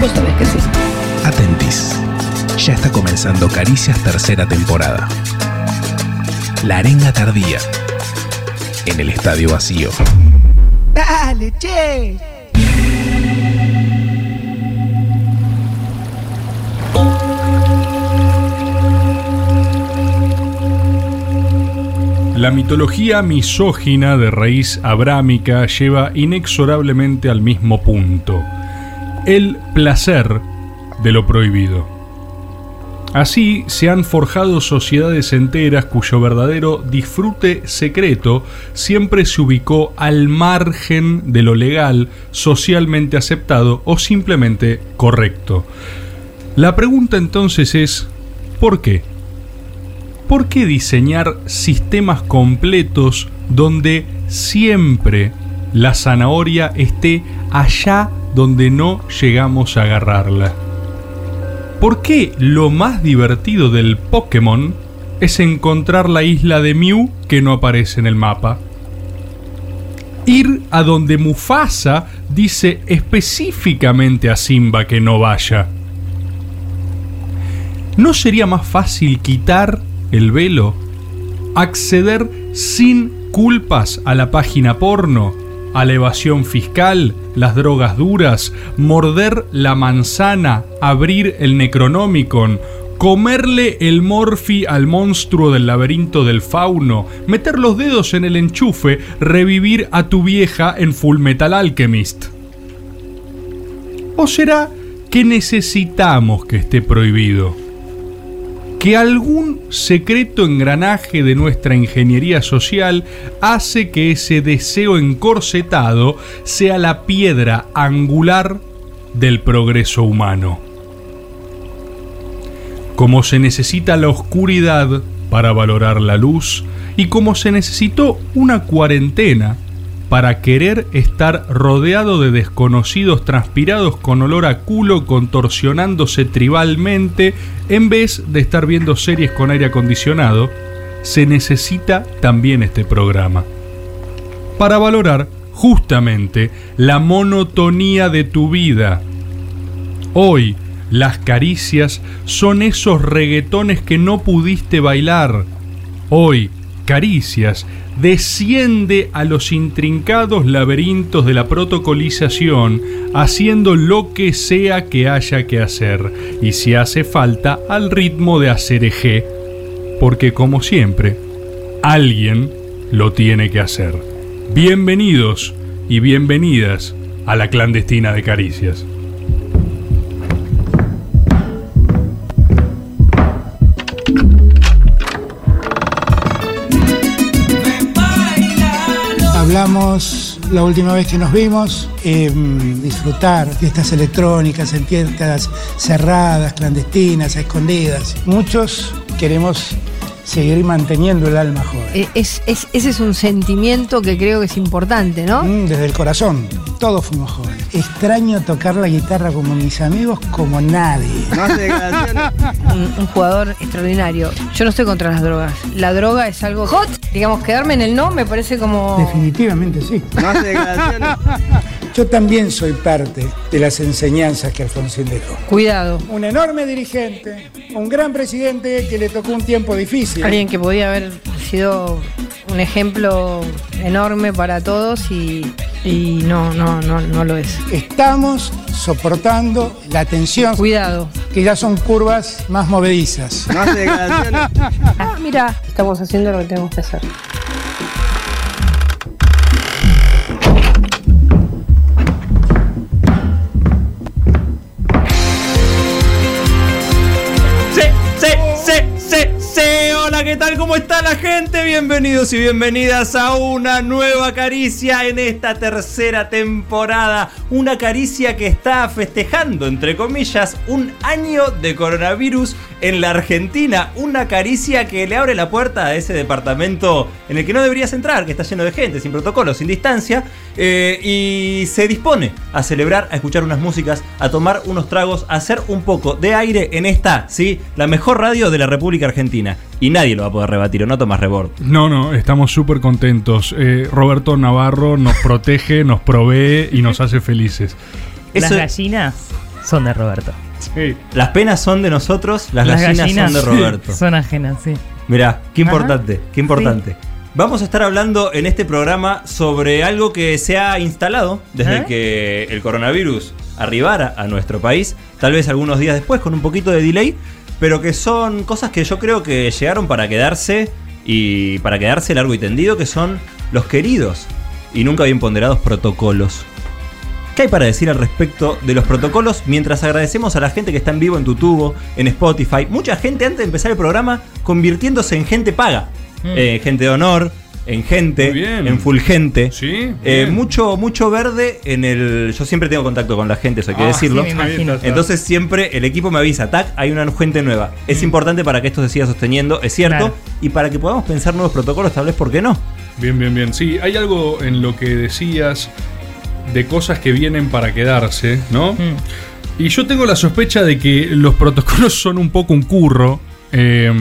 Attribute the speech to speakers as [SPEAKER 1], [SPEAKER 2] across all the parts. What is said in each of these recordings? [SPEAKER 1] Vos sabés que sí.
[SPEAKER 2] Atentis. Ya está comenzando Caricias tercera temporada. La arenga tardía. En el estadio vacío.
[SPEAKER 3] Dale, che.
[SPEAKER 4] La mitología misógina de raíz abrámica lleva inexorablemente al mismo punto, el placer de lo prohibido. Así se han forjado sociedades enteras cuyo verdadero disfrute secreto siempre se ubicó al margen de lo legal, socialmente aceptado o simplemente correcto. La pregunta entonces es, ¿por qué? ¿Por qué diseñar sistemas completos donde siempre la zanahoria esté allá donde no llegamos a agarrarla? ¿Por qué lo más divertido del Pokémon es encontrar la isla de Mew que no aparece en el mapa? Ir a donde Mufasa dice específicamente a Simba que no vaya. ¿No sería más fácil quitar el velo? ¿Acceder sin culpas a la página porno? ¿A la evasión fiscal? ¿Las drogas duras? ¿Morder la manzana? ¿Abrir el Necronomicon? ¿Comerle el Morphy al monstruo del laberinto del fauno? ¿Meter los dedos en el enchufe? ¿Revivir a tu vieja en Full Metal Alchemist? ¿O será que necesitamos que esté prohibido? que algún secreto engranaje de nuestra ingeniería social hace que ese deseo encorsetado sea la piedra angular del progreso humano. Como se necesita la oscuridad para valorar la luz y como se necesitó una cuarentena para querer estar rodeado de desconocidos transpirados con olor a culo contorsionándose tribalmente en vez de estar viendo series con aire acondicionado, se necesita también este programa. Para valorar justamente la monotonía de tu vida. Hoy, las caricias son esos reggaetones que no pudiste bailar. Hoy, caricias desciende a los intrincados laberintos de la protocolización, haciendo lo que sea que haya que hacer, y si hace falta, al ritmo de hacer eje, porque como siempre, alguien lo tiene que hacer. Bienvenidos y bienvenidas a la clandestina de caricias.
[SPEAKER 3] Hablamos la última vez que nos vimos, eh, disfrutar fiestas electrónicas, en fiestas cerradas, clandestinas, a escondidas. Muchos queremos seguir manteniendo el alma joven.
[SPEAKER 1] Eh, es- es- ese es un sentimiento que creo que es importante, ¿no?
[SPEAKER 3] Mm, Desde el corazón, todos fuimos jóvenes. Extraño tocar la guitarra como mis amigos, como nadie.
[SPEAKER 5] No hace declaraciones.
[SPEAKER 1] Un, un jugador extraordinario. Yo no estoy contra las drogas. La droga es algo hot. Digamos, quedarme en el no me parece como...
[SPEAKER 3] Definitivamente sí.
[SPEAKER 5] No hace declaraciones.
[SPEAKER 3] Yo también soy parte de las enseñanzas que Alfonsín dejó.
[SPEAKER 1] Cuidado.
[SPEAKER 3] Un enorme dirigente, un gran presidente que le tocó un tiempo difícil.
[SPEAKER 1] Alguien que podía haber sido un ejemplo enorme para todos y, y no, no, no, no lo es.
[SPEAKER 3] Estamos soportando la tensión,
[SPEAKER 1] Cuidado.
[SPEAKER 3] que ya son curvas más movedizas.
[SPEAKER 5] No hace declaraciones.
[SPEAKER 1] Ah, mira, estamos haciendo lo que tenemos que hacer.
[SPEAKER 6] Se, se, se, se, se. Hola, ¿qué tal? ¿Cómo está la gente? Bienvenidos y bienvenidas a una nueva caricia en esta tercera temporada. Una caricia que está festejando, entre comillas, un año de coronavirus en la Argentina. Una caricia que le abre la puerta a ese departamento en el que no deberías entrar, que está lleno de gente, sin protocolo, sin distancia. eh, y se dispone a celebrar, a escuchar unas músicas, a tomar unos tragos, a hacer un poco de aire en esta, ¿sí? La mejor radio de la República Argentina. Y nadie lo va a poder rebatir, o no tomas rebord.
[SPEAKER 4] No, no, estamos súper contentos. Eh, Roberto Navarro nos protege, nos provee y nos hace felices.
[SPEAKER 7] Las
[SPEAKER 6] Eso-
[SPEAKER 7] gallinas
[SPEAKER 8] son de Roberto.
[SPEAKER 4] Sí.
[SPEAKER 6] Las penas son de nosotros, las, gallinas, son de Roberto.
[SPEAKER 8] Son ajenas, sí.
[SPEAKER 6] Mirá, qué
[SPEAKER 8] Ajá.
[SPEAKER 6] importante, qué importante. Vamos a estar hablando en este programa sobre algo que se ha instalado desde
[SPEAKER 8] ¿Eh?
[SPEAKER 6] que el coronavirus arribara a nuestro país, tal vez algunos días después con un poquito de delay, pero que son cosas que yo creo que llegaron para quedarse y para quedarse largo y tendido, que son los queridos y nunca bien ponderados protocolos. ¿Qué hay para decir al respecto de los protocolos? Mientras agradecemos a la gente que está en vivo en Tutubo, en Spotify, mucha gente antes de empezar el programa convirtiéndose en gente paga,
[SPEAKER 8] Mm.
[SPEAKER 6] Eh, gente de honor, en gente,
[SPEAKER 4] Hmm. Muy bien.
[SPEAKER 6] en fulgente.
[SPEAKER 4] Sí,
[SPEAKER 6] Eh,
[SPEAKER 4] bien.
[SPEAKER 6] mucho, mucho verde en el. Yo siempre tengo contacto con la gente, eso hay que
[SPEAKER 4] Ah,
[SPEAKER 6] decirlo.
[SPEAKER 8] sí, me imagino.
[SPEAKER 6] Entonces siempre el equipo me avisa, tac, hay una gente nueva. Es
[SPEAKER 4] Hmm.
[SPEAKER 6] importante para que esto se siga sosteniendo, es cierto,
[SPEAKER 8] Claro.
[SPEAKER 6] y para que podamos pensar nuevos protocolos, tal vez, ¿por qué no?
[SPEAKER 4] Bien, bien, bien. Sí, hay algo en lo que decías de cosas que vienen para quedarse, ¿no?
[SPEAKER 8] Mm.
[SPEAKER 4] Y yo tengo la sospecha de que los protocolos son un poco un curro. eh,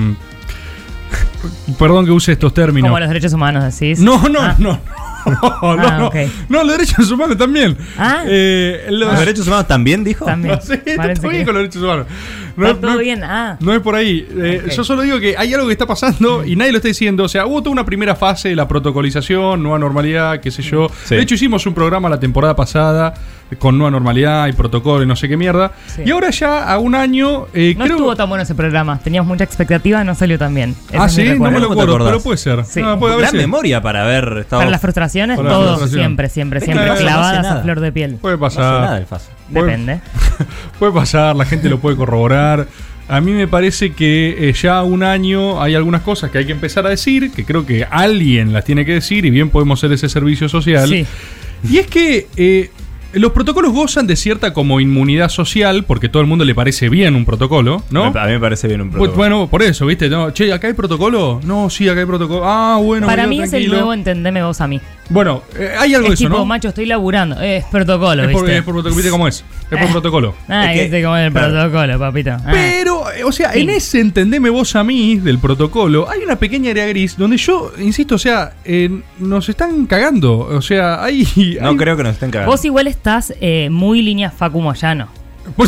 [SPEAKER 4] perdón que use estos términos.
[SPEAKER 8] Como los derechos humanos, decís.
[SPEAKER 4] No, no,
[SPEAKER 8] Ah,
[SPEAKER 4] no. No, no,
[SPEAKER 8] Ah,
[SPEAKER 4] no.
[SPEAKER 8] ok.
[SPEAKER 4] No, los derechos humanos también.
[SPEAKER 8] Ah.
[SPEAKER 4] Eh, los,
[SPEAKER 6] ¿Los derechos humanos también dijo?
[SPEAKER 8] También.
[SPEAKER 4] No, sí, está
[SPEAKER 8] Parece
[SPEAKER 4] todo bien
[SPEAKER 8] que-
[SPEAKER 4] con los derechos humanos. No,
[SPEAKER 8] Está todo
[SPEAKER 4] no-
[SPEAKER 8] bien. Ah,
[SPEAKER 4] no es por ahí. Eh,
[SPEAKER 8] Ok. Mm.
[SPEAKER 4] Yo solo digo que hay algo que está pasando y nadie lo está diciendo. O sea, hubo toda una primera fase de la protocolización, nueva normalidad, qué sé yo.
[SPEAKER 6] Sí.
[SPEAKER 4] De hecho, hicimos un programa la temporada pasada con nueva normalidad y protocolo y no sé qué mierda.
[SPEAKER 8] Sí.
[SPEAKER 4] Y ahora ya a un año, eh,
[SPEAKER 8] no
[SPEAKER 4] creo.
[SPEAKER 8] estuvo tan bueno ese programa. Teníamos mucha expectativa, no salió tan bien. Ese
[SPEAKER 4] ah,
[SPEAKER 8] es mi
[SPEAKER 4] sí, no
[SPEAKER 8] recuerdo.
[SPEAKER 4] me
[SPEAKER 6] ¿Cómo
[SPEAKER 4] lo
[SPEAKER 6] te
[SPEAKER 4] acuerdo,
[SPEAKER 6] acordás?
[SPEAKER 4] pero puede ser.
[SPEAKER 8] Sí.
[SPEAKER 4] No, puede haber
[SPEAKER 6] Gran
[SPEAKER 4] sido.
[SPEAKER 6] memoria para haber estado.
[SPEAKER 8] Para las frustraciones,
[SPEAKER 4] Para la
[SPEAKER 8] todo
[SPEAKER 4] frustración.
[SPEAKER 8] siempre, siempre,
[SPEAKER 6] Es que
[SPEAKER 8] siempre.
[SPEAKER 6] no hace
[SPEAKER 8] clavadas
[SPEAKER 6] nada.
[SPEAKER 8] a flor de piel.
[SPEAKER 4] Puede
[SPEAKER 6] No hace nada
[SPEAKER 4] pasar.
[SPEAKER 6] el Faso.
[SPEAKER 4] Bueno.
[SPEAKER 8] Depende.
[SPEAKER 4] Puede pasar, la gente lo puede corroborar. A mí me parece que eh, ya un año hay algunas cosas que hay que empezar a decir, que creo que alguien las tiene que decir y bien podemos ser ese servicio social.
[SPEAKER 8] Sí.
[SPEAKER 4] Y es que eh, los protocolos gozan de cierta como inmunidad social, porque todo el mundo le parece bien un protocolo, ¿no?
[SPEAKER 6] Me- A mí me parece bien un
[SPEAKER 4] Bu-
[SPEAKER 6] protocolo.
[SPEAKER 4] Bueno, por eso, ¿viste? No, che, ¿acá hay protocolo? No, sí, acá hay protocolo. Ah, bueno,
[SPEAKER 8] Para mí
[SPEAKER 4] boludo,
[SPEAKER 8] es el
[SPEAKER 4] tranquilo.
[SPEAKER 8] nuevo entendeme vos a mí.
[SPEAKER 4] Bueno, eh, hay algo
[SPEAKER 8] es
[SPEAKER 4] de eso,
[SPEAKER 8] tipo,
[SPEAKER 4] ¿no?
[SPEAKER 8] macho, estoy laburando. Eh, Es protocolo,
[SPEAKER 4] es por,
[SPEAKER 8] ¿viste?
[SPEAKER 4] es por protocolo, ¿viste cómo es? Es por
[SPEAKER 8] Eh.
[SPEAKER 4] protocolo.
[SPEAKER 8] Ah,
[SPEAKER 6] Es que-
[SPEAKER 8] viste cómo es el
[SPEAKER 6] claro.
[SPEAKER 8] protocolo, papito. Ah.
[SPEAKER 4] Pero, eh, o sea,
[SPEAKER 8] Sí.
[SPEAKER 4] en ese entendeme vos a mí del protocolo, hay una pequeña área gris donde yo, insisto, o sea, eh, nos están cagando. O sea, hay.
[SPEAKER 6] no
[SPEAKER 4] hay-
[SPEAKER 6] creo que nos estén cagando.
[SPEAKER 8] Vos igual estás eh, muy línea Facu Moyano.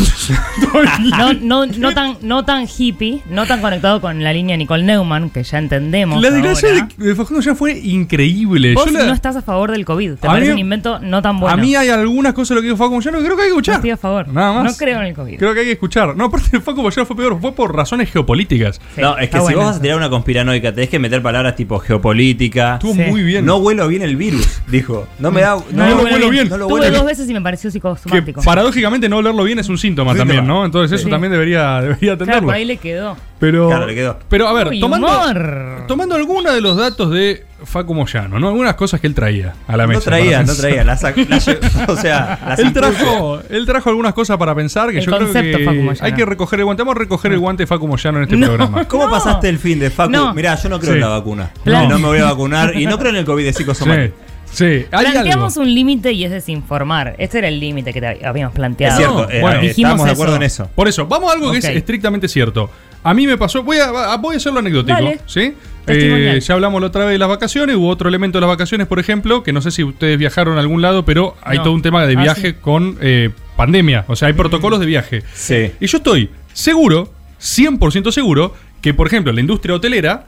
[SPEAKER 8] No, no, no, tan, no tan hippie, no tan conectado con la línea Nicole Neumann, que ya entendemos.
[SPEAKER 4] La desgracia
[SPEAKER 8] ahora.
[SPEAKER 4] de, de Facundo ya fue increíble.
[SPEAKER 8] Vos
[SPEAKER 4] Yo la-
[SPEAKER 8] no estás a favor del COVID. Te
[SPEAKER 4] A
[SPEAKER 8] parece
[SPEAKER 4] mí-
[SPEAKER 8] un invento no tan bueno.
[SPEAKER 4] A mí hay algunas cosas de lo que dijo Facundo Moyano que creo que hay que
[SPEAKER 8] No
[SPEAKER 4] escuchar.
[SPEAKER 8] estoy a favor.
[SPEAKER 4] Nada más.
[SPEAKER 8] No creo en el COVID.
[SPEAKER 4] Creo que hay que escuchar. No, aparte Facundo Moyano fue peor, fue por razones geopolíticas.
[SPEAKER 8] Sí,
[SPEAKER 6] no, es que
[SPEAKER 8] está
[SPEAKER 6] si
[SPEAKER 8] bueno
[SPEAKER 6] vos vas a
[SPEAKER 8] eso.
[SPEAKER 6] tirar una conspiranoica, tenés que meter palabras tipo geopolítica.
[SPEAKER 4] Estuvo
[SPEAKER 8] Sí.
[SPEAKER 4] muy bien.
[SPEAKER 6] No huelo bien el virus, dijo. No me da.
[SPEAKER 8] No,
[SPEAKER 4] lo
[SPEAKER 8] lo
[SPEAKER 4] huelo
[SPEAKER 8] huelo
[SPEAKER 4] bien.
[SPEAKER 6] No lo
[SPEAKER 8] Tuve
[SPEAKER 6] huelo
[SPEAKER 8] dos
[SPEAKER 6] bien.
[SPEAKER 8] veces y me pareció
[SPEAKER 4] que
[SPEAKER 8] psicosomático.
[SPEAKER 4] paradójicamente no hablarlo bien es un síntoma
[SPEAKER 6] Síntoma.
[SPEAKER 4] también, ¿no? Entonces eso
[SPEAKER 8] Sí.
[SPEAKER 4] también debería, debería
[SPEAKER 8] Claro,
[SPEAKER 4] atenderlo.
[SPEAKER 8] por ahí le quedó.
[SPEAKER 4] Pero,
[SPEAKER 6] Claro, le quedó.
[SPEAKER 4] pero a ver,
[SPEAKER 8] Uy,
[SPEAKER 4] tomando,
[SPEAKER 8] humor.
[SPEAKER 4] tomando alguna de los datos de Facu Moyano, ¿no? Algunas cosas que él traía a la mesa.
[SPEAKER 6] No traía,
[SPEAKER 4] para
[SPEAKER 6] no
[SPEAKER 4] pensar.
[SPEAKER 6] traía. la sac- la lle- o sea, las
[SPEAKER 4] Él
[SPEAKER 6] impuso.
[SPEAKER 4] trajo, él trajo algunas cosas para pensar que
[SPEAKER 8] El
[SPEAKER 4] yo
[SPEAKER 8] concepto Facu
[SPEAKER 4] creo que
[SPEAKER 8] Moyano.
[SPEAKER 4] hay que recoger el guante. Vamos a recoger el guante de Facu Moyano en este
[SPEAKER 8] No.
[SPEAKER 4] programa.
[SPEAKER 6] ¿Cómo
[SPEAKER 8] No.
[SPEAKER 6] pasaste el fin de Facu?
[SPEAKER 8] No.
[SPEAKER 6] Mirá, yo no creo
[SPEAKER 4] Sí.
[SPEAKER 6] en la vacuna.
[SPEAKER 8] Claro.
[SPEAKER 6] No. me voy a vacunar y no creo en el COVID de
[SPEAKER 4] Sí,
[SPEAKER 6] psicosomático.
[SPEAKER 4] sí. Hay algo.
[SPEAKER 8] Planteamos un límite y es desinformar. Este era el límite que te habíamos planteado.
[SPEAKER 6] Es cierto,
[SPEAKER 4] No,
[SPEAKER 6] eh,
[SPEAKER 4] bueno.
[SPEAKER 6] estamos de acuerdo en eso.
[SPEAKER 4] Por eso, vamos a algo que
[SPEAKER 8] Ok.
[SPEAKER 4] es estrictamente cierto. A mí me pasó, voy a, a- voy a hacerlo anecdótico,
[SPEAKER 8] Dale.
[SPEAKER 4] ¿sí?
[SPEAKER 8] Testimonial.
[SPEAKER 4] Eh, ya hablamos la otra vez de las vacaciones, hubo otro elemento de las vacaciones, por ejemplo, que no sé si ustedes viajaron a algún lado, pero hay
[SPEAKER 8] No.
[SPEAKER 4] todo un tema de
[SPEAKER 8] Ah,
[SPEAKER 4] viaje
[SPEAKER 8] sí. Mm.
[SPEAKER 4] con eh, pandemia, o sea, hay protocolos de viaje.
[SPEAKER 6] Sí.
[SPEAKER 4] Y yo estoy seguro, 100% seguro, que por ejemplo la industria hotelera,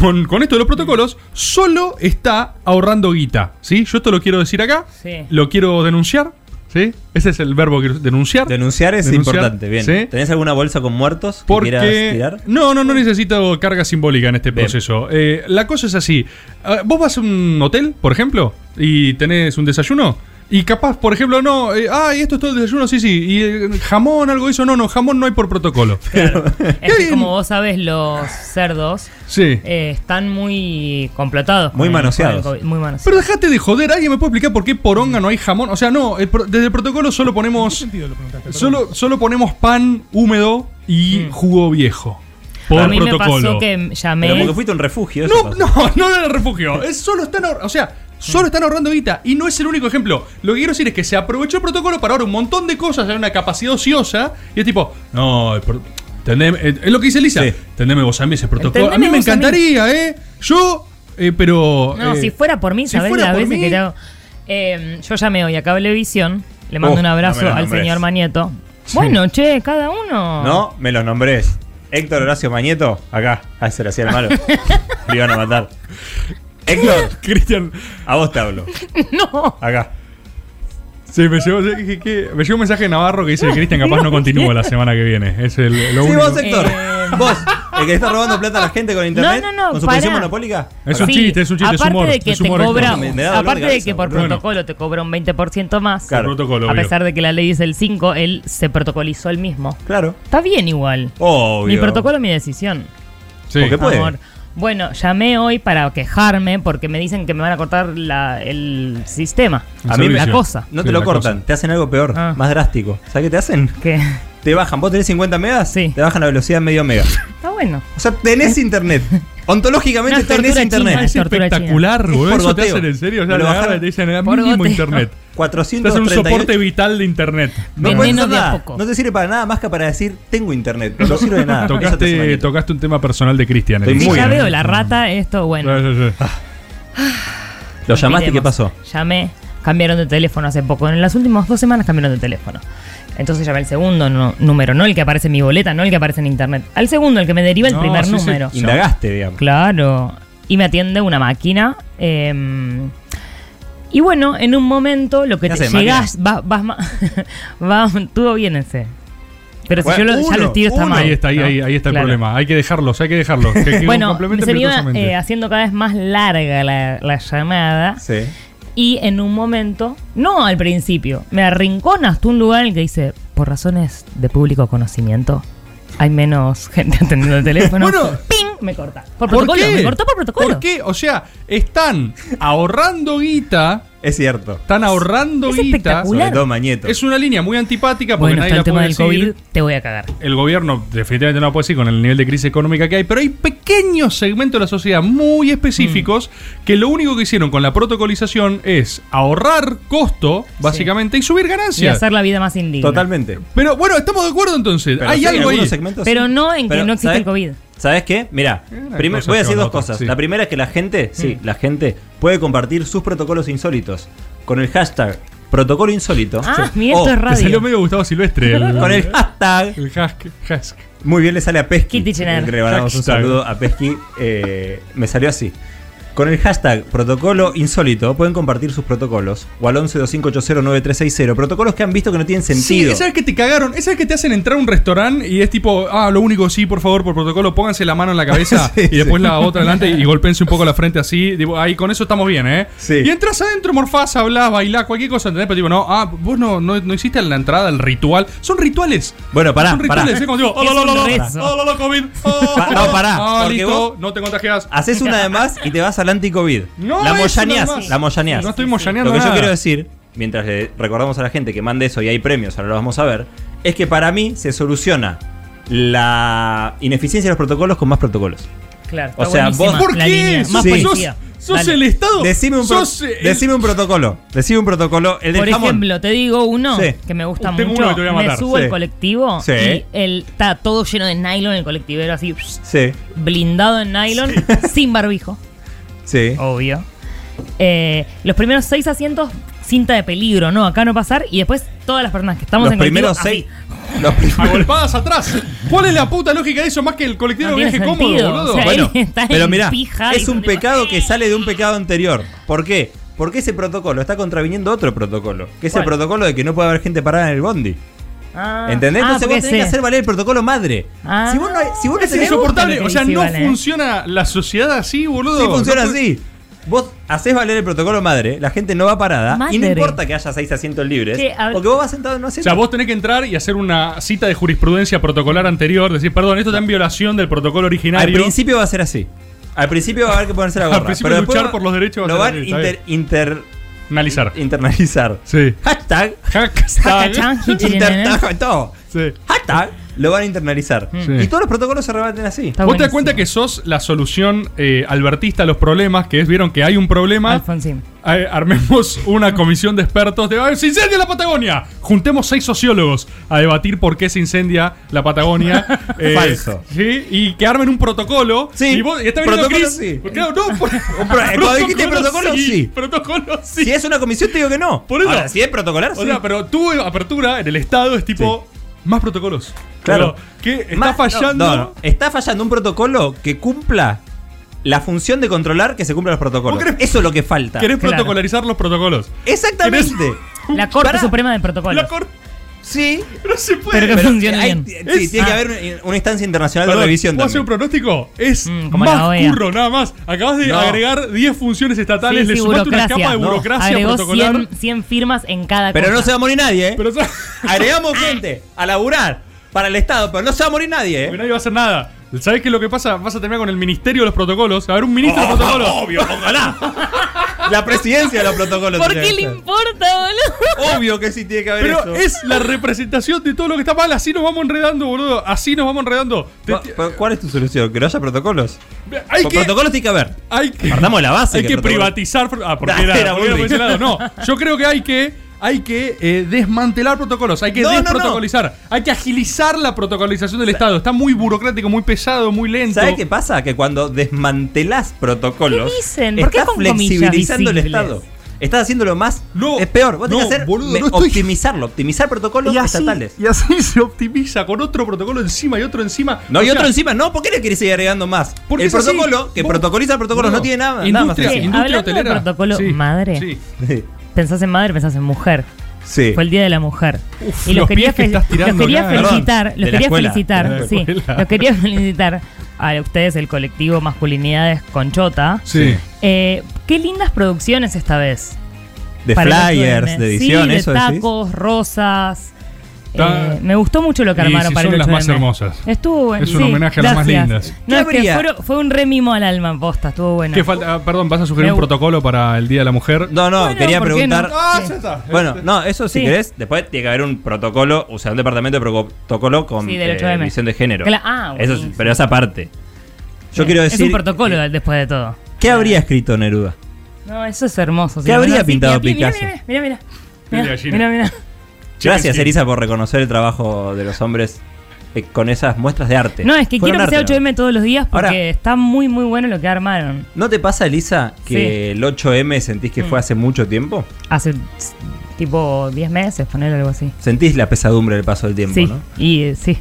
[SPEAKER 4] con, con esto de los protocolos, solo está ahorrando guita, ¿sí? Yo esto lo quiero decir acá,
[SPEAKER 8] Sí.
[SPEAKER 4] lo quiero denunciar, ¿sí? Ese es el verbo que denunciar.
[SPEAKER 6] Denunciar es
[SPEAKER 4] Denunciar,
[SPEAKER 6] importante, bien.
[SPEAKER 4] ¿sí?
[SPEAKER 6] ¿Tenés alguna bolsa con muertos que quieras
[SPEAKER 4] Porque
[SPEAKER 6] tirar?
[SPEAKER 4] no, no, no necesito carga simbólica en este
[SPEAKER 6] Bien.
[SPEAKER 4] proceso. Eh, la cosa es así. Ah, Vos vas a un hotel, por ejemplo, y tenés un desayuno. Y capaz, por ejemplo, no, eh, ah, y esto es todo el desayuno, sí, sí. Y eh, jamón, algo de eso, no, no, jamón no hay por protocolo.
[SPEAKER 8] Es que
[SPEAKER 4] Bien.
[SPEAKER 8] como vos sabés, los cerdos
[SPEAKER 4] Sí.
[SPEAKER 8] eh, están muy completados. con
[SPEAKER 6] Muy
[SPEAKER 8] el-
[SPEAKER 6] manoseados.
[SPEAKER 8] con el COVID, muy
[SPEAKER 4] Pero
[SPEAKER 8] manoseados.
[SPEAKER 4] dejate de joder, ¿alguien me puede explicar por qué poronga no hay jamón? O sea, no, el pro- desde el protocolo solo ponemos. Solo, solo ponemos pan húmedo y jugo viejo. Por
[SPEAKER 8] a mí
[SPEAKER 4] protocolo.
[SPEAKER 8] me pasó que llamé.
[SPEAKER 6] Pero porque fuiste a un refugio. eso
[SPEAKER 4] No,
[SPEAKER 6] pasó.
[SPEAKER 4] no, no era el refugio. Es solo están ahor- o sea, solo están ahorrando guita. Y no es el único ejemplo. Lo que quiero decir es que se aprovechó el protocolo para ahora un montón de cosas, hay una capacidad ociosa. Y es tipo, no, el pro- tendeme- eh, es lo que dice Lisa.
[SPEAKER 6] Sí.
[SPEAKER 4] Tendeme vos a mí ese protocolo. a mí
[SPEAKER 8] Entendeme
[SPEAKER 4] me
[SPEAKER 8] vos a mí.
[SPEAKER 4] encantaría, ¿eh? Yo, eh, pero.
[SPEAKER 8] No,
[SPEAKER 4] eh,
[SPEAKER 8] si fuera por mí,
[SPEAKER 4] si
[SPEAKER 8] ¿sabés
[SPEAKER 4] fuera
[SPEAKER 8] las
[SPEAKER 4] por
[SPEAKER 8] veces em,
[SPEAKER 4] mí-
[SPEAKER 8] que te hago? Eh, yo llamé hoy a Cablevisión, le mando
[SPEAKER 6] Oh,
[SPEAKER 8] un
[SPEAKER 6] no me
[SPEAKER 8] abrazo
[SPEAKER 6] lo
[SPEAKER 8] al
[SPEAKER 6] nombres.
[SPEAKER 8] señor Manieto, Bueno, che, cada uno.
[SPEAKER 6] ¿No? Me los nombré. Héctor Horacio Mañeto, acá. Ah, se le hacía el malo. Le iban a matar. Héctor,
[SPEAKER 4] Cristian,
[SPEAKER 6] a vos te hablo.
[SPEAKER 8] No.
[SPEAKER 6] Acá.
[SPEAKER 4] sí, me, llegó, sí, que- que- me llegó un mensaje de Navarro que dice que Cristian capaz no continúa la semana que viene. Es el, lo
[SPEAKER 6] Sí,
[SPEAKER 4] único.
[SPEAKER 6] vos, Héctor.
[SPEAKER 8] Eh.
[SPEAKER 6] Vos, el que le está robando plata a la gente con internet.
[SPEAKER 8] No, no, no,
[SPEAKER 6] Con su
[SPEAKER 8] pará.
[SPEAKER 6] posición monopólica.
[SPEAKER 4] Es
[SPEAKER 6] acá.
[SPEAKER 4] un chiste, es un chiste, es
[SPEAKER 8] aparte
[SPEAKER 4] humor,
[SPEAKER 8] De que
[SPEAKER 4] es humor,
[SPEAKER 8] te
[SPEAKER 4] es
[SPEAKER 8] cobra,
[SPEAKER 4] humor.
[SPEAKER 6] Me- me da dolor
[SPEAKER 8] aparte
[SPEAKER 6] de
[SPEAKER 8] de,
[SPEAKER 6] cabeza,
[SPEAKER 8] que por
[SPEAKER 6] boludo.
[SPEAKER 8] protocolo te cobra un 20% más,
[SPEAKER 6] Claro.
[SPEAKER 4] Protocolo,
[SPEAKER 8] a
[SPEAKER 4] obvio.
[SPEAKER 8] pesar de que la ley es el 5, él se protocolizó él mismo.
[SPEAKER 6] Claro.
[SPEAKER 8] Está bien igual.
[SPEAKER 6] Obvio.
[SPEAKER 8] Mi protocolo, mi decisión.
[SPEAKER 4] Sí.
[SPEAKER 6] ¿Por qué puede?
[SPEAKER 8] Amor. Bueno, llamé hoy para quejarme porque me dicen que me van a cortar la- el sistema.
[SPEAKER 4] El
[SPEAKER 8] A mí la
[SPEAKER 4] servicio.
[SPEAKER 8] cosa.
[SPEAKER 6] No
[SPEAKER 4] Sí,
[SPEAKER 6] te lo
[SPEAKER 4] la
[SPEAKER 6] cortan, te hacen algo peor,
[SPEAKER 8] Ah.
[SPEAKER 6] más drástico. ¿Sabes qué te hacen?
[SPEAKER 8] Que
[SPEAKER 6] Te bajan. ¿Vos tenés 50 megas?
[SPEAKER 8] Sí.
[SPEAKER 6] Te bajan la velocidad medio mega.
[SPEAKER 8] está bueno. ¿Eh?
[SPEAKER 6] O sea, tenés internet. Ontológicamente
[SPEAKER 8] Una
[SPEAKER 6] tenés
[SPEAKER 8] tortura
[SPEAKER 6] internet.
[SPEAKER 8] china.
[SPEAKER 4] Es
[SPEAKER 8] Tortura
[SPEAKER 4] espectacular,
[SPEAKER 6] china.
[SPEAKER 4] boludo.
[SPEAKER 6] Es por
[SPEAKER 4] Eso te
[SPEAKER 6] goteo.
[SPEAKER 4] hacen en serio. O sea,
[SPEAKER 6] Me lo
[SPEAKER 4] le
[SPEAKER 6] bajaron.
[SPEAKER 4] agarran y te dicen,
[SPEAKER 8] Por
[SPEAKER 4] mínimo
[SPEAKER 8] goteo.
[SPEAKER 4] internet. Te hacen un
[SPEAKER 6] 438.
[SPEAKER 4] soporte vital de internet.
[SPEAKER 6] No
[SPEAKER 8] Veneno
[SPEAKER 6] puedes hacer
[SPEAKER 8] de a
[SPEAKER 6] nada.
[SPEAKER 8] poco.
[SPEAKER 6] No te sirve para nada más que para decir tengo internet. No sirve de nada. Eso te hace
[SPEAKER 4] Tocaste,
[SPEAKER 6] manito.
[SPEAKER 4] tocaste un tema personal de Cristian.
[SPEAKER 6] Estoy
[SPEAKER 4] en
[SPEAKER 8] Sí,
[SPEAKER 6] muy
[SPEAKER 4] ese
[SPEAKER 8] ya
[SPEAKER 6] bien.
[SPEAKER 4] momento.
[SPEAKER 8] veo la rata, esto, bueno.
[SPEAKER 4] Sí, sí, sí.
[SPEAKER 6] Ah. ¿Lo llamaste y qué pasó?
[SPEAKER 8] Llamé, cambiaron de teléfono hace poco. En las últimas dos semanas cambiaron de teléfono. Entonces llamé al segundo no- número, no el que aparece en mi boleta, no el que aparece en internet. Al segundo, el que me deriva el
[SPEAKER 4] No,
[SPEAKER 8] primer
[SPEAKER 4] sí, sí.
[SPEAKER 8] número.
[SPEAKER 6] Indagaste, digamos.
[SPEAKER 8] Claro. Y me atiende una máquina. eh, y bueno, en un momento lo que
[SPEAKER 6] ¿Qué
[SPEAKER 8] te
[SPEAKER 6] hace,
[SPEAKER 8] llegás, vas, vas ma- vas- estuvo bien ese. Pero si
[SPEAKER 6] Bueno,
[SPEAKER 8] yo lo, ya
[SPEAKER 6] uno,
[SPEAKER 8] lo estiro está
[SPEAKER 6] uno.
[SPEAKER 8] mal.
[SPEAKER 4] Ahí está, ahí,
[SPEAKER 8] ¿no?
[SPEAKER 4] ahí, ahí está el
[SPEAKER 8] Claro.
[SPEAKER 4] problema. Hay que dejarlos, hay que dejarlos. Que- que
[SPEAKER 8] Bueno,
[SPEAKER 4] complementen
[SPEAKER 8] se me iba
[SPEAKER 4] virtuosamente.
[SPEAKER 8] eh, haciendo cada vez más larga la, la llamada.
[SPEAKER 6] Sí.
[SPEAKER 8] Y en un momento, no al principio, me arrincona hasta un lugar en el que dice, por razones de público conocimiento, hay menos gente atendiendo el teléfono.
[SPEAKER 4] Bueno.
[SPEAKER 8] ¡Ping! Me corta. Por protocolo, me cortó por protocolo.
[SPEAKER 4] ¿Por qué? O sea, están ahorrando guita,
[SPEAKER 6] Es cierto.
[SPEAKER 4] están ahorrando
[SPEAKER 8] es
[SPEAKER 4] guita.
[SPEAKER 8] espectacular.
[SPEAKER 6] Sobre todo Mañeto.
[SPEAKER 4] Es una línea muy antipática porque
[SPEAKER 8] Bueno, está
[SPEAKER 4] nadie la
[SPEAKER 8] el tema
[SPEAKER 4] puede
[SPEAKER 8] del
[SPEAKER 4] decir.
[SPEAKER 8] COVID, te voy a cagar.
[SPEAKER 4] El gobierno definitivamente no la puede decir con el nivel de crisis económica que hay, pero hay pequeños segmentos de la sociedad muy específicos
[SPEAKER 8] Mm.
[SPEAKER 4] que lo único que hicieron con la protocolización es ahorrar costo, básicamente, y subir
[SPEAKER 8] Y
[SPEAKER 4] ganancias.
[SPEAKER 8] hacer la vida más indigna.
[SPEAKER 6] Totalmente.
[SPEAKER 4] Pero bueno, estamos de acuerdo entonces.
[SPEAKER 6] Pero
[SPEAKER 4] hay
[SPEAKER 6] sí,
[SPEAKER 4] algo ahí.
[SPEAKER 6] algunos segmentos
[SPEAKER 8] Pero
[SPEAKER 6] sí.
[SPEAKER 8] no en que no existe
[SPEAKER 6] ¿sabes-
[SPEAKER 8] el COVID.
[SPEAKER 6] ¿Sabes qué? Mira,
[SPEAKER 4] Una
[SPEAKER 6] primer-
[SPEAKER 4] cosa
[SPEAKER 6] voy a
[SPEAKER 4] lleva
[SPEAKER 6] decir
[SPEAKER 4] a Eh, la
[SPEAKER 6] dos
[SPEAKER 4] otra,
[SPEAKER 6] cosas.
[SPEAKER 4] sí.
[SPEAKER 6] La primera es que la gente, sí, la gente puede compartir sus protocolos insólitos con el hashtag protocolo insólito.
[SPEAKER 8] Ah,
[SPEAKER 6] Sí.
[SPEAKER 8] mi esto
[SPEAKER 6] O
[SPEAKER 8] es
[SPEAKER 4] Te salió
[SPEAKER 8] radio.
[SPEAKER 4] medio Gustavo Silvestre. El,
[SPEAKER 6] Con el hashtag
[SPEAKER 4] el hask, hask.
[SPEAKER 6] Muy bien le sale a Pesky.
[SPEAKER 8] Kitty Jenner.
[SPEAKER 6] Le mandamos un
[SPEAKER 4] Hashtag.
[SPEAKER 6] saludo a Pesky. Eh, me salió así. Con el hashtag protocolo insólito pueden compartir sus protocolos o al 1125809360. Protocolos que han visto que no tienen
[SPEAKER 4] Sí,
[SPEAKER 6] sentido.
[SPEAKER 4] esas que te cagaron, esas que te hacen entrar a un restaurante y es tipo, ah, lo único sí, por favor, por protocolo, pónganse la mano en la cabeza
[SPEAKER 6] Sí,
[SPEAKER 4] y después la otra delante y golpense un poco la frente así, digo, ahí con eso estamos bien, ¿eh?
[SPEAKER 6] Sí.
[SPEAKER 4] Y entras adentro, morfás, hablás, bailás, cualquier cosa, ¿entendés? Pero tipo, no, ah, vos no, no, no hiciste la entrada, el ritual, son rituales.
[SPEAKER 6] Bueno, pará,
[SPEAKER 4] son
[SPEAKER 6] pará.
[SPEAKER 4] rituales, es como digo, oh, lo, lo, lo, lo,
[SPEAKER 8] Es un rezo.
[SPEAKER 4] oh, lo, lo, COVID, oh,
[SPEAKER 6] Pa- no, pará,
[SPEAKER 4] ah,
[SPEAKER 6] porque
[SPEAKER 4] listo,
[SPEAKER 6] vos-
[SPEAKER 4] no te contagias.
[SPEAKER 6] Haces una de más y te vas al anti-COVID.
[SPEAKER 4] No,
[SPEAKER 6] la
[SPEAKER 4] es una de
[SPEAKER 6] moyaneás,
[SPEAKER 4] más.
[SPEAKER 6] la moyaneás.
[SPEAKER 4] No estoy
[SPEAKER 6] Lo
[SPEAKER 4] moyaneando
[SPEAKER 6] que yo
[SPEAKER 4] nada.
[SPEAKER 6] quiero decir, mientras le recordamos a la gente que mande eso y hay premios, ahora lo vamos a ver, es que para mí se soluciona la ineficiencia de los protocolos con más protocolos.
[SPEAKER 8] Claro,
[SPEAKER 6] O sea,
[SPEAKER 8] buenísima
[SPEAKER 6] vos-
[SPEAKER 4] ¿Por
[SPEAKER 8] la
[SPEAKER 4] qué?
[SPEAKER 8] línea. Más
[SPEAKER 6] Sí.
[SPEAKER 4] sos,
[SPEAKER 8] policía.
[SPEAKER 4] sos
[SPEAKER 8] Dale.
[SPEAKER 4] el Estado.
[SPEAKER 6] Decime un, pro-
[SPEAKER 4] sos el-
[SPEAKER 6] decime un protocolo. Decime un protocolo. El del
[SPEAKER 8] Por
[SPEAKER 6] jamón.
[SPEAKER 8] ejemplo, te digo uno
[SPEAKER 6] Sí.
[SPEAKER 8] que me gusta
[SPEAKER 4] Uh, Tengo
[SPEAKER 8] mucho.
[SPEAKER 4] uno que te voy a
[SPEAKER 8] me
[SPEAKER 4] matar,
[SPEAKER 8] subo
[SPEAKER 6] sí.
[SPEAKER 8] al colectivo
[SPEAKER 6] Sí.
[SPEAKER 8] y el, está todo lleno de nylon el colectivero así
[SPEAKER 6] Sí,
[SPEAKER 8] blindado en nylon sin barbijo,
[SPEAKER 6] sí.
[SPEAKER 8] obvio. Eh, los primeros seis asientos cinta de peligro, no, acá no pasar y después todas las personas que estamos
[SPEAKER 6] los
[SPEAKER 8] en colectivo,
[SPEAKER 6] primeros seis.
[SPEAKER 8] así.
[SPEAKER 6] Los primeros.
[SPEAKER 4] Agolpadas Ah, atrás. ¿Cuál es la puta lógica de eso? Más que el colectivo
[SPEAKER 8] No tiene
[SPEAKER 4] viaje cómodo,
[SPEAKER 8] sentido,
[SPEAKER 4] boludo.
[SPEAKER 8] o sea,
[SPEAKER 4] bueno,
[SPEAKER 6] Bueno,
[SPEAKER 8] Está en
[SPEAKER 6] pero mirá,
[SPEAKER 8] pija y
[SPEAKER 6] es un
[SPEAKER 8] tipo,
[SPEAKER 6] pecado que
[SPEAKER 8] ¡eh!
[SPEAKER 6] sale de un pecado anterior. ¿Por qué? Porque ese protocolo está contraviniendo otro protocolo, que es
[SPEAKER 8] ¿Cuál?
[SPEAKER 6] el protocolo de que no puede haber gente parada en el bondi.
[SPEAKER 8] Ah,
[SPEAKER 6] ¿Entendés?
[SPEAKER 8] ah,
[SPEAKER 6] Entonces
[SPEAKER 8] porque
[SPEAKER 6] vos tenés que
[SPEAKER 8] sé.
[SPEAKER 6] hacer valer el protocolo madre.
[SPEAKER 8] Ah.
[SPEAKER 6] si vos no, si vos no
[SPEAKER 4] es
[SPEAKER 6] tenés-
[SPEAKER 4] insoportable. O sea,
[SPEAKER 8] Sí,
[SPEAKER 4] no
[SPEAKER 8] vale.
[SPEAKER 4] funciona la sociedad así, boludo.
[SPEAKER 6] ¿eh? Sí, funciona
[SPEAKER 4] No puede-
[SPEAKER 6] así. Vos haces valer el protocolo madre, la gente no va parada y no
[SPEAKER 8] Madre.
[SPEAKER 6] importa que haya seis asientos libres,
[SPEAKER 8] Che, a ver-
[SPEAKER 6] porque vos vas sentado en un
[SPEAKER 4] O
[SPEAKER 6] asiento.
[SPEAKER 4] sea, vos tenés que entrar y hacer una cita de jurisprudencia protocolar anterior, decir, perdón, esto está en violación del protocolo
[SPEAKER 6] Al
[SPEAKER 4] originario.
[SPEAKER 6] principio va a ser así. Al principio va a haber que ponerse la
[SPEAKER 4] Al
[SPEAKER 6] gorra.
[SPEAKER 4] principio
[SPEAKER 6] pero después
[SPEAKER 4] luchar
[SPEAKER 6] va-
[SPEAKER 4] por los derechos va a
[SPEAKER 6] Lo
[SPEAKER 4] ser
[SPEAKER 6] van a
[SPEAKER 4] así, está bien.
[SPEAKER 6] inter, inter-
[SPEAKER 4] Analizar.
[SPEAKER 6] internalizar.
[SPEAKER 4] Sí.
[SPEAKER 6] Hashtag.
[SPEAKER 4] Hashtag.
[SPEAKER 8] Hashtag.
[SPEAKER 6] Intertajo en todo.
[SPEAKER 4] Sí. Mm.
[SPEAKER 6] Hashtag. Lo van a internalizar.
[SPEAKER 4] Sí.
[SPEAKER 6] Y todos los protocolos se rebaten así.
[SPEAKER 8] Está
[SPEAKER 4] Vos te
[SPEAKER 8] buenísimo.
[SPEAKER 4] das cuenta que sos la solución eh, albertista a los problemas, que es, vieron que hay un problema,
[SPEAKER 8] Alfonsín.
[SPEAKER 4] Eh, armemos una comisión de expertos de "Ah, se incendia la Patagonia. Juntemos seis sociólogos a debatir por qué se incendia la Patagonia. Eh,
[SPEAKER 6] Falso.
[SPEAKER 4] Sí, y que armen un protocolo.
[SPEAKER 6] Sí,
[SPEAKER 4] Y, vos, y está viniendo
[SPEAKER 6] protocolo
[SPEAKER 4] Chris.
[SPEAKER 6] sí.
[SPEAKER 4] Claro, no, pues. por-
[SPEAKER 6] cuando dijiste protocolo, sí.
[SPEAKER 4] Protocolo sí.
[SPEAKER 6] Si es una comisión, te digo que no.
[SPEAKER 4] Por eso.
[SPEAKER 6] Ahora, si es protocolar,
[SPEAKER 4] o
[SPEAKER 6] sí.
[SPEAKER 4] sea, pero tu apertura en el Estado es tipo. más protocolos.
[SPEAKER 6] Claro.
[SPEAKER 4] Pero, ¿Qué? ¿Está
[SPEAKER 6] Más- no,
[SPEAKER 4] fallando?
[SPEAKER 6] no, no. Está fallando un protocolo que cumpla la función de controlar que se cumplan los protocolos.
[SPEAKER 4] ¿Vos querés-
[SPEAKER 6] Eso es lo que falta.
[SPEAKER 4] ¿Querés
[SPEAKER 8] Claro.
[SPEAKER 4] protocolarizar los protocolos?
[SPEAKER 6] Exactamente.
[SPEAKER 8] La Corte
[SPEAKER 6] Pará.
[SPEAKER 8] Suprema de Protocolos.
[SPEAKER 4] La cor-
[SPEAKER 6] Sí.
[SPEAKER 4] No se puede.
[SPEAKER 8] Pero que funcione
[SPEAKER 6] hay-
[SPEAKER 8] bien.
[SPEAKER 6] Sí, tiene que
[SPEAKER 4] Ah.
[SPEAKER 6] haber una, una instancia internacional
[SPEAKER 4] Perdón,
[SPEAKER 6] de revisión
[SPEAKER 4] ¿puedo hacer
[SPEAKER 6] también.
[SPEAKER 4] un pronóstico? Es
[SPEAKER 8] Mm, como la
[SPEAKER 4] más
[SPEAKER 8] OEA.
[SPEAKER 4] curro, nada más. Acabas de
[SPEAKER 6] No.
[SPEAKER 4] agregar 10 funciones estatales,
[SPEAKER 8] Sí,
[SPEAKER 4] le
[SPEAKER 8] sí,
[SPEAKER 4] sumaste una capa
[SPEAKER 8] No.
[SPEAKER 4] de burocracia
[SPEAKER 8] Agregó
[SPEAKER 4] protocolar.
[SPEAKER 8] 100, 100 firmas en cada
[SPEAKER 6] Pero
[SPEAKER 8] cosa.
[SPEAKER 6] no se va a morir nadie, ¿eh?
[SPEAKER 4] Pero sa-
[SPEAKER 6] Agregamos gente a laburar para el Estado, pero no se va a morir nadie,
[SPEAKER 4] Porque
[SPEAKER 6] ¿eh?
[SPEAKER 4] nadie va a hacer nada. ¿Sabés qué es lo que pasa? Vas a terminar con el Ministerio de los Protocolos. A ver, un ministro de protocolos.
[SPEAKER 6] Oh, obvio, ojalá. La presidencia de los protocolos.
[SPEAKER 8] ¿Por
[SPEAKER 6] tiene
[SPEAKER 8] qué
[SPEAKER 6] que
[SPEAKER 8] le
[SPEAKER 6] ser.
[SPEAKER 8] importa, boludo?
[SPEAKER 6] Obvio que sí tiene que haber eso.
[SPEAKER 4] Pero es la representación de todo lo que está mal. Así nos vamos enredando, boludo. Así nos vamos enredando. Te-
[SPEAKER 6] Pa- pa- ¿Cuál es tu solución? ¿Que no haya protocolos?
[SPEAKER 4] hay
[SPEAKER 6] Con
[SPEAKER 4] que.
[SPEAKER 6] Protocolos tiene que haber.
[SPEAKER 4] Hay que.
[SPEAKER 6] Partamos de la base
[SPEAKER 4] Hay
[SPEAKER 6] que
[SPEAKER 4] que,
[SPEAKER 6] protocolos-
[SPEAKER 4] privatizar. pro- Ah, porque
[SPEAKER 6] Ah,
[SPEAKER 4] era,
[SPEAKER 6] era
[SPEAKER 4] porque era por
[SPEAKER 6] Bullrich.
[SPEAKER 4] ese lado. No, yo creo que hay que. Hay que eh, desmantelar protocolos, hay que
[SPEAKER 6] No, no, no.
[SPEAKER 4] desprotocolizar, hay que agilizar la protocolización del Estado. Está muy burocrático, muy pesado, muy lento.
[SPEAKER 6] ¿Sabes qué pasa? Que cuando desmantelás protocolos,
[SPEAKER 8] ¿Qué dicen? ¿Por qué
[SPEAKER 6] estás
[SPEAKER 8] con comillas
[SPEAKER 6] flexibilizando el
[SPEAKER 8] visibles?
[SPEAKER 6] Estado. Estás haciéndolo más.
[SPEAKER 4] No,
[SPEAKER 6] es peor. Vos tenés
[SPEAKER 4] no,
[SPEAKER 6] que hacer
[SPEAKER 4] boludo,
[SPEAKER 6] me-
[SPEAKER 4] no estoy-
[SPEAKER 6] optimizarlo, optimizar protocolos
[SPEAKER 4] y así,
[SPEAKER 6] estatales.
[SPEAKER 4] y así se optimiza con otro protocolo encima y otro encima.
[SPEAKER 6] No,
[SPEAKER 4] O
[SPEAKER 6] y
[SPEAKER 4] sea,
[SPEAKER 6] otro encima, no, ¿por qué le querés seguir agregando más?
[SPEAKER 4] Porque
[SPEAKER 6] el
[SPEAKER 4] es así.
[SPEAKER 6] protocolo, que
[SPEAKER 4] Vos-
[SPEAKER 6] protocoliza el protocolo,
[SPEAKER 4] boludo,
[SPEAKER 6] no tiene nada, nada más.
[SPEAKER 4] Industria,
[SPEAKER 8] Sí,
[SPEAKER 6] encima.
[SPEAKER 4] industria
[SPEAKER 8] hablando de
[SPEAKER 4] hotelera.
[SPEAKER 8] protocolo, madre.
[SPEAKER 4] Sí.
[SPEAKER 8] Pensás en madre, pensás en mujer.
[SPEAKER 6] Sí.
[SPEAKER 8] Fue el Día de la Mujer.
[SPEAKER 4] Uf,
[SPEAKER 8] y los,
[SPEAKER 4] los
[SPEAKER 8] quería,
[SPEAKER 4] pies que
[SPEAKER 8] fel-
[SPEAKER 4] estás tirando
[SPEAKER 8] los quería
[SPEAKER 4] acá.
[SPEAKER 8] felicitar,
[SPEAKER 6] Perdón,
[SPEAKER 8] los
[SPEAKER 6] de la
[SPEAKER 8] quería
[SPEAKER 6] escuela, de
[SPEAKER 8] felicitar,
[SPEAKER 6] la
[SPEAKER 8] sí,
[SPEAKER 4] escuela.
[SPEAKER 8] los quería felicitar a ustedes el colectivo Masculinidades con Chota.
[SPEAKER 4] Sí.
[SPEAKER 8] Eh, qué lindas producciones esta vez.
[SPEAKER 6] De
[SPEAKER 8] para el 8M.
[SPEAKER 6] flyers, de edición,
[SPEAKER 8] sí, de
[SPEAKER 6] eso decís.
[SPEAKER 8] tacos, rosas. Eh,
[SPEAKER 4] Ta-
[SPEAKER 8] me gustó mucho lo que
[SPEAKER 4] Y
[SPEAKER 8] armaron
[SPEAKER 4] si
[SPEAKER 8] para
[SPEAKER 4] son
[SPEAKER 8] el
[SPEAKER 4] las
[SPEAKER 8] 8M.
[SPEAKER 4] más hermosas.
[SPEAKER 8] Estuvo
[SPEAKER 4] Es un homenaje a las más lindas.
[SPEAKER 8] No,
[SPEAKER 6] ¿Qué
[SPEAKER 8] es que
[SPEAKER 6] habría?
[SPEAKER 8] fueron- fue un remimo al alma, posta, estuvo bueno.
[SPEAKER 4] ¿Qué falta? Ah, Perdón, ¿vas a sugerir
[SPEAKER 8] Me
[SPEAKER 4] un
[SPEAKER 8] gu-
[SPEAKER 4] protocolo para el Día de la Mujer?
[SPEAKER 6] No, no,
[SPEAKER 8] Bueno,
[SPEAKER 6] quería
[SPEAKER 8] ¿por qué
[SPEAKER 6] preguntar.
[SPEAKER 8] no? Ah, ya está.
[SPEAKER 6] Bueno, no, eso si
[SPEAKER 8] Sí.
[SPEAKER 6] querés, después tiene que haber un protocolo, o sea, un departamento de protocolo con
[SPEAKER 8] Sí, del
[SPEAKER 6] eh,
[SPEAKER 8] 8M.
[SPEAKER 6] visión de género.
[SPEAKER 8] Cla- ah,
[SPEAKER 6] Eso es-
[SPEAKER 8] buenísimo.
[SPEAKER 6] pero esa parte. Yo quiero decir.
[SPEAKER 8] Es un Ah. protocolo después de todo.
[SPEAKER 6] ¿Qué habría escrito Neruda?
[SPEAKER 8] No, eso es hermoso.
[SPEAKER 6] ¿Qué habría pintado Picasso?
[SPEAKER 8] Mira, mira, mira.
[SPEAKER 4] Piel de
[SPEAKER 8] Mira,
[SPEAKER 4] gallina.
[SPEAKER 8] mira, mira.
[SPEAKER 6] Gracias, Elisa, por reconocer el trabajo de los hombres eh, con esas muestras de arte.
[SPEAKER 8] No, es que
[SPEAKER 6] Fueron
[SPEAKER 8] quiero que sea
[SPEAKER 6] arte, ¿no?
[SPEAKER 8] 8M todos los días porque
[SPEAKER 6] Ahora-
[SPEAKER 8] está muy, muy bueno lo que armaron.
[SPEAKER 6] ¿No te pasa, Elisa, que el 8M sentís
[SPEAKER 8] Mm.
[SPEAKER 6] que fue hace mucho tiempo?
[SPEAKER 8] Hace tss, tipo 10 meses, poner algo así.
[SPEAKER 6] Sentís la pesadumbre del paso del tiempo,
[SPEAKER 8] Sí,
[SPEAKER 6] ¿no?
[SPEAKER 8] y eh, sí.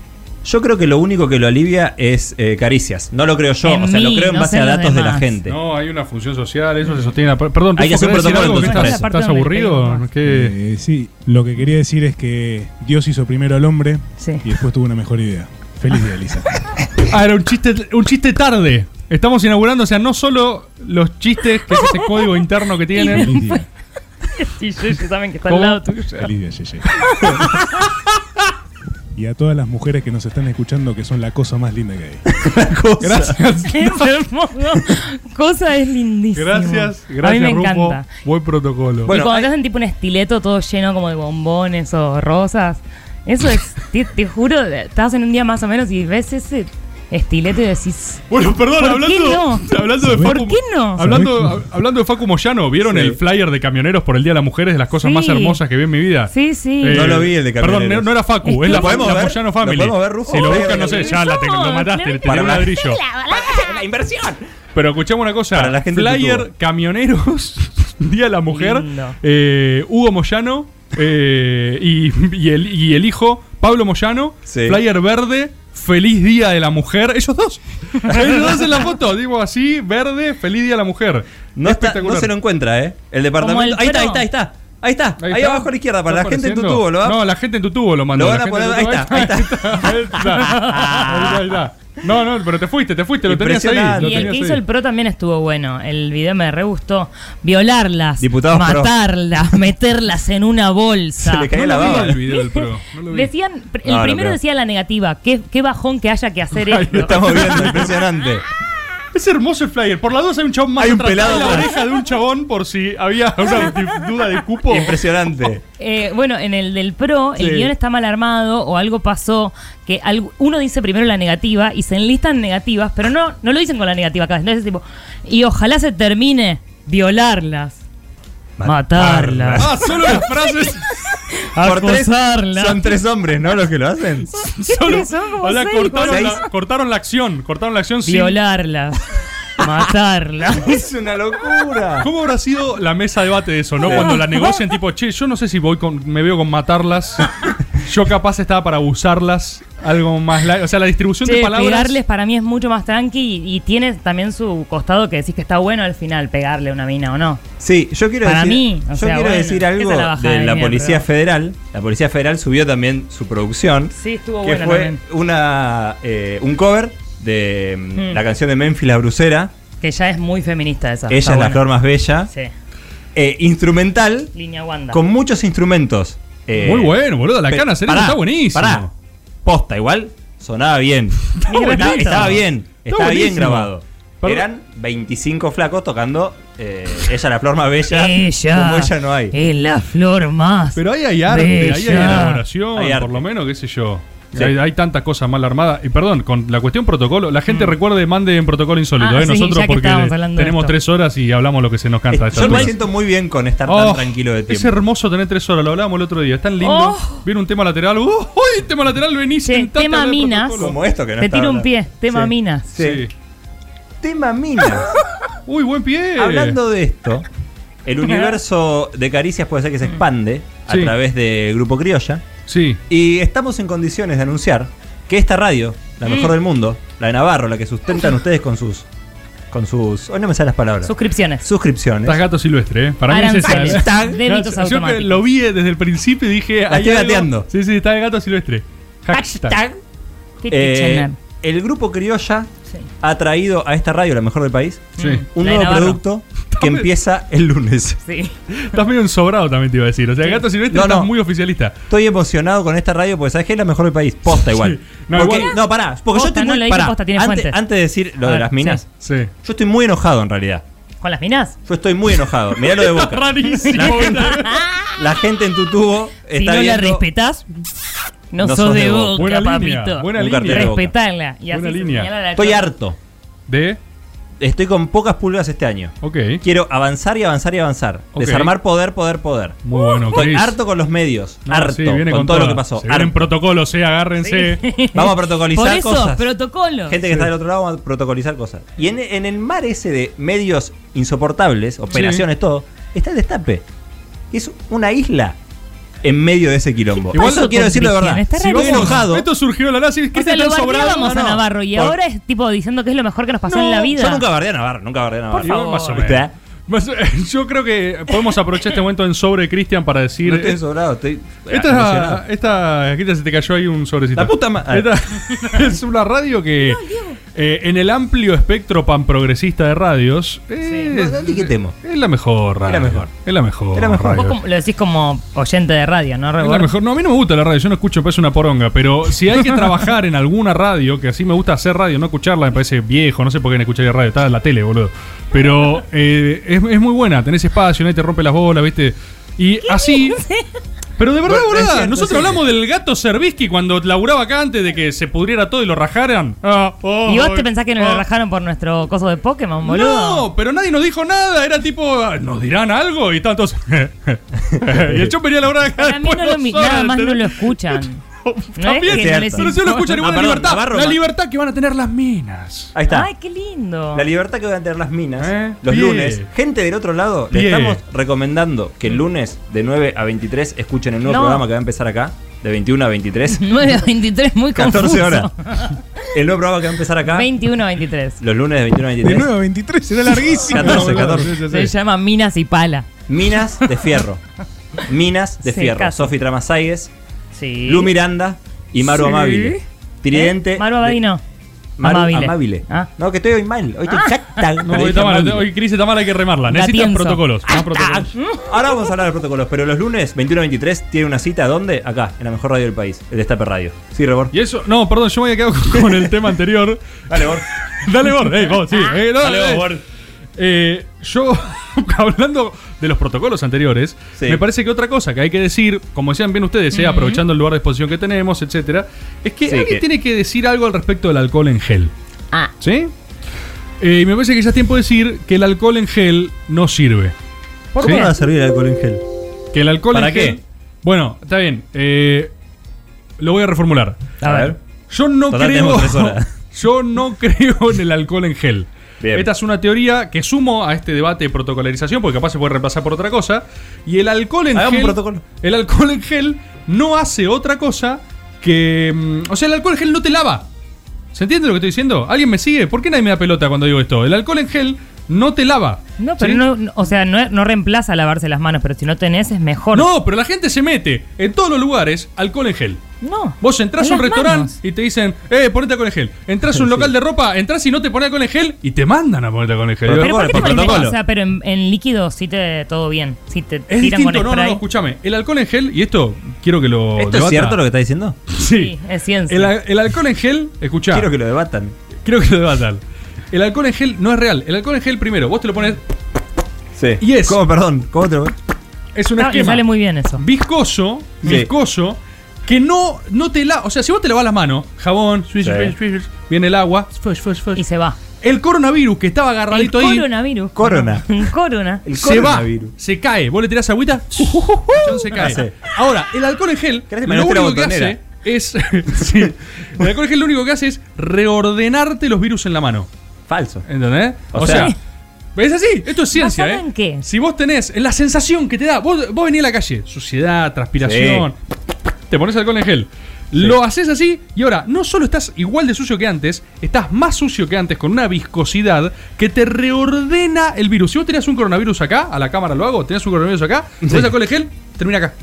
[SPEAKER 6] Yo creo que lo único que lo alivia es eh, caricias. No lo creo yo,
[SPEAKER 8] En
[SPEAKER 6] o sea, lo
[SPEAKER 8] mí,
[SPEAKER 6] creo en
[SPEAKER 8] no
[SPEAKER 6] base
[SPEAKER 8] sé
[SPEAKER 6] a
[SPEAKER 8] en los
[SPEAKER 6] datos de la
[SPEAKER 8] demás.
[SPEAKER 6] gente.
[SPEAKER 4] No, hay una función social, eso se sostiene. Perdón,
[SPEAKER 6] Hay
[SPEAKER 4] ¿Tufo,
[SPEAKER 6] que hacer un
[SPEAKER 4] querés decir
[SPEAKER 6] protocolo,
[SPEAKER 4] algo que
[SPEAKER 6] entonces,
[SPEAKER 4] estás,
[SPEAKER 6] para
[SPEAKER 8] eso.
[SPEAKER 4] estás aburrido? ¿Qué?
[SPEAKER 2] Eh, sí, lo que quería decir es que Dios hizo primero al hombre
[SPEAKER 8] Sí.
[SPEAKER 2] y después tuvo una mejor idea. Feliz día, Lisa.
[SPEAKER 4] Ah, era un chiste, un chiste tarde. Estamos inaugurando, o sea, no solo los chistes, que es ese código interno que tienen.
[SPEAKER 2] Feliz día.
[SPEAKER 8] Sí, yo, yo saben que está
[SPEAKER 4] ¿Cómo?
[SPEAKER 8] al lado tuyo.
[SPEAKER 2] Feliz día, Yeye. Y a todas las mujeres que nos están escuchando, que son la cosa más linda que hay.
[SPEAKER 4] Gracias.
[SPEAKER 8] Es hermoso. Cosa es lindísima.
[SPEAKER 4] Gracias,
[SPEAKER 8] A mí
[SPEAKER 4] gracias,
[SPEAKER 8] me
[SPEAKER 4] Rumbo.
[SPEAKER 8] encanta.
[SPEAKER 4] Buen protocolo.
[SPEAKER 8] y
[SPEAKER 6] Bueno,
[SPEAKER 8] cuando
[SPEAKER 6] hay-
[SPEAKER 8] te hacen tipo un estileto todo lleno como de bombones o rosas, eso es, te, te juro, estás en un día más o menos y ves ese estileto y decís,
[SPEAKER 4] Bueno, perdón,
[SPEAKER 8] ¿Por
[SPEAKER 4] hablando,
[SPEAKER 8] qué no?
[SPEAKER 4] hablando de
[SPEAKER 2] ¿Por
[SPEAKER 4] Facu.
[SPEAKER 8] qué no?
[SPEAKER 4] Hablando, hab- hablando de Facu Moyano, ¿vieron
[SPEAKER 6] Sí.
[SPEAKER 4] el flyer de camioneros por el Día de las Mujeres de las cosas
[SPEAKER 8] Sí.
[SPEAKER 4] más hermosas que vi en mi vida?
[SPEAKER 8] sí, sí.
[SPEAKER 4] Eh,
[SPEAKER 6] No lo vi, el de camioneros.
[SPEAKER 4] Perdón, no, no era Facu, es la,
[SPEAKER 8] ¿Lo
[SPEAKER 6] podemos
[SPEAKER 4] la
[SPEAKER 6] ver?
[SPEAKER 4] Moyano
[SPEAKER 6] ¿Lo
[SPEAKER 4] Family.
[SPEAKER 6] podemos ver, Rufo?
[SPEAKER 4] Si lo
[SPEAKER 6] Sí,
[SPEAKER 4] buscan, no
[SPEAKER 6] sí,
[SPEAKER 4] sé,
[SPEAKER 6] sí.
[SPEAKER 4] ya la tec- lo mataste, le tiré
[SPEAKER 6] Para
[SPEAKER 4] un
[SPEAKER 6] la-
[SPEAKER 4] ladrillo.
[SPEAKER 6] la inversión.
[SPEAKER 4] Pero escuchame una cosa.
[SPEAKER 6] Para la gente en
[SPEAKER 4] Flyer,
[SPEAKER 6] YouTube.
[SPEAKER 4] camioneros, Día de la Mujer,
[SPEAKER 8] Lindo.
[SPEAKER 4] eh, Hugo Moyano eh, y, y el, y el hijo, Pablo Moyano,
[SPEAKER 6] Sí.
[SPEAKER 4] Flyer verde, Feliz Día de la Mujer, ellos dos. ellos dos en la foto, digo así, verde, Feliz Día de la Mujer.
[SPEAKER 6] No, está-
[SPEAKER 4] Espectacular.
[SPEAKER 6] no se lo encuentra, ¿eh? El
[SPEAKER 8] Como el
[SPEAKER 6] departamento. ahí está, ahí
[SPEAKER 8] perro.
[SPEAKER 6] está, ahí está. Ahí está, ahí,
[SPEAKER 4] está.
[SPEAKER 6] abajo a la izquierda, para la
[SPEAKER 4] ¿Está
[SPEAKER 6] gente en tu
[SPEAKER 4] apareciendo?
[SPEAKER 6] tubo, ¿lo va?
[SPEAKER 4] No, la gente en tu tubo lo mandó.
[SPEAKER 6] Lo van a
[SPEAKER 4] la gente en tu
[SPEAKER 6] poner-
[SPEAKER 4] tubo.
[SPEAKER 6] ahí está, ahí
[SPEAKER 4] Ahí está, ahí está, ahí está. No, no, pero te fuiste, te fuiste, lo tenías ahí.
[SPEAKER 6] Impresionante.
[SPEAKER 4] Lo
[SPEAKER 8] y el
[SPEAKER 4] tenías
[SPEAKER 8] que hizo
[SPEAKER 4] ahí.
[SPEAKER 8] el pro también estuvo bueno. El video me re gustó. Violarlas,
[SPEAKER 6] Diputados pro.
[SPEAKER 8] matarlas, meterlas en una bolsa.
[SPEAKER 6] Se le caía la
[SPEAKER 4] No vi
[SPEAKER 6] baba.
[SPEAKER 4] el video del pro. No lo vi.
[SPEAKER 8] Decían, pr- el
[SPEAKER 6] No, no
[SPEAKER 8] primero
[SPEAKER 6] creo.
[SPEAKER 8] decía la negativa. Qué, qué bajón que haya que hacer
[SPEAKER 4] Ahí
[SPEAKER 8] esto.
[SPEAKER 6] Estamos viendo, impresionante.
[SPEAKER 4] Es hermoso el flyer. Por las dos hay un chabón más.
[SPEAKER 6] Hay un
[SPEAKER 4] atrás.
[SPEAKER 6] pelado
[SPEAKER 4] Hay la
[SPEAKER 6] por-
[SPEAKER 4] oreja de un chabón por si había una di- duda de cupo.
[SPEAKER 6] Impresionante.
[SPEAKER 8] Eh, bueno, en el del pro,
[SPEAKER 4] Sí.
[SPEAKER 8] el guión está mal armado o algo pasó que algo- uno dice primero la negativa y se enlistan negativas, pero no, no lo dicen con la negativa acá. Entonces, tipo, y ojalá se termine violarlas, matarlas,
[SPEAKER 4] Ah, solo las frases.
[SPEAKER 6] Por tres,
[SPEAKER 8] acosarlas.
[SPEAKER 6] son tres hombres, ¿no? Los que lo hacen.
[SPEAKER 4] solo-
[SPEAKER 8] tres? Son como
[SPEAKER 4] o sea,
[SPEAKER 8] seis,
[SPEAKER 4] cortaron,
[SPEAKER 6] boludo.
[SPEAKER 4] la, cortaron la acción. Cortaron la acción sin-
[SPEAKER 8] Violarlas, matarlas.
[SPEAKER 6] Es una locura.
[SPEAKER 4] ¿Cómo habrá sido la mesa de debate de eso, no?
[SPEAKER 6] Sí.
[SPEAKER 4] Cuando la negocian, tipo, che, yo no sé si voy con, me veo con matarlas. Yo capaz estaba para abusarlas algo más largo. O sea, la distribución
[SPEAKER 8] Che,
[SPEAKER 4] de palabras.
[SPEAKER 8] pegarles para mí es mucho más tranqui y, y tiene también su costado que decís que está bueno al final pegarle a una mina o no.
[SPEAKER 6] Sí, yo quiero
[SPEAKER 8] Para
[SPEAKER 6] decir,
[SPEAKER 8] mí, o
[SPEAKER 6] yo
[SPEAKER 8] sea,
[SPEAKER 6] quiero
[SPEAKER 8] bueno,
[SPEAKER 6] decir
[SPEAKER 8] esa es
[SPEAKER 6] algo
[SPEAKER 8] la bajada
[SPEAKER 6] de
[SPEAKER 8] de
[SPEAKER 6] la
[SPEAKER 8] mierda.
[SPEAKER 6] Policía Federal. La Policía Federal subió también su producción,
[SPEAKER 8] Sí, estuvo
[SPEAKER 6] que
[SPEAKER 8] bueno
[SPEAKER 6] fue
[SPEAKER 8] también.
[SPEAKER 6] una, eh, un cover de mm,
[SPEAKER 8] Mm.
[SPEAKER 6] la canción de Memphis La Brusera,
[SPEAKER 8] Que ya es muy feminista esa.
[SPEAKER 6] Ella es
[SPEAKER 8] está
[SPEAKER 6] la
[SPEAKER 8] buena.
[SPEAKER 6] flor más bella,
[SPEAKER 8] Sí,
[SPEAKER 6] eh, instrumental,
[SPEAKER 8] línea Wanda.
[SPEAKER 6] con muchos instrumentos. eh,
[SPEAKER 4] Muy bueno, boludo. La
[SPEAKER 6] pe-
[SPEAKER 4] cana serena
[SPEAKER 6] pará,
[SPEAKER 4] está buenísimo.
[SPEAKER 6] pará. posta, igual sonaba bien.
[SPEAKER 8] buenísimo.
[SPEAKER 6] Estaba- estaba bien, estaba bien
[SPEAKER 4] buenísimo.
[SPEAKER 6] grabado.
[SPEAKER 4] Perdón.
[SPEAKER 6] Eran 25 flacos tocando eh, Ella la flor más bella.
[SPEAKER 8] Ella
[SPEAKER 6] Como ella no hay.
[SPEAKER 8] Es la flor más.
[SPEAKER 4] Pero ahí hay arte, ahí hay
[SPEAKER 8] Bella.
[SPEAKER 4] elaboración,
[SPEAKER 6] Hay arte.
[SPEAKER 4] por lo menos, qué sé yo.
[SPEAKER 6] Sí.
[SPEAKER 4] Hay, hay tantas cosas mal armadas. Y perdón, con la cuestión protocolo, la
[SPEAKER 6] Mm.
[SPEAKER 4] gente recuerde, mande en protocolo insólito.
[SPEAKER 8] Ah,
[SPEAKER 4] eh,
[SPEAKER 8] sí,
[SPEAKER 4] nosotros
[SPEAKER 8] ya que
[SPEAKER 4] porque
[SPEAKER 8] estábamos hablando de
[SPEAKER 4] tenemos
[SPEAKER 8] esto.
[SPEAKER 4] tres horas y hablamos lo que se nos canta. a esta
[SPEAKER 6] Yo me
[SPEAKER 4] altura.
[SPEAKER 6] siento muy bien con estar
[SPEAKER 4] Oh,
[SPEAKER 6] tan tranquilo de
[SPEAKER 4] Es
[SPEAKER 6] tiempo.
[SPEAKER 4] hermoso tener tres horas, lo hablábamos el otro día. Es tan lindo.
[SPEAKER 8] Oh.
[SPEAKER 4] Viene un tema lateral. ¡Uh! ¡Uy! Tema lateral, venís.
[SPEAKER 8] Che, tema minas.
[SPEAKER 6] Como esto que no
[SPEAKER 8] Te
[SPEAKER 6] está
[SPEAKER 8] tiro un
[SPEAKER 6] hablando.
[SPEAKER 8] pie, tema
[SPEAKER 6] Sí.
[SPEAKER 8] minas.
[SPEAKER 4] Sí.
[SPEAKER 6] Sí. Tema minas.
[SPEAKER 4] Uy, buen pie.
[SPEAKER 6] Hablando de esto, el universo de caricias puede ser que se expande a
[SPEAKER 4] Mm. Sí.
[SPEAKER 6] través de Grupo Criolla.
[SPEAKER 4] Sí.
[SPEAKER 6] Y estamos en condiciones de anunciar que esta radio,
[SPEAKER 4] Mm.
[SPEAKER 6] la mejor del mundo, la de Navarro, la que sustentan ustedes con sus. con sus. Hoy no me salen las palabras.
[SPEAKER 8] Suscripciones.
[SPEAKER 6] suscripciones.
[SPEAKER 4] Estás gato silvestre, ¿eh? Para mí es esa.
[SPEAKER 8] Aranceles.
[SPEAKER 4] ¿eh?
[SPEAKER 8] Débitos
[SPEAKER 4] Yo que
[SPEAKER 8] automáticos.
[SPEAKER 4] lo vi desde el principio y dije.
[SPEAKER 6] La
[SPEAKER 4] hay
[SPEAKER 6] estoy
[SPEAKER 4] algo-
[SPEAKER 6] gateando.
[SPEAKER 4] Sí, sí, está el gato silvestre. Hashtag.
[SPEAKER 6] Eh, el grupo Criolla
[SPEAKER 8] Sí.
[SPEAKER 6] ha traído a esta radio, la mejor del país,
[SPEAKER 4] Sí.
[SPEAKER 6] un
[SPEAKER 8] La de
[SPEAKER 6] nuevo
[SPEAKER 8] Navarro.
[SPEAKER 6] producto que empieza el lunes.
[SPEAKER 8] Sí.
[SPEAKER 4] Estás medio ensobrado también te iba a decir. O sea, gato silvestre
[SPEAKER 6] No,
[SPEAKER 4] estás
[SPEAKER 6] no.
[SPEAKER 4] muy oficialista.
[SPEAKER 6] Estoy emocionado con esta radio porque sabes que es la mejor del país. Posta igual.
[SPEAKER 4] Sí. No,
[SPEAKER 6] Porque-
[SPEAKER 4] igual- Ah,
[SPEAKER 6] no, pará. Porque yo
[SPEAKER 8] Posta,
[SPEAKER 6] estoy
[SPEAKER 8] no
[SPEAKER 6] muy-
[SPEAKER 8] lo dije
[SPEAKER 6] pará,
[SPEAKER 8] posta, tiene
[SPEAKER 6] antes,
[SPEAKER 8] fuentes.
[SPEAKER 6] antes de decir lo
[SPEAKER 8] A
[SPEAKER 6] de
[SPEAKER 8] ver,
[SPEAKER 6] las minas,
[SPEAKER 8] sí.
[SPEAKER 4] Sí.
[SPEAKER 6] yo estoy muy enojado en realidad.
[SPEAKER 8] ¿Con las minas?
[SPEAKER 6] Yo estoy muy enojado. Mirá lo de Boca.
[SPEAKER 4] Rarísimo.
[SPEAKER 6] La gente en tu tubo está
[SPEAKER 8] si no la
[SPEAKER 6] viendo
[SPEAKER 8] respetás, no,
[SPEAKER 6] No
[SPEAKER 8] sos, de boca,
[SPEAKER 4] Buena línea,
[SPEAKER 8] papito.
[SPEAKER 4] buena
[SPEAKER 6] Un
[SPEAKER 4] línea.
[SPEAKER 6] cartel de Boca.
[SPEAKER 8] Respetala. Y así se
[SPEAKER 4] Buena línea.
[SPEAKER 8] señala la
[SPEAKER 6] Estoy
[SPEAKER 8] cosa.
[SPEAKER 6] harto.
[SPEAKER 4] De.
[SPEAKER 6] Estoy con pocas pulgas este año.
[SPEAKER 4] Ok.
[SPEAKER 6] Quiero avanzar y avanzar y avanzar.
[SPEAKER 4] Ok.
[SPEAKER 6] Desarmar poder, poder, poder.
[SPEAKER 4] Muy bueno,
[SPEAKER 6] Estoy
[SPEAKER 4] Chris.
[SPEAKER 6] harto con los medios.
[SPEAKER 4] No,
[SPEAKER 6] harto
[SPEAKER 4] sí, viene
[SPEAKER 6] con, todo
[SPEAKER 4] toda.
[SPEAKER 6] lo que pasó.
[SPEAKER 4] Se vienen
[SPEAKER 6] harto.
[SPEAKER 4] protocolos, eh, agárrense.
[SPEAKER 6] Vamos a
[SPEAKER 8] Por
[SPEAKER 6] protocolizar
[SPEAKER 8] eso,
[SPEAKER 6] cosas.
[SPEAKER 8] protocolo.
[SPEAKER 6] Gente que está del otro lado, vamos a protocolizar cosas. Y en, en el mar ese de medios insoportables, operaciones, todo, está el destape. Es una isla en medio de ese quilombo.
[SPEAKER 4] Igual
[SPEAKER 6] eso
[SPEAKER 8] pasó
[SPEAKER 6] quiero
[SPEAKER 8] con
[SPEAKER 6] decirlo de
[SPEAKER 8] Cristian?
[SPEAKER 6] verdad.
[SPEAKER 8] Está
[SPEAKER 6] Si
[SPEAKER 8] raro.
[SPEAKER 6] voy enojado.
[SPEAKER 4] Esto surgió de la nazi. ¿Qué
[SPEAKER 8] O sea,
[SPEAKER 4] te
[SPEAKER 8] lo
[SPEAKER 4] tan sobrado?
[SPEAKER 8] bardeábamos
[SPEAKER 6] no,
[SPEAKER 8] a
[SPEAKER 6] no.
[SPEAKER 8] Navarro y
[SPEAKER 6] Por-
[SPEAKER 8] ahora es tipo diciendo que es lo mejor que nos pasó en la vida.
[SPEAKER 6] Yo nunca bardeé a Navarro, nunca bardeé a Navarro.
[SPEAKER 8] Por favor.
[SPEAKER 4] Más o
[SPEAKER 6] ¿eh?
[SPEAKER 4] menos. Más- Yo creo que podemos aprovechar este momento en sobre Cristian para decir. eh,
[SPEAKER 6] No estoy sobrado, estoy. emocionado.
[SPEAKER 4] Esta, esta, Cristian, se te cayó ahí un sobrecito.
[SPEAKER 6] La puta ma- Ah.
[SPEAKER 4] Esta- es una radio que. eh, en el amplio espectro pan progresista de radios. eh,
[SPEAKER 6] No, no etiquetemos.
[SPEAKER 4] Es la mejor radio.
[SPEAKER 6] Es la mejor.
[SPEAKER 4] Es la mejor.
[SPEAKER 6] Es la mejor.
[SPEAKER 4] radio.
[SPEAKER 8] Vos como- lo decís como oyente de radio, ¿no,
[SPEAKER 4] Es la
[SPEAKER 8] Rebor?
[SPEAKER 4] mejor. No, a mí no me gusta la radio, yo no escucho, me parece una poronga, pero si hay que trabajar en alguna radio, que así me gusta hacer radio, no escucharla, me parece viejo, no sé por qué no escucharía radio, está en la tele, boludo. Pero eh, es, es muy buena, tenés espacio, nadie te rompe las bolas, viste. Y así... Pero de verdad,
[SPEAKER 6] Bueno,
[SPEAKER 4] boludo,
[SPEAKER 6] es cierto,
[SPEAKER 4] nosotros
[SPEAKER 6] es
[SPEAKER 4] hablamos del gato Cervisky cuando laburaba acá antes de que se pudriera todo y lo rajaran. Ah, oh,
[SPEAKER 8] ¿Y vos
[SPEAKER 4] oh,
[SPEAKER 8] te pensás que nos
[SPEAKER 4] oh.
[SPEAKER 8] lo rajaron por nuestro coso de Pokémon, boludo?
[SPEAKER 4] No, pero nadie nos dijo nada. Era tipo, ah, nos dirán algo y tantos. y el chon venía a la hora de acá.
[SPEAKER 8] Para mí
[SPEAKER 4] después
[SPEAKER 8] no lo,
[SPEAKER 4] dos
[SPEAKER 8] mi-
[SPEAKER 4] horas,
[SPEAKER 8] nada más no
[SPEAKER 4] ¿entendés?
[SPEAKER 8] lo escuchan. ¿Eh? No es
[SPEAKER 4] También,
[SPEAKER 8] que no les
[SPEAKER 4] pero si no lo escuchan igual la
[SPEAKER 6] Ah, perdón,
[SPEAKER 4] libertad.
[SPEAKER 6] Navarro,
[SPEAKER 4] la
[SPEAKER 6] ma-
[SPEAKER 4] libertad que van a tener las minas.
[SPEAKER 6] Ahí está.
[SPEAKER 8] Ay, qué lindo.
[SPEAKER 6] La libertad que van a tener las minas
[SPEAKER 4] Eh,
[SPEAKER 6] los
[SPEAKER 4] bien.
[SPEAKER 6] lunes. Gente del otro lado, le
[SPEAKER 4] Bien.
[SPEAKER 6] estamos recomendando que el lunes de 9 a 23 escuchen el nuevo
[SPEAKER 8] No.
[SPEAKER 6] programa que va a empezar acá, de 21 a 23.
[SPEAKER 8] 9 a 23, muy confuso.
[SPEAKER 6] 14 horas. El nuevo programa que va a empezar acá,
[SPEAKER 8] 21 a 23.
[SPEAKER 6] los lunes de 21 a
[SPEAKER 9] De
[SPEAKER 6] 23.
[SPEAKER 9] 9 a 23, era larguísimo.
[SPEAKER 6] 14, 14.
[SPEAKER 4] Sí, sí, sí.
[SPEAKER 8] Se llama Minas y Pala.
[SPEAKER 6] Minas de Fierro. Minas de
[SPEAKER 8] Sí,
[SPEAKER 6] Fierro.
[SPEAKER 8] casi.
[SPEAKER 6] Sofi Tramaságuez,
[SPEAKER 8] Sí.
[SPEAKER 6] Lu Miranda y Maru
[SPEAKER 4] Sí.
[SPEAKER 6] Amabile. Tridente.
[SPEAKER 8] ¿Eh? Maru
[SPEAKER 6] de-
[SPEAKER 8] Abadino.
[SPEAKER 6] Maru
[SPEAKER 8] Amabile.
[SPEAKER 6] Amabile.
[SPEAKER 8] Ah.
[SPEAKER 6] No, que estoy hoy mal. Hoy estoy chacta.
[SPEAKER 4] No, hoy, está mal, hoy Cris está mal, hay que remarla. Necesitan
[SPEAKER 8] Gatienzo.
[SPEAKER 4] protocolos. más protocolos.
[SPEAKER 6] Ahora vamos a hablar de protocolos, pero los lunes 21-23 tiene una cita ¿dónde? Acá, en la mejor radio del país, el Destape Radio. Sí, Rebor.
[SPEAKER 4] Y eso, no, perdón, yo me había quedado con- con el tema anterior.
[SPEAKER 6] Dale, Bor.
[SPEAKER 4] Dale, Bor, eh, vos, sí.
[SPEAKER 8] Ah.
[SPEAKER 4] eh, no, eh. Eh, yo, hablando de los protocolos anteriores,
[SPEAKER 6] Sí.
[SPEAKER 4] me parece que otra cosa que hay que decir, como decían bien ustedes, eh, aprovechando el lugar de exposición que tenemos, etcétera, es que
[SPEAKER 6] Sí,
[SPEAKER 4] alguien
[SPEAKER 6] que-
[SPEAKER 4] tiene que decir algo al respecto del alcohol en gel.
[SPEAKER 8] Ah.
[SPEAKER 4] ¿Sí? Eh, y me parece que ya es tiempo de decir que el alcohol en gel no sirve.
[SPEAKER 6] ¿Por
[SPEAKER 4] Sí.
[SPEAKER 6] qué no va a servir el alcohol en gel?
[SPEAKER 4] Que el alcohol
[SPEAKER 6] ¿Para
[SPEAKER 4] en gel-
[SPEAKER 6] qué?
[SPEAKER 4] Bueno, está bien. eh, lo voy a reformular.
[SPEAKER 6] A ver.
[SPEAKER 4] Yo no
[SPEAKER 6] Total,
[SPEAKER 4] creo.
[SPEAKER 6] tenemos tres horas.
[SPEAKER 4] Yo no creo en el alcohol en gel.
[SPEAKER 6] Bien.
[SPEAKER 4] Esta es una teoría que sumo a este debate de protocolarización, porque capaz se puede reemplazar por otra cosa. Y el alcohol en
[SPEAKER 6] Hagamos
[SPEAKER 4] gel.
[SPEAKER 6] un protocolo.
[SPEAKER 4] El alcohol en gel no hace otra cosa que. mm, O sea, el alcohol en gel no te lava. ¿Se entiende lo que estoy diciendo? ¿Alguien me sigue? ¿Por qué nadie me da pelota cuando digo esto? El alcohol en gel no te lava.
[SPEAKER 8] No, pero
[SPEAKER 4] ¿sí?
[SPEAKER 8] no, no- o sea, no, no reemplaza lavarse las manos, pero si Ah, no tenés es mejor.
[SPEAKER 4] No, pero la gente se mete en todos los lugares alcohol en gel.
[SPEAKER 8] No.
[SPEAKER 4] Vos entras
[SPEAKER 8] En
[SPEAKER 4] a un
[SPEAKER 8] las
[SPEAKER 4] restaurante
[SPEAKER 8] manos.
[SPEAKER 4] y te dicen, eh, ponete alcohol en gel. Entras a un local de ropa, entras y no te pones alcohol en gel y te mandan a ponerte alcohol en gel.
[SPEAKER 8] Pero,
[SPEAKER 4] Digo,
[SPEAKER 8] ¿por qué te
[SPEAKER 6] por
[SPEAKER 8] pones-
[SPEAKER 6] protocolo.
[SPEAKER 8] O sea, pero en, en líquido sí te todo bien. Si te
[SPEAKER 4] es
[SPEAKER 8] tiran
[SPEAKER 4] distinto,
[SPEAKER 8] con
[SPEAKER 4] no, no,
[SPEAKER 8] spray.
[SPEAKER 4] no, escúchame. El alcohol en gel, y esto quiero que lo.
[SPEAKER 6] ¿Esto es
[SPEAKER 4] debata.
[SPEAKER 6] cierto lo que está diciendo?
[SPEAKER 4] Sí.
[SPEAKER 8] Sí, es ciencia.
[SPEAKER 4] El, a- el alcohol en gel, escuchá.
[SPEAKER 6] Quiero que lo debatan.
[SPEAKER 4] Creo que lo debatan. El alcohol en gel no es real. El alcohol en gel, primero, vos te lo pones.
[SPEAKER 6] Sí.
[SPEAKER 4] Y es-
[SPEAKER 6] ¿Cómo, perdón? ¿Cómo te lo
[SPEAKER 4] Es un
[SPEAKER 8] No, le
[SPEAKER 4] esquema.
[SPEAKER 8] sale muy bien eso.
[SPEAKER 4] Viscoso,
[SPEAKER 6] Sí.
[SPEAKER 4] viscoso, que no, no te la. O sea, si vos te lavas las manos, jabón, swish,
[SPEAKER 6] Sí.
[SPEAKER 4] swish, swish, swish, viene el agua. swish, swish, swish.
[SPEAKER 8] Y se va.
[SPEAKER 4] El coronavirus que estaba
[SPEAKER 8] El
[SPEAKER 4] agarradito ahí.
[SPEAKER 8] coronavirus.
[SPEAKER 6] Corona.
[SPEAKER 8] Corona.
[SPEAKER 6] El
[SPEAKER 4] Se va,
[SPEAKER 6] coronavirus.
[SPEAKER 4] se cae. Vos le tirás agüita, chon, se cae.
[SPEAKER 6] Hace.
[SPEAKER 4] Ahora, el alcohol en gel,
[SPEAKER 6] Gracias,
[SPEAKER 4] lo
[SPEAKER 6] Manuel,
[SPEAKER 4] único que
[SPEAKER 6] la botonera.
[SPEAKER 4] hace es. sí. el alcohol en gel lo único que hace es reordenarte los virus en la mano.
[SPEAKER 6] Falso.
[SPEAKER 4] ¿Entendés?
[SPEAKER 6] O
[SPEAKER 4] O,
[SPEAKER 6] sea-
[SPEAKER 4] sea, es así, esto es ciencia,
[SPEAKER 8] ¿Basado
[SPEAKER 4] ¿eh?
[SPEAKER 8] en qué?
[SPEAKER 4] Si vos tenés la sensación que te da, vos, vos venís a la calle, suciedad, transpiración, te pones alcohol en gel. Lo haces así y ahora no solo estás igual de sucio que antes, estás más sucio que antes con una viscosidad que te reordena el virus. Si vos tenías un coronavirus acá, a la cámara lo hago, tenías un coronavirus acá, te pones alcohol en gel, termina acá.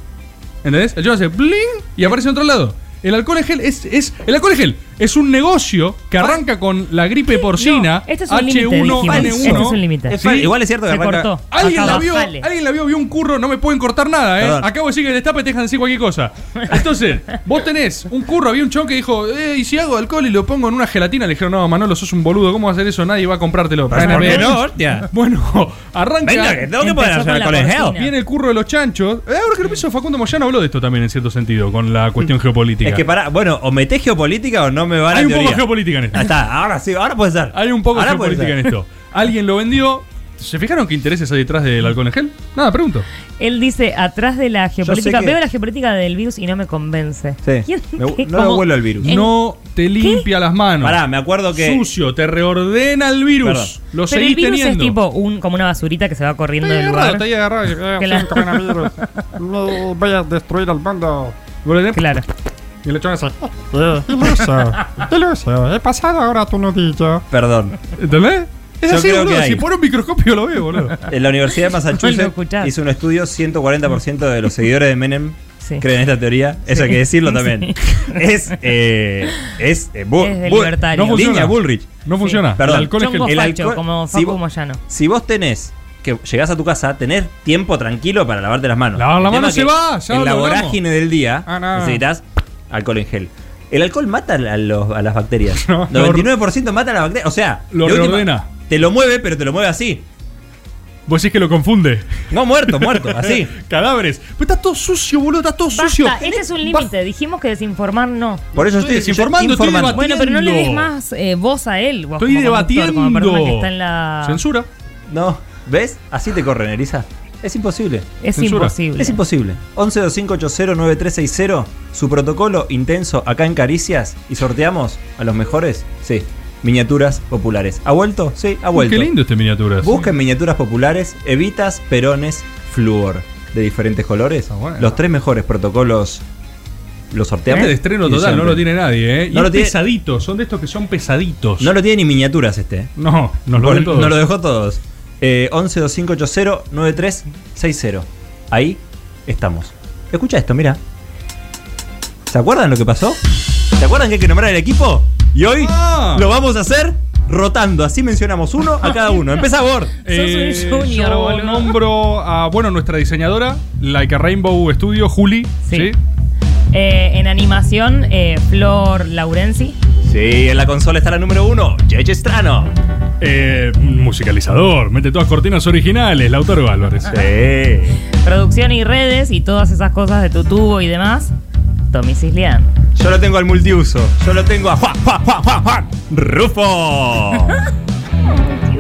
[SPEAKER 4] ¿Entendés? El chabón hace bling y aparece en otro lado. El alcohol en gel es, es- el alcohol en gel es un negocio que arranca con la gripe porcina
[SPEAKER 8] No, este es un límite, dijimos. Este es un límite.
[SPEAKER 6] Es fal- Igual es cierto que
[SPEAKER 8] Se
[SPEAKER 6] arranca-
[SPEAKER 8] cortó.
[SPEAKER 4] Alguien la,
[SPEAKER 8] Acaba,
[SPEAKER 4] vio,
[SPEAKER 8] sale.
[SPEAKER 4] alguien la vio, vio un curro, no me pueden cortar nada, ¿eh?
[SPEAKER 6] Perdón.
[SPEAKER 4] Acabo de decir que el destape te dejan decir cualquier cosa. Entonces, vos tenés un curro, había un chabón que dijo, eh, ¿y si hago alcohol y lo pongo en una gelatina? Le dijeron, no, Manolo, sos un boludo, ¿cómo vas a hacer eso? Nadie va a comprártelo.
[SPEAKER 6] ¿Por
[SPEAKER 4] Bueno,
[SPEAKER 6] qué no, hostia?
[SPEAKER 4] Bueno, arranca.
[SPEAKER 6] Venga, que tengo que poder
[SPEAKER 8] Empezó
[SPEAKER 6] hacer
[SPEAKER 8] con la
[SPEAKER 6] alcohol en gel.
[SPEAKER 8] porcina.
[SPEAKER 4] Viene el curro de los chanchos. Eh, ahora que lo pienso, Facundo Moyano habló de esto también, en cierto sentido, con la cuestión geopolítica.
[SPEAKER 6] Mm. Es que para, bueno, o metés geopolítica o no me va la
[SPEAKER 4] Hay un
[SPEAKER 6] teoría.
[SPEAKER 4] poco de geopolítica en esto.
[SPEAKER 6] Ah, está, ahora sí, ahora puede ser.
[SPEAKER 4] Hay un poco de
[SPEAKER 6] ahora puede
[SPEAKER 4] geopolítica en
[SPEAKER 6] ser.
[SPEAKER 4] esto. Alguien lo vendió. ¿Se fijaron qué intereses hay detrás del alcohol en gel? Nada, pregunto.
[SPEAKER 8] Él dice, atrás de la geopolítica,
[SPEAKER 6] que-
[SPEAKER 8] veo la geopolítica del virus y no me convence.
[SPEAKER 6] Sí.
[SPEAKER 8] ¿Quién-
[SPEAKER 6] Me-
[SPEAKER 8] qué-
[SPEAKER 6] no me
[SPEAKER 8] cómo-
[SPEAKER 6] vuelo al virus.
[SPEAKER 8] en-
[SPEAKER 4] No te limpia las manos.
[SPEAKER 6] Pará, me acuerdo que.
[SPEAKER 4] Sucio, te reordena el virus.
[SPEAKER 6] Perdón.
[SPEAKER 8] Pero
[SPEAKER 4] Lo
[SPEAKER 8] el
[SPEAKER 4] seguís
[SPEAKER 8] virus es
[SPEAKER 4] teniendo.
[SPEAKER 8] tipo un, como una basurita que se va corriendo
[SPEAKER 10] Está ahí
[SPEAKER 8] del
[SPEAKER 10] agarrado,
[SPEAKER 8] lugar.
[SPEAKER 10] está ahí agarrado.
[SPEAKER 8] Que la-
[SPEAKER 10] coronavirus. No vaya a destruir al mundo.
[SPEAKER 4] Vos le tenés-
[SPEAKER 8] Claro.
[SPEAKER 4] y le echás así.
[SPEAKER 10] Eh, Iluso. Iluso. He pasado ahora tu nudillo.
[SPEAKER 6] Perdón.
[SPEAKER 4] ¿Entendés? Es
[SPEAKER 6] Yo
[SPEAKER 4] así,
[SPEAKER 6] creo que
[SPEAKER 4] boludo.
[SPEAKER 6] hay.
[SPEAKER 4] Si por un microscopio lo veo, boludo.
[SPEAKER 6] En la Universidad de
[SPEAKER 8] No lo
[SPEAKER 6] Massachusetts
[SPEAKER 8] escuchás.
[SPEAKER 6] hizo un estudio: 140% de los seguidores de Menem
[SPEAKER 8] Sí.
[SPEAKER 6] creen en esta teoría. Eso hay que decirlo también. Es. eh, es. eh, bu-
[SPEAKER 8] Es de
[SPEAKER 6] bu-
[SPEAKER 8] libertario.
[SPEAKER 6] no funciona. Línea Bullrich.
[SPEAKER 4] No funciona.
[SPEAKER 6] eh, Perdón.
[SPEAKER 4] El alcohol es
[SPEAKER 8] Chongo
[SPEAKER 4] gel.
[SPEAKER 6] el
[SPEAKER 8] facho,
[SPEAKER 6] alcohol-
[SPEAKER 8] como
[SPEAKER 6] si
[SPEAKER 8] Facu
[SPEAKER 6] vos-
[SPEAKER 8] Moyano.
[SPEAKER 6] Si vos tenés que llegás a tu casa, tenés tiempo tranquilo para lavarte las manos.
[SPEAKER 4] Lavar la
[SPEAKER 6] El
[SPEAKER 4] mano
[SPEAKER 6] tema
[SPEAKER 4] se
[SPEAKER 6] que
[SPEAKER 4] va, ya
[SPEAKER 6] En
[SPEAKER 4] lo
[SPEAKER 6] la
[SPEAKER 4] hablamos.
[SPEAKER 6] vorágine del día
[SPEAKER 4] Ah, no.
[SPEAKER 6] necesitas alcohol en gel. El alcohol mata a, los- a las bacterias.
[SPEAKER 4] No, lo-
[SPEAKER 6] 99% mata a las bacterias. O sea,
[SPEAKER 4] Lo
[SPEAKER 6] de última,
[SPEAKER 4] reordena.
[SPEAKER 6] Te lo mueve, pero te lo mueve así.
[SPEAKER 4] Vos decís que lo confunde.
[SPEAKER 6] No muerto, muerto, así.
[SPEAKER 4] Cadáveres. Pero está todo sucio, boludo. Está todo sucio.
[SPEAKER 8] Basta, este es un límite. Dijimos que desinformar no.
[SPEAKER 6] Por eso
[SPEAKER 4] Estoy
[SPEAKER 6] estoy,
[SPEAKER 4] desinformando, estoy
[SPEAKER 6] informando.
[SPEAKER 8] Bueno,
[SPEAKER 4] debatiendo.
[SPEAKER 8] pero no le des
[SPEAKER 4] Entiendo.
[SPEAKER 8] más eh, voz a él. vos
[SPEAKER 4] Estoy
[SPEAKER 8] como conductor,
[SPEAKER 4] debatiendo.
[SPEAKER 8] Como persona que está en la...
[SPEAKER 4] Censura.
[SPEAKER 6] No, ¿ves? Así te corren, Elisa. Es imposible.
[SPEAKER 8] Es
[SPEAKER 4] Censura.
[SPEAKER 8] imposible.
[SPEAKER 6] Es imposible. 1125809360, su protocolo intenso acá en Caricias y sorteamos a los mejores. Sí, miniaturas populares. ¿Ha vuelto? Sí, ha vuelto.
[SPEAKER 4] Qué lindo este miniatura.
[SPEAKER 6] Busquen miniaturas populares, evitas, perones, flúor de diferentes colores.
[SPEAKER 4] Ah, bueno.
[SPEAKER 6] Los tres mejores protocolos los sorteamos.
[SPEAKER 4] Este de estreno
[SPEAKER 6] Y
[SPEAKER 4] total, no
[SPEAKER 6] siempre.
[SPEAKER 4] lo tiene nadie, ¿eh?
[SPEAKER 6] No
[SPEAKER 4] y
[SPEAKER 6] lo
[SPEAKER 4] es
[SPEAKER 6] tiene-
[SPEAKER 4] pesadito, son de estos que son pesaditos.
[SPEAKER 6] No lo tiene ni miniaturas este.
[SPEAKER 4] no nos lo
[SPEAKER 6] Bueno,
[SPEAKER 4] ven todos.
[SPEAKER 6] Nos lo dejó todos. Eh, 1125809360. Ahí estamos. Escucha esto, mira. ¿Se acuerdan lo que pasó? ¿Se acuerdan que hay que nombrar el equipo? Y hoy
[SPEAKER 4] Ah.
[SPEAKER 6] lo vamos a hacer rotando. Así mencionamos uno a cada uno. Empieza Gord.
[SPEAKER 8] un junior,
[SPEAKER 4] Eh, yo
[SPEAKER 8] boludo.
[SPEAKER 4] nombro a, bueno, nuestra diseñadora, Like a Rainbow Studio, Juli.
[SPEAKER 8] Sí.
[SPEAKER 4] Sí.
[SPEAKER 8] Eh, en animación, eh, Flor Laurenzi.
[SPEAKER 6] Sí, en la consola está la número uno, Jeje Strano.
[SPEAKER 4] Eh, musicalizador, mete todas cortinas originales, Lautaro Álvarez.
[SPEAKER 6] Sí.
[SPEAKER 8] Producción y redes y todas esas cosas de tu tubo y demás. Tommy Cislián.
[SPEAKER 6] Yo lo tengo al multiuso. Yo lo tengo a Juan, Juan, Juan, Juan, Juan.
[SPEAKER 4] Oh.
[SPEAKER 6] Rufo.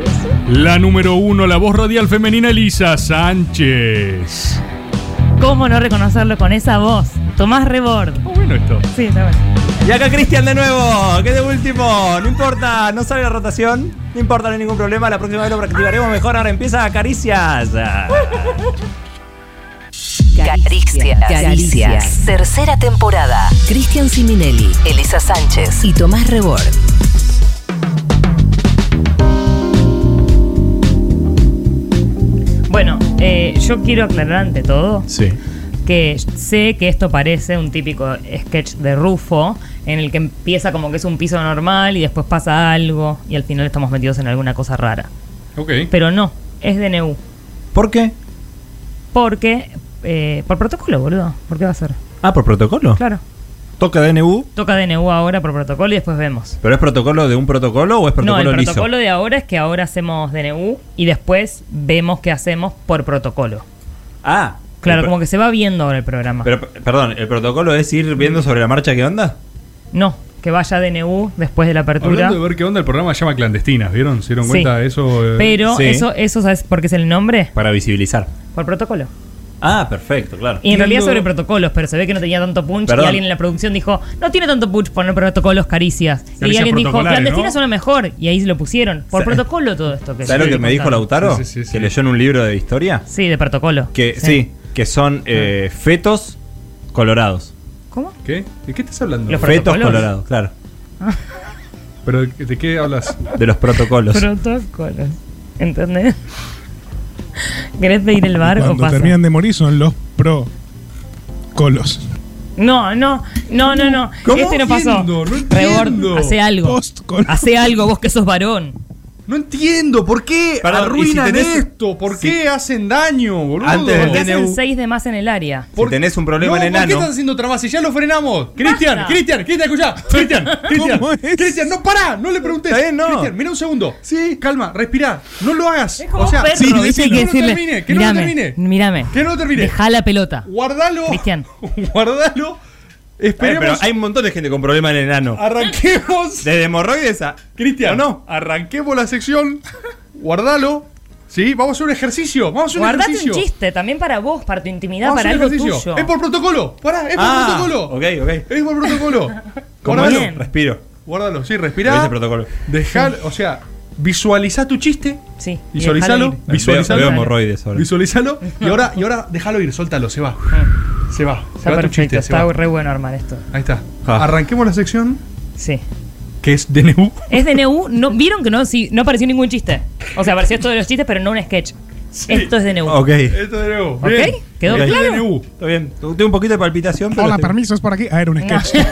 [SPEAKER 4] La número uno, la voz radial femenina, Elisa Sánchez.
[SPEAKER 8] ¿Cómo no reconocerlo con esa voz? Tomás Rebord.
[SPEAKER 4] Oh, bueno esto.
[SPEAKER 8] Sí, está bueno.
[SPEAKER 6] Y acá Cristian de nuevo, que de último. No importa, no sale la rotación. No importa, no hay ningún problema. La próxima vez lo practicaremos mejor. Ahora empieza Caricias.
[SPEAKER 1] Caricias.
[SPEAKER 11] Caricias.
[SPEAKER 1] Tercera temporada.
[SPEAKER 11] Cristian Siminelli
[SPEAKER 1] Elisa Sánchez.
[SPEAKER 11] y Tomás Rebord.
[SPEAKER 8] Bueno, eh, yo quiero aclarar ante todo
[SPEAKER 2] Sí.
[SPEAKER 8] que sé que esto parece un típico sketch de Rufo, en el que empieza como que es un piso normal y después pasa algo y al final estamos metidos en alguna cosa rara.
[SPEAKER 4] Ok.
[SPEAKER 8] Pero no, es DNU.
[SPEAKER 6] ¿Por qué?
[SPEAKER 8] Porque, eh, por protocolo, boludo. ¿Por qué va a ser?
[SPEAKER 6] Ah, por protocolo.
[SPEAKER 8] Claro.
[SPEAKER 6] Toca DNU,
[SPEAKER 8] Toca DNU ahora por protocolo y después vemos.
[SPEAKER 6] pero ¿es protocolo de un protocolo o es
[SPEAKER 8] No,
[SPEAKER 6] protocolo
[SPEAKER 8] el
[SPEAKER 6] liso?
[SPEAKER 8] protocolo de ahora es que ahora hacemos DNU y después vemos qué hacemos por protocolo.
[SPEAKER 6] Ah.
[SPEAKER 8] Claro,
[SPEAKER 6] El pro-
[SPEAKER 8] como que se va viendo ahora el programa.
[SPEAKER 6] Pero, p- perdón, ¿el protocolo es ir viendo sobre la marcha qué onda?
[SPEAKER 8] No, que vaya DNU después de la apertura.
[SPEAKER 4] Hablando de ver qué onda, el programa se llama Clandestinas, ¿vieron? ¿Se dieron
[SPEAKER 8] Sí.
[SPEAKER 4] cuenta de eso? eh?
[SPEAKER 8] Pero eso, eso ¿sabes por qué es el nombre?
[SPEAKER 6] Para visibilizar.
[SPEAKER 8] Por protocolo.
[SPEAKER 6] Ah, perfecto, claro.
[SPEAKER 8] Y en realidad sobre protocolos, pero se ve que no tenía tanto punch
[SPEAKER 6] Perdón.
[SPEAKER 8] y alguien en la producción dijo, no tiene tanto punch poner protocolos caricias. y
[SPEAKER 6] Caricias
[SPEAKER 8] alguien dijo,
[SPEAKER 6] protocolares,
[SPEAKER 8] clandestina
[SPEAKER 6] ¿no?
[SPEAKER 8] suena mejor. Y ahí lo pusieron. Por
[SPEAKER 6] Sa-
[SPEAKER 8] protocolo todo esto. Que
[SPEAKER 6] ¿Sabes
[SPEAKER 8] yo
[SPEAKER 6] lo que
[SPEAKER 8] estoy
[SPEAKER 6] me dijo
[SPEAKER 8] contando.
[SPEAKER 6] Lautaro? Que leyó en un libro de historia.
[SPEAKER 8] Sí, Ah. de protocolo.
[SPEAKER 6] Que sí, que son eh, fetos colorados.
[SPEAKER 8] ¿Cómo?
[SPEAKER 4] ¿Qué? ¿De qué estás hablando?
[SPEAKER 6] fetos colorados, claro.
[SPEAKER 4] ¿Pero de qué hablas?
[SPEAKER 6] De los protocolos.
[SPEAKER 8] Protocolos. ¿Entendés? ¿Querés pedir el bar o
[SPEAKER 2] Cuando
[SPEAKER 8] pasa?
[SPEAKER 2] terminan de morir son los pro colos.
[SPEAKER 8] No, no, no, no, no.
[SPEAKER 2] ¿Cómo?
[SPEAKER 8] Este no pasó.
[SPEAKER 2] Entiendo, no
[SPEAKER 8] Rebord,
[SPEAKER 2] entiendo.
[SPEAKER 8] hace algo. Hace algo, vos que sos varón.
[SPEAKER 4] No entiendo, ¿por qué
[SPEAKER 8] Perdón,
[SPEAKER 4] arruinan
[SPEAKER 8] y si tenés-
[SPEAKER 4] esto? ¿Por qué hacen daño, boludo?
[SPEAKER 6] Antes del
[SPEAKER 8] Porque hacen seis de más en el área.
[SPEAKER 6] Si tenés un problema
[SPEAKER 4] No,
[SPEAKER 6] en
[SPEAKER 4] ¿por qué
[SPEAKER 6] enano.
[SPEAKER 4] estás haciendo trabas? Si ya lo frenamos. Cristian, Cristian, Cristian, escuchá. Cristian, Cristian. Cristian, no pará, no le preguntes.
[SPEAKER 6] Está bien, no.
[SPEAKER 4] Cristian, mira un segundo. Sí. Calma, respirá. No lo hagas.
[SPEAKER 8] Como
[SPEAKER 4] o sea,
[SPEAKER 8] un perro,
[SPEAKER 4] sí,
[SPEAKER 8] ¿viste? Hay
[SPEAKER 4] decilo,
[SPEAKER 8] que
[SPEAKER 4] que no lo
[SPEAKER 8] decirle,
[SPEAKER 4] termine, que
[SPEAKER 8] "Mírame,
[SPEAKER 4] no lo termine.
[SPEAKER 8] Mírame.
[SPEAKER 4] Que no lo termine.
[SPEAKER 8] Dejá la pelota.
[SPEAKER 4] Guardalo.
[SPEAKER 8] Cristian.
[SPEAKER 4] Guardalo.
[SPEAKER 6] Ay, Eh, pero
[SPEAKER 4] Esperemos.
[SPEAKER 6] hay un montón de gente con problema en enano.
[SPEAKER 4] Arranquemos.
[SPEAKER 6] Desde hemorroides a.
[SPEAKER 4] Cristian, no. Arranquemos la sección. Guardalo. Sí, vamos a hacer un ejercicio. Vamos a hacer un
[SPEAKER 8] Guardate
[SPEAKER 4] ejercicio.
[SPEAKER 8] un chiste también para vos, para tu intimidad,
[SPEAKER 4] Vamos a
[SPEAKER 8] para
[SPEAKER 4] hacer
[SPEAKER 8] algo
[SPEAKER 4] un ejercicio.
[SPEAKER 8] tuyo.
[SPEAKER 4] Es por protocolo. Pará, es por
[SPEAKER 6] Ah,
[SPEAKER 4] protocolo.
[SPEAKER 6] Ok, ok.
[SPEAKER 4] Es por protocolo.
[SPEAKER 6] Como
[SPEAKER 4] Guardalo.
[SPEAKER 6] eso, respiro.
[SPEAKER 4] Guárdalo, sí,
[SPEAKER 6] Lo
[SPEAKER 4] respirá.
[SPEAKER 6] dice el protocolo.
[SPEAKER 4] Dejar, o sea, visualiza tu chiste.
[SPEAKER 8] Sí. y
[SPEAKER 4] Visualizalo.
[SPEAKER 8] dejalo ir.
[SPEAKER 4] Visualizalo.
[SPEAKER 6] Veo- veo hemorroides ahora.
[SPEAKER 4] Visualizalo. Y ahora, y ahora déjalo ir, suéltalo, se va. Se va. Se
[SPEAKER 8] Ah. Está
[SPEAKER 4] va tu
[SPEAKER 8] perfecto,
[SPEAKER 4] chiste, se
[SPEAKER 8] está
[SPEAKER 4] va.
[SPEAKER 8] re bueno armar esto.
[SPEAKER 4] Ahí está.
[SPEAKER 6] Ja.
[SPEAKER 4] Arranquemos la sección
[SPEAKER 8] Sí.
[SPEAKER 4] que es DNU.
[SPEAKER 8] Es DNU, no, vieron que no, Sí, no apareció ningún chiste. O sea, apareció esto de los chistes, pero no un sketch. Esto es DNU.
[SPEAKER 6] Ok.
[SPEAKER 4] Esto es DNU.
[SPEAKER 8] ¿Ok? ¿Quedó
[SPEAKER 6] Ok.
[SPEAKER 8] claro?
[SPEAKER 4] DNU.
[SPEAKER 6] Está bien. Tu- Tuve un poquito de palpitación, pero.
[SPEAKER 2] Hola,
[SPEAKER 6] te-
[SPEAKER 2] permiso, es por aquí. Ah, era un sketch.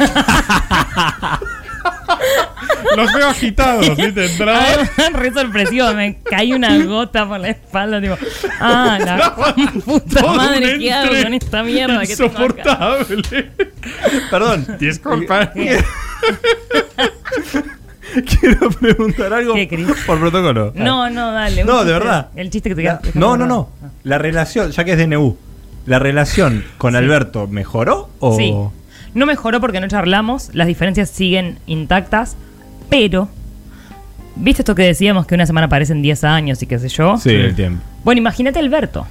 [SPEAKER 10] Los veo agitados, ¿viste?
[SPEAKER 8] A
[SPEAKER 10] Entrar.
[SPEAKER 8] ver, re sorpresivo, me cae una gota por la espalda, tipo, ah, la puta
[SPEAKER 10] Todo
[SPEAKER 8] madre,
[SPEAKER 10] un
[SPEAKER 8] ¿qué hago
[SPEAKER 10] entre
[SPEAKER 8] con esta mierda que tengo acá?
[SPEAKER 10] Insoportable.
[SPEAKER 6] Perdón. Eh,
[SPEAKER 10] Disculpa.
[SPEAKER 6] Quiero preguntar algo
[SPEAKER 8] ¿Qué, Cris? Ah,
[SPEAKER 6] por protocolo.
[SPEAKER 8] No, no, dale. un
[SPEAKER 6] No,
[SPEAKER 8] chiste.
[SPEAKER 6] de verdad.
[SPEAKER 8] El chiste que te
[SPEAKER 6] La-
[SPEAKER 8] queda.
[SPEAKER 6] no, no, no. La relación, ya que es DNU, ¿la relación con Alberto mejoró o.?
[SPEAKER 8] Sí. No mejoró porque no charlamos, las diferencias siguen intactas, pero. ¿Viste esto que decíamos que una semana parecen 10 años y qué sé yo?
[SPEAKER 6] Sí, el tiempo.
[SPEAKER 8] Bueno, imagínate a Alberto.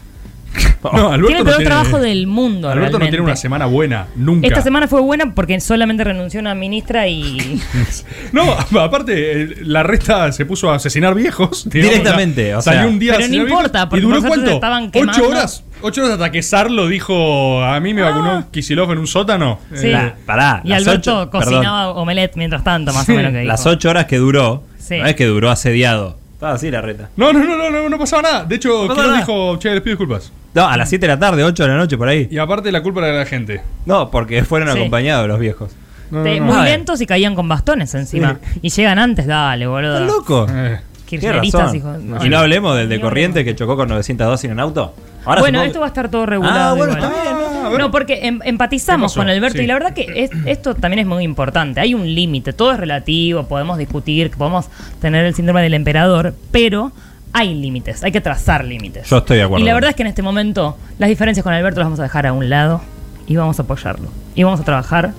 [SPEAKER 4] No, Alberto
[SPEAKER 8] tiene el
[SPEAKER 4] no
[SPEAKER 8] peor trabajo del mundo.
[SPEAKER 4] Alberto no
[SPEAKER 8] realmente.
[SPEAKER 4] tiene una semana buena, nunca.
[SPEAKER 8] Esta semana fue buena porque solamente renunció una ministra y.
[SPEAKER 4] No, aparte, eh, la resta se puso a asesinar viejos. digamos,
[SPEAKER 6] Directamente,
[SPEAKER 4] la-
[SPEAKER 6] o sea.
[SPEAKER 4] salió un día a
[SPEAKER 8] Pero no
[SPEAKER 4] asesinar
[SPEAKER 8] importa,
[SPEAKER 4] viejos,
[SPEAKER 8] porque
[SPEAKER 4] ¿Y duró
[SPEAKER 8] nosotros
[SPEAKER 4] cuánto?
[SPEAKER 8] estaban quemando. Ah.
[SPEAKER 4] ¿Ocho horas? ¿Ocho horas hasta que Sarlo dijo a mí me vacunó Kisilov en un sótano? Eh,
[SPEAKER 8] Sí.
[SPEAKER 6] La- pará,
[SPEAKER 8] y
[SPEAKER 6] las
[SPEAKER 8] Alberto
[SPEAKER 6] ocho-
[SPEAKER 8] cocinaba omelette mientras tanto, más
[SPEAKER 4] Sí,
[SPEAKER 8] o menos que dijo.
[SPEAKER 6] Las ocho horas que duró.
[SPEAKER 8] Sí.
[SPEAKER 6] No es que duró asediado. Estaba así la reta.
[SPEAKER 4] No, no, no, no, no, no pasaba nada. De hecho,
[SPEAKER 6] pasaba
[SPEAKER 4] Kisilov
[SPEAKER 6] nada.
[SPEAKER 4] dijo, che, les pido disculpas.
[SPEAKER 6] No, a las 7 de la tarde, 8 de la noche por ahí.
[SPEAKER 4] Y aparte, la culpa era de la gente.
[SPEAKER 6] No, porque fueron
[SPEAKER 8] Sí.
[SPEAKER 6] acompañados los viejos.
[SPEAKER 4] No,
[SPEAKER 8] Te-
[SPEAKER 4] no, no.
[SPEAKER 8] Muy
[SPEAKER 6] Ah, eh.
[SPEAKER 8] lentos y caían con bastones encima. Y llegan antes, dale,
[SPEAKER 6] ¿Estás
[SPEAKER 8] boludo.
[SPEAKER 6] loco?
[SPEAKER 4] Eh.
[SPEAKER 6] Tienes
[SPEAKER 8] Kirchneristas,
[SPEAKER 6] razón.
[SPEAKER 8] hijo.
[SPEAKER 6] Y no hablemos del de
[SPEAKER 8] Ni
[SPEAKER 6] corriente que chocó con 902 en un auto. Ahora
[SPEAKER 8] bueno,
[SPEAKER 6] supongo-
[SPEAKER 8] esto va a estar todo regulado.
[SPEAKER 6] Ah, bueno,
[SPEAKER 8] igual.
[SPEAKER 6] está bien,
[SPEAKER 4] no, a ver.
[SPEAKER 8] No, porque em- empatizamos
[SPEAKER 4] ¿Qué pasó?
[SPEAKER 8] con Alberto
[SPEAKER 4] Sí.
[SPEAKER 8] y la verdad que es- esto también es muy importante. Hay un límite, todo es relativo, podemos discutir, podemos tener el síndrome del emperador, pero hay límites, hay que trazar límites.
[SPEAKER 6] Yo estoy de acuerdo.
[SPEAKER 8] Y la verdad es que en este momento las diferencias con Alberto las vamos a dejar a un lado y vamos a apoyarlo. Y vamos a trabajar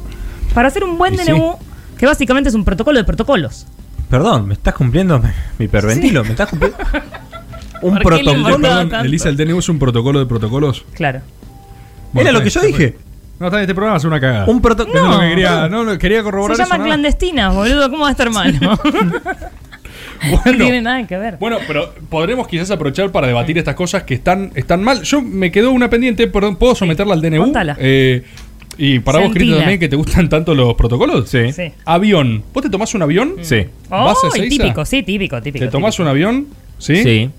[SPEAKER 8] para hacer un buen
[SPEAKER 6] Y
[SPEAKER 8] DNU que básicamente es un protocolo de protocolos.
[SPEAKER 6] Perdón, me estás cumpliendo mi- mi hiperventilo. Me estás cumpliendo. Un
[SPEAKER 8] ¿Por qué le
[SPEAKER 6] protocolo.
[SPEAKER 8] importaba
[SPEAKER 4] Perdón,
[SPEAKER 8] tanto?
[SPEAKER 4] Elisa, el DNU es un protocolo de protocolos.
[SPEAKER 8] Claro.
[SPEAKER 6] Era lo que yo dije.
[SPEAKER 4] No, está en este programa, es una cagada.
[SPEAKER 6] Un protocolo.
[SPEAKER 4] Eso es lo que quería, no, no, quería
[SPEAKER 8] Se
[SPEAKER 4] corroborar eso,
[SPEAKER 8] llaman
[SPEAKER 4] nada.
[SPEAKER 8] clandestinas, boludo. ¿Cómo va a estar mal? no? No
[SPEAKER 4] Bueno,
[SPEAKER 8] tiene nada que ver.
[SPEAKER 4] Bueno, pero podremos quizás aprovechar para debatir estas cosas que están, están mal. Yo me quedó una pendiente, perdón, ¿puedo someterla al DNU? Eh, y para vos, Cristo,
[SPEAKER 8] Sentila.
[SPEAKER 4] también que te gustan tanto los protocolos.
[SPEAKER 8] Sí.
[SPEAKER 4] Avión. ¿Vos te tomás un avión? Sí.
[SPEAKER 8] Oh,
[SPEAKER 4] ¿Vas a Ezeiza?
[SPEAKER 8] típico, sí, típico, típico.
[SPEAKER 4] ¿Te tomás un avión? ¿Sí? Sí.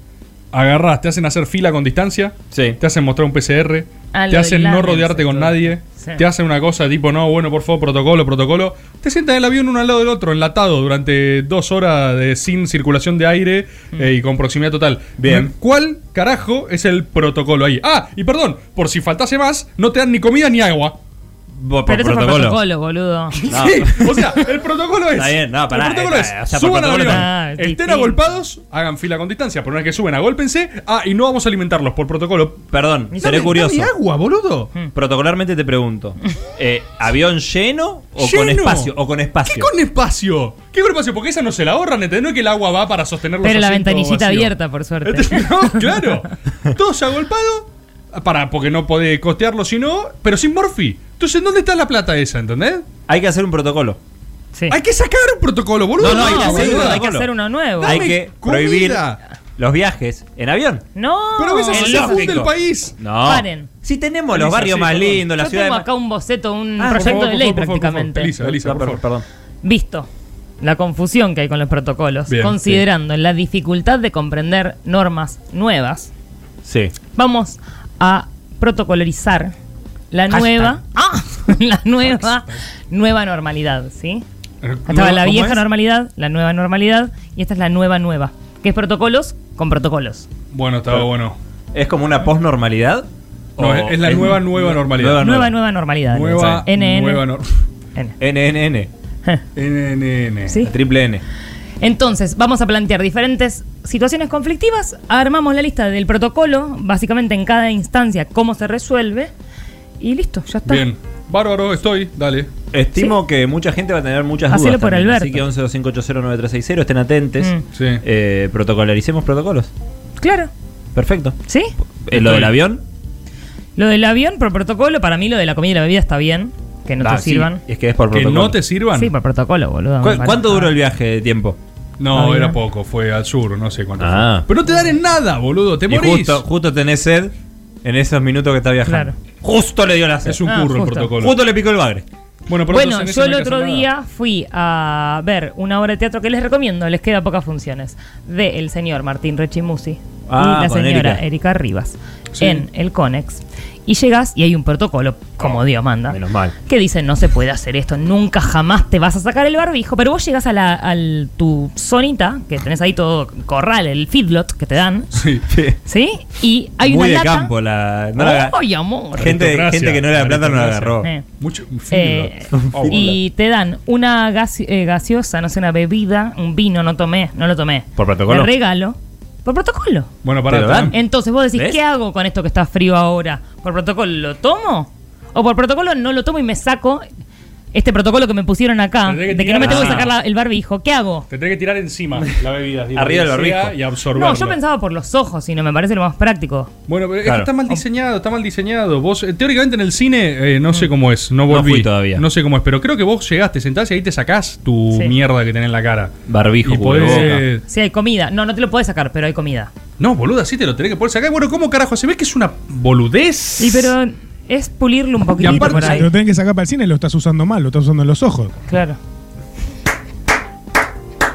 [SPEAKER 4] Agarrás, te hacen hacer fila con distancia. Sí. Te hacen mostrar un PCR.
[SPEAKER 8] Ah, lo
[SPEAKER 4] te hacen
[SPEAKER 8] del
[SPEAKER 4] no
[SPEAKER 8] lápiz,
[SPEAKER 4] rodearte con nadie.
[SPEAKER 8] Sí.
[SPEAKER 4] Te hacen una cosa tipo, no, bueno, por favor, protocolo, protocolo. Te sientas en el avión uno al lado del otro, enlatado, durante dos horas de, sin circulación de aire
[SPEAKER 8] Mm.
[SPEAKER 4] eh, y con proximidad total. Bien. ¿Cuál carajo es el protocolo ahí? Ah, y perdón, por si faltase más, no te dan ni comida ni agua.
[SPEAKER 8] Pero eso es por protocolo, boludo.
[SPEAKER 4] Sí, o sea, el protocolo es.
[SPEAKER 6] Está bien, no, pará,
[SPEAKER 4] el protocolo
[SPEAKER 6] eh,
[SPEAKER 4] es.
[SPEAKER 6] o sea, por
[SPEAKER 4] suban al
[SPEAKER 6] protocolo
[SPEAKER 4] avión,
[SPEAKER 6] también. Ah,
[SPEAKER 4] estén
[SPEAKER 6] distinto.
[SPEAKER 4] agolpados, hagan fila con distancia. Por una vez que suben, agólpense. Ah, y no vamos a alimentarlos por protocolo.
[SPEAKER 6] Perdón,
[SPEAKER 4] Ni
[SPEAKER 6] seré
[SPEAKER 4] dame-
[SPEAKER 6] curioso. Hmm.
[SPEAKER 4] dame agua, boludo.
[SPEAKER 6] Protocolarmente te pregunto, eh, ¿avión lleno o con
[SPEAKER 4] ¿Lleno?
[SPEAKER 6] espacio? O con espacio.
[SPEAKER 4] ¿Qué con espacio? ¿Qué con espacio? Porque esa no se la ahorran, ¿entendés? No es que el agua va para sostener los
[SPEAKER 8] Pero la
[SPEAKER 4] asientos
[SPEAKER 8] ventanillita
[SPEAKER 4] vacíos.
[SPEAKER 8] abierta, por suerte.
[SPEAKER 4] No, claro. Todos agolpados. Para, porque no podés costearlo si no, pero sin Morphy. Entonces, ¿dónde está la plata esa, entendés?
[SPEAKER 6] Hay que hacer un protocolo.
[SPEAKER 4] Hay que sacar un protocolo, boludo.
[SPEAKER 6] No, no, hay que hacer
[SPEAKER 4] boludo.
[SPEAKER 6] un
[SPEAKER 8] Hay que hacer uno nuevo.
[SPEAKER 6] Hay que
[SPEAKER 4] comida.
[SPEAKER 6] prohibir los viajes en avión.
[SPEAKER 8] No,
[SPEAKER 4] Pero a veces se
[SPEAKER 6] confunde
[SPEAKER 8] lógico.
[SPEAKER 6] el país. No.
[SPEAKER 8] Paren.
[SPEAKER 6] Si tenemos los barrios más lindos, la
[SPEAKER 8] Yo
[SPEAKER 6] ciudad
[SPEAKER 8] tengo
[SPEAKER 6] de
[SPEAKER 8] acá un boceto, un
[SPEAKER 6] Ah, por
[SPEAKER 8] proyecto
[SPEAKER 6] favor,
[SPEAKER 8] de
[SPEAKER 6] por
[SPEAKER 8] ley
[SPEAKER 6] favor, por favor, por favor.
[SPEAKER 8] prácticamente.
[SPEAKER 6] Elisa, Elisa, por favor. Perdón.
[SPEAKER 8] Visto la confusión que hay con los protocolos,
[SPEAKER 6] Bien,
[SPEAKER 8] considerando la dificultad de comprender normas nuevas,
[SPEAKER 6] Sí.
[SPEAKER 8] vamos a protocolarizar la
[SPEAKER 6] Hashtag.
[SPEAKER 8] nueva, ¡Ah! la nueva, nueva normalidad, ¿sí? Estaba
[SPEAKER 6] ¿Nueva
[SPEAKER 8] la
[SPEAKER 6] Eh, cómo
[SPEAKER 8] vieja
[SPEAKER 6] es?
[SPEAKER 8] normalidad, la nueva normalidad y esta es la nueva nueva, que es protocolos con protocolos.
[SPEAKER 4] Bueno, estaba bueno.
[SPEAKER 6] ¿Es como una posnormalidad?
[SPEAKER 4] No,
[SPEAKER 6] ¿O
[SPEAKER 4] es la nueva, nueva normalidad.
[SPEAKER 8] Nueva nueva, normalidad.
[SPEAKER 6] Nueva,
[SPEAKER 8] NN.
[SPEAKER 6] nueva nor- NNN.
[SPEAKER 4] NNN.
[SPEAKER 8] Sí.
[SPEAKER 6] La Triple N.
[SPEAKER 8] Entonces, vamos a plantear diferentes situaciones conflictivas, armamos la lista del protocolo, básicamente en cada instancia cómo se resuelve y listo, ya está.
[SPEAKER 4] Bien. Bárbaro, estoy. Dale.
[SPEAKER 6] Estimo que mucha gente va a tener muchas
[SPEAKER 8] Hacelo
[SPEAKER 6] dudas.
[SPEAKER 8] por
[SPEAKER 6] también,
[SPEAKER 8] Alberto.
[SPEAKER 6] así que 1125809360, estén atentes.
[SPEAKER 8] Mm.
[SPEAKER 6] Eh, protocolaricemos protocolos.
[SPEAKER 8] Claro,
[SPEAKER 6] Perfecto.
[SPEAKER 8] ¿sí?
[SPEAKER 6] Eh, ¿Lo del avión?
[SPEAKER 8] Lo del avión por protocolo, para mí lo de la comida y la bebida está bien, que no
[SPEAKER 6] Ah,
[SPEAKER 8] te
[SPEAKER 6] sí,
[SPEAKER 8] sirvan.
[SPEAKER 6] es que es por
[SPEAKER 4] ¿Que
[SPEAKER 6] protocolo.
[SPEAKER 4] no te sirvan?
[SPEAKER 8] Sí, por protocolo, boludo.
[SPEAKER 6] ¿Cu-
[SPEAKER 8] me
[SPEAKER 6] ¿Cuánto
[SPEAKER 8] parece.
[SPEAKER 6] duró el viaje de tiempo?
[SPEAKER 4] No,
[SPEAKER 8] Ah,
[SPEAKER 4] era
[SPEAKER 8] bien.
[SPEAKER 4] poco, fue al sur, no sé cuánto.
[SPEAKER 6] Ah.
[SPEAKER 4] Pero no te dan en nada, boludo, te
[SPEAKER 6] y
[SPEAKER 4] morís.
[SPEAKER 6] justo, justo tenés sed en esos minutos que está viajando. Justo le dio la sed.
[SPEAKER 4] Es un Ah, curro el justo. protocolo.
[SPEAKER 6] Justo le picó el bagre.
[SPEAKER 4] Bueno,
[SPEAKER 8] Bueno, yo el otro día fui a ver una obra de teatro que les recomiendo, les queda pocas funciones, de el señor Martín Rechimusi
[SPEAKER 6] Ah,
[SPEAKER 8] y la
[SPEAKER 6] con
[SPEAKER 8] señora
[SPEAKER 6] Erika.
[SPEAKER 8] Erika, Rivas
[SPEAKER 6] Sí.
[SPEAKER 8] en el Conex. Y llegas y hay un protocolo, como Dios manda,
[SPEAKER 6] Ah, Menos mal.
[SPEAKER 8] que dice no se puede hacer esto, nunca jamás te vas a sacar el barbijo, pero vos llegas a, la, al- tu zonita, que tenés ahí todo corral, el feedlot que te dan,
[SPEAKER 4] Sí.
[SPEAKER 8] ¿sí? Y hay
[SPEAKER 6] Muy
[SPEAKER 8] una
[SPEAKER 6] de
[SPEAKER 8] lata...
[SPEAKER 6] campo la. no la-
[SPEAKER 8] ¡Ay, amor!
[SPEAKER 6] gente,
[SPEAKER 4] Aristocracia,
[SPEAKER 6] gente que no le da plata no la
[SPEAKER 4] aristocracia.
[SPEAKER 6] agarró.
[SPEAKER 8] Eh.
[SPEAKER 4] Mucho. un filo.
[SPEAKER 8] Eh,
[SPEAKER 4] Oh, boludo.
[SPEAKER 8] y te dan una gase- eh, gaseosa, no sé, una bebida, un vino, no tomé, no lo tomé.
[SPEAKER 6] Por
[SPEAKER 8] De
[SPEAKER 6] protocolo.
[SPEAKER 8] regalo. Por protocolo.
[SPEAKER 4] Bueno,
[SPEAKER 6] Te
[SPEAKER 4] pará.
[SPEAKER 6] lo
[SPEAKER 4] pará.
[SPEAKER 6] dan.
[SPEAKER 8] Entonces vos decís,
[SPEAKER 6] ¿Ves?
[SPEAKER 8] ¿qué hago con esto que está frío ahora? ¿Por protocolo lo tomo? ¿O por protocolo no lo tomo y me saco este protocolo que me pusieron acá?
[SPEAKER 4] Tendré que
[SPEAKER 8] De que no me
[SPEAKER 4] tirar
[SPEAKER 8] tengo que
[SPEAKER 4] encima.
[SPEAKER 8] sacar la- el barbijo. ¿Qué hago?
[SPEAKER 4] Te tenés que tirar encima la bebida. digo,
[SPEAKER 6] Arriba del
[SPEAKER 4] que sea,
[SPEAKER 6] barbijo.
[SPEAKER 4] Y absorberlo.
[SPEAKER 8] No, yo pensaba por los ojos, sino me parece lo más práctico.
[SPEAKER 4] Bueno, pero es que
[SPEAKER 6] Claro.
[SPEAKER 8] Oh.
[SPEAKER 4] está mal diseñado, está mal diseñado. Vos, eh, teóricamente en el cine, eh, no
[SPEAKER 8] Mm.
[SPEAKER 4] sé cómo es, no volví.
[SPEAKER 6] fui todavía.
[SPEAKER 4] No sé cómo es, pero creo que vos llegaste, sentás y ahí te sacás tu
[SPEAKER 8] Sí.
[SPEAKER 4] mierda que tenés en la cara.
[SPEAKER 6] Barbijo,
[SPEAKER 4] Y podés, eh,
[SPEAKER 8] Si hay comida. No, no te lo puedes sacar, pero hay comida.
[SPEAKER 4] No, boludo, así te lo tenés que poder sacar. Bueno, ¿cómo carajo? ¿Se ve que es una boludez?
[SPEAKER 8] Y pero es pulirlo un poquitito
[SPEAKER 4] aparte-
[SPEAKER 8] por
[SPEAKER 2] Si
[SPEAKER 8] ahí.
[SPEAKER 2] te lo tenés que sacar para el cine, lo estás usando mal, lo estás usando en los ojos.
[SPEAKER 8] Claro.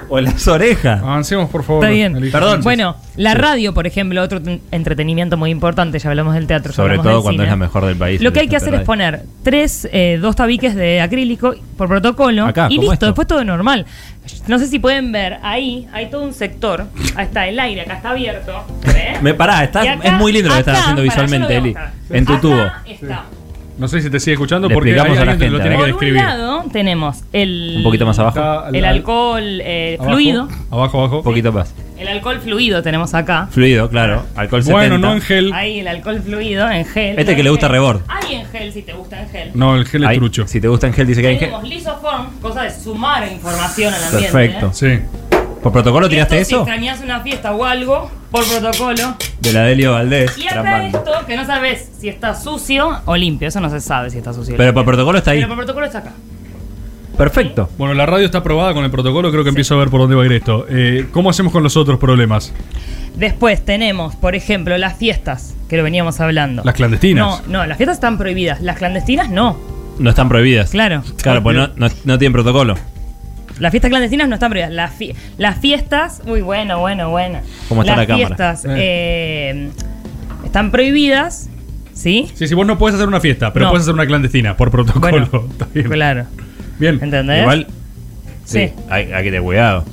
[SPEAKER 6] O las orejas.
[SPEAKER 4] Avancemos, por favor.
[SPEAKER 8] Está bien.
[SPEAKER 4] Alicia.
[SPEAKER 8] Bueno, la radio, por ejemplo, otro ten- entretenimiento muy importante. Ya hablamos del teatro. ya
[SPEAKER 6] Sobre
[SPEAKER 8] hablamos
[SPEAKER 6] todo
[SPEAKER 8] del
[SPEAKER 6] cuando
[SPEAKER 8] cine.
[SPEAKER 6] es la mejor del país.
[SPEAKER 8] Lo que hay que hacer es poner tres, eh, dos tabiques de acrílico por protocolo
[SPEAKER 6] Acá,
[SPEAKER 8] y
[SPEAKER 6] como
[SPEAKER 8] listo,
[SPEAKER 6] esto.
[SPEAKER 8] después todo normal. No sé si pueden ver, ahí hay todo un sector, ahí está el aire, acá está abierto. ¿eh?
[SPEAKER 6] Me pará, Ah, está-
[SPEAKER 8] Y acá-
[SPEAKER 6] es muy lindo lo que estás
[SPEAKER 8] acá,
[SPEAKER 6] haciendo
[SPEAKER 8] pará,
[SPEAKER 6] visualmente,
[SPEAKER 8] yo lo voy
[SPEAKER 6] Eli.
[SPEAKER 8] a mostrar.
[SPEAKER 6] En tu
[SPEAKER 8] Acá
[SPEAKER 6] tubo.
[SPEAKER 8] Está.
[SPEAKER 4] No sé si te sigue escuchando
[SPEAKER 6] Le
[SPEAKER 4] porque hay
[SPEAKER 6] explicamos a la
[SPEAKER 4] alguien que lo
[SPEAKER 6] gente,
[SPEAKER 4] tiene
[SPEAKER 6] a
[SPEAKER 4] que
[SPEAKER 6] ver.
[SPEAKER 8] Por un
[SPEAKER 4] describir.
[SPEAKER 8] lado tenemos el...
[SPEAKER 6] Un poquito más abajo.
[SPEAKER 4] Está al-
[SPEAKER 8] El
[SPEAKER 4] al-
[SPEAKER 8] alcohol eh,
[SPEAKER 4] abajo,
[SPEAKER 8] fluido.
[SPEAKER 4] Abajo, abajo.
[SPEAKER 6] Un poquito más.
[SPEAKER 8] El alcohol fluido tenemos acá.
[SPEAKER 6] Fluido, claro. Alcohol 70.
[SPEAKER 4] Bueno, no en gel.
[SPEAKER 8] Ahí el alcohol fluido en gel.
[SPEAKER 6] Este que le gusta rebord.
[SPEAKER 8] Hay en gel si te gusta en gel.
[SPEAKER 4] No, el gel es
[SPEAKER 6] Ahí,
[SPEAKER 4] trucho.
[SPEAKER 6] Si te gusta en gel, dice que hay en gel.
[SPEAKER 8] Tenemos lisoform, cosa de sumar información al ambiente. ¿eh?
[SPEAKER 6] Perfecto.
[SPEAKER 4] ¿eh? Sí.
[SPEAKER 6] ¿Por protocolo tiraste
[SPEAKER 8] Esto, Si
[SPEAKER 6] eso?
[SPEAKER 8] extrañas una fiesta o algo, por protocolo.
[SPEAKER 6] De la Delio Valdés.
[SPEAKER 8] Y acá
[SPEAKER 6] trambando.
[SPEAKER 8] esto, que no sabes si está sucio o limpio. Eso no se sabe si está sucio. o
[SPEAKER 6] Pero
[SPEAKER 8] limpio.
[SPEAKER 6] por protocolo está ahí.
[SPEAKER 8] Pero por protocolo está acá.
[SPEAKER 10] Perfecto.
[SPEAKER 4] Bueno, la radio está aprobada con el protocolo, creo que empiezo a ver por dónde va a ir esto. Eh, ¿Cómo hacemos con los otros problemas?
[SPEAKER 8] Después tenemos, por ejemplo, las fiestas, que lo veníamos hablando.
[SPEAKER 4] Las clandestinas.
[SPEAKER 8] No, no, las fiestas están prohibidas. Las clandestinas no.
[SPEAKER 6] No están prohibidas.
[SPEAKER 8] Claro.
[SPEAKER 6] Claro, pues no, no- no tienen protocolo.
[SPEAKER 8] Las fiestas clandestinas no están prohibidas. Las, fi- las fiestas. Uy, bueno, bueno, bueno.
[SPEAKER 6] ¿Cómo está
[SPEAKER 8] las
[SPEAKER 6] la cámara?
[SPEAKER 8] fiestas eh, están prohibidas, ¿sí?
[SPEAKER 4] Sí, sí, vos no puedes hacer una fiesta, pero
[SPEAKER 8] No.
[SPEAKER 4] puedes hacer una clandestina por protocolo. Está bien.
[SPEAKER 8] Claro.
[SPEAKER 4] Bien.
[SPEAKER 8] ¿Entendés?
[SPEAKER 6] Igual.
[SPEAKER 8] Sí.
[SPEAKER 6] Sí. Hay, hay que tener cuidado.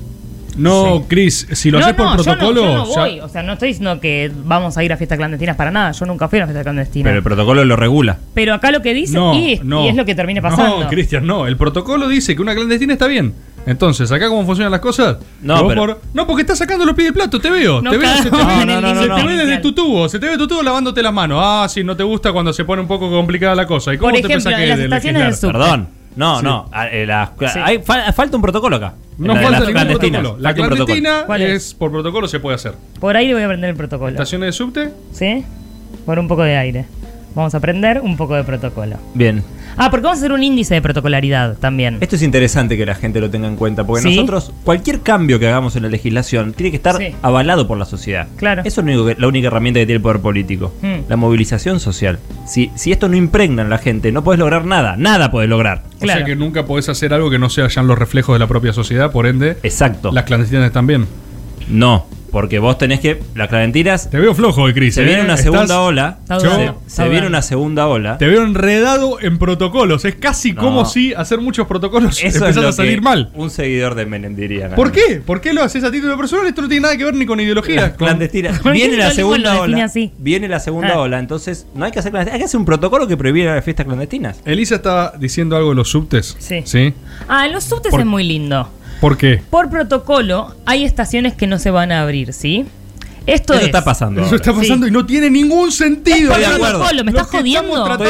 [SPEAKER 4] No, Cris, si lo
[SPEAKER 8] No,
[SPEAKER 4] haces por
[SPEAKER 8] no, yo no-
[SPEAKER 4] protocolo.
[SPEAKER 8] Yo no,
[SPEAKER 4] ya-
[SPEAKER 8] voy. O sea, no estoy diciendo que vamos a ir a fiestas clandestinas para nada. Yo nunca fui a una fiesta clandestina.
[SPEAKER 6] Pero el
[SPEAKER 8] Pero,
[SPEAKER 6] protocolo lo regula.
[SPEAKER 8] acá lo que dice
[SPEAKER 4] No,
[SPEAKER 8] y,
[SPEAKER 4] no.
[SPEAKER 8] y es lo que termina pasando.
[SPEAKER 4] No, Cristian, no. El protocolo dice que una clandestina está bien. Entonces, acá cómo funcionan las cosas.
[SPEAKER 6] No,
[SPEAKER 4] Que vos
[SPEAKER 6] pero-
[SPEAKER 4] no porque estás sacando los pies del plato, te veo.
[SPEAKER 8] No
[SPEAKER 4] te veo, se te,
[SPEAKER 8] cagamos
[SPEAKER 4] ve-
[SPEAKER 8] en el
[SPEAKER 4] se
[SPEAKER 8] inicial.
[SPEAKER 4] te ve desde tu tubo, se te ve tu tubo lavándote las manos. Ah, sí, no te gusta cuando se pone un poco complicada la cosa. ¿Y cómo
[SPEAKER 8] Por
[SPEAKER 4] te pensás
[SPEAKER 8] ejemplo,
[SPEAKER 4] que
[SPEAKER 8] en las
[SPEAKER 4] es de
[SPEAKER 8] estaciones
[SPEAKER 4] legislar?
[SPEAKER 8] del subte.
[SPEAKER 6] Perdón. No,
[SPEAKER 4] Sí.
[SPEAKER 6] no. a- eh, las-
[SPEAKER 4] Sí.
[SPEAKER 6] hay- fal- falta un protocolo acá.
[SPEAKER 4] No
[SPEAKER 6] La-
[SPEAKER 4] falta
[SPEAKER 6] las
[SPEAKER 4] ningún
[SPEAKER 6] clandestinas.
[SPEAKER 4] protocolo. La
[SPEAKER 6] Falta un protocolo.
[SPEAKER 4] clandestina
[SPEAKER 8] ¿Cuál
[SPEAKER 4] es? por protocolo se puede hacer.
[SPEAKER 8] Por ahí le voy a aprender el protocolo.
[SPEAKER 4] Estaciones de subte.
[SPEAKER 8] ¿Sí? Por un poco de aire. Vamos a aprender un poco de protocolo.
[SPEAKER 6] Bien.
[SPEAKER 8] Ah, porque vamos a hacer un índice de protocolaridad también.
[SPEAKER 6] Esto es interesante que la gente lo tenga en cuenta, porque
[SPEAKER 8] Sí.
[SPEAKER 6] nosotros, cualquier cambio que hagamos en la legislación tiene que estar
[SPEAKER 8] Sí.
[SPEAKER 6] avalado por la sociedad.
[SPEAKER 8] Claro.
[SPEAKER 6] Eso es lo único que- la única herramienta que tiene el poder político.
[SPEAKER 4] Hmm.
[SPEAKER 8] Mm.
[SPEAKER 6] La movilización social. Si, si esto no impregna en la gente, no podés lograr nada. Nada podés lograr.
[SPEAKER 4] O sea que nunca podés hacer algo que no sea ya en los reflejos de la propia sociedad, por ende.
[SPEAKER 6] Exacto.
[SPEAKER 4] Las clandestinas también.
[SPEAKER 6] No, porque vos tenés que. Las clandestinas.
[SPEAKER 4] Te veo flojo hoy, Cris.
[SPEAKER 6] Se
[SPEAKER 4] ¿eh?
[SPEAKER 6] viene una
[SPEAKER 4] Estás-
[SPEAKER 6] segunda ola.
[SPEAKER 4] Está
[SPEAKER 6] Se-
[SPEAKER 4] dudando,
[SPEAKER 6] Se,
[SPEAKER 4] está
[SPEAKER 6] viene
[SPEAKER 4] dudando.
[SPEAKER 6] una segunda ola.
[SPEAKER 4] Te veo enredado en protocolos. Es casi
[SPEAKER 6] No.
[SPEAKER 4] como si hacer muchos protocolos
[SPEAKER 6] Eso es
[SPEAKER 4] empezara
[SPEAKER 6] lo
[SPEAKER 4] a salir
[SPEAKER 6] que
[SPEAKER 4] mal.
[SPEAKER 6] Un seguidor de Menem diría.
[SPEAKER 4] ¿Por qué? ¿Por qué lo haces a título personal? Esto no tiene nada que ver ni con ideología. con-
[SPEAKER 6] Clandestina.
[SPEAKER 4] ¿Por qué
[SPEAKER 6] Viene la
[SPEAKER 4] todo el mundo
[SPEAKER 6] segunda
[SPEAKER 4] lo define
[SPEAKER 6] ola.
[SPEAKER 4] así?
[SPEAKER 6] Viene la segunda
[SPEAKER 4] Ah.
[SPEAKER 6] ola. Entonces, no hay que hacer clandestinas. Hay que hacer un protocolo que prohibiera las fiestas clandestinas.
[SPEAKER 4] Elisa estaba diciendo algo de los subtes.
[SPEAKER 8] Sí.
[SPEAKER 4] ¿Sí?
[SPEAKER 8] Ah, los subtes
[SPEAKER 4] Por-
[SPEAKER 8] es muy lindo.
[SPEAKER 4] ¿Por qué?
[SPEAKER 8] Por protocolo, hay estaciones que no se van a abrir, ¿sí? Esto
[SPEAKER 4] Eso
[SPEAKER 8] es-
[SPEAKER 4] está pasando Eso ahora. está pasando
[SPEAKER 8] Sí.
[SPEAKER 4] y no tiene ningún sentido.
[SPEAKER 8] Es por
[SPEAKER 4] Estoy de
[SPEAKER 8] protocolo,
[SPEAKER 4] acuerdo.
[SPEAKER 8] me
[SPEAKER 4] Lo
[SPEAKER 8] estás
[SPEAKER 4] que estamos
[SPEAKER 8] jodiendo.
[SPEAKER 4] tratando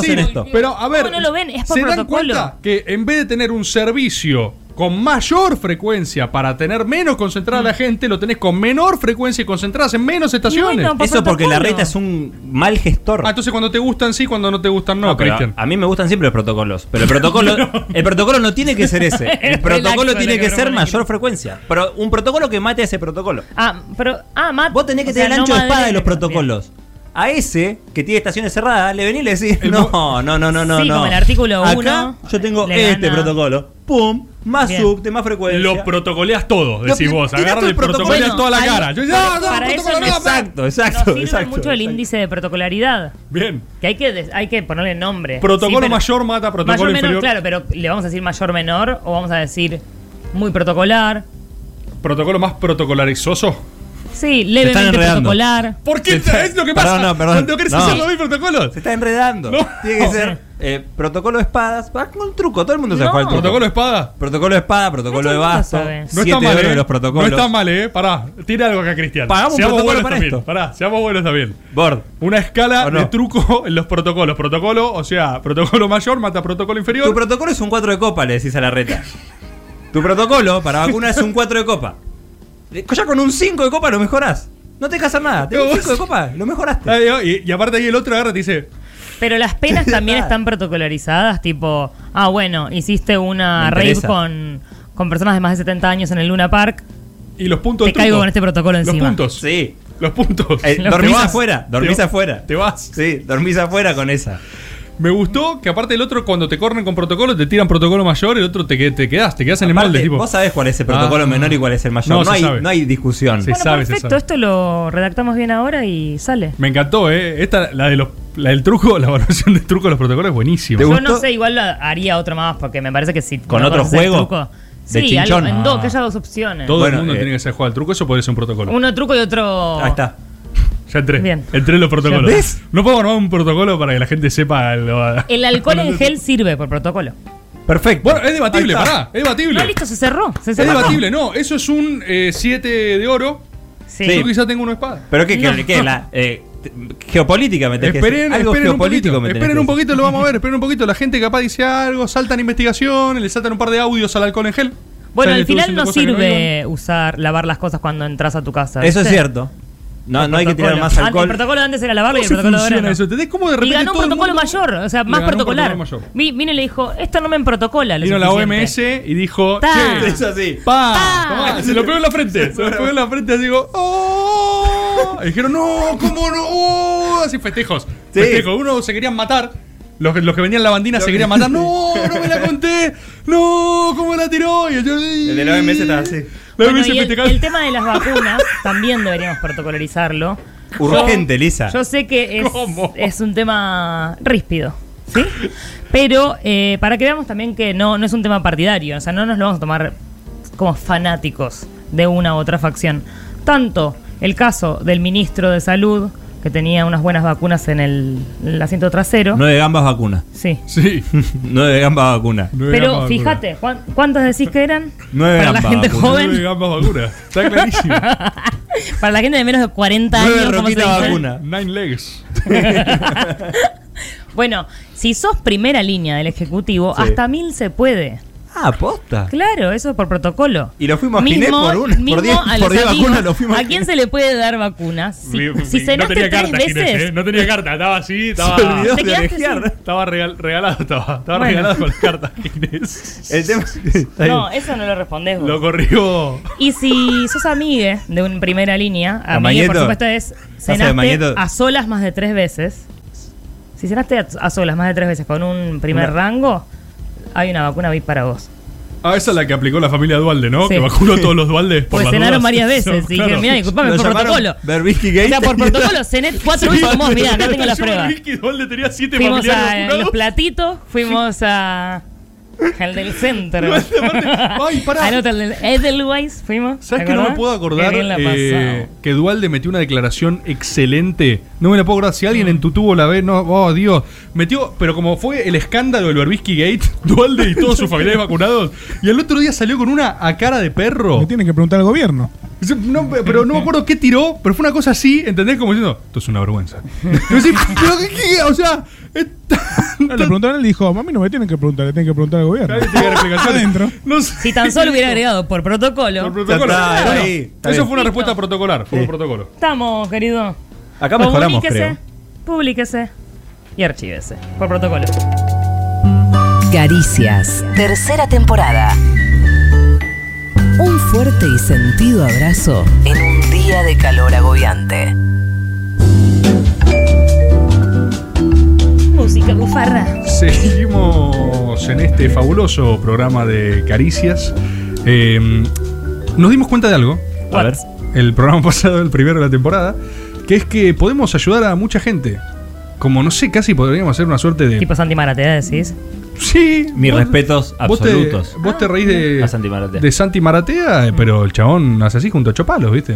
[SPEAKER 4] de decir. Pero a ver,
[SPEAKER 8] ¿Cómo no lo ven? Es por
[SPEAKER 4] ¿se dan
[SPEAKER 8] protocolo.
[SPEAKER 4] cuenta que en vez de tener un servicio con mayor frecuencia para tener menos concentrada
[SPEAKER 8] Mm.
[SPEAKER 4] la gente, lo tenés con menor frecuencia y concentradas en menos estaciones?
[SPEAKER 6] Eso porque la reta es un mal gestor.
[SPEAKER 4] Ah, entonces cuando te gustan sí, cuando no te gustan no,
[SPEAKER 6] No, pero
[SPEAKER 4] Cristian.
[SPEAKER 6] a mí me gustan siempre los protocolos. Pero el protocolo, el protocolo no tiene que ser ese. El
[SPEAKER 8] Relax
[SPEAKER 6] protocolo
[SPEAKER 8] con
[SPEAKER 6] tiene
[SPEAKER 8] la
[SPEAKER 6] que
[SPEAKER 8] que
[SPEAKER 6] ser
[SPEAKER 8] propone
[SPEAKER 6] mayor frecuencia. Pero un protocolo que mate a ese protocolo.
[SPEAKER 8] Ah, pero. Ah, Matt. Vos tenés
[SPEAKER 6] que tener el ancho de espada de los protocolos. A ese que tiene estaciones cerradas, le venís y le decís, no, no, no, no, no.
[SPEAKER 8] Sí,
[SPEAKER 6] no.
[SPEAKER 8] como el artículo
[SPEAKER 6] Acá
[SPEAKER 8] uno,
[SPEAKER 6] yo tengo
[SPEAKER 8] le
[SPEAKER 6] este
[SPEAKER 8] gana.
[SPEAKER 6] protocolo. Pum, más
[SPEAKER 8] Bien.
[SPEAKER 6] subte, más frecuencia.
[SPEAKER 4] Lo protocoleás todo,
[SPEAKER 6] Lo-
[SPEAKER 4] decís vos.
[SPEAKER 6] tirá
[SPEAKER 4] Agarras
[SPEAKER 6] todo
[SPEAKER 4] y
[SPEAKER 6] el protocolo.
[SPEAKER 4] protocoleás toda la
[SPEAKER 6] Bueno,
[SPEAKER 4] cara. Yo,
[SPEAKER 6] ahí-
[SPEAKER 4] "Ah, no,
[SPEAKER 8] para eso
[SPEAKER 4] protocolo,
[SPEAKER 8] no-
[SPEAKER 4] no,
[SPEAKER 6] Exacto,
[SPEAKER 8] Nos
[SPEAKER 6] exacto,
[SPEAKER 8] sirve
[SPEAKER 6] exacto.
[SPEAKER 8] mucho el índice de protocolaridad.
[SPEAKER 4] Bien.
[SPEAKER 8] Que hay que, des- hay que ponerle nombre.
[SPEAKER 4] Protocolo
[SPEAKER 8] pero-
[SPEAKER 4] mayor mata a protocolo
[SPEAKER 8] mayor, menor,
[SPEAKER 4] inferior.
[SPEAKER 8] claro, pero le vamos a decir mayor menor o vamos a decir muy protocolar.
[SPEAKER 4] Protocolo más protocolarizoso.
[SPEAKER 8] Sí,
[SPEAKER 4] están
[SPEAKER 8] levemente
[SPEAKER 4] enredando.
[SPEAKER 8] protocolar.
[SPEAKER 4] ¿Por qué? ¿Es lo que pasa?
[SPEAKER 6] Perdón, no, perdón.
[SPEAKER 4] Cuando querés
[SPEAKER 6] No.
[SPEAKER 4] hacer los mismos protocolos.
[SPEAKER 6] Se está enredando. Tiene que ser eh, protocolo de espadas. Va con un truco. Todo el mundo se
[SPEAKER 4] No.
[SPEAKER 6] juega el truco.
[SPEAKER 4] ¿Protocolo de espada?
[SPEAKER 6] Protocolo de espada, protocolo de basto.
[SPEAKER 4] No está
[SPEAKER 6] siete
[SPEAKER 4] mal,
[SPEAKER 6] oro de
[SPEAKER 4] eh.
[SPEAKER 6] los protocolos.
[SPEAKER 4] No está mal, eh. Pará, tira algo acá, Cristian.
[SPEAKER 6] Pagamos un protocolo
[SPEAKER 4] buenos
[SPEAKER 6] para
[SPEAKER 4] también.
[SPEAKER 6] esto.
[SPEAKER 4] Pará, seamos buenos también.
[SPEAKER 6] Bord.
[SPEAKER 4] Una escala
[SPEAKER 6] ¿O no?
[SPEAKER 4] de truco en los protocolos. Protocolo, o sea, protocolo mayor mata protocolo inferior.
[SPEAKER 6] Tu protocolo es un 4 de copa, le decís a la reta. Tu protocolo para vacuna es un 4 de copa. Eh, Ya con un 5 de copa lo mejorás. No te casas nada. Tenés un 5 de copa, lo mejoraste.
[SPEAKER 4] Ah, digo, y, y aparte ahí el otro agarra y te dice.
[SPEAKER 8] Pero las penas también están protocolarizadas, tipo, ah, bueno, hiciste
[SPEAKER 4] Me
[SPEAKER 8] una rave
[SPEAKER 4] interesa.
[SPEAKER 8] con, con personas de más de 70 años en el Luna Park.
[SPEAKER 4] Y los puntos
[SPEAKER 8] Te
[SPEAKER 4] del truco.
[SPEAKER 8] caigo con este protocolo
[SPEAKER 4] Los
[SPEAKER 8] encima.
[SPEAKER 4] puntos.
[SPEAKER 6] Sí.
[SPEAKER 4] Los puntos.
[SPEAKER 6] Eh,
[SPEAKER 4] Los
[SPEAKER 6] dormís
[SPEAKER 4] te vas.
[SPEAKER 6] afuera,
[SPEAKER 4] Te
[SPEAKER 6] dormís
[SPEAKER 4] vas.
[SPEAKER 6] afuera.
[SPEAKER 4] Te vas.
[SPEAKER 6] Sí, dormís afuera con esa.
[SPEAKER 4] Me gustó que aparte el otro, cuando te corren con protocolo, te tiran protocolo mayor, el otro te, que- te quedas, te quedas en el
[SPEAKER 6] Aparte,
[SPEAKER 4] molde. Tipo. Ah.
[SPEAKER 6] vos sabés cuál es el protocolo menor y cuál es el mayor. No
[SPEAKER 4] se
[SPEAKER 6] hay-
[SPEAKER 4] sabe.
[SPEAKER 6] no hay discusión.
[SPEAKER 4] Se
[SPEAKER 6] Bueno,
[SPEAKER 4] sabe, se
[SPEAKER 8] Perfecto,
[SPEAKER 4] sabe.
[SPEAKER 8] esto lo redactamos bien ahora y sale.
[SPEAKER 4] Me encantó, ¿eh? Esta, la, de los, la del truco, la evaluación del truco de los protocolos es buenísima.
[SPEAKER 8] Yo no sé, igual lo haría otro más porque me parece que si.
[SPEAKER 4] ¿Con
[SPEAKER 8] no
[SPEAKER 4] otro
[SPEAKER 8] conoces el
[SPEAKER 4] juego?
[SPEAKER 8] truco-
[SPEAKER 4] ¿De
[SPEAKER 8] sí, algo-
[SPEAKER 4] chinchón?
[SPEAKER 8] en dos, que
[SPEAKER 4] Ah.
[SPEAKER 8] haya dos opciones.
[SPEAKER 4] Todo el
[SPEAKER 6] eh,
[SPEAKER 4] mundo tiene que saber jugar al truco, eso podría ser un protocolo.
[SPEAKER 8] Uno truco y
[SPEAKER 6] Oh.
[SPEAKER 8] otro.
[SPEAKER 4] Ahí está. Ya entré.
[SPEAKER 8] Bien.
[SPEAKER 4] Entré en los protocolos.
[SPEAKER 8] ¿Ya ves?
[SPEAKER 4] No puedo armar un protocolo para que la gente sepa. lo-
[SPEAKER 8] El alcohol en gel sirve por protocolo.
[SPEAKER 6] Perfecto.
[SPEAKER 4] Bueno, es debatible, pará. Es debatible.
[SPEAKER 8] No, listo, se cerró. Se
[SPEAKER 4] es
[SPEAKER 8] cerró.
[SPEAKER 4] debatible, no. Eso es un 7 de oro.
[SPEAKER 8] Sí.
[SPEAKER 4] Yo quizá tengo uno de espada.
[SPEAKER 6] Pero qué, qué,
[SPEAKER 4] No.
[SPEAKER 6] qué, la, eh, te- geopolítica me tenés que
[SPEAKER 4] Esperen,
[SPEAKER 6] decir. Algo
[SPEAKER 4] esperen un
[SPEAKER 6] geopolítico
[SPEAKER 4] poquito,
[SPEAKER 6] me tenés
[SPEAKER 4] esperen
[SPEAKER 6] que
[SPEAKER 4] un
[SPEAKER 6] decir.
[SPEAKER 4] poquito, lo vamos a ver, esperen un poquito. La gente capaz dice algo, saltan investigaciones, le saltan un par de audios al alcohol en gel.
[SPEAKER 8] Bueno,
[SPEAKER 4] Salen
[SPEAKER 8] al
[SPEAKER 4] estuvo
[SPEAKER 8] final
[SPEAKER 4] haciendo
[SPEAKER 8] no
[SPEAKER 4] cosas que
[SPEAKER 8] sirve
[SPEAKER 4] iban.
[SPEAKER 8] usar, lavar las cosas cuando entras a tu casa.
[SPEAKER 6] Eso es
[SPEAKER 8] ¿viste?
[SPEAKER 6] cierto. No, no hay que tirar
[SPEAKER 8] protocolo.
[SPEAKER 6] más
[SPEAKER 8] Antes, el
[SPEAKER 6] alcohol.
[SPEAKER 8] protocolo de antes era lavarlo y el
[SPEAKER 4] ¿Cómo se
[SPEAKER 8] protocolo de ahora
[SPEAKER 4] funciona
[SPEAKER 8] no.
[SPEAKER 4] eso? ¿Entendés cómo de
[SPEAKER 8] y
[SPEAKER 4] repente
[SPEAKER 8] ganó un
[SPEAKER 4] todo el
[SPEAKER 8] protocolo
[SPEAKER 4] mundo-
[SPEAKER 8] mayor, o sea,
[SPEAKER 4] Le
[SPEAKER 8] más
[SPEAKER 4] ganó un
[SPEAKER 8] protocolar.
[SPEAKER 4] protocolo mayor.
[SPEAKER 8] Mi- Mine le dijo, esto no me protocola. lo
[SPEAKER 4] Vino la
[SPEAKER 8] suficiente".
[SPEAKER 4] OMS y dijo,
[SPEAKER 8] Ta.
[SPEAKER 4] che,
[SPEAKER 8] Es así.
[SPEAKER 4] pa,
[SPEAKER 8] Ta.
[SPEAKER 4] tomá, se lo pegó en la frente, se lo pegó en la frente, así digo, ¡oh! Y dijeron, no, ¿cómo no? ¡Oh! Así festejos, festejos, uno se querían matar, los, que- los que vendían la bandina se querían matar, no, no me la conté, no, "Oh, ¿cómo la tiró? Y yo, el
[SPEAKER 6] de la OMS estaba así.
[SPEAKER 4] La
[SPEAKER 8] Bueno,
[SPEAKER 4] OMS
[SPEAKER 8] y el,
[SPEAKER 4] festejaba.
[SPEAKER 8] el tema de las vacunas también deberíamos protocolarizarlo.
[SPEAKER 6] Urgente, Lisa.
[SPEAKER 8] Yo sé que es, es un tema ríspido, ¿sí? Pero eh, para que veamos también que no, no es un tema partidario, o sea, no nos lo vamos a tomar como fanáticos de una u otra facción. Tanto el caso del ministro de Salud, que tenía unas buenas vacunas en el, el asiento trasero.
[SPEAKER 6] Nueve gambas vacuna.
[SPEAKER 8] Sí.
[SPEAKER 4] Sí.
[SPEAKER 6] Nueve gambas vacuna.
[SPEAKER 8] Pero fíjate, ¿cuán- ¿cuántas decís que eran?
[SPEAKER 6] Nueve
[SPEAKER 8] para la
[SPEAKER 6] gambas
[SPEAKER 8] gente
[SPEAKER 6] vacunas.
[SPEAKER 8] joven.
[SPEAKER 6] Nueve
[SPEAKER 4] gambas vacunas. Está clarísimo.
[SPEAKER 8] Para la gente de menos de 40 años. ¿cómo
[SPEAKER 4] Nueve
[SPEAKER 8] se
[SPEAKER 4] roquitas
[SPEAKER 8] dice?
[SPEAKER 4] vacuna. Nine legs.
[SPEAKER 8] Bueno, si sos primera línea del Ejecutivo,
[SPEAKER 6] Sí.
[SPEAKER 8] hasta mil se puede.
[SPEAKER 6] Ah, posta.
[SPEAKER 8] Claro, eso es por protocolo.
[SPEAKER 6] Y lo fuimos a Giné por una, por diez,
[SPEAKER 8] a
[SPEAKER 6] por
[SPEAKER 8] los
[SPEAKER 6] diez
[SPEAKER 8] amigos,
[SPEAKER 6] vacunas lo fuimos
[SPEAKER 8] ¿A quién se le puede dar vacunas? Si,
[SPEAKER 4] Mi-
[SPEAKER 8] si
[SPEAKER 4] mi-
[SPEAKER 8] cenaste
[SPEAKER 4] no tenía
[SPEAKER 8] tres
[SPEAKER 4] carta,
[SPEAKER 8] veces.
[SPEAKER 4] Ginés, ¿eh? No tenía carta, estaba así, estaba.
[SPEAKER 6] olvidó Te de quedaste
[SPEAKER 8] alejear. sin-
[SPEAKER 4] Estaba regal- regalado, estaba. Estaba
[SPEAKER 8] Bueno.
[SPEAKER 4] regalado con las cartas, Ginés. El tema.
[SPEAKER 8] No, eso no lo respondés vos.
[SPEAKER 4] Lo corrió.
[SPEAKER 8] Y si sos amigue de una primera línea, amigue por
[SPEAKER 6] Mañeto?
[SPEAKER 8] supuesto es
[SPEAKER 6] de
[SPEAKER 8] cenaste
[SPEAKER 6] Mañeto?
[SPEAKER 8] a solas más de tres veces. Si cenaste a, a solas más de tres veces con un primer
[SPEAKER 4] Una-
[SPEAKER 8] rango, hay una vacuna VIP para vos.
[SPEAKER 4] Ah, esa es la que aplicó la familia Dualde, ¿no?
[SPEAKER 8] Sí.
[SPEAKER 4] Que vacunó a todos los Dualdes. por
[SPEAKER 8] Pues
[SPEAKER 4] las
[SPEAKER 8] cenaron
[SPEAKER 4] dudas.
[SPEAKER 8] varias veces. y
[SPEAKER 4] Claro.
[SPEAKER 8] dije, mira, disculpame,
[SPEAKER 4] Lo
[SPEAKER 8] por
[SPEAKER 4] llamaron
[SPEAKER 8] protocolo.
[SPEAKER 6] Berbisky
[SPEAKER 8] O sea, por protocolo, cené cuatro veces como vos, mirá, acá tengo las
[SPEAKER 4] Yo,
[SPEAKER 8] pruebas.
[SPEAKER 4] Ricky Dualde tenía siete
[SPEAKER 8] Fuimos
[SPEAKER 4] familiares
[SPEAKER 8] a eh,
[SPEAKER 4] vacunados.
[SPEAKER 8] Los Platitos, fuimos a. Al del centro.
[SPEAKER 4] Ay, pará.
[SPEAKER 8] Al hotel del Edelweiss fuimos. ¿te
[SPEAKER 4] ¿Sabes que no me
[SPEAKER 8] acordás?
[SPEAKER 4] puedo acordar
[SPEAKER 8] Qué bien la
[SPEAKER 4] eh, que Dualde metió una declaración excelente? No me la puedo acordar. Si alguien en tu tubo la ve, no, oh Dios. Metió, pero como fue el escándalo del Berbisky Gate, Dualde y todos sus familiares vacunados, y al otro día salió con una a cara de perro.
[SPEAKER 2] Me tienen que preguntar al gobierno.
[SPEAKER 4] Dice, No, pero no me acuerdo qué tiró, pero fue una cosa así, ¿entendés? Como diciendo, esto es una vergüenza. Yo decía, pero qué- qué- o sea,
[SPEAKER 2] No, le preguntaron, él dijo, mami, no me tienen que preguntar, le tienen que preguntar al gobierno. Adentro.
[SPEAKER 8] Si tan solo hubiera agregado por protocolo.
[SPEAKER 4] protocolo.
[SPEAKER 2] está, era
[SPEAKER 4] Bueno,
[SPEAKER 2] ahí,
[SPEAKER 4] eso
[SPEAKER 2] está
[SPEAKER 4] fue una respuesta protocolar, fue un protocolo.
[SPEAKER 8] Estamos, querido.
[SPEAKER 4] Acá mejoramos,
[SPEAKER 8] Publíquese, Publíquese y archívese. Por protocolo.
[SPEAKER 12] Caricias.
[SPEAKER 1] Tercera temporada.
[SPEAKER 12] Un fuerte y sentido abrazo.
[SPEAKER 1] En un día de calor agobiante.
[SPEAKER 8] Música bufarra.
[SPEAKER 4] Seguimos en este fabuloso programa de Caricias. Eh, nos dimos cuenta de algo.
[SPEAKER 8] A ver.
[SPEAKER 4] El programa pasado, el primero de la temporada, que es que podemos ayudar a mucha gente. Como no sé, casi podríamos hacer una suerte de.
[SPEAKER 8] Tipo Santi Maratea, decís. Uh.
[SPEAKER 4] Sí.
[SPEAKER 6] Mis
[SPEAKER 4] vos-
[SPEAKER 6] respetos
[SPEAKER 4] vos te-
[SPEAKER 6] absolutos.
[SPEAKER 4] Vos te reís de,
[SPEAKER 6] A Santi Maratea.
[SPEAKER 4] de Santi Maratea, eh, pero el chabón hace así junto a Chopalos, ¿viste?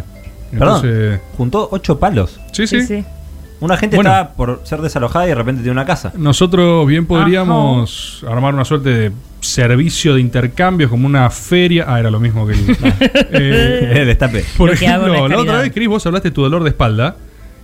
[SPEAKER 6] Mm. Perdón,
[SPEAKER 4] Entonces-
[SPEAKER 6] juntó ocho palos.
[SPEAKER 4] Sí, sí. Sí, sí.
[SPEAKER 6] Una gente
[SPEAKER 4] Bueno.
[SPEAKER 6] estaba por ser desalojada y de repente tiene una casa.
[SPEAKER 4] Nosotros bien podríamos armar una suerte de servicio de intercambios, como una feria. Ah, era lo mismo que el. eh,
[SPEAKER 6] El destape.
[SPEAKER 4] Por
[SPEAKER 6] Lo que hago no
[SPEAKER 4] ejemplo,
[SPEAKER 6] es
[SPEAKER 4] la otra
[SPEAKER 6] caridad.
[SPEAKER 4] vez, Cris, vos hablaste de tu dolor de espalda.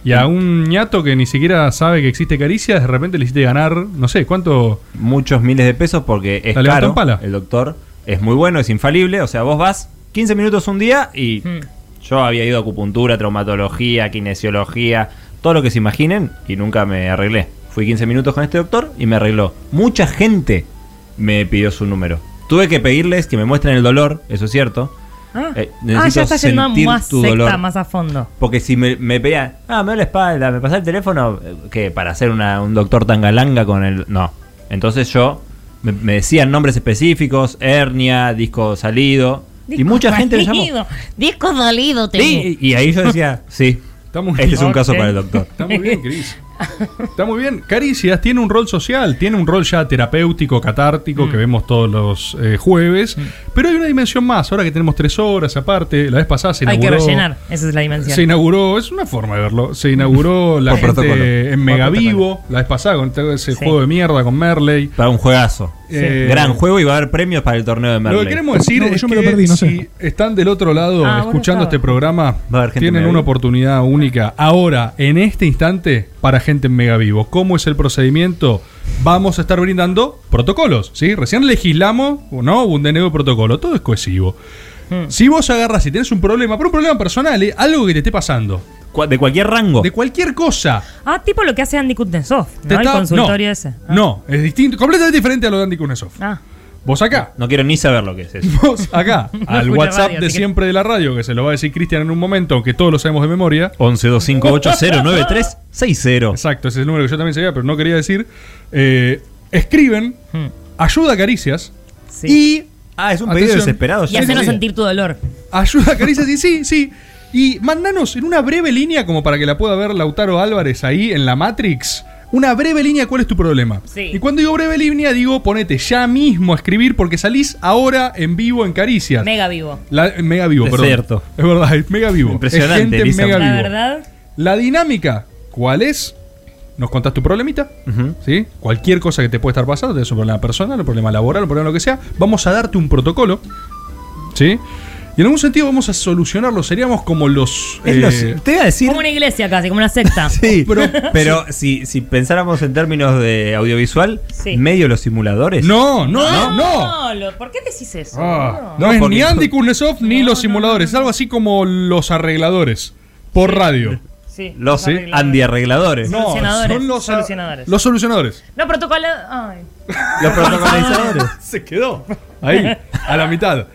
[SPEAKER 4] Y a un ñato que ni siquiera sabe que existe caricia, de repente le hiciste ganar, no sé, ¿cuánto?
[SPEAKER 6] Muchos miles de pesos porque es
[SPEAKER 4] La levantó en
[SPEAKER 6] caro.
[SPEAKER 4] pala.
[SPEAKER 6] El doctor es muy bueno, es infalible. O sea, vos vas 15 minutos un día y
[SPEAKER 4] Hmm.
[SPEAKER 6] yo había ido a acupuntura, traumatología, kinesiología, todo lo que se imaginen y nunca me arreglé. Fui 15 minutos con este doctor y me arregló. Mucha gente me pidió su número. Tuve que pedirles que me muestren el dolor, eso es cierto.
[SPEAKER 8] Ah,
[SPEAKER 6] Eh,
[SPEAKER 8] Ah, ya
[SPEAKER 6] necesito
[SPEAKER 8] está yendo
[SPEAKER 6] sentir
[SPEAKER 8] más
[SPEAKER 6] tu
[SPEAKER 8] secta,
[SPEAKER 6] dolor.
[SPEAKER 8] más a fondo.
[SPEAKER 6] Porque si me, me pedían, ah, me duele la espalda, me pasa el teléfono, que para hacer una- un doctor tangalanga con el. No. Entonces yo me, me decían nombres específicos: hernia, disco salido. y mucha gente me llamó.
[SPEAKER 8] Disco dolido, te
[SPEAKER 6] Sí, y ahí yo decía, sí. este es un caso para el doctor.
[SPEAKER 4] Está muy bien, Cris. Está muy bien. Caricias tiene un rol social, tiene un rol ya terapéutico, catártico, que vemos todos los eh, jueves. Pero hay una dimensión más, ahora que tenemos tres horas aparte, la vez pasada se
[SPEAKER 8] Hay que
[SPEAKER 4] inauguró.
[SPEAKER 8] rellenar. Esa es la dimensión.
[SPEAKER 4] Se inauguró, es una forma de verlo. Se inauguró la
[SPEAKER 6] Por
[SPEAKER 4] gente
[SPEAKER 6] protocolo.
[SPEAKER 4] en
[SPEAKER 6] Por
[SPEAKER 4] Megavivo la vez pasada con todo ese juego de mierda con Merley.
[SPEAKER 6] Para un juegazo.
[SPEAKER 4] Eh,
[SPEAKER 6] Gran juego y va a haber premios para el torneo de Merley.
[SPEAKER 4] Lo que queremos decir
[SPEAKER 2] No,
[SPEAKER 4] es
[SPEAKER 2] yo
[SPEAKER 4] que
[SPEAKER 2] me lo perdí, no sé.
[SPEAKER 4] si están del otro lado
[SPEAKER 2] Ah, vos no
[SPEAKER 4] escuchando
[SPEAKER 2] estabas.
[SPEAKER 4] este programa,
[SPEAKER 6] gente
[SPEAKER 4] tienen una
[SPEAKER 6] en Megavivo.
[SPEAKER 4] oportunidad única ahora, en este instante, para gente en Megavivo. ¿Cómo es el procedimiento? Vamos a estar brindando protocolos, ¿sí? Recién legislamos, ¿no? Un DNU de protocolo, todo es cohesivo.
[SPEAKER 6] Hmm.
[SPEAKER 4] Si vos agarras y tenés un problema, pero un problema personal, eh, algo que te esté pasando.
[SPEAKER 6] De cualquier rango.
[SPEAKER 4] De cualquier cosa.
[SPEAKER 8] Ah, tipo lo que hace Andy Kuznetsov, ¿no?
[SPEAKER 4] Te
[SPEAKER 8] El
[SPEAKER 4] está-
[SPEAKER 8] consultorio
[SPEAKER 4] no,
[SPEAKER 8] ese.
[SPEAKER 4] No, es distinto, completamente diferente a lo de Andy Kuznetsov.
[SPEAKER 8] Ah.
[SPEAKER 4] Vos acá.
[SPEAKER 6] No quiero ni saber lo que es eso.
[SPEAKER 4] Vos acá, al
[SPEAKER 6] escucho
[SPEAKER 4] WhatsApp
[SPEAKER 6] radio,
[SPEAKER 4] de
[SPEAKER 6] así que-
[SPEAKER 4] siempre de la radio, que se lo va a decir Cristian en un momento, aunque todos lo sabemos de memoria.
[SPEAKER 6] 1125809360.
[SPEAKER 4] Exacto, ese es el número que yo también sabía, pero no quería decir. Eh, escriben,
[SPEAKER 6] Hmm.
[SPEAKER 4] ayuda a caricias. Y.
[SPEAKER 6] Ah, es un
[SPEAKER 8] pedido
[SPEAKER 6] desesperado,
[SPEAKER 8] Y hacernos sentir tu dolor.
[SPEAKER 4] Ayuda, caricias, y sí, sí. Y mandanos en una breve línea, como para que la pueda ver Lautaro Álvarez ahí en la Matrix, una breve línea, ¿cuál es tu problema? Y cuando digo breve línea, digo ponete ya mismo a escribir porque salís ahora en vivo en Caricias.
[SPEAKER 8] Mega vivo.
[SPEAKER 4] La- mega vivo,
[SPEAKER 6] Es
[SPEAKER 4] perdón.
[SPEAKER 6] cierto.
[SPEAKER 4] Es verdad, es mega vivo.
[SPEAKER 6] Impresionante,
[SPEAKER 4] Es gente en
[SPEAKER 6] Elisa.
[SPEAKER 4] mega
[SPEAKER 6] La
[SPEAKER 4] vivo.
[SPEAKER 8] ¿Verdad?
[SPEAKER 4] La dinámica, ¿cuál es? Nos contás tu problemita, ¿sí? Cualquier cosa que te puede estar pasando, tenés un problema personal, un problema laboral, un problema lo que sea, vamos a darte un protocolo, ¿sí? Y en algún sentido vamos a solucionarlo, seríamos como los...
[SPEAKER 6] Es
[SPEAKER 4] eh,
[SPEAKER 6] los- te iba a decir.
[SPEAKER 8] Como una iglesia casi, como una secta.
[SPEAKER 6] Sí, pero, si, si pensáramos en términos de audiovisual,
[SPEAKER 8] Sí.
[SPEAKER 6] medio los simuladores.
[SPEAKER 4] No, no,
[SPEAKER 8] lo- ¿Por qué decís eso?
[SPEAKER 4] Ah,
[SPEAKER 6] No,
[SPEAKER 4] no, es
[SPEAKER 6] porque-
[SPEAKER 4] ni Andy Kuznetsov ni los simuladores, es algo así como los arregladores, por radio.
[SPEAKER 8] Sí,
[SPEAKER 6] Los
[SPEAKER 4] ¿Sí?
[SPEAKER 6] Andy arregladores.
[SPEAKER 4] No,
[SPEAKER 8] Solucionadores,
[SPEAKER 4] son los,
[SPEAKER 8] solucionadores.
[SPEAKER 4] los solucionadores.
[SPEAKER 8] No, protocolo. Ay.
[SPEAKER 4] Los protagonizadores. Se quedó. Ahí, a la mitad.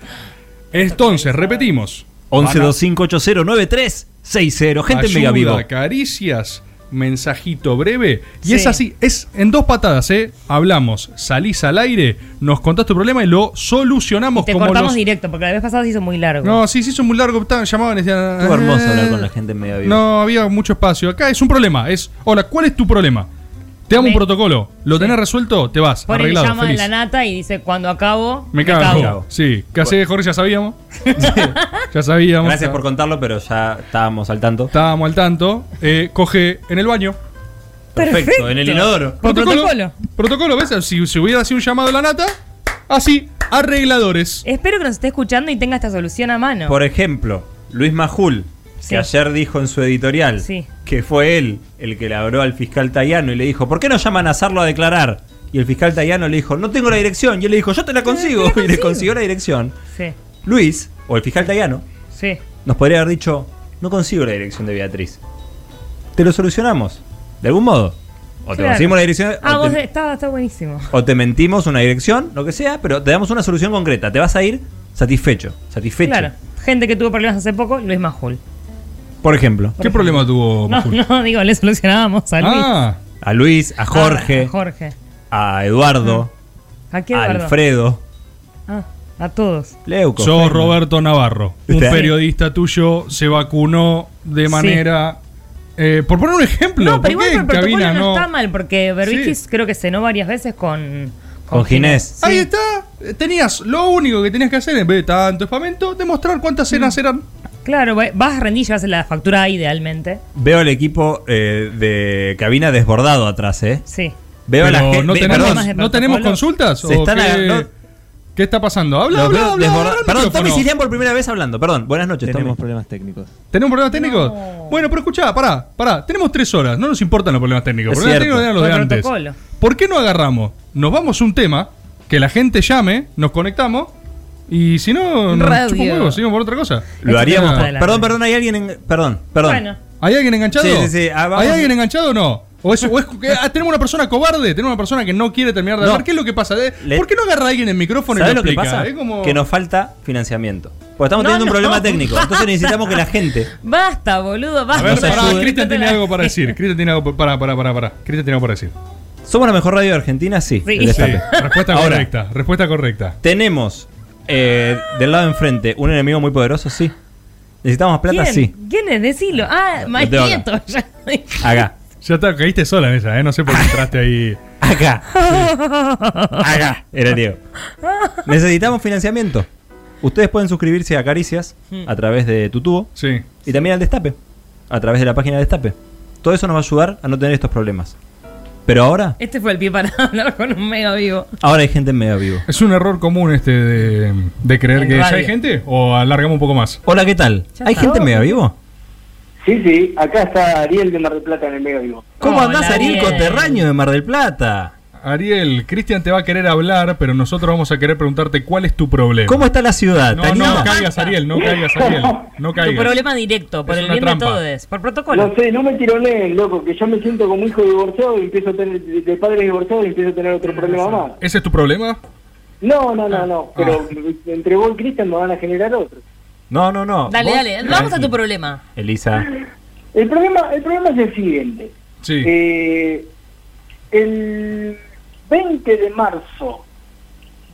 [SPEAKER 4] Entonces, repetimos.
[SPEAKER 6] 1125809360. Gente en mega vivo.
[SPEAKER 4] Ayuda, caricias, mensajito breve. Y
[SPEAKER 6] Sí.
[SPEAKER 4] es así, es en dos patadas, ¿eh? Hablamos, salís al aire, nos contás tu problema y lo solucionamos
[SPEAKER 8] Te
[SPEAKER 4] como
[SPEAKER 8] cortamos
[SPEAKER 4] los...
[SPEAKER 8] directo, porque la vez pasada se hizo muy largo.
[SPEAKER 4] No, sí, sí, hizo muy largo, estaban- llamaban y decían...
[SPEAKER 6] Estuvo hermoso hablar con
[SPEAKER 4] "Eh".
[SPEAKER 6] la gente en mega vivo.
[SPEAKER 4] No, había mucho espacio. Acá es un problema. Es, hola, ¿cuál es tu problema? Te damos
[SPEAKER 8] Me-
[SPEAKER 4] un protocolo. ¿Lo tenés resuelto? Te vas.
[SPEAKER 8] Pone
[SPEAKER 4] arreglado,
[SPEAKER 8] llama
[SPEAKER 4] feliz.
[SPEAKER 8] en la nata y dice, cuando acabo,
[SPEAKER 4] Me cago. Sí, que hace Jorge ya sabíamos. ya sabíamos.
[SPEAKER 6] Gracias por contarlo, pero ya estábamos al tanto.
[SPEAKER 4] Estábamos al tanto. Eh, coge en el baño.
[SPEAKER 6] Perfecto, en el inodoro.
[SPEAKER 4] Protocolo. Protocolo, ¿ves? Si, si hubiera sido un llamado a la nata, así, arregladores.
[SPEAKER 8] Espero que nos esté escuchando y tenga esta solución a mano.
[SPEAKER 6] Por ejemplo, Luis Majul,
[SPEAKER 8] Sí.
[SPEAKER 6] que ayer dijo en su editorial
[SPEAKER 8] Sí.
[SPEAKER 6] que fue él el que le habló al fiscal Tayano y le dijo, ¿por qué no llaman a Sarlo a declarar? Y el fiscal Tayano le dijo, no tengo la dirección. Y él le dijo, yo te la consigo. Y le consiguió la dirección.
[SPEAKER 8] Sí,
[SPEAKER 6] Luis, o el fiscal Tayano,
[SPEAKER 8] sí.
[SPEAKER 6] nos podría haber dicho, no consigo la dirección de Beatriz. Te lo solucionamos, de algún modo. O te
[SPEAKER 8] Claro.
[SPEAKER 6] conseguimos la dirección, o
[SPEAKER 8] Ah,
[SPEAKER 6] te-
[SPEAKER 8] vos está, está buenísimo.
[SPEAKER 6] o te mentimos una dirección, lo que sea, pero te damos una solución concreta. Te vas a ir satisfecho, satisfecho.
[SPEAKER 8] Claro. Gente que tuvo problemas hace poco, Luis Majul.
[SPEAKER 6] Por ejemplo.
[SPEAKER 4] ¿Qué problema tuvo Ah.
[SPEAKER 8] No, no, digo, le solucionábamos a Luis.
[SPEAKER 6] A Luis, a
[SPEAKER 8] Ah,
[SPEAKER 6] Jorge,
[SPEAKER 8] a Jorge.
[SPEAKER 6] a Eduardo,
[SPEAKER 8] ¿A qué
[SPEAKER 6] a
[SPEAKER 8] Eduardo?
[SPEAKER 6] Alfredo.
[SPEAKER 8] Ah, a todos.
[SPEAKER 6] Leuco.
[SPEAKER 4] Sos
[SPEAKER 6] Feynman.
[SPEAKER 4] Roberto Navarro. Un
[SPEAKER 6] Sí.
[SPEAKER 4] periodista tuyo se vacunó de
[SPEAKER 8] Sí.
[SPEAKER 4] manera. eh, por poner un ejemplo,
[SPEAKER 8] No,
[SPEAKER 4] ¿por
[SPEAKER 8] pero igual
[SPEAKER 4] qué
[SPEAKER 8] por
[SPEAKER 4] en
[SPEAKER 8] el protocolo
[SPEAKER 4] cabina
[SPEAKER 8] no
[SPEAKER 4] no?
[SPEAKER 8] está mal, porque Berbikis creo que cenó varias veces con.
[SPEAKER 6] Con Ginés.
[SPEAKER 4] Ahí está. Tenías lo único que tenías que hacer en vez de tanto espamento, demostrar cuántas cenas eran.
[SPEAKER 8] Claro, va- vas a rendir y llevas la factura ahí, idealmente.
[SPEAKER 6] Veo el equipo eh, de cabina desbordado atrás, ¿eh?
[SPEAKER 8] Sí.
[SPEAKER 6] Veo a la
[SPEAKER 4] Pero
[SPEAKER 6] gente.
[SPEAKER 4] no
[SPEAKER 6] ve-
[SPEAKER 4] tenemos,
[SPEAKER 6] perdón.
[SPEAKER 4] ¿no tenemos consultas.
[SPEAKER 6] Se
[SPEAKER 4] ¿O
[SPEAKER 6] están
[SPEAKER 4] qué,
[SPEAKER 6] aga- no,
[SPEAKER 4] qué está pasando? Habla,
[SPEAKER 6] los
[SPEAKER 4] habla,
[SPEAKER 6] veo
[SPEAKER 4] habla,
[SPEAKER 6] desbordados.
[SPEAKER 4] habla al
[SPEAKER 6] Perdón, Tommy
[SPEAKER 4] micrófono.
[SPEAKER 6] Sicilian por primera vez hablando. Perdón, buenas noches,
[SPEAKER 13] Tenemos
[SPEAKER 6] Tommy.
[SPEAKER 13] problemas técnicos.
[SPEAKER 4] ¿Tenemos problemas técnicos? Bueno, pero escuchá, pará, pará. Tenemos tres horas. No nos importan los problemas técnicos.
[SPEAKER 6] Es
[SPEAKER 4] problemas
[SPEAKER 6] cierto.
[SPEAKER 4] técnicos eran los de
[SPEAKER 6] Fue
[SPEAKER 4] antes.
[SPEAKER 6] protocolo.
[SPEAKER 4] ¿Por qué no agarramos? Nos vamos a un tema, que la gente llame, nos conectamos y si no, nos
[SPEAKER 6] Radio.
[SPEAKER 4] chupa un huevo, seguimos por otra cosa.
[SPEAKER 6] Lo haríamos.
[SPEAKER 4] Ah.
[SPEAKER 6] por- Perdón, perdón, hay alguien en. Perdón, perdón.
[SPEAKER 4] Bueno. ¿Hay alguien enganchado?
[SPEAKER 6] Sí, sí, sí. Ah, vamos.
[SPEAKER 4] ¿Hay alguien enganchado o no? ¿O es, o es- que- ah, tenemos una persona cobarde? ¿Tenemos una persona que no quiere terminar de
[SPEAKER 6] No.
[SPEAKER 4] hablar? ¿Qué es lo que pasa? Eh,
[SPEAKER 6] Le-
[SPEAKER 4] ¿Por qué no agarra alguien el micrófono y lo
[SPEAKER 6] ¿Sabes lo que
[SPEAKER 4] explica?
[SPEAKER 6] pasa?
[SPEAKER 4] Es como-
[SPEAKER 6] Que nos falta financiamiento. Porque estamos
[SPEAKER 8] No,
[SPEAKER 6] teniendo un
[SPEAKER 8] no.
[SPEAKER 6] problema técnico. Entonces necesitamos que la gente.
[SPEAKER 8] Basta, boludo,
[SPEAKER 4] A
[SPEAKER 8] basta.
[SPEAKER 4] ver, pará,
[SPEAKER 8] ayude.
[SPEAKER 4] Cristian tiene algo para decir. Cristian tiene algo para, para, para, para. Cristian tiene algo para decir.
[SPEAKER 6] ¿Somos la mejor radio de Argentina? Sí.
[SPEAKER 4] Sí.
[SPEAKER 6] el destape.
[SPEAKER 4] Sí, respuesta
[SPEAKER 6] Ahora,
[SPEAKER 4] correcta. Respuesta correcta.
[SPEAKER 6] Tenemos eh, del lado de enfrente un enemigo muy poderoso, sí. Necesitamos más plata,
[SPEAKER 8] ¿Quién?
[SPEAKER 6] sí.
[SPEAKER 8] ¿Quién es? Decilo. Ah,
[SPEAKER 6] tengo acá.
[SPEAKER 8] Maestieto. ya.
[SPEAKER 6] Acá.
[SPEAKER 4] Ya está, caíste sola en esa, ¿eh? No sé por qué entraste ahí.
[SPEAKER 6] Acá. Acá. Era Diego. Necesitamos financiamiento. Ustedes pueden suscribirse a Caricias a través de Tutubo.
[SPEAKER 4] Sí.
[SPEAKER 6] Y también al Destape. A través de la página de Destape. Todo eso nos va a ayudar a no tener estos problemas. Pero ahora,
[SPEAKER 8] Este fue el pie para hablar con un mega vivo.
[SPEAKER 6] ahora hay gente en medio vivo.
[SPEAKER 4] Es un error común este de, de creer
[SPEAKER 8] En
[SPEAKER 4] que ya
[SPEAKER 8] radio.
[SPEAKER 4] hay gente o alargamos un poco más.
[SPEAKER 6] Hola, ¿qué tal?
[SPEAKER 8] Ya ¿Hay está. gente en Mega
[SPEAKER 6] Vivo?
[SPEAKER 14] Sí, sí, acá está Ariel de Mar del Plata en el Mega Vivo.
[SPEAKER 6] ¿Cómo
[SPEAKER 14] Hola,
[SPEAKER 6] andás, Ariel
[SPEAKER 14] bien.
[SPEAKER 6] Coterraño de Mar del Plata?
[SPEAKER 4] Ariel, Cristian te va a querer hablar, pero nosotros vamos a querer preguntarte cuál es tu problema.
[SPEAKER 6] ¿Cómo está la ciudad?
[SPEAKER 4] No,
[SPEAKER 6] Tanita?
[SPEAKER 4] no, caigas, Ariel, no caigas, Ariel. No
[SPEAKER 8] Tu
[SPEAKER 4] caigas.
[SPEAKER 8] problema directo, por
[SPEAKER 4] Es
[SPEAKER 8] el
[SPEAKER 4] una
[SPEAKER 8] bien
[SPEAKER 4] trampa.
[SPEAKER 8] de todos, por protocolo.
[SPEAKER 14] No sé, no me tiroleen, loco, que yo me siento como hijo divorciado y empiezo a tener, de padres divorciados y empiezo a tener otro problema más.
[SPEAKER 4] ¿Ese es tu problema?
[SPEAKER 14] No, no, no, no, pero
[SPEAKER 6] Ah.
[SPEAKER 14] entre vos y Cristian me van a generar otro.
[SPEAKER 6] No, no, no.
[SPEAKER 14] Dale,
[SPEAKER 6] Vos-
[SPEAKER 14] dale,
[SPEAKER 8] Vamos a tu problema.
[SPEAKER 6] Elisa.
[SPEAKER 14] El problema, el problema es el siguiente.
[SPEAKER 4] Sí.
[SPEAKER 14] Eh, el 20 de marzo,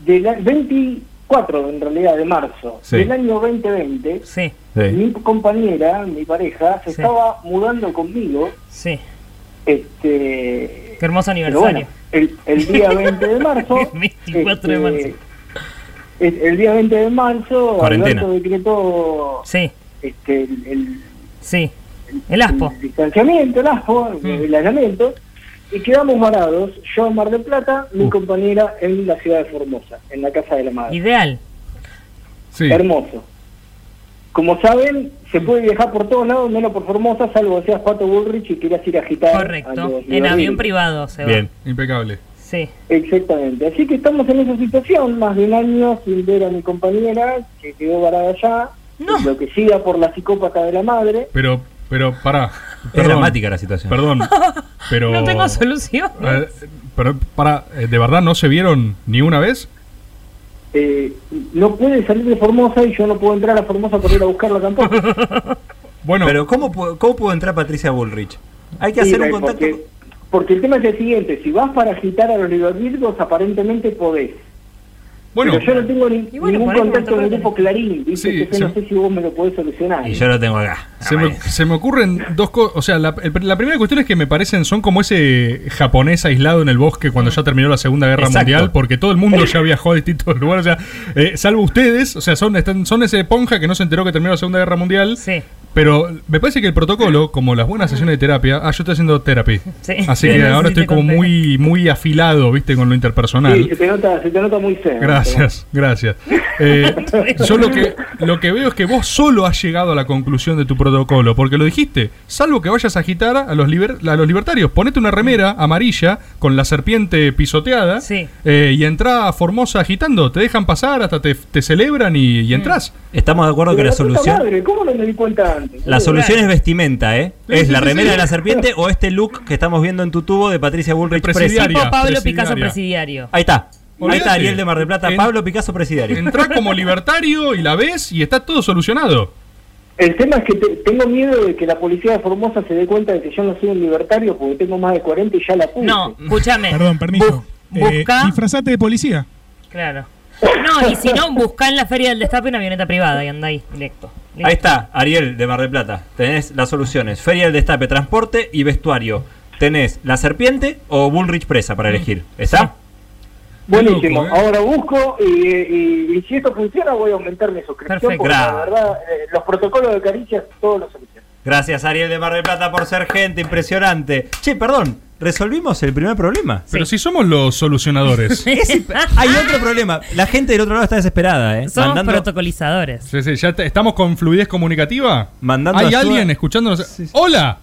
[SPEAKER 14] del a- 24 en realidad de marzo,
[SPEAKER 6] Sí.
[SPEAKER 14] del año 2020,
[SPEAKER 6] Sí.
[SPEAKER 14] mi compañera, mi pareja, se estaba mudando conmigo.
[SPEAKER 8] Sí.
[SPEAKER 14] Este,
[SPEAKER 8] Qué hermoso
[SPEAKER 14] pero
[SPEAKER 8] aniversario.
[SPEAKER 14] bueno, el, el día 20 de marzo.
[SPEAKER 8] 24 de
[SPEAKER 14] este,
[SPEAKER 8] marzo.
[SPEAKER 14] El, el día 20 de marzo,
[SPEAKER 8] Cuarentena.
[SPEAKER 14] Alberto decretó
[SPEAKER 8] Sí,
[SPEAKER 14] este, el, el-
[SPEAKER 8] sí. El aspo. Mm.
[SPEAKER 14] el distanciamiento, el aspo, el allanamiento, y quedamos varados, yo en Mar del Plata, mi
[SPEAKER 8] Uh.
[SPEAKER 14] compañera en la ciudad de Formosa, en la casa de la madre.
[SPEAKER 8] Ideal.
[SPEAKER 14] Hermoso. Como saben, se puede viajar por todos lados, menos por Formosa, salvo que seas Pato Bullrich y quieras ir a agitar. a
[SPEAKER 8] Correcto.
[SPEAKER 14] los
[SPEAKER 8] En avión
[SPEAKER 14] niveles.
[SPEAKER 8] privado se va.
[SPEAKER 4] Bien. Impecable.
[SPEAKER 8] Sí.
[SPEAKER 14] Exactamente. Así que estamos en esa situación, más de un año sin ver a mi compañera, que quedó varada allá, enloquecida por la psicópata de la madre.
[SPEAKER 4] Pero, pero, pará.
[SPEAKER 6] Es dramática la situación.
[SPEAKER 4] Perdón, pero.
[SPEAKER 8] No tengo solución.
[SPEAKER 4] Eh, pero, pará, eh, ¿de verdad no se vieron ni una vez?
[SPEAKER 14] eh, no puede salir de Formosa y yo no puedo entrar a Formosa para ir a buscarla tampoco.
[SPEAKER 4] Bueno.
[SPEAKER 6] Pero ¿cómo, pu- cómo pudo entrar Patricia Bullrich? Hay que hacer
[SPEAKER 14] Sí,
[SPEAKER 6] un contacto.
[SPEAKER 14] Porque, porque el tema es el siguiente, si vas para agitar a los libervirgos, aparentemente podés.
[SPEAKER 4] Bueno.
[SPEAKER 14] Pero yo no tengo ni-
[SPEAKER 8] Y bueno,
[SPEAKER 14] ningún
[SPEAKER 8] por ahí
[SPEAKER 14] contacto
[SPEAKER 8] contacto
[SPEAKER 14] en el grupo Clarín, ¿viste?
[SPEAKER 4] Sí,
[SPEAKER 14] Entonces
[SPEAKER 4] se-
[SPEAKER 14] no sé si vos me lo podés solucionar.
[SPEAKER 6] Y yo lo tengo acá.
[SPEAKER 4] Se me, se me ocurren dos cosas. O sea, la, el- la primera cuestión es que me parecen, son como ese japonés aislado en el bosque cuando ya terminó la Segunda Guerra
[SPEAKER 6] Exacto.
[SPEAKER 4] Mundial, porque todo el mundo ya viajó a distintos lugares. O sea, eh, salvo ustedes, o sea, son, están, son ese ponja que no se enteró que terminó la Segunda Guerra Mundial. Pero me parece que el protocolo, como las buenas sesiones de terapia, ah, yo estoy haciendo terapia.
[SPEAKER 14] Sí.
[SPEAKER 4] Así
[SPEAKER 14] Sí,
[SPEAKER 4] que
[SPEAKER 14] sí,
[SPEAKER 4] ahora
[SPEAKER 14] te
[SPEAKER 4] estoy como
[SPEAKER 14] conté.
[SPEAKER 4] muy, muy afilado, viste, con lo interpersonal.
[SPEAKER 14] Sí, se te nota, se te nota muy feo.
[SPEAKER 4] Gracias, gracias. Eh, yo lo que, lo que veo es que vos solo has llegado a la conclusión de tu protocolo, porque lo dijiste, salvo que vayas a agitar a los, liber- a los libertarios, ponete una remera amarilla con la serpiente pisoteada eh, y entrá a Formosa agitando, te dejan pasar, hasta te, te celebran y, y entrás.
[SPEAKER 6] Estamos de acuerdo que
[SPEAKER 14] Pero
[SPEAKER 6] la
[SPEAKER 14] la puta
[SPEAKER 6] solución.
[SPEAKER 14] madre, ¿cómo no me di cuenta antes?
[SPEAKER 6] La solución es vestimenta, ¿eh?
[SPEAKER 14] Sí,
[SPEAKER 6] es
[SPEAKER 14] sí,
[SPEAKER 6] la
[SPEAKER 14] sí,
[SPEAKER 6] remera
[SPEAKER 14] sí.
[SPEAKER 6] de la serpiente o este look que estamos viendo en tu tubo de Patricia Bullrich
[SPEAKER 8] Presidiaria, Tipo Pablo
[SPEAKER 6] presidiaria.
[SPEAKER 8] Picasso presidiario.
[SPEAKER 6] Ahí está. Ahí
[SPEAKER 4] Olvídate.
[SPEAKER 6] está Ariel de Mar del Plata,
[SPEAKER 4] En-
[SPEAKER 6] Pablo Picasso presidiario.
[SPEAKER 4] Entrás como libertario y la ves y está todo solucionado.
[SPEAKER 14] El tema es que te- tengo miedo de que la policía de Formosa se dé cuenta de que yo no soy un libertario porque tengo más de 40 y ya la puse.
[SPEAKER 8] No, escúchame.
[SPEAKER 2] Perdón, permiso. Eh,
[SPEAKER 8] busca-
[SPEAKER 2] disfrazate de policía.
[SPEAKER 8] Claro. No, y si no, buscá en la feria del destape una avioneta privada y andá ahí, directo. Listo.
[SPEAKER 6] Ahí está, Ariel de Mar del Plata. Tenés las soluciones. Feria del Destape, transporte y vestuario. Tenés la serpiente o Bullrich presa para elegir. ¿Está?
[SPEAKER 14] Buenísimo. Ahora busco y, y- y si esto funciona voy a aumentar mi suscripción
[SPEAKER 6] Perfecto.
[SPEAKER 14] porque la
[SPEAKER 6] Gra-
[SPEAKER 14] verdad eh, los protocolos de caricias todos los solucionan.
[SPEAKER 6] Gracias, Ariel de Mar del Plata, por ser gente impresionante. Che, perdón, resolvimos el primer problema.
[SPEAKER 4] Pero si somos los solucionadores.
[SPEAKER 6] Es- Hay otro problema. La gente del otro lado está desesperada, ¿eh?
[SPEAKER 4] Somos
[SPEAKER 8] protocolizadores.
[SPEAKER 4] Sí, sí, ya te- estamos con fluidez comunicativa.
[SPEAKER 6] Mandando
[SPEAKER 4] ¿Hay
[SPEAKER 6] ayuda-
[SPEAKER 4] alguien escuchándonos? Hola.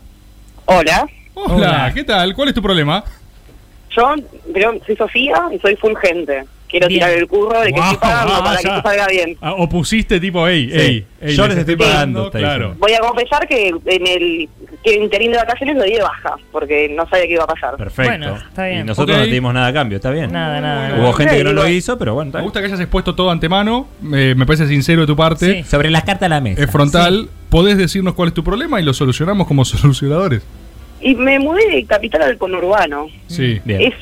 [SPEAKER 15] Hola.
[SPEAKER 4] Hola. ¿qué tal? ¿Cuál es tu problema?
[SPEAKER 15] Yo creo, soy Sofía y soy fulgente. Quiero
[SPEAKER 4] Bien.
[SPEAKER 15] tirar el curro de que
[SPEAKER 4] Guau,
[SPEAKER 15] estoy pagando
[SPEAKER 4] ah,
[SPEAKER 15] para que
[SPEAKER 4] ya.
[SPEAKER 15] esto salga bien.
[SPEAKER 4] Ah, o pusiste tipo, hey,
[SPEAKER 6] Sí.
[SPEAKER 4] hey,
[SPEAKER 6] Yo les estoy pagando, está
[SPEAKER 4] Claro.
[SPEAKER 15] Voy a confesar que en el que el interín de vacaciones lo di de baja, porque no sabía qué iba a pasar.
[SPEAKER 6] Perfecto.
[SPEAKER 8] Bueno, está bien.
[SPEAKER 6] Y nosotros
[SPEAKER 4] Ok.
[SPEAKER 6] no te dimos nada a cambio, está bien.
[SPEAKER 8] Nada, nada, nada.
[SPEAKER 6] Hubo gente que no lo
[SPEAKER 4] Sí,
[SPEAKER 6] hizo, pero bueno, está
[SPEAKER 4] Me
[SPEAKER 6] bien.
[SPEAKER 4] gusta que hayas expuesto todo antemano. eh, me parece sincero de tu parte.
[SPEAKER 6] Sobre las cartas a la mesa.
[SPEAKER 4] Es frontal. Podés decirnos cuál es tu problema y lo solucionamos como solucionadores.
[SPEAKER 15] Y me mudé de capital al conurbano.
[SPEAKER 4] Sí.
[SPEAKER 15] Es,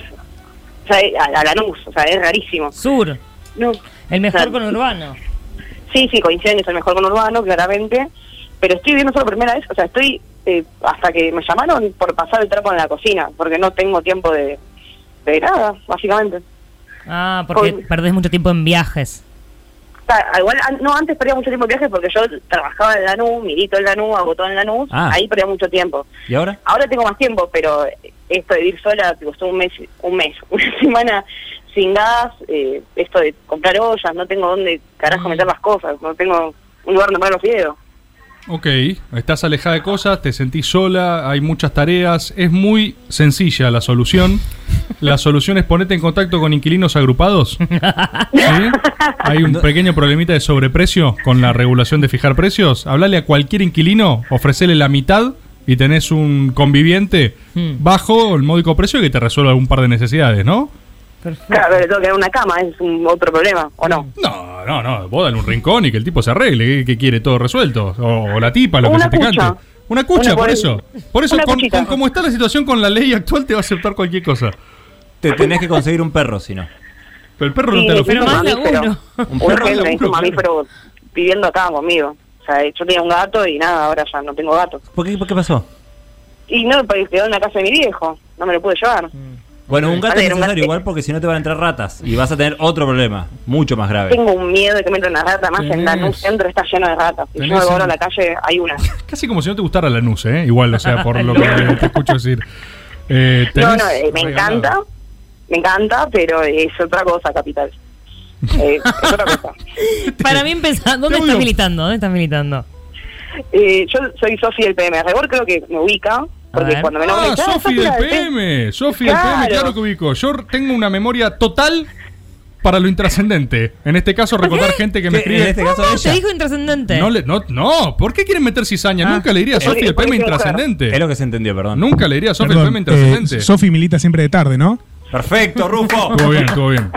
[SPEAKER 15] o sea, a, a Lanús, o sea, es rarísimo.
[SPEAKER 8] Sur.
[SPEAKER 15] No.
[SPEAKER 8] El
[SPEAKER 15] O
[SPEAKER 8] mejor
[SPEAKER 15] sea,
[SPEAKER 8] conurbano.
[SPEAKER 15] Sí, sí, coinciden que es el mejor conurbano, claramente. Pero estoy viendo solo primera vez, o sea, estoy eh, hasta que me llamaron por pasar el trapo en la cocina, porque no tengo tiempo de, de nada, básicamente.
[SPEAKER 8] Ah, porque
[SPEAKER 15] Con-
[SPEAKER 8] perdés mucho tiempo en viajes.
[SPEAKER 15] Ta- Igual, an- no, antes perdía mucho tiempo en viajes porque yo trabajaba en Lanús, milito en Lanús, agotado en Lanús,
[SPEAKER 8] Ah.
[SPEAKER 15] ahí perdía mucho tiempo.
[SPEAKER 6] ¿Y ahora?
[SPEAKER 15] Ahora tengo más tiempo, pero esto de vivir sola, tipo, estuve un mes, un mes, una semana sin gas, eh, esto
[SPEAKER 4] Ah.
[SPEAKER 15] de comprar ollas, no tengo dónde carajo meter las cosas, no tengo un lugar donde poner los videos.
[SPEAKER 4] Ok, estás alejada de cosas, te sentís sola, hay muchas tareas, es muy sencilla la solución. La solución es ponerte en contacto con inquilinos agrupados. ¿Sí? Hay un pequeño problemita de sobreprecio con la regulación de fijar precios. Hablale a cualquier inquilino, ofrecele la mitad y tenés un conviviente bajo el módico precio que te resuelva algún par de necesidades, ¿no?
[SPEAKER 15] Claro, pero le tengo que dar una cama, es un otro problema, ¿o no?
[SPEAKER 4] No, Ah, no, no, vos dale un rincón y que el tipo se arregle, que, que quiere todo resuelto. O, o la tipa, lo que
[SPEAKER 15] Una
[SPEAKER 4] se te
[SPEAKER 15] cucha.
[SPEAKER 4] cante. Una cucha,
[SPEAKER 15] Una
[SPEAKER 4] por
[SPEAKER 15] por-
[SPEAKER 4] eso. Por eso,
[SPEAKER 15] una
[SPEAKER 4] con,
[SPEAKER 15] cuchita.
[SPEAKER 4] con como está la situación con la ley actual, te va a aceptar cualquier cosa.
[SPEAKER 6] Te tenés que conseguir un perro, si no.
[SPEAKER 4] Pero el perro no
[SPEAKER 15] Sí,
[SPEAKER 4] te lo
[SPEAKER 15] pero
[SPEAKER 4] firma.
[SPEAKER 15] más de uno.
[SPEAKER 6] Un
[SPEAKER 15] Un
[SPEAKER 6] perro
[SPEAKER 15] ejemplo,
[SPEAKER 6] de
[SPEAKER 15] es un
[SPEAKER 6] uno,
[SPEAKER 15] mamífero viviendo acá conmigo. O sea, yo tenía un gato y nada, ahora ya no tengo gato.
[SPEAKER 6] ¿Por qué, por qué pasó?
[SPEAKER 15] Y no, porque quedó en la casa de mi viejo, no me lo pude llevar.
[SPEAKER 6] Bueno, un gato
[SPEAKER 15] Vale,
[SPEAKER 6] es
[SPEAKER 15] era un
[SPEAKER 6] necesario
[SPEAKER 15] gato.
[SPEAKER 6] igual porque si no te van a entrar ratas y vas a tener otro problema, mucho más grave.
[SPEAKER 15] Tengo un miedo de que me entre una rata, más en la
[SPEAKER 4] Tenés-
[SPEAKER 15] centro está lleno de ratas. Y yo
[SPEAKER 4] tenés
[SPEAKER 15] me
[SPEAKER 4] un-
[SPEAKER 15] a la calle, hay una.
[SPEAKER 4] Casi como si no te gustara la NUS, ¿eh? Igual, o sea, por lo que te escucho decir. Eh,
[SPEAKER 15] No,
[SPEAKER 4] tenés
[SPEAKER 15] no, eh, me
[SPEAKER 4] regalado.
[SPEAKER 15] encanta, me encanta, pero es otra cosa, capital. Eh, es otra cosa.
[SPEAKER 8] Para mí empezá, ¿dónde estás militando? ¿Dónde estás militando?
[SPEAKER 15] Eh, yo soy Sofi del PM. Rebor creo que me ubica, porque cuando me nombran.
[SPEAKER 4] Ah,
[SPEAKER 15] "Ah,
[SPEAKER 4] Sofi
[SPEAKER 15] la
[SPEAKER 4] del PM. Sofi del PM,
[SPEAKER 15] Claro.
[SPEAKER 4] claro que ubico. Yo tengo una memoria total para lo intrascendente. En este caso, recordar gente que me escribe.
[SPEAKER 14] este
[SPEAKER 8] ¿Cómo? Te dijo intrascendente.
[SPEAKER 4] No, le- no, no, ¿por qué quieren meter cizaña?
[SPEAKER 8] Ah.
[SPEAKER 4] Nunca le diría a
[SPEAKER 8] Es-
[SPEAKER 4] Sofi el
[SPEAKER 8] porque
[SPEAKER 4] PM
[SPEAKER 8] es mujer.
[SPEAKER 4] intrascendente. Es
[SPEAKER 6] lo que se entendió, perdón.
[SPEAKER 4] Nunca le diría a Sofi el
[SPEAKER 2] Perdón,
[SPEAKER 4] PM intrascendente.
[SPEAKER 2] eh, Sofi milita siempre de tarde, ¿no?
[SPEAKER 6] Perfecto, Rufo.
[SPEAKER 4] Estuvo bien, estuvo bien.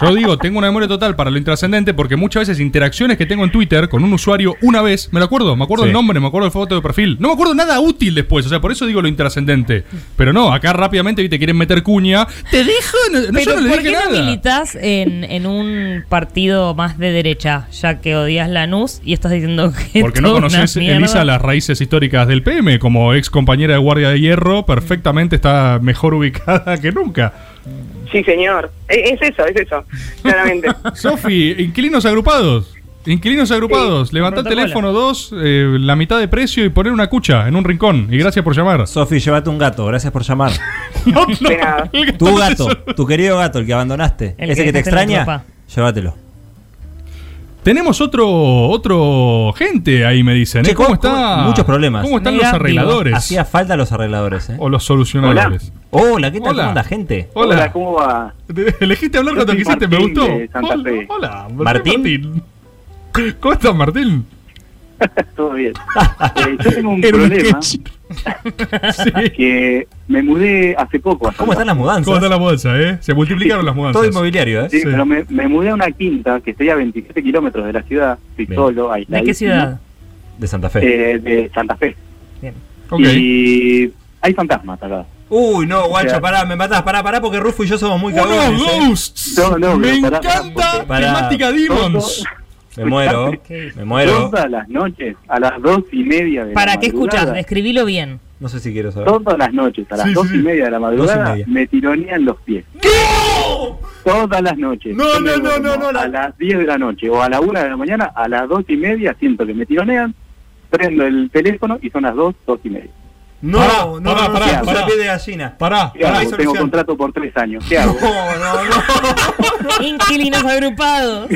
[SPEAKER 4] Yo digo, tengo una memoria total para lo intrascendente porque muchas veces interacciones que tengo en Twitter con un usuario una vez, me lo acuerdo, me acuerdo
[SPEAKER 6] Sí.
[SPEAKER 4] el nombre, me acuerdo el foto de perfil, no me acuerdo nada útil después, o sea, por eso digo lo intrascendente. Pero no, acá rápidamente, viste, quieren meter cuña. Te dejo, no, no, yo
[SPEAKER 8] Pero
[SPEAKER 4] no le
[SPEAKER 8] ¿por
[SPEAKER 4] dije
[SPEAKER 8] qué no
[SPEAKER 4] nada.
[SPEAKER 8] militás en, en un partido más de derecha, ya que odias Lanús y estás diciendo que
[SPEAKER 4] Porque no
[SPEAKER 8] toda una
[SPEAKER 4] conoces,
[SPEAKER 8] mierda?
[SPEAKER 4] Elisa, las raíces históricas del PM. Como ex compañera de Guardia de Hierro, perfectamente está mejor ubicada que nunca.
[SPEAKER 15] Sí, señor. Eh, Es, eso, es eso, claramente.
[SPEAKER 4] Sofi, inquilinos agrupados. Inquilinos agrupados. Levantá el
[SPEAKER 15] Protocolo.
[SPEAKER 4] teléfono 2, la mitad de precio y poner una cucha en un rincón. Y gracias por llamar.
[SPEAKER 6] Sofi, llévate un gato, gracias por llamar.
[SPEAKER 15] De nada.
[SPEAKER 6] Tu gato, tu querido gato, el que abandonaste,
[SPEAKER 15] El
[SPEAKER 6] ese
[SPEAKER 15] que
[SPEAKER 6] que, te
[SPEAKER 15] dejaste en la
[SPEAKER 6] extraña,
[SPEAKER 15] tropa.
[SPEAKER 6] llévatelo.
[SPEAKER 4] Tenemos otro otro gente ahí, me dicen. ¿eh?
[SPEAKER 6] Che,
[SPEAKER 4] ¿Cómo está?
[SPEAKER 6] Muchos problemas.
[SPEAKER 4] ¿Cómo están los arregladores?
[SPEAKER 6] Hacía falta los arregladores, ¿eh?
[SPEAKER 4] O los solucionadores.
[SPEAKER 6] Hola, ¿qué tal?
[SPEAKER 4] Hola.
[SPEAKER 6] ¿Cómo anda, gente?
[SPEAKER 4] Hola. Hola,
[SPEAKER 6] ¿cómo va?
[SPEAKER 4] Elegiste hablar cuando quisiste, me gustó. Hola, hola,
[SPEAKER 6] Martín.
[SPEAKER 4] ¿Cómo estás, Martín?
[SPEAKER 14] Todo bien. Eh, yo tengo un
[SPEAKER 4] Era un
[SPEAKER 14] problema que me mudé hace poco.
[SPEAKER 4] ¿Cómo están las mudanzas? ¿Cómo están las mudanzas, eh? Se multiplicaron las mudanzas.
[SPEAKER 14] Sí,
[SPEAKER 6] ¿eh?
[SPEAKER 4] Sí.
[SPEAKER 14] pero me, me mudé a una quinta que estoy a 27 kilómetros de la ciudad. Estoy
[SPEAKER 6] Bien.
[SPEAKER 14] solo,
[SPEAKER 8] ¿De qué ciudad?
[SPEAKER 6] De Santa Fe.
[SPEAKER 14] Eh, de Santa Fe.
[SPEAKER 8] Bien.
[SPEAKER 6] Ok.
[SPEAKER 14] Y hay fantasmas acá.
[SPEAKER 6] Uy, no, guacho,
[SPEAKER 14] O sea-
[SPEAKER 6] pará, me matás, pará, pará, porque Rufo y yo somos muy ¿eh?
[SPEAKER 14] ¡Unos
[SPEAKER 6] cagones.
[SPEAKER 4] ghosts!
[SPEAKER 14] No, no,
[SPEAKER 6] ¡Me
[SPEAKER 14] pero pará, pará,
[SPEAKER 6] encanta
[SPEAKER 14] porque-
[SPEAKER 6] temática Demons! Me muero, me muero.
[SPEAKER 14] Todas las noches, a las dos y media de
[SPEAKER 8] ¿Para
[SPEAKER 14] la
[SPEAKER 8] qué escuchás?
[SPEAKER 14] madrugada,
[SPEAKER 8] Describilo bien.
[SPEAKER 6] No sé si quiero saber.
[SPEAKER 14] Todas las noches, a las
[SPEAKER 6] ¿eh? Sí, sí,
[SPEAKER 14] dos
[SPEAKER 6] sí.
[SPEAKER 14] y media de la madrugada,
[SPEAKER 6] media.
[SPEAKER 14] me tironean los pies. Todas las noches.
[SPEAKER 6] No,
[SPEAKER 14] Yo
[SPEAKER 6] no,
[SPEAKER 14] me
[SPEAKER 6] no,
[SPEAKER 14] duermo
[SPEAKER 6] no, no,
[SPEAKER 14] A
[SPEAKER 6] la-
[SPEAKER 14] las 10 de la noche o a la 1 de la mañana, a las dos y media siento que me tironean, prendo el teléfono y son las dos, dos y media.
[SPEAKER 6] No,
[SPEAKER 14] Pará,
[SPEAKER 6] no, no,
[SPEAKER 14] pará,
[SPEAKER 6] no,
[SPEAKER 14] pará,
[SPEAKER 6] no,
[SPEAKER 14] pará.
[SPEAKER 6] pie de gallina.
[SPEAKER 4] Pará,
[SPEAKER 14] ¿Qué hago? Tengo contrato por tres años. ¿Qué hago?
[SPEAKER 8] Inquilinos agrupados.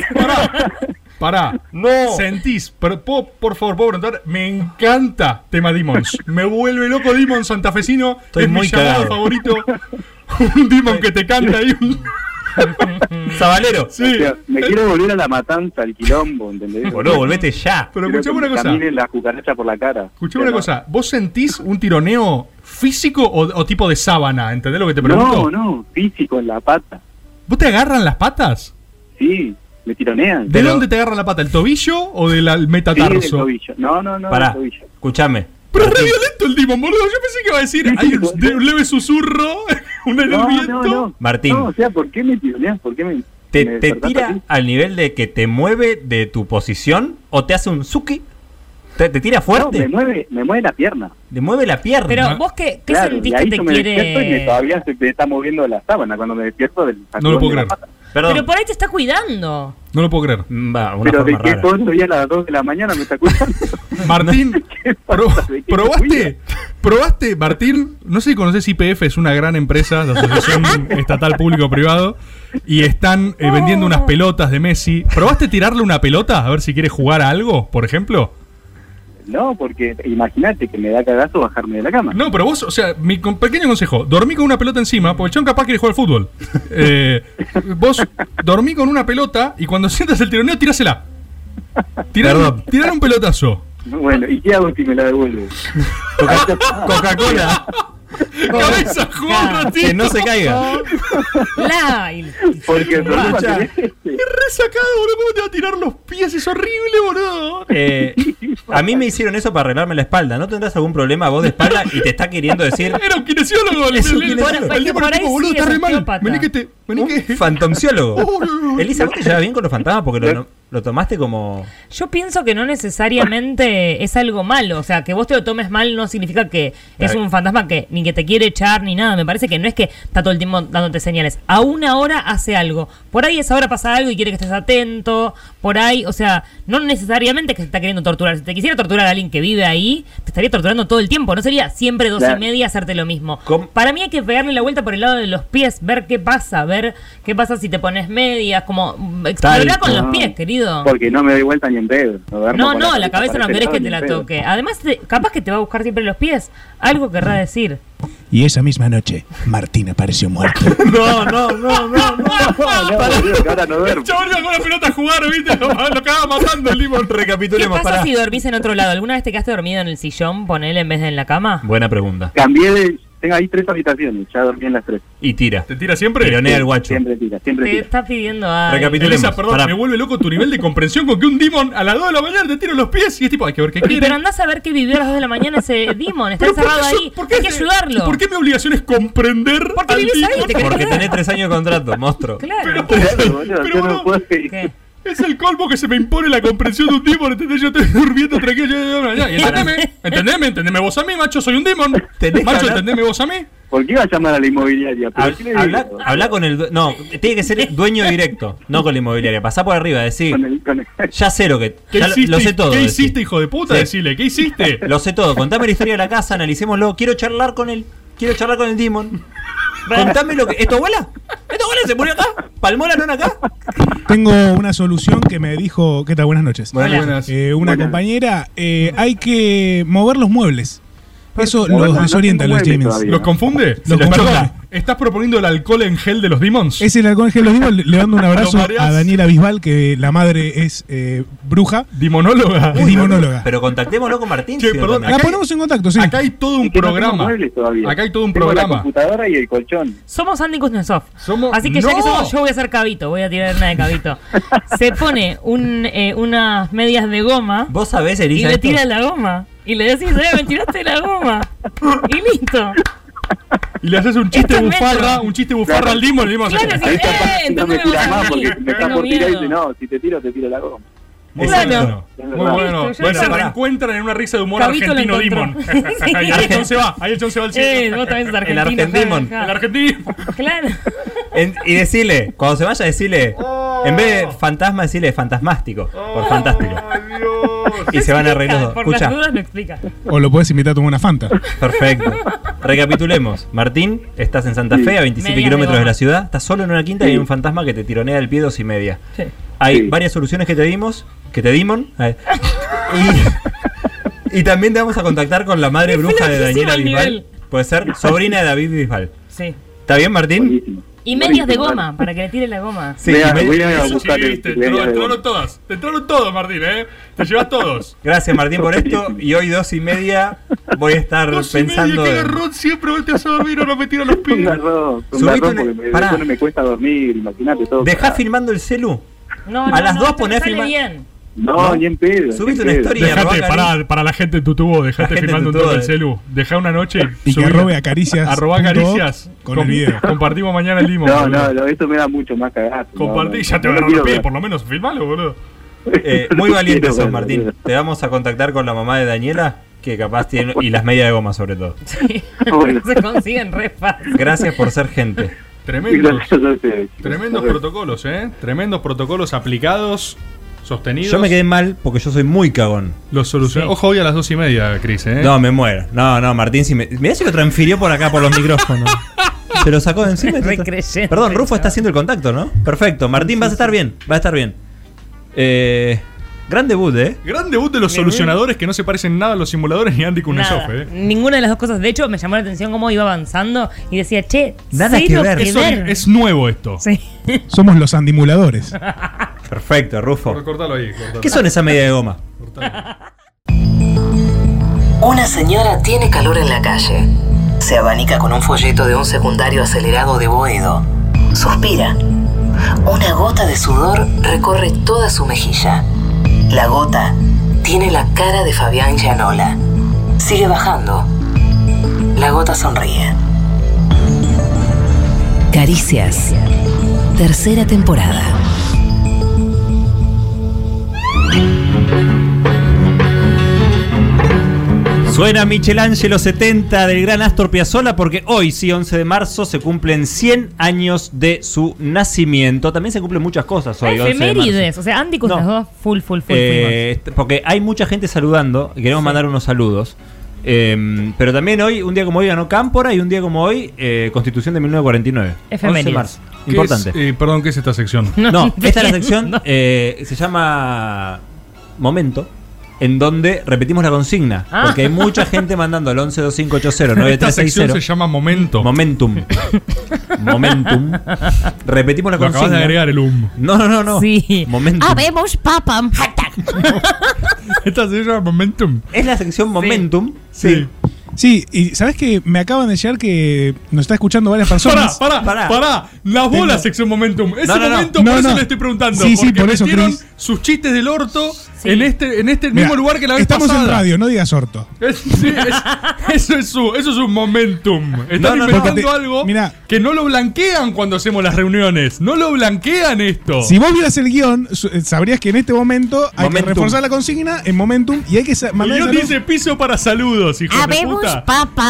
[SPEAKER 4] Pará.
[SPEAKER 6] No.
[SPEAKER 4] Sentís, pero ¿puedo, por favor, puedo preguntar. Me encanta tema Demons. Me vuelve loco Demon santafesino.
[SPEAKER 6] Estoy
[SPEAKER 4] es mi
[SPEAKER 6] muy
[SPEAKER 4] llamado
[SPEAKER 6] cagado.
[SPEAKER 4] favorito. un Demon que te canta ahí. un-
[SPEAKER 6] Sabalero.
[SPEAKER 14] O sea, me quiero volver a la matanza, al quilombo, ¿entendés?
[SPEAKER 4] Boludo, volvete
[SPEAKER 6] ya.
[SPEAKER 4] Pero escuchame una cosa.
[SPEAKER 14] Caminen la cucaracha por la cara.
[SPEAKER 4] Escuchame una cosa. ¿Vos sentís un tironeo físico o, o tipo de sábana? ¿Entendés lo que te pregunto?
[SPEAKER 14] No, no, físico en la pata.
[SPEAKER 4] ¿Vos te agarran las patas?
[SPEAKER 14] Sí, me tironean.
[SPEAKER 4] ¿De dónde te agarran la pata? ¿El tobillo o del al-
[SPEAKER 14] Sí,
[SPEAKER 4] metatarso?
[SPEAKER 14] del tobillo. No, no, no,
[SPEAKER 6] Pará,
[SPEAKER 14] del tobillo.
[SPEAKER 6] escúchame.
[SPEAKER 4] Pero es re violento el Demon, boludo. Yo pensé que iba a decir hay un, de- un leve susurro, un aire
[SPEAKER 14] No,
[SPEAKER 4] viento.
[SPEAKER 14] no, no.
[SPEAKER 6] Martín.
[SPEAKER 14] No, o sea, ¿por qué me tironeas? ¿Por qué me.?
[SPEAKER 6] ¿Te,
[SPEAKER 14] me
[SPEAKER 6] te
[SPEAKER 14] despertás
[SPEAKER 6] tira
[SPEAKER 14] así?
[SPEAKER 6] al nivel de que te mueve de tu posición o te hace un suki? ¿Te, te tira fuerte?
[SPEAKER 14] No, me mueve, me mueve la pierna.
[SPEAKER 6] Te mueve la pierna.
[SPEAKER 8] Pero vos qué, qué
[SPEAKER 14] Claro,
[SPEAKER 8] sentís
[SPEAKER 14] y ahí
[SPEAKER 8] que te
[SPEAKER 14] yo me despierto y me-
[SPEAKER 8] quiere.
[SPEAKER 14] todavía se te está moviendo la sábana cuando me despierto del
[SPEAKER 4] No lo puedo
[SPEAKER 14] de la
[SPEAKER 4] creer.
[SPEAKER 14] pata.
[SPEAKER 8] Pero por ahí te está cuidando.
[SPEAKER 4] No lo puedo creer.
[SPEAKER 6] Mm, Va,
[SPEAKER 4] una
[SPEAKER 14] Pero de
[SPEAKER 4] forma
[SPEAKER 14] que
[SPEAKER 4] rara.
[SPEAKER 14] todo el día a las 2 de la mañana me está cuidando.
[SPEAKER 4] Martín, pro- probaste, probaste, Martín, no sé si conoces IPF, es una gran empresa de asociación estatal público-privado, y están eh, vendiendo unas pelotas de Messi. ¿Probaste tirarle una pelota a ver si quiere jugar a algo, por ejemplo?
[SPEAKER 16] No, porque imagínate que me da cagazo bajarme de la cama.
[SPEAKER 4] No, pero vos, o sea, mi con- pequeño consejo, dormí con una pelota encima, porque el chabón capaz quiere jugar al fútbol. Eh, vos dormí con una pelota y cuando sientas el tironeo, tirásela. Tirar, un- tirar un pelotazo.
[SPEAKER 16] Bueno, ¿y qué hago si me la devuelve?
[SPEAKER 4] Coca-Cola.
[SPEAKER 16] Cabeza,
[SPEAKER 6] Que no se caiga.
[SPEAKER 8] La, y-
[SPEAKER 16] Porque el problema
[SPEAKER 6] Escuchá.
[SPEAKER 16] tenés-
[SPEAKER 4] Resacado, boludo, ¿cómo te va a tirar los pies? Es horrible, boludo.
[SPEAKER 6] Eh, a mí me hicieron eso para arreglarme la espalda. ¿No tendrás algún problema vos de espalda y te está queriendo decir
[SPEAKER 4] Era un kinesiólogo, el- el- el-
[SPEAKER 8] Bueno,
[SPEAKER 4] el tipo,
[SPEAKER 8] por
[SPEAKER 4] el
[SPEAKER 8] ahí
[SPEAKER 4] tipo, boludo,
[SPEAKER 8] sí
[SPEAKER 4] está
[SPEAKER 8] es
[SPEAKER 4] re mal.
[SPEAKER 8] osteópata.
[SPEAKER 4] Vení que te. Vení que.
[SPEAKER 6] fantomciólogo? Elisa, ¿vos te llevas bien con los fantasmas? Porque lo,
[SPEAKER 8] No.
[SPEAKER 6] lo tomaste como.
[SPEAKER 8] Yo pienso que no necesariamente es algo malo, o sea, que vos te lo tomes mal no significa que es
[SPEAKER 6] Claro.
[SPEAKER 8] un fantasma que ni que te quiere echar ni nada, me parece que no es que está todo el tiempo dándote señales, a una hora hace algo, por ahí a esa hora pasa algo y quiere que estés atento, por ahí, o sea, no necesariamente que se está queriendo torturar, si te quisiera torturar a alguien que vive ahí, te estaría torturando todo el tiempo, no sería siempre dos
[SPEAKER 6] Claro.
[SPEAKER 8] y media hacerte lo mismo. Para mí hay que pegarle la vuelta por el lado de los pies, ver qué pasa, ver qué pasa si te pones medias, como mm, explorar con los
[SPEAKER 16] cual.
[SPEAKER 8] pies, querido.
[SPEAKER 16] Porque no me doy vuelta ni en pedo.
[SPEAKER 8] No, no, la cabeza no querés que te la toque. Además, te- capaz que te va a buscar siempre los pies. Algo querrá decir.
[SPEAKER 17] Y esa misma noche, Martín apareció muerto.
[SPEAKER 6] No, no, no, no, no.
[SPEAKER 16] ahora no duermo.
[SPEAKER 4] Chabón iba con la pelota a jugar, ¿viste? Lo, lo acaba matando el limón.
[SPEAKER 8] ¿Qué
[SPEAKER 6] Recapitulemos
[SPEAKER 8] pasa
[SPEAKER 6] para.
[SPEAKER 8] si dormís en otro lado? ¿Alguna vez te quedaste dormido en el sillón, ponele en vez de en la cama?
[SPEAKER 6] Buena pregunta.
[SPEAKER 16] Cambié de... Tengo ahí tres habitaciones, ya dormí en las tres.
[SPEAKER 6] Y tira.
[SPEAKER 4] ¿Te tira siempre?
[SPEAKER 6] Tironea el guacho.
[SPEAKER 16] Siempre tira, siempre
[SPEAKER 8] Te
[SPEAKER 16] tira.
[SPEAKER 8] está pidiendo a.
[SPEAKER 6] Recapitulemos.
[SPEAKER 4] Ah, Elisa, perdón,
[SPEAKER 6] Pará.
[SPEAKER 4] me vuelve loco tu nivel de comprensión con que un demon a las 2 de la mañana te tiro los pies y es tipo, hay que ver qué
[SPEAKER 8] Y
[SPEAKER 4] quiere.
[SPEAKER 8] pero andás a ver qué vivió a las 2 de la mañana ese Demon. Está
[SPEAKER 4] Pero ¿por qué
[SPEAKER 8] encerrado
[SPEAKER 4] yo-
[SPEAKER 8] ahí. Hay que ayudarlo.
[SPEAKER 4] ¿Por qué mi obligación es comprender?
[SPEAKER 8] Porque vivís ahí, te querés
[SPEAKER 6] Porque
[SPEAKER 8] quedar.
[SPEAKER 6] tenés tres años de contrato, monstruo.
[SPEAKER 8] Claro.
[SPEAKER 4] Pero boludo, es el colmo que se me impone la comprensión de un demon, ¿entendés? Yo estoy durmiendo tranquilo. yo- yo- yo- yo- y entendeme, entendeme, entendeme vos a mí, macho, soy un demon.
[SPEAKER 6] Tenés que
[SPEAKER 4] Macho,
[SPEAKER 6] hablar-
[SPEAKER 4] entendeme vos a mí.
[SPEAKER 16] ¿Por qué iba a llamar a la inmobiliaria? ¿Pero
[SPEAKER 6] Habla,
[SPEAKER 16] qué le
[SPEAKER 6] habla-
[SPEAKER 16] digo?
[SPEAKER 6] habla con el. due- No, tiene que ser el dueño directo, no con la inmobiliaria. Pasá por arriba, decir. Ya sé lo que.
[SPEAKER 4] ¿Qué
[SPEAKER 6] ya lo-
[SPEAKER 4] hiciste,
[SPEAKER 6] lo sé todo.
[SPEAKER 4] ¿qué
[SPEAKER 6] decí.
[SPEAKER 4] hiciste hijo de puta?
[SPEAKER 6] Sí.
[SPEAKER 4] Decirle, ¿qué hiciste?
[SPEAKER 6] Lo sé todo. Contame la historia de la casa, analicémoslo. Quiero charlar con él. Quiero charlar con el Demon. Contame lo que. ¿Esto abuela? ¿Esto abuela se murió acá? ¿Palmó la nona acá?
[SPEAKER 2] Tengo una solución que me dijo. ¿Qué tal? Buenas noches.
[SPEAKER 6] Buenas. Buenas.
[SPEAKER 2] Eh, una
[SPEAKER 6] Buenas.
[SPEAKER 2] compañera. eh, hay que mover los muebles. Eso
[SPEAKER 4] Bueno,
[SPEAKER 2] los
[SPEAKER 4] no
[SPEAKER 2] desorienta,
[SPEAKER 4] tengo
[SPEAKER 2] los
[SPEAKER 4] muebles
[SPEAKER 2] James.
[SPEAKER 4] todavía. ¿Los confunde?
[SPEAKER 2] Los
[SPEAKER 4] Perdón,
[SPEAKER 2] confunde.
[SPEAKER 4] ¿Estás proponiendo el alcohol en gel de los demons?
[SPEAKER 2] Es el alcohol en gel, los digo, le le mando un abrazo
[SPEAKER 4] Los mareas.
[SPEAKER 2] a Daniela Bisbal, que la madre es eh, bruja.
[SPEAKER 4] Dimonóloga.
[SPEAKER 2] Es dimonóloga.
[SPEAKER 6] Pero contactémoslo con Martín.
[SPEAKER 4] Che,
[SPEAKER 6] si no
[SPEAKER 4] perdón,
[SPEAKER 6] también.
[SPEAKER 2] La ponemos en contacto, sí.
[SPEAKER 4] Acá hay todo un
[SPEAKER 16] Que no tengo
[SPEAKER 4] programa.
[SPEAKER 16] muebles todavía.
[SPEAKER 4] Acá hay todo un
[SPEAKER 16] Tengo
[SPEAKER 4] programa.
[SPEAKER 16] La computadora y el colchón.
[SPEAKER 8] Somos Andy Kuznetsov.
[SPEAKER 4] Somos-
[SPEAKER 8] Así que ya que
[SPEAKER 4] ¡No!
[SPEAKER 8] somos, yo voy a hacer cabito, voy a tirar una de cabito. Se pone un, eh, unas medias de goma.
[SPEAKER 6] ¿Vos sabés,
[SPEAKER 8] Y
[SPEAKER 6] Elisa?
[SPEAKER 8] le
[SPEAKER 6] esto?
[SPEAKER 8] tira la goma. Y le decís, eh, me tiraste la goma. Y listo.
[SPEAKER 4] Y le haces un chiste
[SPEAKER 8] Esto es
[SPEAKER 4] bufarra,
[SPEAKER 8] metro.
[SPEAKER 4] un chiste bufarra al Dimon. El Dimon hace-
[SPEAKER 8] Claro, sí,
[SPEAKER 16] Ahí capaz
[SPEAKER 8] eh, entonces
[SPEAKER 16] no me
[SPEAKER 8] me vas
[SPEAKER 16] tiras
[SPEAKER 8] a
[SPEAKER 16] más
[SPEAKER 8] mí.
[SPEAKER 16] porque me está
[SPEAKER 8] Tengo
[SPEAKER 16] por tirar y dice,
[SPEAKER 8] miedo.
[SPEAKER 16] no, si te tiro, te tiro la goma.
[SPEAKER 4] Muy
[SPEAKER 8] Claro.
[SPEAKER 4] bueno. Muy bueno.
[SPEAKER 8] Listo, ya está.
[SPEAKER 4] Bueno, se reencuentran en una risa de humor
[SPEAKER 8] Cabito lo
[SPEAKER 4] argentino Dimon.
[SPEAKER 8] encontró.
[SPEAKER 4] y ahí el chon se va. Ahí el chon se va al cielo.
[SPEAKER 8] Eh, vos también sos
[SPEAKER 6] El
[SPEAKER 8] argentino.
[SPEAKER 6] Argendemon.
[SPEAKER 8] ja, ja.
[SPEAKER 4] El argentino.
[SPEAKER 8] Claro.
[SPEAKER 6] En- y decirle, cuando se vaya, decirle. En vez de fantasma, decirle fantasmástico. Por fantástico. Y se van a reír los dos.
[SPEAKER 8] Por las
[SPEAKER 6] Escucha.
[SPEAKER 8] dudas lo explica.
[SPEAKER 2] O lo puedes invitar a tomar una Fanta.
[SPEAKER 6] Perfecto. Recapitulemos. Martín, estás en Santa Fe, a 27
[SPEAKER 8] Medias de
[SPEAKER 6] kilómetros de
[SPEAKER 8] goma.
[SPEAKER 6] la ciudad. Estás solo en una quinta y hay un fantasma que te tironea el pie dos y media. Hay varias soluciones que te dimos, que te dimos. eh, Y, y también te vamos a contactar con la madre bruja de
[SPEAKER 8] flojísimo
[SPEAKER 6] Daniela
[SPEAKER 8] el
[SPEAKER 6] Bisbal.
[SPEAKER 8] nivel.
[SPEAKER 6] Puede ser sobrina de David Bisbal.
[SPEAKER 8] Sí.
[SPEAKER 6] ¿Está bien, Martín?
[SPEAKER 8] Y medias de goma, para que le tire la goma.
[SPEAKER 6] Sí, y me-
[SPEAKER 4] Eso sí,
[SPEAKER 16] este,
[SPEAKER 4] viste, te entraron todas. Te entraron todos, Martín, ¿eh? Te llevas todos.
[SPEAKER 6] Gracias, Martín, por esto. Y hoy dos y media voy a estar
[SPEAKER 4] Dos y media,
[SPEAKER 6] pensando.
[SPEAKER 4] qué
[SPEAKER 6] en-
[SPEAKER 4] garrón, siempre volteas a dormir o no me tiran los
[SPEAKER 16] Un
[SPEAKER 4] pibes.
[SPEAKER 16] garrón, un
[SPEAKER 6] Subite
[SPEAKER 16] garrón
[SPEAKER 6] un-
[SPEAKER 16] porque me,
[SPEAKER 6] pará.
[SPEAKER 16] después me cuesta dormir, imagínate todo.
[SPEAKER 6] Dejá
[SPEAKER 16] parado.
[SPEAKER 6] filmando el celu.
[SPEAKER 8] No,
[SPEAKER 6] A
[SPEAKER 8] no,
[SPEAKER 6] las
[SPEAKER 8] no,
[SPEAKER 6] dos
[SPEAKER 8] esto
[SPEAKER 6] ponés
[SPEAKER 8] no sale
[SPEAKER 6] firma-
[SPEAKER 8] bien.
[SPEAKER 16] No, ni en pedo.
[SPEAKER 6] Subiste
[SPEAKER 16] ni en
[SPEAKER 6] una historia.
[SPEAKER 16] pedo.
[SPEAKER 4] Dejate,
[SPEAKER 6] arroba
[SPEAKER 4] para, para la gente en tu tubo, dejate
[SPEAKER 6] La gente
[SPEAKER 4] filmando
[SPEAKER 6] en
[SPEAKER 4] un
[SPEAKER 6] tu
[SPEAKER 4] tubo
[SPEAKER 6] tubo,
[SPEAKER 4] del
[SPEAKER 6] eh.
[SPEAKER 4] celu. Dejá una noche
[SPEAKER 2] Y que
[SPEAKER 4] subila.
[SPEAKER 2] arrobe a caricias.
[SPEAKER 4] Arroba
[SPEAKER 2] punto
[SPEAKER 4] caricias.
[SPEAKER 2] Con el
[SPEAKER 4] Com-
[SPEAKER 2] video.
[SPEAKER 4] Compartimos mañana el limo.
[SPEAKER 16] No,
[SPEAKER 4] boludo.
[SPEAKER 16] no, no, esto me da mucho más cagazo. no,
[SPEAKER 4] Compartí,
[SPEAKER 16] no,
[SPEAKER 4] ya te
[SPEAKER 16] no
[SPEAKER 4] van a
[SPEAKER 16] lo quiero
[SPEAKER 4] romper,
[SPEAKER 16] ver.
[SPEAKER 4] por lo menos filmalo, boludo.
[SPEAKER 6] Eh, muy
[SPEAKER 16] No
[SPEAKER 6] valiente
[SPEAKER 16] quiero
[SPEAKER 6] sos,
[SPEAKER 16] verlo,
[SPEAKER 6] Martín.
[SPEAKER 16] quiero.
[SPEAKER 6] Te vamos a contactar con la mamá de Daniela, que capaz tiene. y las medias de goma, sobre todo.
[SPEAKER 8] Se consiguen re fácil.
[SPEAKER 6] Gracias por ser gente.
[SPEAKER 4] Tremendos,
[SPEAKER 16] Gracias a ustedes, chicos.
[SPEAKER 4] tremendos protocolos, ¿eh? Tremendos protocolos aplicados, sostenidos.
[SPEAKER 6] Yo me quedé mal porque yo soy muy cagón.
[SPEAKER 4] Los solucioné. Ojo hoy a las dos y media, Cris, ¿eh?
[SPEAKER 6] No, me muero. No, no, Martín, si me. Mirá si lo transfirió por acá por los micrófonos. Se lo sacó de encima. y
[SPEAKER 8] Re
[SPEAKER 6] todo-
[SPEAKER 8] creyente,
[SPEAKER 6] Perdón, Rufo está haciendo el contacto, ¿no? Perfecto. Martín, vas a estar bien. Va a estar bien. Eh, Gran debut, ¿eh?
[SPEAKER 4] Gran debut de los solucionadores que no se parecen nada a los simuladores ni a Andy Kuznetsov,
[SPEAKER 8] Nada.
[SPEAKER 4] ¿eh?
[SPEAKER 8] Ninguna de las dos cosas. De hecho, me llamó la atención cómo iba avanzando y decía, che,
[SPEAKER 4] Nada
[SPEAKER 8] cero
[SPEAKER 4] que ver. Eso es nuevo esto.
[SPEAKER 2] Somos los andimuladores.
[SPEAKER 6] Perfecto, Rufo.
[SPEAKER 4] Cortalo ahí. cortalo.
[SPEAKER 6] ¿Qué son esas medias de goma?
[SPEAKER 1] Una señora tiene calor en la calle. Se abanica con un folleto de un secundario acelerado de Boedo. Suspira. Una gota de sudor recorre toda su mejilla. La gota tiene la cara de Fabián Gianola. Sigue bajando. La gota sonríe.
[SPEAKER 12] Caricias. Tercera temporada.
[SPEAKER 6] Suena Michelangelo 70 del gran Astor Piazzolla porque hoy, sí, 11 de marzo, se cumplen 100 años de su nacimiento. También se cumplen muchas cosas hoy, 11 de marzo.
[SPEAKER 8] Efemérides. O sea, Andy con las dos, full, full, full.
[SPEAKER 6] Eh, est- porque hay mucha gente saludando, y queremos mandar unos saludos. Eh, pero también hoy, un día como hoy ganó Cámpora y un día como hoy, eh, Constitución de 1949. 11 de
[SPEAKER 8] Efemérides.
[SPEAKER 6] marzo.
[SPEAKER 4] ¿Qué
[SPEAKER 6] Importante.
[SPEAKER 4] es- eh, perdón, ¿qué es esta sección?
[SPEAKER 6] No, esta es
[SPEAKER 4] entiendo.
[SPEAKER 6] la sección, eh, se llama Momento, en donde repetimos la consigna,
[SPEAKER 4] Ah.
[SPEAKER 6] porque hay mucha gente mandando al 1125809360.
[SPEAKER 4] Esta sección se llama Momento.
[SPEAKER 6] Momentum. Momentum. Repetimos la
[SPEAKER 4] Lo acabas
[SPEAKER 6] consigna.
[SPEAKER 4] de agregar el um.
[SPEAKER 6] No, no, no, no.
[SPEAKER 8] Sí.
[SPEAKER 6] Momentum.
[SPEAKER 8] Habemos papam.
[SPEAKER 4] Esta se llama Momentum.
[SPEAKER 6] Es la sección Momentum.
[SPEAKER 2] Sí. Sí, y sabes que me acaban de llegar que nos está escuchando varias
[SPEAKER 4] Pará,
[SPEAKER 2] personas.
[SPEAKER 4] pará, pará, Las
[SPEAKER 2] Tengo-
[SPEAKER 4] bolas, sección Momentum. Ese
[SPEAKER 2] No, no, no.
[SPEAKER 4] momento,
[SPEAKER 2] No,
[SPEAKER 4] por eso
[SPEAKER 2] no.
[SPEAKER 4] le estoy preguntando.
[SPEAKER 2] Sí, sí,
[SPEAKER 4] porque
[SPEAKER 2] por eso,
[SPEAKER 4] metieron
[SPEAKER 2] Cris.
[SPEAKER 4] sus chistes del orto en este, en este
[SPEAKER 2] Mira,
[SPEAKER 4] mismo lugar que la vez
[SPEAKER 2] Estamos
[SPEAKER 4] pasada.
[SPEAKER 2] en radio, no digas orto.
[SPEAKER 4] Es- sí, es- eso, es su, eso es un momentum. Están
[SPEAKER 2] no, no.
[SPEAKER 4] inventando
[SPEAKER 2] Porque te-
[SPEAKER 4] algo que no lo blanquean cuando hacemos las reuniones. No lo blanquean esto.
[SPEAKER 2] Si vos vieras el guión, su- eh, sabrías que en este momento hay
[SPEAKER 4] Momentum.
[SPEAKER 2] que reforzar la consigna en momentum y hay que sa-
[SPEAKER 4] el
[SPEAKER 2] mandar
[SPEAKER 4] guión
[SPEAKER 2] saludos
[SPEAKER 4] dice piso para saludos, hijo de puta.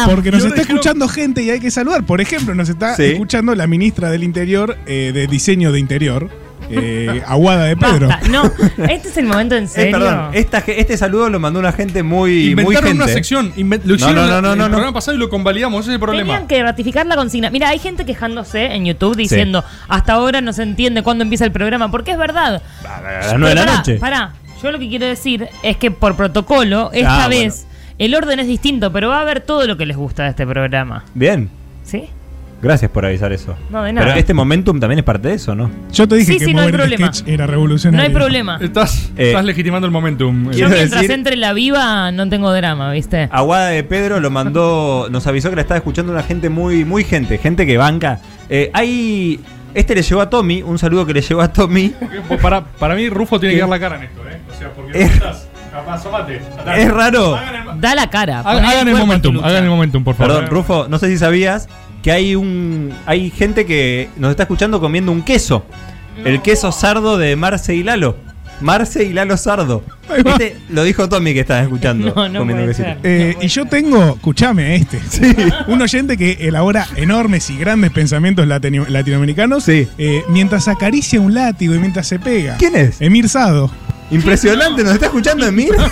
[SPEAKER 2] Porque nos
[SPEAKER 4] Y
[SPEAKER 2] está
[SPEAKER 4] ahora dijeron-
[SPEAKER 2] escuchando gente y hay que saludar. Por ejemplo, nos está
[SPEAKER 4] Sí.
[SPEAKER 2] escuchando la ministra del Interior, eh, de Diseño de Interior, eh, Aguada de Pedro.
[SPEAKER 8] Basta, no, este es el momento en
[SPEAKER 6] Eh,
[SPEAKER 8] serio.
[SPEAKER 6] perdón, esta ge- este saludo lo mandó una gente muy. muy
[SPEAKER 4] Inventaron
[SPEAKER 6] gente.
[SPEAKER 4] una sección. inven-
[SPEAKER 6] No,
[SPEAKER 4] lo hicieron
[SPEAKER 6] no, no,
[SPEAKER 4] en
[SPEAKER 6] no,
[SPEAKER 4] el
[SPEAKER 6] no, no.
[SPEAKER 4] programa pasado y lo convalidamos. Ese es el problema.
[SPEAKER 8] Tenían que ratificar la consigna. Mira, hay gente quejándose en YouTube diciendo, hasta ahora no se entiende cuándo empieza el programa, porque es verdad.
[SPEAKER 6] A las 9 de la
[SPEAKER 8] Pero pará,
[SPEAKER 6] noche.
[SPEAKER 8] Pará, yo lo que quiero decir es que por protocolo, esta
[SPEAKER 6] Ah, bueno.
[SPEAKER 8] vez, el orden es distinto, pero va a haber todo lo que les gusta de este programa.
[SPEAKER 6] Bien.
[SPEAKER 8] ¿Sí?
[SPEAKER 6] Gracias por avisar eso.
[SPEAKER 8] No, de nada.
[SPEAKER 6] Pero este momentum también es parte de eso, ¿no?
[SPEAKER 2] Yo te
[SPEAKER 8] dije Sí, que sí, no hay mover el problema. sketch
[SPEAKER 2] era revolucionario.
[SPEAKER 8] No hay problema.
[SPEAKER 4] Estás, estás legitimando el momentum.
[SPEAKER 8] Yo mientras entre la viva no tengo drama, ¿viste?
[SPEAKER 6] Aguada de Pedro lo mandó, nos avisó que la estaba escuchando una gente muy, muy gente, gente que banca. Eh, hay, este le llegó a Tommy, un saludo que le llegó a Tommy.
[SPEAKER 4] Para, para mí, Rufo tiene que
[SPEAKER 6] Eh,
[SPEAKER 4] dar la cara en esto, ¿eh? O sea, porque vos estás. capaz, asomate, atá.
[SPEAKER 6] Es raro.
[SPEAKER 8] Da la cara.
[SPEAKER 4] Hagan- hagan el momentum, hagan el momentum, por favor.
[SPEAKER 6] Perdón, Rufo, no sé si sabías que hay un, hay gente que nos está escuchando comiendo un queso, el queso sardo de Marce y Lalo. Marce y Lalo Sardo. Este lo dijo Tommy que estaba escuchando. comiendo un quesito.
[SPEAKER 2] Eh, y yo tengo, escuchame este, un oyente que elabora enormes y grandes pensamientos latino- latinoamericanos eh, mientras acaricia un látigo y mientras se pega.
[SPEAKER 6] ¿Quién es?
[SPEAKER 2] Emir Sado.
[SPEAKER 6] Impresionante, ¿nos está escuchando Emir? Ah,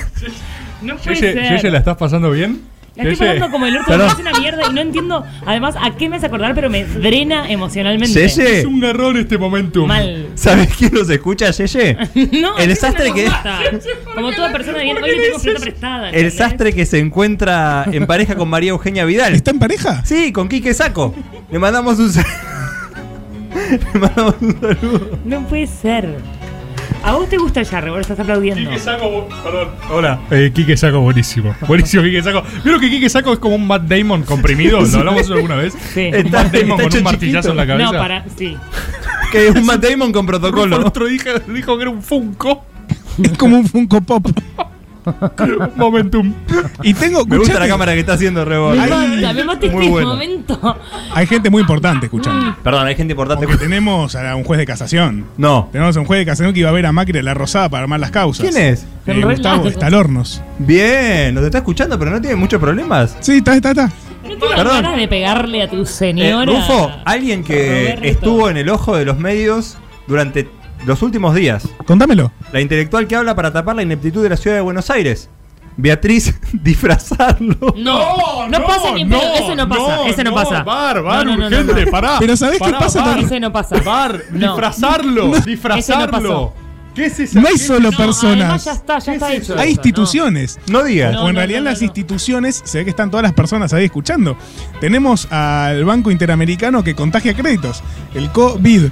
[SPEAKER 8] No puede
[SPEAKER 4] Yeye,
[SPEAKER 8] ser.
[SPEAKER 4] Yeye, ¿la estás pasando bien?
[SPEAKER 8] La estoy
[SPEAKER 4] Yeye.
[SPEAKER 8] pasando como el orto, me
[SPEAKER 4] Perdón.
[SPEAKER 8] parece una mierda y no entiendo, además, a qué me hace acordar, pero me drena emocionalmente.
[SPEAKER 4] Es un garrón este momento.
[SPEAKER 8] Mal.
[SPEAKER 6] ¿Sabes quién nos escucha, Yeye?
[SPEAKER 8] No,
[SPEAKER 6] El
[SPEAKER 8] eso
[SPEAKER 6] sastre
[SPEAKER 8] no me
[SPEAKER 6] que-
[SPEAKER 8] gusta. Como toda persona bien, hoy le tengo plata prestada.
[SPEAKER 6] El sastre que se encuentra en pareja con María Eugenia Vidal. ¿Está
[SPEAKER 2] en pareja?
[SPEAKER 6] Sí, con Quique Saco. Le mandamos un saludo. Le mandamos un saludo.
[SPEAKER 8] No puede ser. ¿A vos te gusta el jarro? Ahora estás aplaudiendo.
[SPEAKER 4] Quique Saco, perdón. Hola, eh, Quique Saco, buenísimo. Buenísimo, Quique Saco. Vieron que Quique Saco es como un Matt Damon comprimido. ¿Lo hablamos alguna vez?
[SPEAKER 8] Sí.
[SPEAKER 4] Un Matt Damon con un martillazo en la cabeza.
[SPEAKER 8] No, para, sí.
[SPEAKER 6] Que es un Matt Damon con protocolo.
[SPEAKER 4] El otro dijo, dijo que era un Funko.
[SPEAKER 2] Es como un Funko Pop.
[SPEAKER 4] Momentum.
[SPEAKER 2] Y tengo,
[SPEAKER 6] Me gusta la
[SPEAKER 2] escuchate,
[SPEAKER 6] cámara que está haciendo Rebo.
[SPEAKER 2] Me
[SPEAKER 6] Ahí.
[SPEAKER 2] mata, me mata
[SPEAKER 6] Muy
[SPEAKER 2] este
[SPEAKER 6] bueno.
[SPEAKER 8] momento. Mm,
[SPEAKER 2] Hay gente muy importante escuchando.
[SPEAKER 6] Perdón, hay gente importante.
[SPEAKER 2] Porque tenemos a un juez de casación.
[SPEAKER 6] No.
[SPEAKER 2] Tenemos a un juez de casación que iba a ver a Macri de la Rosada para armar las causas.
[SPEAKER 6] ¿Quién es?
[SPEAKER 2] Eh, Gustavo Estalornos.
[SPEAKER 6] Bien, nos está escuchando, pero no tiene muchos problemas.
[SPEAKER 2] Sí, está, está, está.
[SPEAKER 8] No tengo
[SPEAKER 6] Perdón.
[SPEAKER 8] ganas de pegarle a tu
[SPEAKER 6] Eh,
[SPEAKER 8] señora.
[SPEAKER 6] Rufo, alguien que
[SPEAKER 8] Roberto.
[SPEAKER 6] estuvo en el ojo de los medios durante los últimos días.
[SPEAKER 2] Contámelo.
[SPEAKER 6] La intelectual que habla para tapar la ineptitud de la ciudad de Buenos Aires. Beatriz, disfrazarlo.
[SPEAKER 8] No, no,
[SPEAKER 4] no,
[SPEAKER 8] pasa ni en
[SPEAKER 4] no,
[SPEAKER 8] pedo, Eso no pasa.
[SPEAKER 4] no,
[SPEAKER 8] ese no,
[SPEAKER 4] no,
[SPEAKER 8] pasa.
[SPEAKER 4] bar, bar,
[SPEAKER 8] No, no, no, no,
[SPEAKER 4] urgente,
[SPEAKER 8] no.
[SPEAKER 4] pará. Pero ¿sabés qué Pará, pasa? bar.
[SPEAKER 8] Ese no pasa.
[SPEAKER 4] Bar,
[SPEAKER 8] No.
[SPEAKER 4] disfrazarlo,
[SPEAKER 8] Ese no
[SPEAKER 4] disfrazarlo.
[SPEAKER 8] pasó.
[SPEAKER 2] ¿Qué es eso? No hay solo personas.
[SPEAKER 8] ya está, ya está hecho.
[SPEAKER 2] Hay instituciones. No
[SPEAKER 8] digas.
[SPEAKER 2] O
[SPEAKER 8] No,
[SPEAKER 2] en
[SPEAKER 8] no,
[SPEAKER 2] realidad
[SPEAKER 8] no, no,
[SPEAKER 2] las instituciones, se ve que están todas las personas ahí escuchando. Tenemos al Banco Interamericano que contagia créditos. El COVID.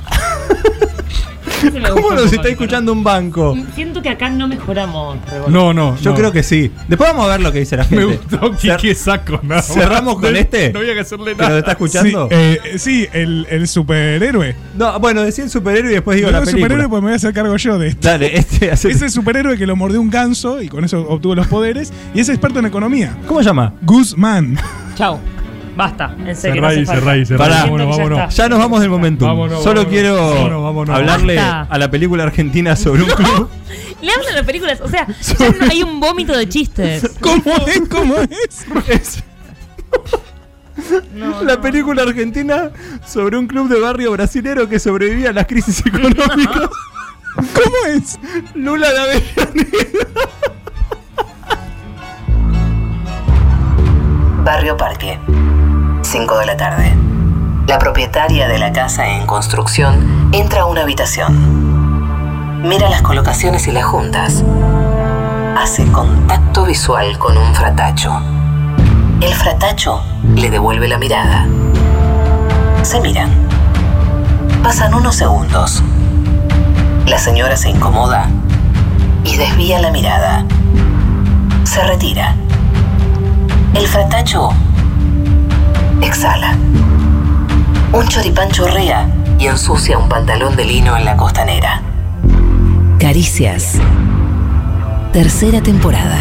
[SPEAKER 10] ¿Cómo nos está escuchando un banco?
[SPEAKER 18] Siento que acá no mejoramos. Rebolo.
[SPEAKER 4] No, no.
[SPEAKER 10] Yo
[SPEAKER 4] no.
[SPEAKER 10] creo que sí. Después vamos a ver lo que dice la gente.
[SPEAKER 4] Me gustó que, que saco nada. más.
[SPEAKER 10] cerramos con este.
[SPEAKER 4] No había que hacerle
[SPEAKER 10] ¿Que nos
[SPEAKER 4] nada.
[SPEAKER 10] está escuchando?
[SPEAKER 2] Sí, eh, sí, el, el superhéroe.
[SPEAKER 10] No, bueno, decía el superhéroe y después Pues digo
[SPEAKER 2] No
[SPEAKER 10] la
[SPEAKER 2] digo
[SPEAKER 10] película.
[SPEAKER 2] superhéroe porque me voy a hacer cargo yo de esto.
[SPEAKER 10] Dale, este hace-
[SPEAKER 2] Ese superhéroe que lo mordió un ganso y con eso obtuvo los poderes. Y es experto en economía.
[SPEAKER 10] ¿Cómo se llama?
[SPEAKER 2] Guzmán.
[SPEAKER 8] Chau. Basta. En serio.
[SPEAKER 2] Cerrá
[SPEAKER 8] no hace
[SPEAKER 2] y
[SPEAKER 8] falta.
[SPEAKER 2] cerrá y cerrá.
[SPEAKER 8] Siento
[SPEAKER 10] Pará,
[SPEAKER 8] que ya está.
[SPEAKER 10] ya nos vamos del momento.
[SPEAKER 4] Vámonos,
[SPEAKER 10] Solo
[SPEAKER 4] vámonos.
[SPEAKER 10] quiero
[SPEAKER 4] Vámonos, vámonos.
[SPEAKER 10] hablarle
[SPEAKER 8] Basta.
[SPEAKER 10] a la película argentina sobre un club.
[SPEAKER 8] Le hablan las películas. O sea, ya no hay un vómito de chistes.
[SPEAKER 2] ¿Cómo es? ¿Cómo es?
[SPEAKER 10] la película argentina sobre un club de barrio brasilero que sobrevivía a las crisis económicas.
[SPEAKER 2] ¿Cómo es?
[SPEAKER 10] Lula de Avellaneda.
[SPEAKER 1] Barrio Parque, 5 de la tarde. La propietaria de la casa en construcción entra a una habitación. Mira las colocaciones y las juntas. Hace contacto visual con un fratacho. El fratacho le devuelve la mirada. Se miran. Pasan unos segundos. La señora se incomoda y desvía la mirada. Se retira. El fratacho exhala. Un choripán chorrea y ensucia un pantalón de lino en la costanera.
[SPEAKER 12] Caricias. Tercera temporada.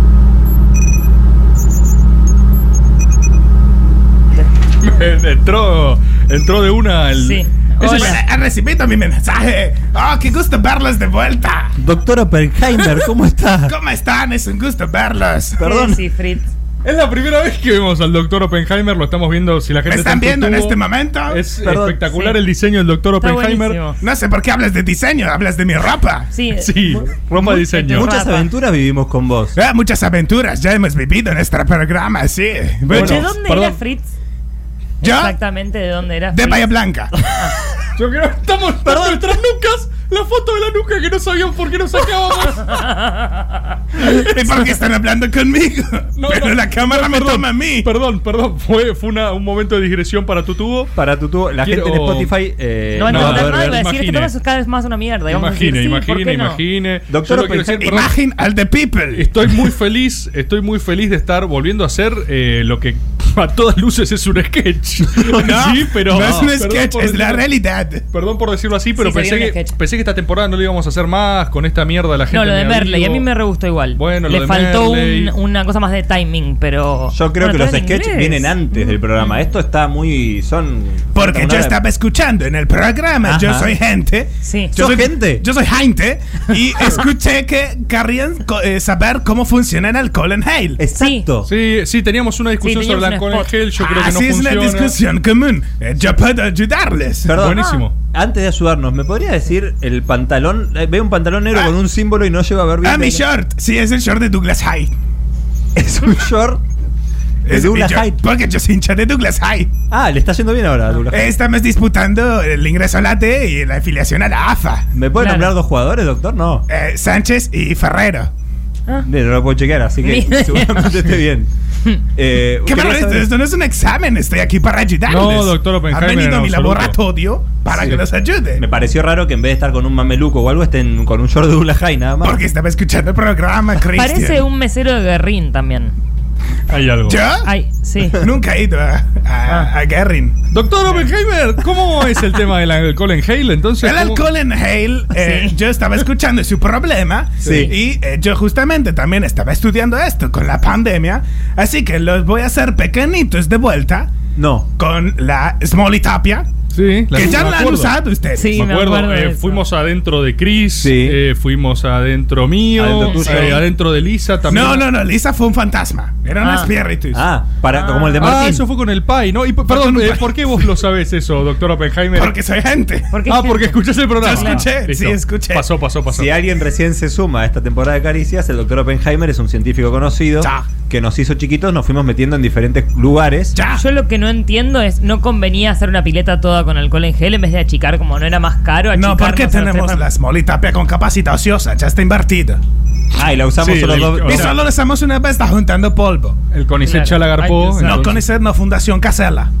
[SPEAKER 4] entró, entró de una el.
[SPEAKER 2] Sí.
[SPEAKER 4] Eso es-
[SPEAKER 2] Hola, han recibido mi mensaje. ¡Oh, qué gusto verlos de vuelta!
[SPEAKER 10] Doctor Oppenheimer, ¿cómo está?
[SPEAKER 2] ¿Cómo están? Es un gusto verlos.
[SPEAKER 10] Perdón.
[SPEAKER 8] Sí, Fritz.
[SPEAKER 4] Es la primera vez que vemos al doctor Oppenheimer, lo estamos viendo si la gente
[SPEAKER 2] ¿Me están
[SPEAKER 4] está en
[SPEAKER 2] viendo en
[SPEAKER 4] tubo.
[SPEAKER 2] este momento?
[SPEAKER 4] Es espectacular el diseño del doctor Oppenheimer.
[SPEAKER 2] No sé por qué hablas de diseño, hablas de mi ropa.
[SPEAKER 8] Sí.
[SPEAKER 4] Sí, Roma diseño.
[SPEAKER 10] Muchas aventuras vivimos con vos.
[SPEAKER 2] Ah, muchas aventuras ya hemos vivido en este programa, sí. Bueno,
[SPEAKER 8] ¿De dónde era Fritz?
[SPEAKER 2] ¿Yo?
[SPEAKER 8] Exactamente, ¿de dónde era?
[SPEAKER 2] De
[SPEAKER 8] Fritz?
[SPEAKER 2] Bahía Blanca.
[SPEAKER 4] Yo creo que estamos Perdón. nuestras nucas, la foto de la nuca que no sabían por qué nos sacábamos.
[SPEAKER 2] ¿Y por qué están hablando conmigo? Pero la cámara me toma a mí.
[SPEAKER 4] Perdón, perdón, fue, fue una- un momento de digresión para tu tubo.
[SPEAKER 10] Para tu tubo, la gente en Spotify, eh,
[SPEAKER 8] No va a
[SPEAKER 4] no,
[SPEAKER 8] entender
[SPEAKER 4] a
[SPEAKER 8] nada y va a
[SPEAKER 4] ver, a ver,
[SPEAKER 8] decir, este
[SPEAKER 4] imagine.
[SPEAKER 8] tema es cada vez más una mierda. Y vamos a decir,
[SPEAKER 4] Imagine,
[SPEAKER 8] sí, ¿por
[SPEAKER 4] imagine,
[SPEAKER 8] qué no?
[SPEAKER 4] imagine. Yo
[SPEAKER 10] Doctor
[SPEAKER 4] lo quiero
[SPEAKER 10] Oppenheimer,
[SPEAKER 4] perdón.
[SPEAKER 10] imagine
[SPEAKER 2] al the people.
[SPEAKER 4] Estoy muy feliz, estoy muy feliz de estar volviendo a hacer eh, lo que a todas luces es un sketch.
[SPEAKER 2] No,
[SPEAKER 4] sí, pero
[SPEAKER 2] no es un
[SPEAKER 4] perdón
[SPEAKER 2] sketch,
[SPEAKER 4] por
[SPEAKER 2] es la
[SPEAKER 4] decirlo-
[SPEAKER 2] realidad.
[SPEAKER 4] Perdón por decirlo así, pero
[SPEAKER 8] Sí,
[SPEAKER 4] pensé,
[SPEAKER 8] sería un
[SPEAKER 4] que,
[SPEAKER 8] sketch.
[SPEAKER 4] pensé que esta temporada no lo íbamos a hacer más con esta mierda la gente.
[SPEAKER 8] No, lo de
[SPEAKER 4] me
[SPEAKER 8] Merley, a
[SPEAKER 4] abrigo.
[SPEAKER 8] mí me re gustó igual.
[SPEAKER 4] Bueno, lo
[SPEAKER 8] Le
[SPEAKER 4] de
[SPEAKER 8] faltó
[SPEAKER 4] Merley.
[SPEAKER 8] un- una cosa más de timing, pero.
[SPEAKER 10] Yo creo
[SPEAKER 8] Bueno,
[SPEAKER 10] que
[SPEAKER 8] todo
[SPEAKER 10] los
[SPEAKER 8] en
[SPEAKER 10] sketches
[SPEAKER 8] inglés. Mm.
[SPEAKER 10] vienen antes del programa. Esto está muy. son.
[SPEAKER 2] Porque
[SPEAKER 10] una
[SPEAKER 2] yo
[SPEAKER 10] hora-
[SPEAKER 2] estaba escuchando en el programa, yo
[SPEAKER 10] Ajá.
[SPEAKER 2] soy gente.
[SPEAKER 8] Sí.
[SPEAKER 2] Yo
[SPEAKER 10] ¿Sos
[SPEAKER 2] soy
[SPEAKER 10] gente?
[SPEAKER 2] Yo soy gente y escuché que querían co- eh, saber cómo funciona el alcohol en Hale.
[SPEAKER 10] Exacto.
[SPEAKER 4] Sí, sí, teníamos una discusión
[SPEAKER 2] Sí,
[SPEAKER 4] sobre
[SPEAKER 2] teníamos
[SPEAKER 4] la
[SPEAKER 2] un
[SPEAKER 4] con el
[SPEAKER 2] spot.
[SPEAKER 4] gel, yo creo que no
[SPEAKER 2] Así Ah, es
[SPEAKER 4] funciona.
[SPEAKER 2] una discusión común. Eh, Yo puedo ayudarles.
[SPEAKER 10] Perdón. Ah, Antes de ayudarnos, ¿me podría decir el pantalón? Eh, Veo un pantalón negro con un símbolo y no lleva barbilla.
[SPEAKER 2] Ah, mi short. Sí, es el short de Douglas High.
[SPEAKER 10] Es un short de
[SPEAKER 2] Es
[SPEAKER 10] Douglas
[SPEAKER 2] mi short,
[SPEAKER 10] Hyde.
[SPEAKER 2] Porque yo soy hincha de Douglas High.
[SPEAKER 10] Ah, le está yendo bien ahora a Douglas Hyde.
[SPEAKER 2] Estamos disputando el ingreso al ATE y la afiliación a la AFA.
[SPEAKER 10] ¿Me puede nombrar dos jugadores, doctor? No.
[SPEAKER 2] Eh, Sánchez y Ferrero.
[SPEAKER 8] Ah.
[SPEAKER 10] Bien, No lo puedo chequear, así
[SPEAKER 2] Ni
[SPEAKER 10] que
[SPEAKER 2] idea.
[SPEAKER 10] seguramente esté bien. Eh,
[SPEAKER 2] ¿Qué
[SPEAKER 10] quería
[SPEAKER 2] malo esto?
[SPEAKER 10] saber-
[SPEAKER 2] Esto no es un examen, estoy aquí para ayudarles.
[SPEAKER 10] No, doctor Oppenheimer,
[SPEAKER 2] Han venido a
[SPEAKER 10] en
[SPEAKER 2] mi
[SPEAKER 10] absoluto.
[SPEAKER 2] laboratorio para
[SPEAKER 10] Sí.
[SPEAKER 2] que los ayude.
[SPEAKER 10] Me pareció raro que en vez de estar con un mameluco o algo estén con un short de Douglas High nada más.
[SPEAKER 2] Porque estaba escuchando el programa, Christian.
[SPEAKER 8] Parece un mesero de Guerrín también.
[SPEAKER 4] Hay algo.
[SPEAKER 2] ¿Yo?
[SPEAKER 8] Ay, sí.
[SPEAKER 2] Nunca he ido a, a, a Guerrín.
[SPEAKER 4] Doctor Oppenheimer, ¿cómo Ah. es el tema del alcohol en Hale? Entonces,
[SPEAKER 2] El
[SPEAKER 4] ¿cómo-
[SPEAKER 2] alcohol en Hale, eh, yo estaba escuchando su problema
[SPEAKER 4] Sí.
[SPEAKER 2] y eh, yo justamente también estaba estudiando esto con la pandemia, así que los voy a hacer pequeñitos de vuelta.
[SPEAKER 10] No.
[SPEAKER 2] Con la Smolly Tapia.
[SPEAKER 4] Sí, la-
[SPEAKER 2] que ya
[SPEAKER 4] me
[SPEAKER 2] la han
[SPEAKER 4] acuerdo.
[SPEAKER 2] usado ustedes.
[SPEAKER 4] me acuerdo, eh, fuimos adentro de Chris, eh, fuimos adentro mío,
[SPEAKER 2] Ah,
[SPEAKER 10] Adentro tuyo.
[SPEAKER 4] eh, adentro de Lisa también.
[SPEAKER 2] No, no, no, Lisa fue un fantasma. Era un
[SPEAKER 4] Ah.
[SPEAKER 2] espíritus.
[SPEAKER 10] Ah, para, como el de
[SPEAKER 4] Ah,
[SPEAKER 10] Martín.
[SPEAKER 4] eso fue con el PAI, ¿no? Y p- perdón, eh, ¿por qué vos lo sabés eso, doctor Oppenheimer?
[SPEAKER 2] Porque soy gente.
[SPEAKER 4] ah, porque escuchaste el programa. Ah, listo.
[SPEAKER 2] escuché.
[SPEAKER 4] Pasó, pasó, pasó.
[SPEAKER 10] Si alguien recién se suma a esta temporada de Caricias, el doctor Oppenheimer es un científico conocido
[SPEAKER 6] que nos hizo chiquitos, nos fuimos metiendo en diferentes lugares.
[SPEAKER 8] Yo lo que no entiendo es, ¿no convenía hacer una pileta toda con alcohol en gel en vez de achicar como no era más caro?
[SPEAKER 2] No,
[SPEAKER 8] achicar,
[SPEAKER 2] ¿por qué
[SPEAKER 8] no hacer
[SPEAKER 2] tenemos
[SPEAKER 8] cepa?
[SPEAKER 2] la smolita P con capacidad ociosa? Ya está invertida.
[SPEAKER 6] Ah, y la usamos solo dos-
[SPEAKER 2] Y solo la usamos una vez, está juntando polvo.
[SPEAKER 4] El Conicet ya la agarpó,
[SPEAKER 2] No,
[SPEAKER 4] entonces.
[SPEAKER 2] Conicet no, Fundación Casela.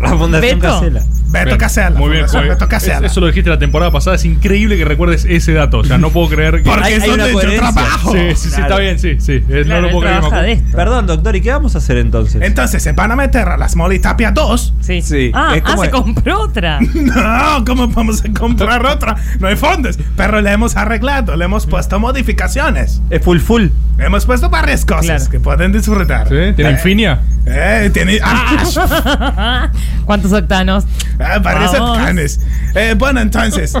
[SPEAKER 6] La
[SPEAKER 2] Fundación Beto. Casella. Beto
[SPEAKER 4] Bien,
[SPEAKER 2] Casella,
[SPEAKER 4] Muy bien,
[SPEAKER 2] Fundación
[SPEAKER 4] Juan.
[SPEAKER 2] Beto Casella.
[SPEAKER 4] Es- Eso lo dijiste la temporada pasada. Es increíble que recuerdes ese dato. O sea, no puedo creer que.
[SPEAKER 2] Porque Hay- es hay donde una yo coherencia. trabajo.
[SPEAKER 4] Sí, sí, sí,
[SPEAKER 2] Claro.
[SPEAKER 4] está bien, sí, sí. Es- no lo puedo creer. me acuerdo.
[SPEAKER 6] Perdón, doctor, ¿y qué vamos a hacer entonces?
[SPEAKER 2] Entonces, ¿se van a meter a la smolita Tapia 2?
[SPEAKER 8] Sí.
[SPEAKER 6] Ah, es ah, como- se
[SPEAKER 8] compró otra.
[SPEAKER 2] no, ¿cómo vamos a comprar otra? No hay fondos. Pero le hemos arreglado, le hemos puesto modificaciones.
[SPEAKER 6] Es full full.
[SPEAKER 2] Le hemos puesto varias cosas que pueden disfrutar. ¿Sí?
[SPEAKER 4] ¿Tiene Infinia?
[SPEAKER 2] Eh, tiene. ¡Ah!
[SPEAKER 8] ¿Cuántos octanos?
[SPEAKER 2] Ah, varios
[SPEAKER 8] Vamos.
[SPEAKER 2] octanes. Eh, bueno, entonces,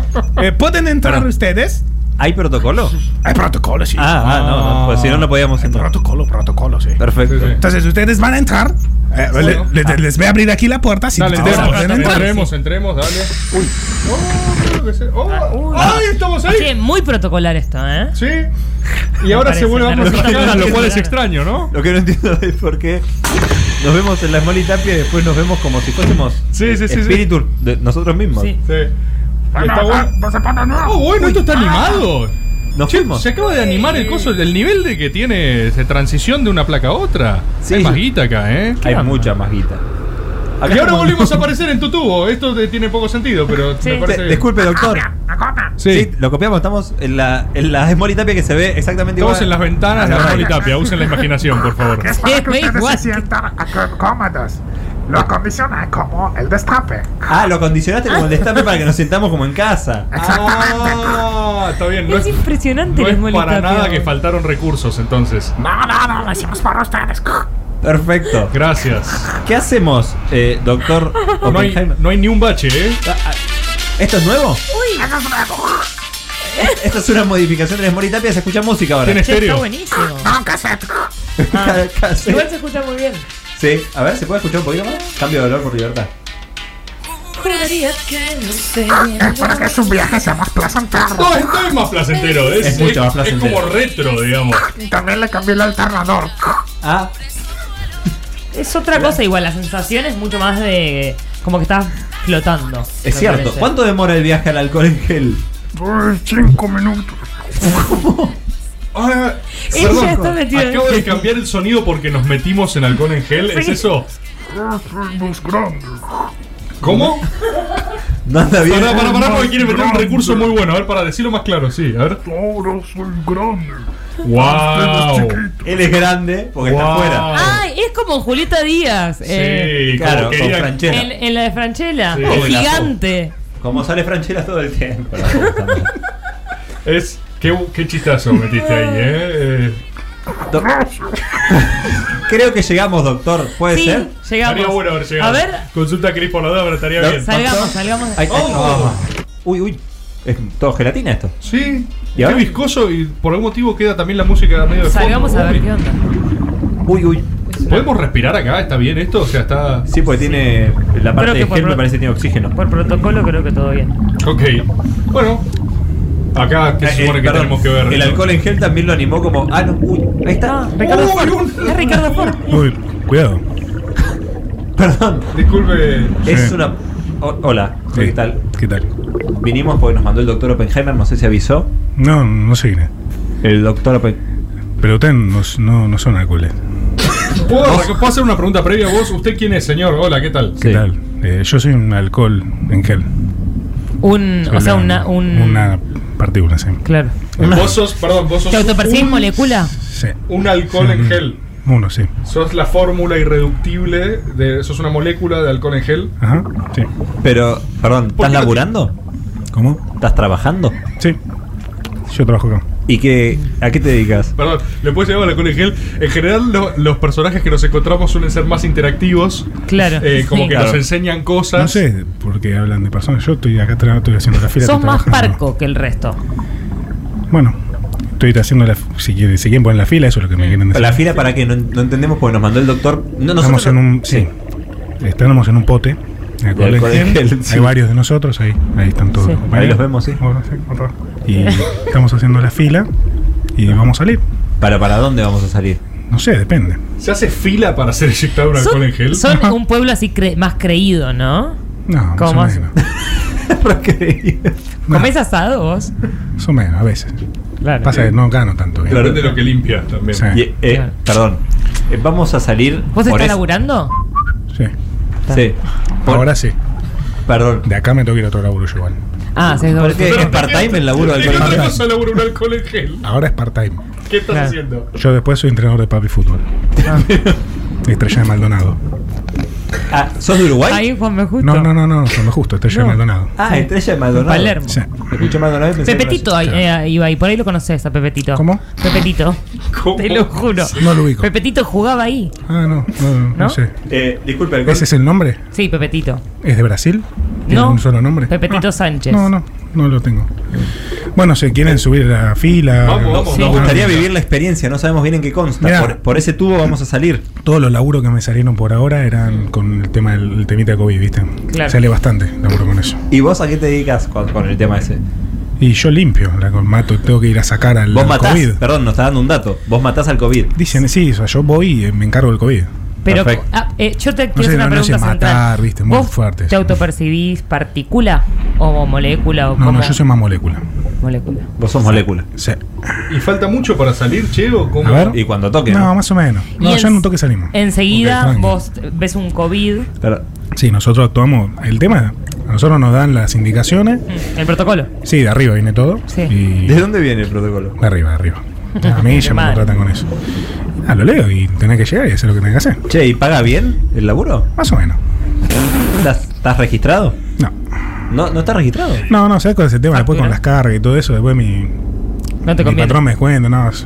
[SPEAKER 2] eh, ¿pueden entrar ustedes?
[SPEAKER 6] ¿Hay protocolo?
[SPEAKER 2] Hay protocolo, sí.
[SPEAKER 6] Ah, ah, no, no, pues si no, no podíamos
[SPEAKER 2] entrar. Protocolo, protocolo, sí.
[SPEAKER 6] Perfecto.
[SPEAKER 2] Entonces, ustedes van a entrar. Eh,
[SPEAKER 4] Sí.
[SPEAKER 2] le- le-
[SPEAKER 4] Ah.
[SPEAKER 2] Les voy a abrir aquí la puerta. Si
[SPEAKER 4] Dale,
[SPEAKER 2] ustedes
[SPEAKER 4] entremos,
[SPEAKER 2] pueden entrar.
[SPEAKER 4] entremos, entremos, dale. Uy.
[SPEAKER 8] ¡Ay, estamos ahí! muy protocolar esto, ¿eh?
[SPEAKER 4] Sí. Y ahora se vuelve a protocolar, lo cual es
[SPEAKER 6] extraño, ¿no? Lo que no entiendo es por qué nos vemos en la Smolly Tapia y después nos vemos como si fuésemos
[SPEAKER 4] Sí, sí, sí, sí.
[SPEAKER 6] espíritus de nosotros mismos.
[SPEAKER 4] Sí.
[SPEAKER 2] Ah,
[SPEAKER 4] Está bueno. Oh, bueno, esto está animado.
[SPEAKER 6] Nos
[SPEAKER 4] Che,
[SPEAKER 6] fuimos.
[SPEAKER 4] se acaba de animar el coso, el nivel de que tiene esa transición de una placa a otra. Hay más guita acá, ¿eh?
[SPEAKER 6] Hay mucha más guita. Acá
[SPEAKER 4] y ahora
[SPEAKER 6] estamos-
[SPEAKER 4] volvimos a aparecer en tu tubo. Esto te- tiene poco sentido, pero me parece
[SPEAKER 6] Te-
[SPEAKER 4] bien.
[SPEAKER 6] disculpe, doctor. Sí. lo copiamos. Estamos en la, en la Smolly Tapia que se ve exactamente
[SPEAKER 4] Estamos en las
[SPEAKER 6] igual.
[SPEAKER 4] ventanas de la Molitapia. Usen la imaginación, por favor.
[SPEAKER 2] Es para que ustedes se sientan ac- cómodos. Lo condiciona como el destape.
[SPEAKER 6] Ah, lo condicionaste como el destape para que nos sintamos como en casa.
[SPEAKER 8] Ah,
[SPEAKER 4] Ah, está bien. No
[SPEAKER 8] Es
[SPEAKER 4] es,
[SPEAKER 8] impresionante
[SPEAKER 4] no
[SPEAKER 8] el
[SPEAKER 4] es
[SPEAKER 8] Smolly
[SPEAKER 4] para
[SPEAKER 8] Tapia.
[SPEAKER 4] nada que faltaron recursos, entonces.
[SPEAKER 2] No, no, Ah, no, lo hicimos para ustedes.
[SPEAKER 4] Ah,
[SPEAKER 6] Perfecto.
[SPEAKER 4] Gracias.
[SPEAKER 6] ¿Qué hacemos, eh, doctor?
[SPEAKER 4] No hay- ni un bache, ¿eh?
[SPEAKER 6] ¿Esto es nuevo?
[SPEAKER 2] Uy. Eso es nuevo.
[SPEAKER 6] Esto es una modificación de Smolly Tapia. Se escucha música ahora.
[SPEAKER 4] Tiene
[SPEAKER 8] Che, Está buenísimo. Ah.
[SPEAKER 2] No, cassette.
[SPEAKER 6] Casi.
[SPEAKER 8] Igual se escucha muy bien.
[SPEAKER 6] Sí, a ver, ¿se puede escuchar un poquito más? Cambio de dolor por libertad.
[SPEAKER 8] Juraría que no sé.
[SPEAKER 2] Espero que su viaje sea más placentero.
[SPEAKER 4] No, esto es más placentero. Es,
[SPEAKER 6] Es mucho más
[SPEAKER 4] es- es como retro, digamos.
[SPEAKER 2] También le cambié el alternador.
[SPEAKER 6] Ah,
[SPEAKER 8] Es otra cosa igual, la sensación es mucho más de. como que estás flotando.
[SPEAKER 6] es
[SPEAKER 8] me
[SPEAKER 6] cierto.
[SPEAKER 8] parece.
[SPEAKER 6] ¿Cuánto demora el viaje al alcohol en gel?
[SPEAKER 2] Cinco minutos.
[SPEAKER 4] Ahora,
[SPEAKER 8] Ella
[SPEAKER 4] perdón,
[SPEAKER 8] está metida en-
[SPEAKER 4] acabo de cambiar el sonido porque nos metimos en alcohol en gel. ¿Es
[SPEAKER 8] Sí.
[SPEAKER 4] eso?
[SPEAKER 2] Somos grandes.
[SPEAKER 4] ¿Cómo?
[SPEAKER 6] No anda bien.
[SPEAKER 4] Pará, pará, pará, porque quiere meter un recurso muy bueno. A ver, para decirlo más claro, sí. A ver.
[SPEAKER 2] Ahora soy grande.
[SPEAKER 4] ¡Wow!
[SPEAKER 6] Él es grande porque está
[SPEAKER 4] Wow.
[SPEAKER 6] afuera.
[SPEAKER 8] Ay, es como Julieta Díaz. eh,
[SPEAKER 6] Sí, Ah, claro,
[SPEAKER 4] como que
[SPEAKER 6] con
[SPEAKER 4] era-
[SPEAKER 6] Franchella.
[SPEAKER 8] en, en la de Franchella.
[SPEAKER 6] Sí.
[SPEAKER 8] Es
[SPEAKER 6] Uy, la-
[SPEAKER 8] gigante.
[SPEAKER 6] Como sale Franchella todo el tiempo. la puta madre.
[SPEAKER 4] Es. Qué, qué chistazo metiste ahí, ¿eh?
[SPEAKER 6] Doc- Creo que llegamos, doctor. ¿Puede
[SPEAKER 8] Sí,
[SPEAKER 6] ser?
[SPEAKER 8] llegamos.
[SPEAKER 4] Estaría bueno haber llegado.
[SPEAKER 8] A ver.
[SPEAKER 4] Consulta a Cris por la duda, pero estaría
[SPEAKER 6] No,
[SPEAKER 4] bien.
[SPEAKER 8] Salgamos, salgamos. de-
[SPEAKER 6] Ay, ay,
[SPEAKER 4] Oh.
[SPEAKER 6] no. Ah, Uy, uy. Es todo gelatina esto.
[SPEAKER 4] Sí.
[SPEAKER 6] ¿Y ahora?
[SPEAKER 4] Qué viscoso y por algún motivo queda también la música medio de
[SPEAKER 8] Salgamos
[SPEAKER 4] fondo.
[SPEAKER 8] a ver qué onda.
[SPEAKER 6] Uy, uy.
[SPEAKER 4] ¿Podemos respirar acá? ¿Está bien esto? O sea, está.
[SPEAKER 6] Sí, porque tiene. La parte
[SPEAKER 8] Creo que
[SPEAKER 6] de
[SPEAKER 8] por
[SPEAKER 6] gel me
[SPEAKER 8] pro-
[SPEAKER 6] parece que tiene oxígeno.
[SPEAKER 8] Por protocolo creo que todo bien.
[SPEAKER 4] Ok. Bueno. Acá que se
[SPEAKER 6] Eh,
[SPEAKER 4] supone que
[SPEAKER 6] perdón,
[SPEAKER 4] tenemos que ver.
[SPEAKER 6] El alcohol en gel también lo animó como. Ah, no, uy. Ahí está.
[SPEAKER 4] uh,
[SPEAKER 8] Ricardo Ford. Es Ricardo Ford.
[SPEAKER 2] Uy, cuidado.
[SPEAKER 6] Perdón.
[SPEAKER 4] Disculpe.
[SPEAKER 6] Es
[SPEAKER 2] Sí.
[SPEAKER 6] una. o- hola, ¿qué tal?
[SPEAKER 2] ¿Qué tal?
[SPEAKER 6] Vinimos porque nos mandó el doctor Oppenheimer, no sé si avisó.
[SPEAKER 2] No, no sé quién es.
[SPEAKER 6] El doctor Oppenheimer.
[SPEAKER 2] Pero ustedes no, no, no son alcoholes.
[SPEAKER 4] ¿Puedo, ¿Puedo hacer una pregunta previa a vos? ¿Usted quién es, señor? Hola, ¿qué tal?
[SPEAKER 2] ¿Qué tal? Eh, yo soy un alcohol en gel.
[SPEAKER 8] Un. O sea,
[SPEAKER 2] Soy
[SPEAKER 8] una. Un,
[SPEAKER 2] Una partícula, sí.
[SPEAKER 8] Claro.
[SPEAKER 4] Vos sos, perdón, vos sos.
[SPEAKER 8] ¿Te autopercibís
[SPEAKER 4] un-
[SPEAKER 8] molécula?
[SPEAKER 2] Sí.
[SPEAKER 4] Un alcohol en gel.
[SPEAKER 2] Uno, sí.
[SPEAKER 4] Sos la fórmula irreductible de. Sos una molécula de alcohol en gel.
[SPEAKER 2] Ajá, sí.
[SPEAKER 6] Pero, perdón,
[SPEAKER 4] ¿Por
[SPEAKER 6] ¿estás
[SPEAKER 4] qué no
[SPEAKER 6] laburando?
[SPEAKER 2] ¿Cómo?
[SPEAKER 6] ¿Estás trabajando?
[SPEAKER 2] Sí. Yo trabajo acá.
[SPEAKER 6] ¿Y qué, a qué te dedicas?
[SPEAKER 4] Perdón, le puedes llevar al alcohol en gel. En general, lo- los personajes que nos encontramos suelen ser más interactivos.
[SPEAKER 8] Claro.
[SPEAKER 4] Eh, como
[SPEAKER 8] Sí.
[SPEAKER 4] que nos
[SPEAKER 8] Claro.
[SPEAKER 4] enseñan cosas.
[SPEAKER 2] No sé por qué hablan de personas. Yo estoy acá tra- estoy haciendo la fila.
[SPEAKER 8] Sos
[SPEAKER 2] estoy
[SPEAKER 8] más
[SPEAKER 2] trabajando.
[SPEAKER 8] parco que el resto.
[SPEAKER 2] Bueno, estoy haciendo la. Si quieren, si quieren poner la fila, eso es lo que me quieren decir.
[SPEAKER 6] ¿La fila para qué? No, no entendemos porque nos mandó el doctor. No,
[SPEAKER 2] Estamos
[SPEAKER 6] nosotros
[SPEAKER 2] en
[SPEAKER 6] no-
[SPEAKER 2] un. Sí. Estamos en un pote. de alcohol
[SPEAKER 6] De
[SPEAKER 2] en
[SPEAKER 6] alcohol en
[SPEAKER 2] gel.
[SPEAKER 6] gel, sí.
[SPEAKER 2] Hay varios de nosotros ahí. Ahí están todos.
[SPEAKER 8] Sí.
[SPEAKER 2] los compañeros.
[SPEAKER 6] Ahí los vemos, sí.
[SPEAKER 2] Bueno, sí, con todo. Y estamos haciendo la fila y vamos a salir.
[SPEAKER 6] ¿Para, ¿Para Ah. dónde vamos a salir?
[SPEAKER 2] No sé, depende.
[SPEAKER 4] ¿Se hace fila para ser eyectado un alcohol en gel?
[SPEAKER 8] Son un pueblo así cre- más creído, ¿no?
[SPEAKER 2] No, más
[SPEAKER 8] ¿Cómo?
[SPEAKER 2] o menos.
[SPEAKER 8] ¿Comés asado vos?
[SPEAKER 2] Más o menos, a veces. Pasa que no gano tanto bien.
[SPEAKER 4] Claro, de lo que limpias también.
[SPEAKER 2] Sí.
[SPEAKER 6] Y, eh, Perdón. Eh, vamos a salir.
[SPEAKER 8] ¿Vos
[SPEAKER 6] por
[SPEAKER 8] estás
[SPEAKER 6] es-
[SPEAKER 8] laburando?
[SPEAKER 6] Sí.
[SPEAKER 2] Ahora sí.
[SPEAKER 6] Perdón.
[SPEAKER 2] De acá me tengo que ir a otro laburo yo igual.
[SPEAKER 8] Ah, sí,
[SPEAKER 2] ¿Por qué? ¿Es part-time el laburo del
[SPEAKER 4] del alcohol?
[SPEAKER 2] alcohol?
[SPEAKER 4] cosa laburo un alcohol en gel?
[SPEAKER 2] Ahora es part-time.
[SPEAKER 4] ¿Qué estás
[SPEAKER 2] Claro.
[SPEAKER 4] haciendo?
[SPEAKER 2] Yo después soy entrenador de papi fútbol.
[SPEAKER 8] Ah.
[SPEAKER 2] Estrella de Maldonado.
[SPEAKER 6] Ah, ¿Sos de Uruguay?
[SPEAKER 8] Ahí, Juan, me justo.
[SPEAKER 2] No, no, no, no, no, me justo, Estrella de Maldonado.
[SPEAKER 6] Ah, Estrella de Maldonado.
[SPEAKER 8] Palermo.
[SPEAKER 2] Sí.
[SPEAKER 6] Escuché Maldonado y pensé que
[SPEAKER 8] Pepetito
[SPEAKER 6] era-
[SPEAKER 8] ahí, eh, iba ahí, por ahí lo conoces a Pepetito.
[SPEAKER 2] ¿Cómo?
[SPEAKER 8] Pepetito. Te lo juro.
[SPEAKER 2] No lo ubico.
[SPEAKER 8] Pepetito jugaba ahí.
[SPEAKER 2] Ah, no, no, no,
[SPEAKER 8] ¿No?
[SPEAKER 2] sé.
[SPEAKER 6] Eh, disculpe, alcohol.
[SPEAKER 2] ¿Ese es el nombre?
[SPEAKER 8] Sí, Pepetito.
[SPEAKER 2] ¿Es de Brasil? ¿Tiene
[SPEAKER 8] No.
[SPEAKER 2] un solo nombre? Ah.
[SPEAKER 8] Pepetito Sánchez.
[SPEAKER 2] No, no, no lo tengo. Bueno, si quieren subir la fila. Ah,
[SPEAKER 6] Nos gustaría vivir la experiencia, no sabemos bien en qué consta.
[SPEAKER 2] Mirá.
[SPEAKER 6] Por, por ese tubo vamos a salir.
[SPEAKER 2] Todos los laburos que me salieron por ahora eran con el tema del el temita de COVID, ¿viste?
[SPEAKER 6] Claro.
[SPEAKER 2] Sale bastante laburo con eso.
[SPEAKER 6] ¿Y vos a qué te dedicas con, con el tema ese?
[SPEAKER 2] Y yo limpio, la mato, tengo que ir a sacar al,
[SPEAKER 6] Vos
[SPEAKER 2] al
[SPEAKER 6] matás,
[SPEAKER 2] COVID.
[SPEAKER 6] perdón, nos está dando un dato. Vos matás al COVID.
[SPEAKER 2] Dicen, sí, o sea, yo voy y eh, me encargo del COVID.
[SPEAKER 8] Pero ah, eh, yo te quiero
[SPEAKER 2] No sé,
[SPEAKER 8] hacer una
[SPEAKER 2] no, no sé,
[SPEAKER 8] pregunta central.
[SPEAKER 2] matar, viste, muy
[SPEAKER 8] ¿Vos
[SPEAKER 2] fuerte.
[SPEAKER 8] ¿Te autopercibís partícula o molécula o
[SPEAKER 2] No,
[SPEAKER 8] como?
[SPEAKER 2] no, yo soy más molécula.
[SPEAKER 8] Molécula.
[SPEAKER 6] Vos sos molécula.
[SPEAKER 2] Sí.
[SPEAKER 4] ¿Y falta mucho para salir, che? ¿O cómo?
[SPEAKER 2] A ver.
[SPEAKER 6] Y cuando toque.
[SPEAKER 2] No, más o menos.
[SPEAKER 8] Y
[SPEAKER 2] No,
[SPEAKER 8] en-
[SPEAKER 2] ya en un toque salimos.
[SPEAKER 8] Enseguida
[SPEAKER 2] Ok, tranqui.
[SPEAKER 8] vos ves un COVID,
[SPEAKER 2] Sí, nosotros actuamos. El tema, a nosotros nos dan las indicaciones.
[SPEAKER 8] el protocolo.
[SPEAKER 2] Sí, de arriba viene todo. Y
[SPEAKER 6] ¿De dónde viene el protocolo?
[SPEAKER 2] de arriba, de arriba.
[SPEAKER 8] Ah,
[SPEAKER 2] A mí ya me
[SPEAKER 6] Mal.
[SPEAKER 2] contratan con eso. Ah, lo leo y tenés que llegar y hacer lo que tenés que hacer.
[SPEAKER 6] Che, ¿y paga bien el laburo?
[SPEAKER 2] Más o menos.
[SPEAKER 6] ¿Estás, estás registrado?
[SPEAKER 2] No.
[SPEAKER 6] ¿No, no estás registrado?
[SPEAKER 2] No, no, ¿sabes con ese tema? Después con las cargas y todo eso, después mi,
[SPEAKER 8] Ah, No te
[SPEAKER 2] mi
[SPEAKER 8] conviene.
[SPEAKER 2] patrón me cuenta, no. es-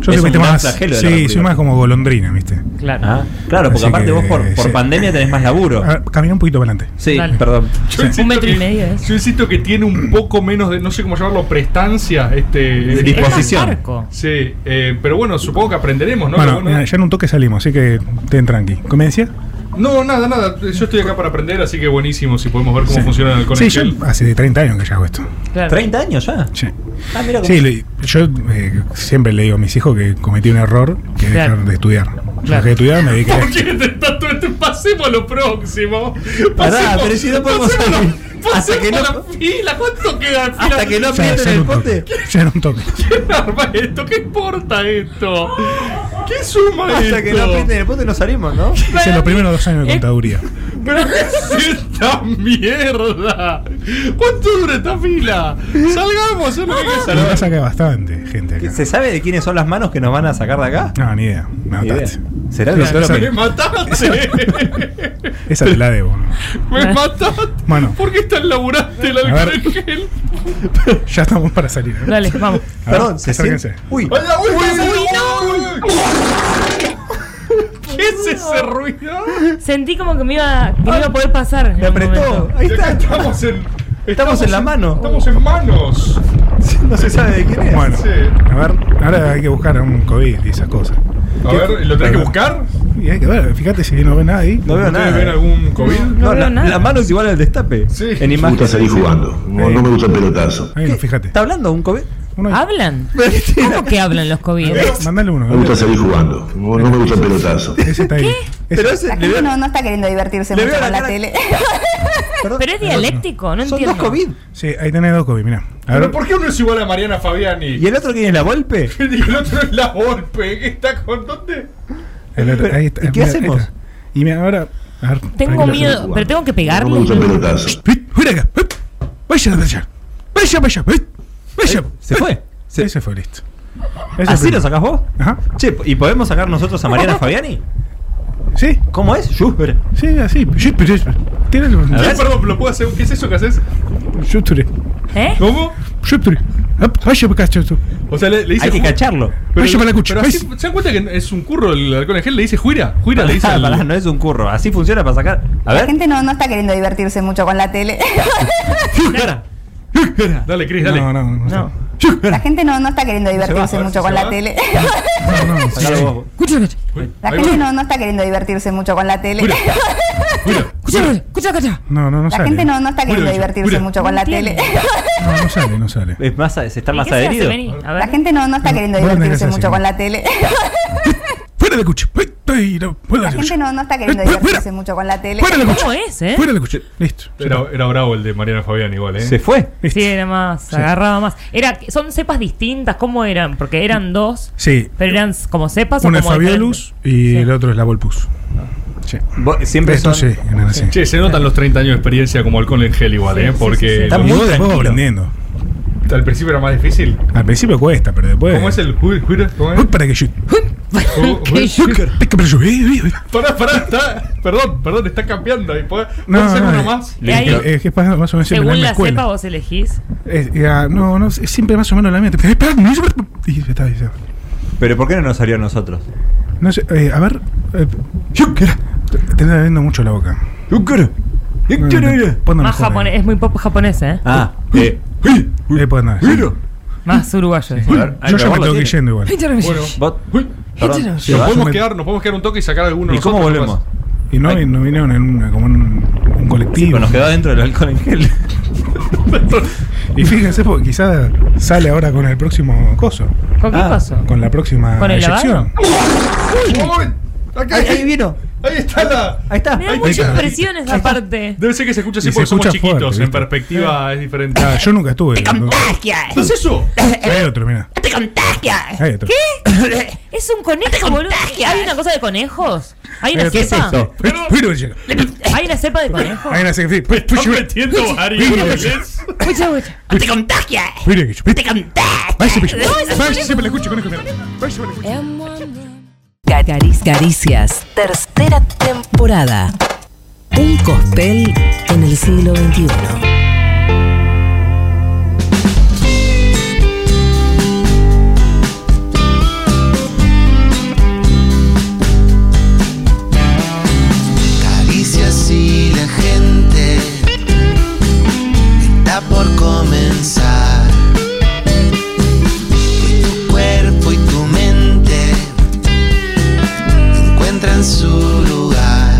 [SPEAKER 2] Yo
[SPEAKER 6] Es
[SPEAKER 2] soy,
[SPEAKER 6] un
[SPEAKER 2] viste,
[SPEAKER 6] gran
[SPEAKER 2] más,
[SPEAKER 6] flagelo de la
[SPEAKER 2] sí,
[SPEAKER 6] República.
[SPEAKER 2] soy más como golondrina, ¿viste?
[SPEAKER 8] Claro.
[SPEAKER 6] Ah, claro, porque
[SPEAKER 2] Así
[SPEAKER 6] aparte
[SPEAKER 2] que,
[SPEAKER 6] vos por, por
[SPEAKER 2] sí.
[SPEAKER 6] pandemia tenés más laburo.
[SPEAKER 2] A ver, Camina un poquito para adelante.
[SPEAKER 6] Sí,
[SPEAKER 8] Dale.
[SPEAKER 6] perdón.
[SPEAKER 4] Yo insisto que- Yo insisto que tiene un poco menos de, no sé cómo llamarlo, prestancia. Este,
[SPEAKER 6] De disposición. Es más
[SPEAKER 4] Sí, eh, pero bueno, supongo que aprenderemos, ¿no?
[SPEAKER 2] bueno,
[SPEAKER 4] Lo bueno-
[SPEAKER 6] eh,
[SPEAKER 2] mira, ya en un toque salimos, así que ten tranqui. ¿Cómo me decía?
[SPEAKER 4] No, nada, nada. Yo estoy acá para aprender, así que buenísimo si podemos ver cómo funciona el alcohol
[SPEAKER 2] Sí,
[SPEAKER 4] en
[SPEAKER 2] yo
[SPEAKER 4] gel.
[SPEAKER 2] hace 30 años que ya hago esto.
[SPEAKER 6] ¿30 años ya?
[SPEAKER 2] Sí.
[SPEAKER 6] Ah, mira cómo-
[SPEAKER 2] Sí, le- yo eh, siempre le digo a mis hijos que cometí un error que es
[SPEAKER 4] Claro.
[SPEAKER 2] dejar de estudiar. Yo
[SPEAKER 4] Claro.
[SPEAKER 2] dejé de estudiar, me dediqué a
[SPEAKER 4] ¿Por
[SPEAKER 2] esto.
[SPEAKER 4] qué te tanto esto? Pasemos a lo próximo.
[SPEAKER 6] Pará, pero si no podemos
[SPEAKER 4] pasemos
[SPEAKER 6] salir.
[SPEAKER 4] la-
[SPEAKER 6] Hasta
[SPEAKER 4] pasemos
[SPEAKER 6] que no-
[SPEAKER 4] la fila. ¿Cuánto queda al final?
[SPEAKER 6] Hasta que
[SPEAKER 2] Ya,
[SPEAKER 6] no
[SPEAKER 2] ya
[SPEAKER 6] pierden
[SPEAKER 2] en
[SPEAKER 6] el
[SPEAKER 2] un toque.
[SPEAKER 6] pote.
[SPEAKER 2] Ya en un toque.
[SPEAKER 4] ¿Quién arma esto? ¿Qué importa esto? ¿Qué suma esto?
[SPEAKER 6] Hasta que no aprieten el pote no salimos, ¿no?
[SPEAKER 2] Hice los primeros dos años de contaduría.
[SPEAKER 4] ¿Pero qué es esta mierda? ¿Cuánto dura esta fila? Salgamos, yo no hay que
[SPEAKER 2] Lo que
[SPEAKER 4] salvar.
[SPEAKER 2] pasa que hay bastante gente acá.
[SPEAKER 6] ¿Se sabe de quiénes son las manos que nos van a sacar de acá?
[SPEAKER 2] No, ni idea. Me
[SPEAKER 6] Ni idea.
[SPEAKER 2] mataste.
[SPEAKER 6] ¿Será el
[SPEAKER 2] Sí,
[SPEAKER 6] doctor
[SPEAKER 2] esa-
[SPEAKER 6] Opel?
[SPEAKER 4] ¡Mataste!
[SPEAKER 2] Esa te la debo. ¿no?
[SPEAKER 4] ¡Me mataste!
[SPEAKER 2] Bueno,
[SPEAKER 4] ¿Por qué estás laburante el
[SPEAKER 2] A
[SPEAKER 4] alcohol
[SPEAKER 2] ver.
[SPEAKER 4] en gel?
[SPEAKER 2] ya estamos para salir. ¿eh?
[SPEAKER 8] Dale, vamos.
[SPEAKER 2] A ver,
[SPEAKER 6] Perdón, se
[SPEAKER 2] acérquense.
[SPEAKER 6] siente- Uy.
[SPEAKER 4] ¡Hola, uy, uy, uy! ¿Qué es ese ruido?
[SPEAKER 8] Sentí como que me iba, que me iba a poder pasar. Me apretó.
[SPEAKER 6] Ahí está.
[SPEAKER 4] Estamos en.
[SPEAKER 6] Estamos en la mano.
[SPEAKER 4] Estamos en manos.
[SPEAKER 6] No se sabe de quién es.
[SPEAKER 2] Bueno,
[SPEAKER 4] Sí.
[SPEAKER 2] a ver, ahora hay que buscar a un COVID y esas cosas.
[SPEAKER 4] A ver, ¿lo tenés que buscar?
[SPEAKER 2] Y hay que ver, fíjate si no ve nada ahí.
[SPEAKER 6] No veo
[SPEAKER 4] ¿Ustedes
[SPEAKER 6] nada.
[SPEAKER 4] ven algún COVID?
[SPEAKER 6] No, la, la mano es igual al destape. Sí. En
[SPEAKER 19] Me gusta
[SPEAKER 6] imagen.
[SPEAKER 19] salir jugando. No, no me gusta el pelotazo.
[SPEAKER 2] Ahí, fíjate.
[SPEAKER 6] ¿Está hablando un COVID?
[SPEAKER 8] ¿Hablan? ¿Cómo que hablan los COVID?
[SPEAKER 2] Mándale uno.
[SPEAKER 19] Me gusta salir jugando. No, no me gusta el pelotazo.
[SPEAKER 2] Ese está ahí.
[SPEAKER 6] Pero ese, le veo-
[SPEAKER 20] No, no está queriendo divertirse
[SPEAKER 6] Le
[SPEAKER 20] mucho
[SPEAKER 6] veo
[SPEAKER 20] con
[SPEAKER 6] la
[SPEAKER 20] la,
[SPEAKER 6] cara-
[SPEAKER 20] tele.
[SPEAKER 8] Pero es dialéctico, no
[SPEAKER 6] Son
[SPEAKER 8] entiendo.
[SPEAKER 6] dos COVID.
[SPEAKER 2] Sí, ahí tenés dos COVID, mirá. A
[SPEAKER 4] ¿Pero
[SPEAKER 2] ver,
[SPEAKER 4] por qué uno es igual a Mariana Fabiani?
[SPEAKER 6] ¿Y el otro quién es la golpe?
[SPEAKER 4] Y el otro es la golpe. ¿Qué está con dónde?
[SPEAKER 2] el otro, ahí está.
[SPEAKER 6] ¿Y qué
[SPEAKER 2] mirá, ahí
[SPEAKER 6] hacemos?
[SPEAKER 2] está. Y mira, ahora. A ver,
[SPEAKER 8] Tengo
[SPEAKER 2] tranquilo.
[SPEAKER 8] miedo, pero tengo que
[SPEAKER 19] No me
[SPEAKER 8] pegarle.
[SPEAKER 19] gusta el pelotazo.
[SPEAKER 2] Fuera acá. ¡Hup! Vaya, vaya. Vaya, vaya. ¡Hup! Vaya.
[SPEAKER 6] Se fue.
[SPEAKER 2] Se, Ese fue listo. Ese
[SPEAKER 6] ¿Así
[SPEAKER 2] fue-
[SPEAKER 6] lo sacás vos?
[SPEAKER 2] Ajá.
[SPEAKER 6] Che, ¿y podemos sacar nosotros a Mariana Fabiani?
[SPEAKER 2] Sí.
[SPEAKER 6] ¿Cómo es? Jusper.
[SPEAKER 2] Sí, así. Sí, pero es- Tiene el.
[SPEAKER 4] Che, perdón, lo puedo hacer. ¿Qué es eso que haces?
[SPEAKER 2] Yo estuve.
[SPEAKER 8] ¿Eh?
[SPEAKER 4] ¿Cómo?
[SPEAKER 2] Yo estuve. Hup, Vaya, cacho, tú.
[SPEAKER 4] O sea, le, le dice.
[SPEAKER 6] Hay que
[SPEAKER 4] ju-
[SPEAKER 6] cacharlo.
[SPEAKER 4] Pero,
[SPEAKER 2] Vaya para la cucha,
[SPEAKER 4] pero así-
[SPEAKER 2] ¿ves?
[SPEAKER 4] ¿Se dan cuenta que es un curro el alcohol en gel? Le dice juira. Juira, le dice.
[SPEAKER 6] Pará,
[SPEAKER 4] al-
[SPEAKER 6] pará, no es un curro. Así funciona para sacar. A
[SPEAKER 20] La
[SPEAKER 6] ver.
[SPEAKER 20] gente no, no está queriendo divertirse mucho con la tele.
[SPEAKER 4] Dale, Cris, dale.
[SPEAKER 2] No, no, no.
[SPEAKER 20] La gente no, no está queriendo
[SPEAKER 2] Se
[SPEAKER 20] divertirse
[SPEAKER 2] va,
[SPEAKER 20] mucho
[SPEAKER 2] se
[SPEAKER 20] con
[SPEAKER 2] va.
[SPEAKER 20] la tele.
[SPEAKER 2] No, no, sí, sí.
[SPEAKER 20] La gente no, no está queriendo divertirse mucho con la tele.
[SPEAKER 2] No, no, no
[SPEAKER 20] La
[SPEAKER 2] sale.
[SPEAKER 20] gente no, no está queriendo
[SPEAKER 2] Mira,
[SPEAKER 20] divertirse
[SPEAKER 2] mira.
[SPEAKER 20] mucho con la tele.
[SPEAKER 2] No, no sale, no sale.
[SPEAKER 6] Es más, se está más
[SPEAKER 8] ¿Qué se hace,
[SPEAKER 6] adherido.
[SPEAKER 8] Beni? A ver.
[SPEAKER 20] La gente no, no está queriendo
[SPEAKER 2] vos tenés que
[SPEAKER 20] divertirse
[SPEAKER 2] hacer
[SPEAKER 20] mucho
[SPEAKER 2] así,
[SPEAKER 20] con la tele.
[SPEAKER 21] Fuera de coche. Ay, ay, no, Fuera
[SPEAKER 20] La
[SPEAKER 21] de
[SPEAKER 20] gente
[SPEAKER 21] coche.
[SPEAKER 20] no, no está queriendo
[SPEAKER 21] Eh, fuera,
[SPEAKER 20] divertirse mucho con la tele.
[SPEAKER 21] Fuera de coche. Fuera de coche.
[SPEAKER 4] Listo. Era, era bravo el de Mariano Fabián igual, ¿eh?
[SPEAKER 10] Se fue.
[SPEAKER 8] Sí, era más, agarraba más. Era, son cepas distintas, ¿cómo eran? Porque eran dos,
[SPEAKER 2] Sí.
[SPEAKER 8] pero eran como cepas o
[SPEAKER 2] Uno es
[SPEAKER 8] como
[SPEAKER 2] Fabiolus y el otro es la Volpus.
[SPEAKER 6] Ah.
[SPEAKER 2] Sí.
[SPEAKER 10] Siempre
[SPEAKER 2] Esto
[SPEAKER 10] son...
[SPEAKER 2] sí, eran así.
[SPEAKER 4] Che, se notan los 30 años de experiencia como alcohol en gel igual, ¿eh? Porque
[SPEAKER 2] Está muy después va aprendiendo.
[SPEAKER 4] al principio era más difícil.
[SPEAKER 2] Al principio cuesta, pero después.
[SPEAKER 4] ¿Cómo es el ju- ju- ¿Cómo es?
[SPEAKER 2] Uy, Para que yo.
[SPEAKER 4] Ju- ju-
[SPEAKER 2] Pica, pero yo- eh, eh, eh.
[SPEAKER 4] Pará, pará, está. Perdón, perdón, está cambiando ahí. pues. ¿Puedo
[SPEAKER 2] No,
[SPEAKER 4] hacer
[SPEAKER 2] no,
[SPEAKER 4] uno
[SPEAKER 2] eh,
[SPEAKER 4] más?
[SPEAKER 2] eh, eh, ¿Qué pasa? Más o menos siempre en
[SPEAKER 8] Según
[SPEAKER 2] la
[SPEAKER 8] la
[SPEAKER 2] escuela.
[SPEAKER 8] cepa vos elegís.
[SPEAKER 2] Es- ya, no, no, es siempre más o menos la mía. Te- eh, pará, no, yo- y se está diciendo.
[SPEAKER 10] Pero ¿por qué no nos salió a nosotros?
[SPEAKER 2] No sé, eh, a ver. eh, yo quiero- te- Te está bebiendo mucho la boca. No, no, ponlo
[SPEAKER 8] Más
[SPEAKER 2] mejor,
[SPEAKER 8] japonés, es muy pop japonés, ¿eh?
[SPEAKER 10] eh. Ah, eh.
[SPEAKER 2] eh, eh, ponlo, sí.
[SPEAKER 8] Más uruguayo.
[SPEAKER 2] Yo ya me tengo que ir yendo igual.
[SPEAKER 4] Bueno,
[SPEAKER 2] perdón.
[SPEAKER 4] nos,
[SPEAKER 2] Sí, vas a
[SPEAKER 4] podemos
[SPEAKER 2] meter-
[SPEAKER 4] quedar, nos podemos quedar un toque y sacar alguno.
[SPEAKER 2] ¿Y cómo
[SPEAKER 4] nosotros,
[SPEAKER 2] volvemos? Y no, y no vinieron en una, como en un, un colectivo.
[SPEAKER 10] Sí, pero nos quedó dentro del alcohol en gel.
[SPEAKER 2] Y fíjense, porque quizás sale ahora con el próximo coso.
[SPEAKER 8] ¿Con
[SPEAKER 10] Ah.
[SPEAKER 8] qué coso?
[SPEAKER 2] Con la próxima
[SPEAKER 8] ¿Con el
[SPEAKER 2] inyección.
[SPEAKER 4] Acá, ahí, vino. Ahí está la.
[SPEAKER 10] Ahí está.
[SPEAKER 8] Me da mucha impresión esa parte.
[SPEAKER 4] Debe ser que se escucha así
[SPEAKER 2] Y se
[SPEAKER 4] porque somos
[SPEAKER 2] escucha
[SPEAKER 4] chiquitos.
[SPEAKER 2] fuerte,
[SPEAKER 4] en
[SPEAKER 2] ¿viste?
[SPEAKER 4] perspectiva es diferente.
[SPEAKER 2] Ah, yo nunca estuve. ¿no?
[SPEAKER 4] ¿Qué es eso?
[SPEAKER 2] Hay otro, mira.
[SPEAKER 8] ¡Te contagias!
[SPEAKER 2] Hay otro.
[SPEAKER 8] ¿Qué? Es un conejo, boludo. ¿Hay una cosa de conejos? ¿Hay
[SPEAKER 2] Hay
[SPEAKER 8] una
[SPEAKER 2] otro.
[SPEAKER 8] cepa?
[SPEAKER 2] Pero- pero llega.
[SPEAKER 8] ¿Hay una cepa de conejos?
[SPEAKER 2] Hay una sección. Pues, pues, yo-
[SPEAKER 4] metiendo varios,
[SPEAKER 2] Mira,
[SPEAKER 4] ¿ves?
[SPEAKER 8] Escucha, escucha. ¡Te contagias!
[SPEAKER 2] mira que yo-
[SPEAKER 8] ¡Te contagias!
[SPEAKER 2] Vaya, vaya,
[SPEAKER 8] No, ese
[SPEAKER 2] vaya,
[SPEAKER 8] es
[SPEAKER 2] siempre la escucho, conozco, mira. Vaya, vaya, vaya.
[SPEAKER 1] Cari- Caricias, tercera temporada. Un cospel en el siglo XXI.
[SPEAKER 22] Caricia si la gente está por comenzar. Y tu cuerpo y tu mente encuentran su lugar.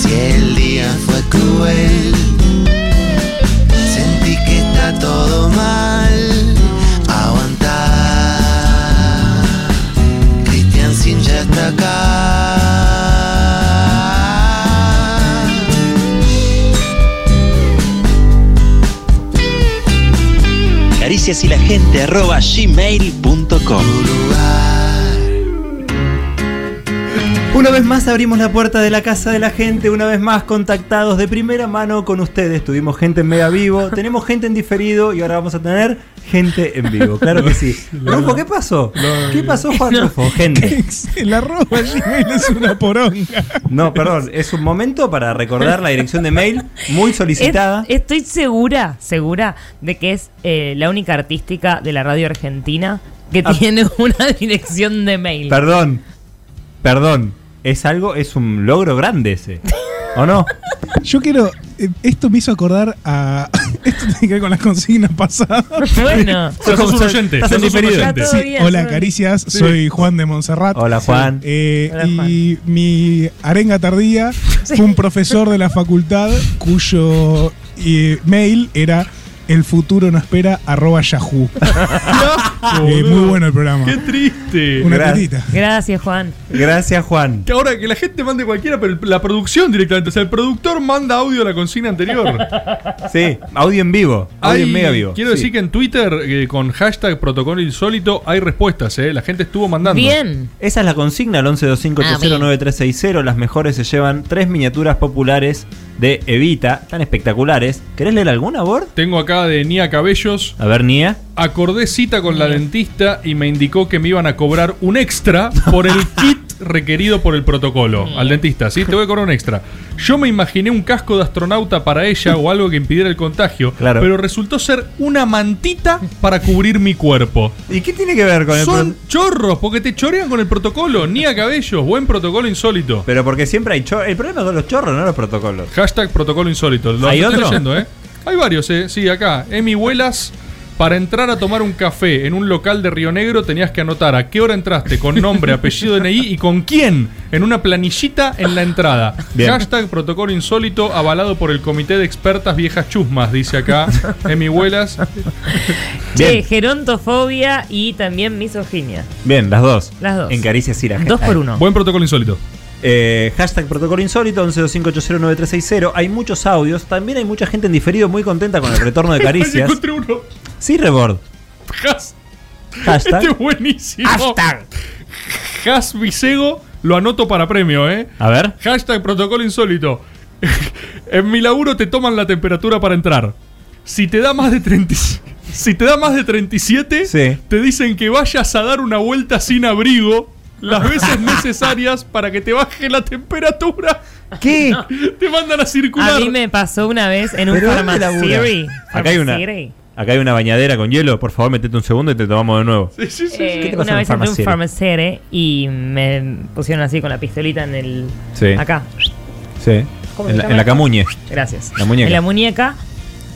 [SPEAKER 22] Si el día fue cruel, sentí que está todo mal. Aguantar. Cristian Sin ya está acá. Caricias y la gente arroba gmail.com
[SPEAKER 6] Una vez más abrimos la puerta de la casa de la gente, una vez más contactados de primera mano con ustedes. Tuvimos gente en mega vivo, tenemos gente en diferido y ahora vamos a tener gente en vivo. Claro que sí. Rufo, ¿qué pasó? ¿Qué pasó, Juan Rufo? Gente.
[SPEAKER 2] La ropa Gmail es una poronga.
[SPEAKER 6] No, perdón, es un momento para recordar la dirección de mail muy solicitada.
[SPEAKER 8] Es- estoy segura, segura de que es eh, la única artística de la radio argentina que
[SPEAKER 6] Ah.
[SPEAKER 8] tiene una dirección de mail.
[SPEAKER 6] Perdón, perdón. Es algo, es un logro grande ese. ¿O no?
[SPEAKER 2] Yo quiero. eh, Esto me hizo acordar a. Esto tiene que ver con las consignas pasadas.
[SPEAKER 8] Bueno. Sos un oyente,
[SPEAKER 2] Estás en
[SPEAKER 8] sos un
[SPEAKER 2] diferido.
[SPEAKER 8] oyente. Está todo bien,
[SPEAKER 2] Hola,
[SPEAKER 8] está bien.
[SPEAKER 2] caricias.
[SPEAKER 8] Sí.
[SPEAKER 2] Soy Juan de Montserrat.
[SPEAKER 6] Hola, Juan.
[SPEAKER 2] Eh, y mi arenga tardía fue un profesor de la facultad cuyo eh, mail era el futuro no espera arroba yahoo. Eh, muy bueno el programa.
[SPEAKER 4] Qué triste.
[SPEAKER 2] Una
[SPEAKER 4] Gra-
[SPEAKER 2] tirita.
[SPEAKER 8] Gracias, Juan.
[SPEAKER 6] Gracias, Juan.
[SPEAKER 4] Que ahora que la gente mande cualquiera, pero el- la producción directamente. O sea, el productor manda audio a la consigna anterior.
[SPEAKER 6] Sí, audio en vivo. Audio
[SPEAKER 4] Hay-
[SPEAKER 6] en mega vivo.
[SPEAKER 4] Quiero
[SPEAKER 6] sí.
[SPEAKER 4] decir que en Twitter, eh, con hashtag protocolo insólito, hay respuestas, ¿eh? La gente estuvo mandando.
[SPEAKER 6] Esa es la consigna, al 1125809360. Las mejores se llevan tres miniaturas populares de Evita, tan espectaculares. ¿Querés leer alguna, Bord?
[SPEAKER 4] Tengo acá de Nia Cabellos.
[SPEAKER 6] A ver, Nia.
[SPEAKER 4] Acordé cita con la dentista y me indicó que me iban a cobrar un extra por el kit requerido por el protocolo. Al dentista, ¿sí? Te voy a cobrar un extra. Yo me imaginé un casco de astronauta para ella o algo que impidiera el contagio, pero resultó ser una mantita para cubrir mi cuerpo.
[SPEAKER 6] ¿Y qué tiene que ver con el
[SPEAKER 4] Son chorros, porque te chorean con el protocolo. Nia Cabellos, buen protocolo insólito.
[SPEAKER 6] Pero porque siempre hay chorros. El problema son los chorros, no los protocolos.
[SPEAKER 4] Hashtag protocolo insólito. Lo
[SPEAKER 6] ¿Hay
[SPEAKER 4] estoy
[SPEAKER 6] otro?
[SPEAKER 4] leyendo, ¿eh? Hay varios, ¿eh? Sí, acá. eh. Emi Huelas Para entrar a tomar un café en un local de Río Negro tenías que anotar a qué hora entraste, con nombre, apellido, DNI y con quién, en una planillita en la entrada.
[SPEAKER 6] Bien.
[SPEAKER 4] Hashtag protocolo insólito avalado por el Comité de Expertas Viejas Chusmas, dice acá Emi Huelas.
[SPEAKER 8] Che, gerontofobia y también misoginia.
[SPEAKER 6] Bien, las dos.
[SPEAKER 8] Las dos.
[SPEAKER 6] En caricias y la
[SPEAKER 8] Dos por uno.
[SPEAKER 4] Buen protocolo insólito.
[SPEAKER 6] Eh, hashtag protocolo insólito 1125809360. Hay muchos audios. También hay mucha gente en diferido muy contenta con el retorno de caricias.
[SPEAKER 4] Encontré uno.
[SPEAKER 6] Sí, Rebord.
[SPEAKER 4] Has-
[SPEAKER 6] Hashtag.
[SPEAKER 4] Este es buenísimo. Hashtag. Has Visego lo anoto para premio, ¿eh?
[SPEAKER 6] A ver.
[SPEAKER 4] Hashtag protocolo insólito. en mi laburo te toman la temperatura para entrar. Si te da más de 30 si te da más de 37, te dicen que vayas a dar una vuelta sin abrigo las veces necesarias para que te baje la temperatura.
[SPEAKER 6] ¿Qué?
[SPEAKER 4] Te mandan a circular.
[SPEAKER 8] A mí me pasó una vez en un
[SPEAKER 6] Pero ¿dónde labura?
[SPEAKER 8] Pharmacery.
[SPEAKER 6] Acá hay una.
[SPEAKER 8] Pharmacery.
[SPEAKER 6] Acá hay una bañadera con hielo. Por favor, metete un segundo y te tomamos de nuevo.
[SPEAKER 8] Eh,
[SPEAKER 6] ¿Qué te pasa
[SPEAKER 8] una vez entré a
[SPEAKER 6] en
[SPEAKER 8] un
[SPEAKER 6] Pharmacery?
[SPEAKER 8] farmacere y me pusieron así con la pistolita en el.
[SPEAKER 6] Sí.
[SPEAKER 8] Acá.
[SPEAKER 6] Sí.
[SPEAKER 8] ¿Cómo se
[SPEAKER 6] En la,
[SPEAKER 8] llama?
[SPEAKER 6] en la camuñe.
[SPEAKER 8] Gracias.
[SPEAKER 6] La muñeca.
[SPEAKER 8] En la muñeca.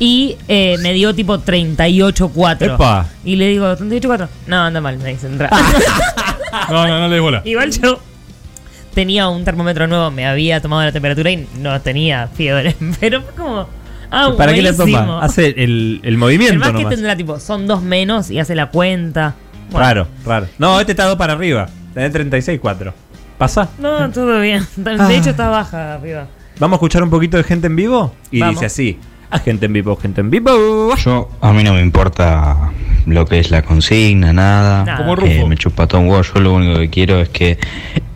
[SPEAKER 8] Y eh, me dio tipo 38.4.
[SPEAKER 6] Epa. Ah.
[SPEAKER 8] Y le digo, 38.4. No, anda mal, me dice, entra.
[SPEAKER 4] No, no, no le des bola.
[SPEAKER 8] Igual yo tenía un termómetro nuevo, me había tomado la temperatura y no tenía fiebre. Pero fue como. Ah,
[SPEAKER 6] ¿Para qué le
[SPEAKER 8] buenísimo.
[SPEAKER 6] toma? Hace el, el
[SPEAKER 8] Pero
[SPEAKER 6] movimiento
[SPEAKER 8] más que
[SPEAKER 6] nomás.
[SPEAKER 8] tendrá tipo, son dos menos y hace la cuenta. Bueno,
[SPEAKER 6] Raro, raro. No, este está dos para arriba. Tenés 36.4. Pasa.
[SPEAKER 8] No, todo bien. De
[SPEAKER 6] Ah.
[SPEAKER 8] hecho, está baja, piba.
[SPEAKER 6] Vamos a escuchar un poquito de gente en vivo. Y
[SPEAKER 8] Vamos.
[SPEAKER 6] dice así: A gente en vivo, gente en vivo.
[SPEAKER 23] Yo, a mí no me importa lo que es la consigna, nada.
[SPEAKER 6] Nada. Como Rufo.
[SPEAKER 23] Eh, me chupa todo un huevo. Yo lo único que quiero es que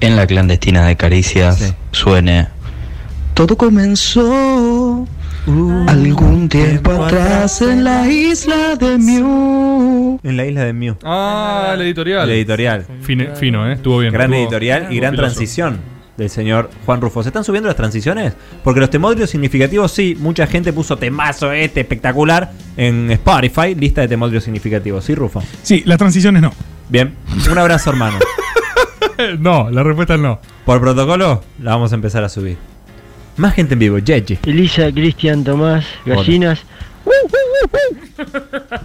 [SPEAKER 23] en la clandestina de caricias suene. Todo comenzó algún tiempo atrás en la isla de Mew.
[SPEAKER 6] En la isla de Mew.
[SPEAKER 4] Ah, la editorial.
[SPEAKER 6] La editorial.
[SPEAKER 4] Fine- fino, ¿eh? Estuvo bien.
[SPEAKER 6] Gran
[SPEAKER 4] estuvo-
[SPEAKER 6] editorial y
[SPEAKER 4] estuvo
[SPEAKER 6] gran
[SPEAKER 4] filoso.
[SPEAKER 6] transición del señor Juan Rufo. ¿Se están subiendo las transiciones? Porque los temodrios significativos, sí. Mucha gente puso temazo este espectacular en Spotify. Lista de temodrios significativos. Sí, Rufo.
[SPEAKER 2] Sí, las transiciones no.
[SPEAKER 6] Bien. Un abrazo, hermano.
[SPEAKER 4] no, la respuesta es no.
[SPEAKER 6] Por protocolo, la vamos a empezar a subir. Más gente en vivo. Yeye.
[SPEAKER 24] Elisa, Cristian, Tomás,
[SPEAKER 6] Hola.
[SPEAKER 24] gallinas.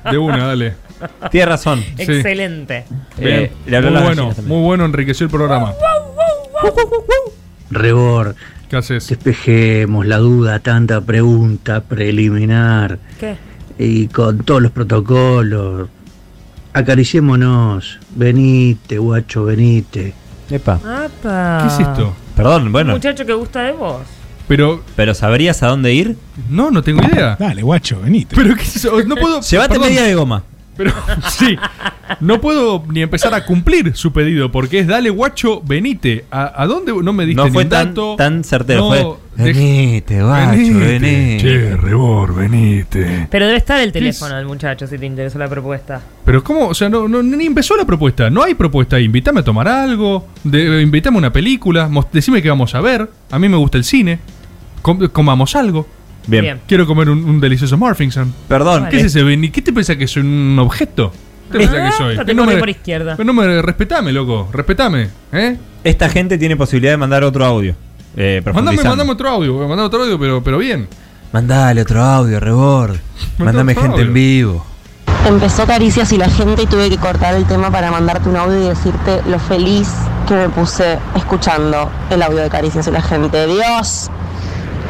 [SPEAKER 4] De una, dale.
[SPEAKER 6] Tienes razón.
[SPEAKER 4] Sí.
[SPEAKER 8] Excelente.
[SPEAKER 4] Bien.
[SPEAKER 6] Eh, le habló
[SPEAKER 4] muy
[SPEAKER 6] la
[SPEAKER 4] bueno,
[SPEAKER 6] gallina también.
[SPEAKER 4] muy bueno, enriqueció el programa.
[SPEAKER 25] Rebor, despejemos la duda, tanta pregunta preliminar
[SPEAKER 8] ¿Qué?
[SPEAKER 25] y con todos los protocolos. Acariciémonos, venite, guacho, venite.
[SPEAKER 6] Epa.
[SPEAKER 8] Apa.
[SPEAKER 6] Perdón, bueno.
[SPEAKER 8] Muchacho que gusta de vos.
[SPEAKER 4] Pero.
[SPEAKER 6] ¿Pero sabrías a dónde ir?
[SPEAKER 4] No, no tengo idea.
[SPEAKER 2] Dale, guacho, venite.
[SPEAKER 4] Pero qué es eso, no puedo.
[SPEAKER 6] Llévate
[SPEAKER 4] perdón.
[SPEAKER 6] media de goma.
[SPEAKER 4] Pero sí, no puedo ni empezar a cumplir su pedido porque es dale guacho, venite. ¿A, a dónde no me diste
[SPEAKER 6] No fue
[SPEAKER 4] ni un
[SPEAKER 6] tan,
[SPEAKER 4] dato?
[SPEAKER 6] tan certero.
[SPEAKER 4] No,
[SPEAKER 6] fue,
[SPEAKER 4] de-
[SPEAKER 6] venite, guacho,
[SPEAKER 4] Venite,
[SPEAKER 6] venite.
[SPEAKER 4] che, Rebor, venite.
[SPEAKER 8] Pero debe estar el
[SPEAKER 4] ¿Qué
[SPEAKER 8] teléfono del muchacho si te interesó la propuesta.
[SPEAKER 4] Pero cómo, o sea, no, no- ni empezó la propuesta. No hay propuesta ahí. Invítame a tomar algo, de- invítame a una película, mos- decime qué vamos a ver. A mí me gusta el cine. Com- comamos algo.
[SPEAKER 6] Bien. Bien.
[SPEAKER 4] Quiero comer un, un delicioso Morphingson.
[SPEAKER 6] Perdón.
[SPEAKER 4] ¿Qué
[SPEAKER 6] eh,
[SPEAKER 4] es ese Benny? ¿Qué te pensás que soy un objeto? ¿Qué te
[SPEAKER 8] Ah,
[SPEAKER 4] pensás que soy?
[SPEAKER 8] lo
[SPEAKER 4] Que
[SPEAKER 8] tengo que
[SPEAKER 4] me-
[SPEAKER 8] por izquierda.
[SPEAKER 4] que No me respetame, loco. Respetame, ¿eh?
[SPEAKER 6] Esta gente tiene posibilidad de mandar otro audio. Eh,
[SPEAKER 4] Mandame,
[SPEAKER 6] profundizando.
[SPEAKER 4] mandame otro audio, mandame otro audio, pero, pero bien.
[SPEAKER 6] Mandale otro audio, Rebord. Mandame
[SPEAKER 4] otro
[SPEAKER 6] gente
[SPEAKER 4] audio.
[SPEAKER 6] en vivo.
[SPEAKER 15] Empezó Caricias y la gente y tuve que cortar el tema para mandarte un audio y decirte lo feliz que me puse escuchando el audio de Caricias y la gente. Dios,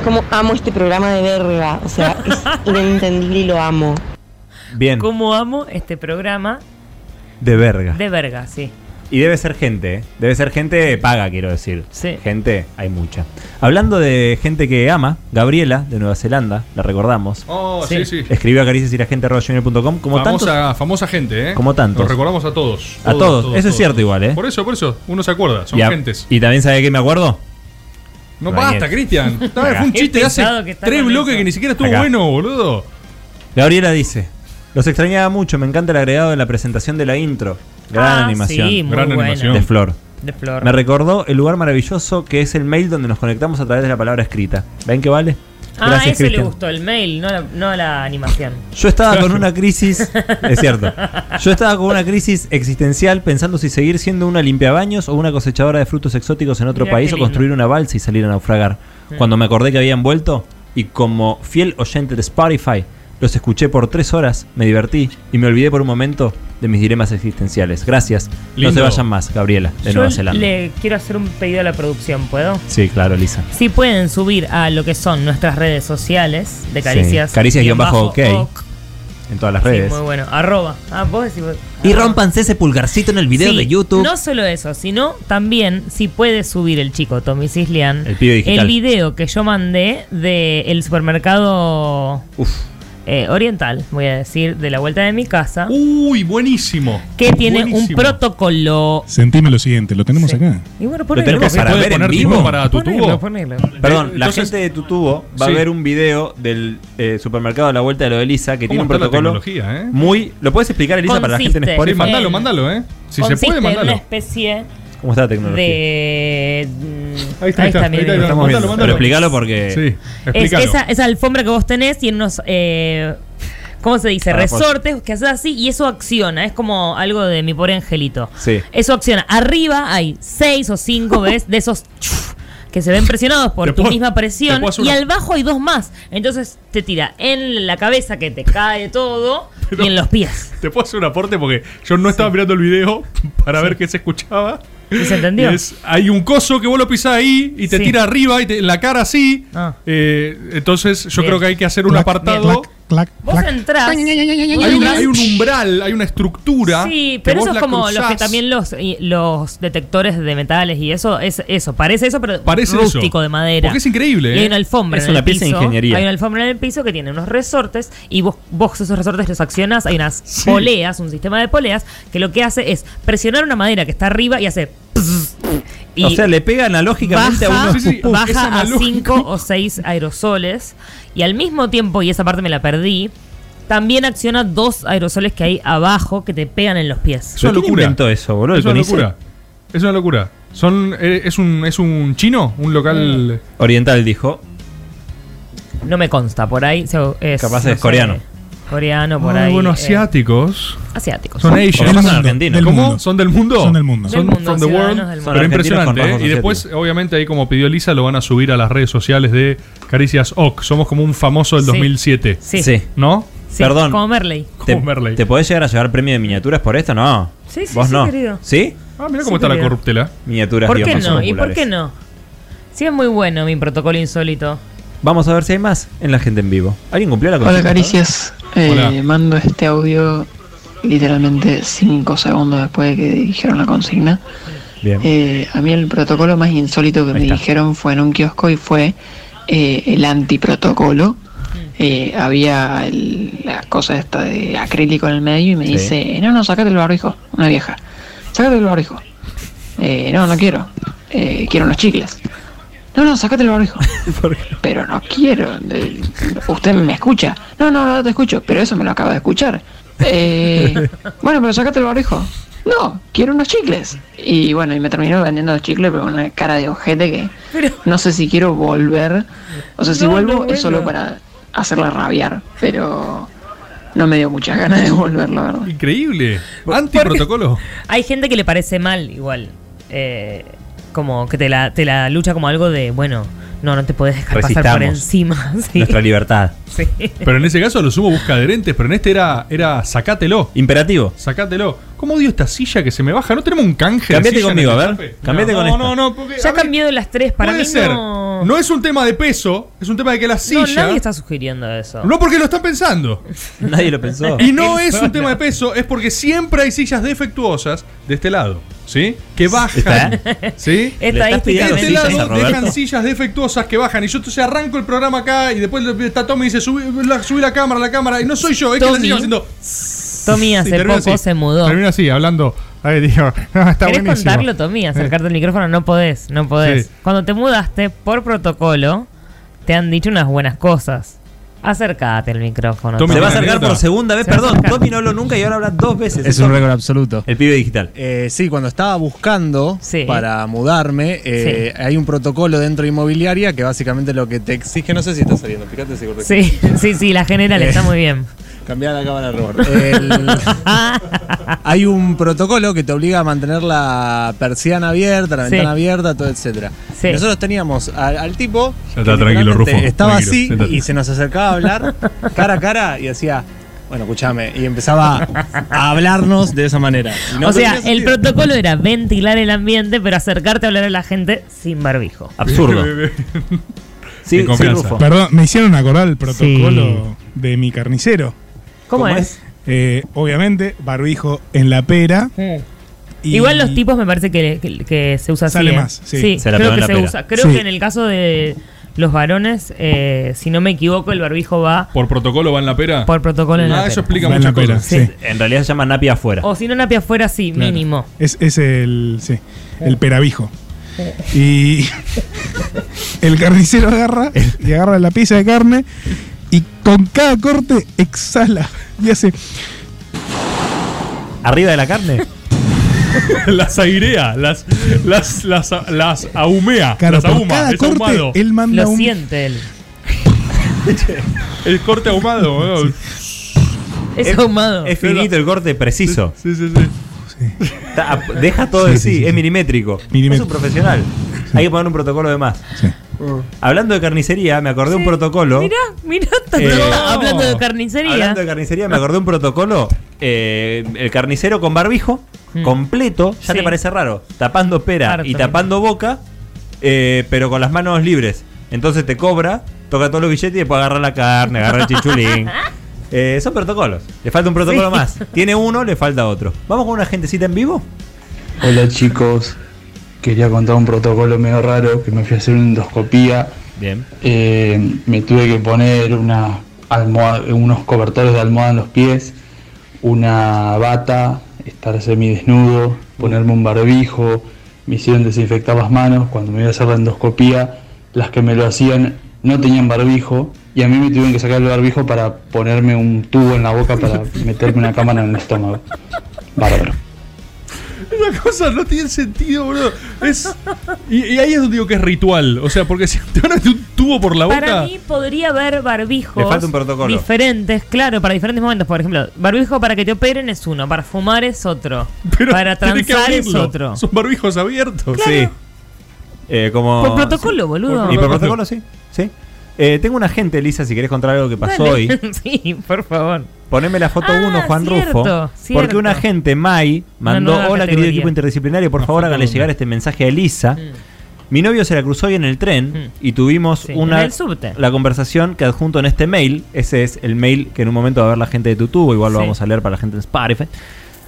[SPEAKER 15] cómo amo este programa de verga. O sea, es inentendible y lo amo.
[SPEAKER 6] Bien,
[SPEAKER 8] ¿Cómo amo este programa
[SPEAKER 6] de verga.
[SPEAKER 8] de verga? Sí.
[SPEAKER 6] Y debe ser gente, ¿eh? debe ser gente paga, quiero decir.
[SPEAKER 8] Sí.
[SPEAKER 6] Gente, hay mucha. Hablando de gente que ama, Gabriela, de Nueva Zelanda, la recordamos.
[SPEAKER 4] Oh, sí, sí.
[SPEAKER 6] Escribió a caricias y la gente gmail.com como
[SPEAKER 4] famosa,
[SPEAKER 6] tantos.
[SPEAKER 4] famosa gente, ¿eh?
[SPEAKER 6] Como tantos.
[SPEAKER 4] Los recordamos a todos.
[SPEAKER 6] A todos, eso es cierto igual, ¿eh?
[SPEAKER 4] Por eso, por eso, uno se acuerda, son
[SPEAKER 6] y, a-
[SPEAKER 4] gentes.
[SPEAKER 6] y también sabe que me acuerdo.
[SPEAKER 4] No
[SPEAKER 6] Rañez.
[SPEAKER 4] basta, Cristian. No, Fue un
[SPEAKER 8] Qué
[SPEAKER 4] chiste de hace
[SPEAKER 8] pesado que está
[SPEAKER 4] tres
[SPEAKER 8] con
[SPEAKER 4] bloques
[SPEAKER 8] eso.
[SPEAKER 4] que ni siquiera estuvo
[SPEAKER 6] Acá.
[SPEAKER 4] bueno, boludo.
[SPEAKER 6] Gabriela dice: Los extrañaba mucho, me encanta el agregado de la presentación de la intro. Gran
[SPEAKER 8] Ah,
[SPEAKER 6] animación.
[SPEAKER 8] sí, muy Gran buena. animación.
[SPEAKER 6] De Flor.
[SPEAKER 8] De Flor.
[SPEAKER 6] Me recordó el lugar maravilloso que es el mail donde nos conectamos a través de la palabra escrita. ¿Ven que vale?
[SPEAKER 8] Ah, ese
[SPEAKER 6] Cristian.
[SPEAKER 8] le gustó, el mail, no la, no la animación.
[SPEAKER 6] Yo estaba con una crisis, es cierto. Yo estaba con una crisis existencial pensando si seguir siendo una limpiabaños o una cosechadora de frutos exóticos en otro
[SPEAKER 8] Mirá
[SPEAKER 6] país
[SPEAKER 8] qué
[SPEAKER 6] o
[SPEAKER 8] lindo.
[SPEAKER 6] construir una balsa y salir a naufragar.
[SPEAKER 8] Mm.
[SPEAKER 6] Cuando me acordé que habían vuelto y como fiel oyente de Spotify, los escuché por tres horas, me divertí y me olvidé por un momento de mis dilemas existenciales. Gracias. No
[SPEAKER 8] Lindo.
[SPEAKER 6] se vayan más, Gabriela, de
[SPEAKER 8] Yo
[SPEAKER 6] Nueva Zelanda.
[SPEAKER 8] le quiero hacer un pedido a la producción, ¿puedo?
[SPEAKER 6] Sí, claro, Lisa.
[SPEAKER 8] Si pueden subir a lo que son nuestras redes sociales de Caricias.
[SPEAKER 6] Sí. Caricias guión bajo
[SPEAKER 8] bajo
[SPEAKER 6] ok. En todas las
[SPEAKER 8] Sí,
[SPEAKER 6] redes.
[SPEAKER 8] muy bueno. Arroba. Ah, vos decís. vos-
[SPEAKER 6] Y rompanse ese pulgarcito en el video
[SPEAKER 8] Sí,
[SPEAKER 6] de YouTube.
[SPEAKER 8] No solo eso, sino también si puede subir el chico Tommy Cislian
[SPEAKER 6] El pibe digital.
[SPEAKER 8] video que yo mandé del el supermercado eh, oriental, voy a decir, de la vuelta de mi casa.
[SPEAKER 6] Uh,
[SPEAKER 4] Uy, buenísimo.
[SPEAKER 8] Que tiene un
[SPEAKER 4] Buenísimo.
[SPEAKER 8] protocolo.
[SPEAKER 2] Sentime lo siguiente, lo tenemos acá.
[SPEAKER 8] Y bueno,
[SPEAKER 6] Lo
[SPEAKER 8] ponelo.
[SPEAKER 6] tenemos para
[SPEAKER 4] ¿Puede
[SPEAKER 6] ver en
[SPEAKER 4] poner
[SPEAKER 6] vivo.
[SPEAKER 4] tipo para Ah, tu
[SPEAKER 8] Ponelo,
[SPEAKER 4] tubo? Eh,
[SPEAKER 8] ponelo.
[SPEAKER 6] Perdón, la
[SPEAKER 4] Entonces-
[SPEAKER 6] gente de tu tubo va
[SPEAKER 4] Sí.
[SPEAKER 6] a ver un video del eh, supermercado a la vuelta de lo de Elisa que
[SPEAKER 4] ¿Cómo
[SPEAKER 6] tiene un
[SPEAKER 4] está la
[SPEAKER 6] protocolo
[SPEAKER 4] tecnología, eh?
[SPEAKER 6] muy. ¿Lo puedes explicar, Elisa, para la gente en
[SPEAKER 8] Consiste
[SPEAKER 6] Spotify?
[SPEAKER 8] en- Mandalo,
[SPEAKER 4] mandalo, ¿eh?
[SPEAKER 8] consiste en una especie
[SPEAKER 6] ¿Cómo está la tecnología?
[SPEAKER 8] de. mm,
[SPEAKER 6] Ahí está, ahí está, ahí está,
[SPEAKER 8] bien.
[SPEAKER 6] estamos Mándalo, viendo. mándalo. Pero explícalo porque- Sí,
[SPEAKER 8] Es
[SPEAKER 6] explícalo.
[SPEAKER 8] esa, esa alfombra que vos tenés y en unos. eh, ¿Cómo se dice?
[SPEAKER 6] Ah, pues.
[SPEAKER 8] Resortes que haces así y eso acciona. Es como algo de mi pobre angelito.
[SPEAKER 6] Sí.
[SPEAKER 8] Eso acciona. Arriba hay seis o cinco ¿ves? de esos chuf, que se ven presionados por
[SPEAKER 26] Te
[SPEAKER 8] tu
[SPEAKER 26] puedo-
[SPEAKER 8] misma
[SPEAKER 26] te
[SPEAKER 8] presión.
[SPEAKER 26] puedo hacer
[SPEAKER 8] Y
[SPEAKER 26] una-
[SPEAKER 8] al bajo hay dos más. Entonces te tira en la cabeza que te cae todo y en los pies.
[SPEAKER 4] Te puedo hacer un aporte porque yo no estaba mirando el video para ver qué se escuchaba.
[SPEAKER 8] ¿Y se entendió?
[SPEAKER 4] Y es- hay un coso que vos lo pisás ahí y te
[SPEAKER 8] Sí. Ah.
[SPEAKER 4] tira arriba y te- en la cara así. Eh, entonces yo
[SPEAKER 8] Bien.
[SPEAKER 4] creo que hay que hacer un
[SPEAKER 2] Clac,
[SPEAKER 4] apartado.
[SPEAKER 2] clac, clac,
[SPEAKER 8] Vos
[SPEAKER 2] clac.
[SPEAKER 8] entrás.
[SPEAKER 4] Hay un, hay un umbral, hay una estructura.
[SPEAKER 8] Sí,
[SPEAKER 4] que
[SPEAKER 8] pero
[SPEAKER 4] vos
[SPEAKER 8] eso es
[SPEAKER 4] la
[SPEAKER 8] como los
[SPEAKER 4] cruzás.
[SPEAKER 8] que también los, y- los detectores de metales y eso, es eso, parece eso, pero
[SPEAKER 4] Parece eso.
[SPEAKER 8] rústico de madera.
[SPEAKER 4] Porque es increíble,
[SPEAKER 8] Y
[SPEAKER 4] ¿eh?
[SPEAKER 8] hay una alfombra.
[SPEAKER 6] Es
[SPEAKER 8] en el
[SPEAKER 6] una pieza de
[SPEAKER 8] piso,
[SPEAKER 6] ingeniería.
[SPEAKER 8] Hay una alfombra en el piso que tiene unos resortes y vos, vos esos resortes los accionás, hay unas poleas, un sistema de poleas, que lo que hace es presionar una madera que está arriba y hace. pss, y
[SPEAKER 6] o sea, le pegan analógicamente a
[SPEAKER 8] baja,
[SPEAKER 6] unos pupú.
[SPEAKER 8] baja
[SPEAKER 6] Es
[SPEAKER 8] a
[SPEAKER 6] analógico.
[SPEAKER 8] 5 o 6 aerosoles y al mismo tiempo, y esa parte me la perdí, también acciona dos aerosoles que hay abajo que te pegan en los pies.
[SPEAKER 4] Es una locura.
[SPEAKER 6] inventó eso, boludo?
[SPEAKER 4] Es una
[SPEAKER 6] ¿El CONICET?
[SPEAKER 4] locura. Es una locura. Son, eh, es, un, es un chino, un local.
[SPEAKER 6] Oriental dijo.
[SPEAKER 8] No me consta, por ahí se- es,
[SPEAKER 6] Capaz
[SPEAKER 8] no
[SPEAKER 6] es coreano.
[SPEAKER 8] Coreano, por
[SPEAKER 4] Ah,
[SPEAKER 8] ahí.
[SPEAKER 4] bueno,
[SPEAKER 8] eh,
[SPEAKER 4] asiáticos.
[SPEAKER 8] asiáticos.
[SPEAKER 4] Son
[SPEAKER 8] Del
[SPEAKER 4] Asian.
[SPEAKER 8] mundo,
[SPEAKER 4] Son
[SPEAKER 8] del
[SPEAKER 4] ¿Cómo?
[SPEAKER 8] mundo.
[SPEAKER 4] ¿Son del mundo?
[SPEAKER 2] Son del mundo.
[SPEAKER 4] Son
[SPEAKER 8] Del mundo,
[SPEAKER 4] from the
[SPEAKER 8] ciudadanos
[SPEAKER 4] world.
[SPEAKER 8] del mundo.
[SPEAKER 4] Pero
[SPEAKER 6] Son argentinos con
[SPEAKER 4] impresionante. ¿eh?
[SPEAKER 6] rasgos
[SPEAKER 4] Y después, obviamente, ahí como pidió Lisa, lo van a subir a las redes sociales de Caricias Oc. Somos como un famoso del
[SPEAKER 8] Sí.
[SPEAKER 4] 2007.
[SPEAKER 8] Sí.
[SPEAKER 6] Sí.
[SPEAKER 4] ¿No?
[SPEAKER 8] Sí,
[SPEAKER 6] Perdón.
[SPEAKER 8] Como Merley.
[SPEAKER 6] ¿Te,
[SPEAKER 4] Como Merley.
[SPEAKER 6] te podés llegar a llevar premio de miniaturas por esto? No.
[SPEAKER 8] Sí, sí,
[SPEAKER 6] Vos
[SPEAKER 8] sí,
[SPEAKER 6] no.
[SPEAKER 8] querido.
[SPEAKER 6] ¿Sí?
[SPEAKER 4] Ah, mira
[SPEAKER 8] Sí,
[SPEAKER 4] cómo está la
[SPEAKER 8] querido.
[SPEAKER 4] corruptela.
[SPEAKER 6] Miniaturas
[SPEAKER 8] ¿Por
[SPEAKER 6] guión
[SPEAKER 8] qué
[SPEAKER 6] más
[SPEAKER 8] no? ¿Y por
[SPEAKER 6] populares.
[SPEAKER 8] qué no? Sí, es muy bueno mi protocolo insólito.
[SPEAKER 6] Vamos a ver si hay más en la gente en vivo. ¿Alguien cumplió la
[SPEAKER 27] Hola
[SPEAKER 6] consigna?
[SPEAKER 27] Caricias, Eh,
[SPEAKER 6] Hola.
[SPEAKER 27] mando este audio literalmente 5 segundos después de que dijeron la consigna.
[SPEAKER 6] Bien.
[SPEAKER 27] Eh, a mí el protocolo más insólito que me dijeron fue en un kiosco y fue eh, el antiprotocolo. Eh, había el- la cosa esta de acrílico en el medio y me
[SPEAKER 28] Sí.
[SPEAKER 27] dice, no, no, sacate el barbijo, una vieja, sacate el barbijo. Eh, no, no quiero, Eh, quiero unos chicles. No, no, sacate el barbijo. pero no quiero. eh, Usted me escucha. No, no, no te escucho. Pero eso me lo acaba de escuchar. Eh, bueno, pero sacate el barbijo. No, quiero unos chicles. Y bueno, y me terminó vendiendo los chicles, pero con una cara de ojete que no sé si quiero volver. O sea, si
[SPEAKER 28] No,
[SPEAKER 27] vuelvo
[SPEAKER 28] no,
[SPEAKER 27] es solo para hacerla rabiar. Pero no me dio muchas ganas de volver, la verdad.
[SPEAKER 4] Increíble. Antiprotocolo.
[SPEAKER 8] Hay gente que le parece mal, igual. Eh, como que te la, te la lucha como algo de, bueno, no, no te puedes dejar pasar por
[SPEAKER 4] Resistamos
[SPEAKER 8] encima. sí.
[SPEAKER 6] Nuestra libertad.
[SPEAKER 8] Sí.
[SPEAKER 4] Pero en ese caso lo sumo busca adherentes, pero en este era, era sacátelo.
[SPEAKER 6] Imperativo.
[SPEAKER 4] Sacátelo. ¿Cómo odio esta silla que se me baja? ¿No tenemos un canje? de
[SPEAKER 6] Cambiate
[SPEAKER 4] silla en
[SPEAKER 6] conmigo,
[SPEAKER 4] este
[SPEAKER 6] a ver.
[SPEAKER 4] chape?
[SPEAKER 6] Cambiate
[SPEAKER 4] no,
[SPEAKER 6] con
[SPEAKER 4] no,
[SPEAKER 6] esta.
[SPEAKER 4] No, no, porque
[SPEAKER 8] Ya ha cambiado las tres para
[SPEAKER 4] puede
[SPEAKER 8] mí.
[SPEAKER 4] ser.
[SPEAKER 8] No,
[SPEAKER 4] No. es un tema de peso, es un tema de que la
[SPEAKER 8] no,
[SPEAKER 4] silla.
[SPEAKER 8] nadie está sugiriendo eso.
[SPEAKER 4] No porque lo están pensando.
[SPEAKER 6] Nadie lo pensó.
[SPEAKER 4] Y no es un tema de peso, es porque siempre hay sillas defectuosas de este lado, ¿sí? Que bajan, ¿sí?
[SPEAKER 6] Le estás pidiendo
[SPEAKER 4] de este
[SPEAKER 6] sillas a
[SPEAKER 4] lado
[SPEAKER 6] Roberto.
[SPEAKER 4] dejan sillas defectuosas que bajan y yo entonces arranco el programa acá y después está Tommy y dice, subí la, subí la cámara, la cámara y no soy yo, es que la
[SPEAKER 8] Tommy.
[SPEAKER 4] sigo haciendo...
[SPEAKER 8] Tommy hace
[SPEAKER 4] termina
[SPEAKER 8] poco
[SPEAKER 4] así.
[SPEAKER 8] se mudó.
[SPEAKER 4] Termina así, hablando. Ahí digo, está
[SPEAKER 8] ¿Querés
[SPEAKER 4] buenísimo.
[SPEAKER 8] contarlo, Tommy? Acercarte
[SPEAKER 2] Eh.
[SPEAKER 8] al micrófono no podés, no podés.
[SPEAKER 4] Sí.
[SPEAKER 8] Cuando te mudaste, por protocolo, te han dicho unas buenas cosas. Acércate al micrófono.
[SPEAKER 6] se va a acercar por segunda vez.
[SPEAKER 8] Se va a
[SPEAKER 6] Perdón,
[SPEAKER 8] acercar.
[SPEAKER 6] Tommy no habló nunca y ahora habla dos veces.
[SPEAKER 29] Es un récord absoluto.
[SPEAKER 6] El pibe digital.
[SPEAKER 29] Eh, sí, cuando estaba buscando para mudarme, eh, hay un protocolo dentro de inmobiliaria que básicamente lo que te exige, no sé si está saliendo, fíjate si
[SPEAKER 8] Sí, sí, sí, la general
[SPEAKER 29] Eh,
[SPEAKER 8] está muy bien.
[SPEAKER 29] Cambiar la cámara, Robert. El- hay un protocolo que te obliga a mantener la persiana abierta, la
[SPEAKER 10] Sí.
[SPEAKER 29] ventana abierta, todo, etcétera.
[SPEAKER 10] Sí.
[SPEAKER 29] Nosotros teníamos al, al tipo.
[SPEAKER 10] Ya está,
[SPEAKER 29] que
[SPEAKER 10] tranquilo,
[SPEAKER 29] literalmente
[SPEAKER 10] Rufo,
[SPEAKER 29] Estaba
[SPEAKER 10] tranquilo,
[SPEAKER 29] así
[SPEAKER 10] siéntate.
[SPEAKER 29] y se nos acercaba a hablar cara a cara y hacía. Bueno, escúchame. Y empezaba a hablarnos de esa manera. Y no
[SPEAKER 8] o sea,
[SPEAKER 29] tenía
[SPEAKER 8] el
[SPEAKER 29] sentido.
[SPEAKER 8] protocolo era ventilar el ambiente, pero acercarte a hablar a la gente sin barbijo.
[SPEAKER 6] Absurdo.
[SPEAKER 8] Sí,
[SPEAKER 6] confianza.
[SPEAKER 8] Rufo.
[SPEAKER 2] Perdón, me hicieron acordar el protocolo de mi carnicero.
[SPEAKER 8] ¿Cómo ¿Cómo es? es?
[SPEAKER 2] Eh, obviamente, barbijo en la pera. Y-
[SPEAKER 8] Igual los tipos me parece que, que- que se usa
[SPEAKER 2] Sale
[SPEAKER 8] así. ¿eh?
[SPEAKER 2] más, sí. Se la
[SPEAKER 8] creo
[SPEAKER 2] pegó
[SPEAKER 8] que
[SPEAKER 2] en la
[SPEAKER 8] se
[SPEAKER 2] pera.
[SPEAKER 8] usa. Creo
[SPEAKER 2] Sí.
[SPEAKER 8] que en el caso de los varones, eh, si no me equivoco, el barbijo va.
[SPEAKER 4] ¿Por protocolo va en la pera?
[SPEAKER 8] Por protocolo en la
[SPEAKER 4] Ah, eso
[SPEAKER 8] pera.
[SPEAKER 4] explica
[SPEAKER 2] Va en
[SPEAKER 4] muchas
[SPEAKER 2] la pera,
[SPEAKER 4] cosas.
[SPEAKER 2] sí.
[SPEAKER 6] En realidad se llama napi afuera.
[SPEAKER 8] O si no, napi afuera, sí,
[SPEAKER 2] Claro.
[SPEAKER 8] mínimo.
[SPEAKER 2] Es, es el. Sí, el perabijo. Y. el carnicero agarra y agarra la pieza de carne y con cada corte exhala y hace.
[SPEAKER 6] ¿Arriba de la carne?
[SPEAKER 4] las airea, las, las, las, las ahumea,
[SPEAKER 2] Claro,
[SPEAKER 4] las
[SPEAKER 2] por
[SPEAKER 4] ahuma,
[SPEAKER 2] cada
[SPEAKER 4] es
[SPEAKER 2] corte
[SPEAKER 4] ahumado.
[SPEAKER 2] él manda
[SPEAKER 8] Lo
[SPEAKER 2] un.
[SPEAKER 8] siente él.
[SPEAKER 4] El corte ahumado. ¿no?
[SPEAKER 8] Es, ahumado.
[SPEAKER 6] Es finito el corte, preciso.
[SPEAKER 4] Sí, sí, sí.
[SPEAKER 6] Está- ah, Deja todo de sí, es milimétrico. Es un profesional. Hay que poner un protocolo de más. eh. Hablando de carnicería, me acordé un protocolo.
[SPEAKER 8] Mirá, mirá, está
[SPEAKER 6] Eh,
[SPEAKER 8] todo
[SPEAKER 6] no.
[SPEAKER 8] hablando de carnicería.
[SPEAKER 6] Hablando de carnicería, me acordé un protocolo. eh, el carnicero con barbijo, completo, ya
[SPEAKER 8] Hmm. Sí.
[SPEAKER 6] te parece raro, tapando pera
[SPEAKER 8] Harto.
[SPEAKER 6] y tapando boca, eh, pero con las manos libres. Entonces te cobra, toca todos los billetes y después agarra la carne, agarra el chichulín. Eh, son protocolos. Le falta un protocolo
[SPEAKER 26] Sí.
[SPEAKER 6] más. Tiene uno, le falta otro. ¿Vamos con una gentecita en vivo?
[SPEAKER 26] Hola chicos, quería contar un protocolo medio raro que me fui a hacer una endoscopía.
[SPEAKER 6] Bien.
[SPEAKER 26] Eh, me tuve que poner una almoha- unos cobertores de almohada en los pies, una bata, estar semidesnudo, ponerme un barbijo. Me hicieron desinfectar las manos. Cuando me iba a hacer la endoscopía, las que me lo hacían no tenían barbijo y a mí me tuvieron que sacar el barbijo para ponerme un tubo en la boca para meterme una cámara en el estómago. Bárbaro.
[SPEAKER 4] Esa cosa no tiene sentido, boludo. Es, y, y ahí es donde digo que es ritual. O sea, porque si te van a meter un tubo por la boca.
[SPEAKER 8] Para mí podría haber barbijos
[SPEAKER 4] Le falta un protocolo.
[SPEAKER 8] diferentes, claro, para diferentes momentos. Por ejemplo, barbijo para que te operen es uno, para fumar es otro, para
[SPEAKER 4] tenés que
[SPEAKER 8] transar es
[SPEAKER 4] abrirlo.
[SPEAKER 8] otro.
[SPEAKER 4] Son barbijos abiertos.
[SPEAKER 6] Sí. Eh, como,
[SPEAKER 8] Por protocolo, boludo.
[SPEAKER 6] Y por protocolo, sí. sí. Eh, tengo una gente, Lisa, si querés contar algo que pasó
[SPEAKER 8] Dale.
[SPEAKER 6] hoy.
[SPEAKER 8] sí, por favor.
[SPEAKER 6] Poneme la foto 1, Juan
[SPEAKER 8] Ah, cierto,
[SPEAKER 6] Rufo. Porque
[SPEAKER 8] cierto.
[SPEAKER 6] una gente, Mai, mandó:
[SPEAKER 8] nueva
[SPEAKER 6] Hola,
[SPEAKER 8] categoría".
[SPEAKER 6] querido equipo interdisciplinario, por favor háganle
[SPEAKER 8] uno.
[SPEAKER 6] llegar este mensaje a Elisa. Mi novio se la cruzó hoy en el tren y tuvimos
[SPEAKER 8] Mm. Sí,
[SPEAKER 6] una.
[SPEAKER 8] en el subte.
[SPEAKER 6] La conversación que adjunto en este mail. Ese es el mail que en un momento va a ver la gente de Tutubo, igual lo
[SPEAKER 8] Sí.
[SPEAKER 6] vamos a leer para la gente en Spotify.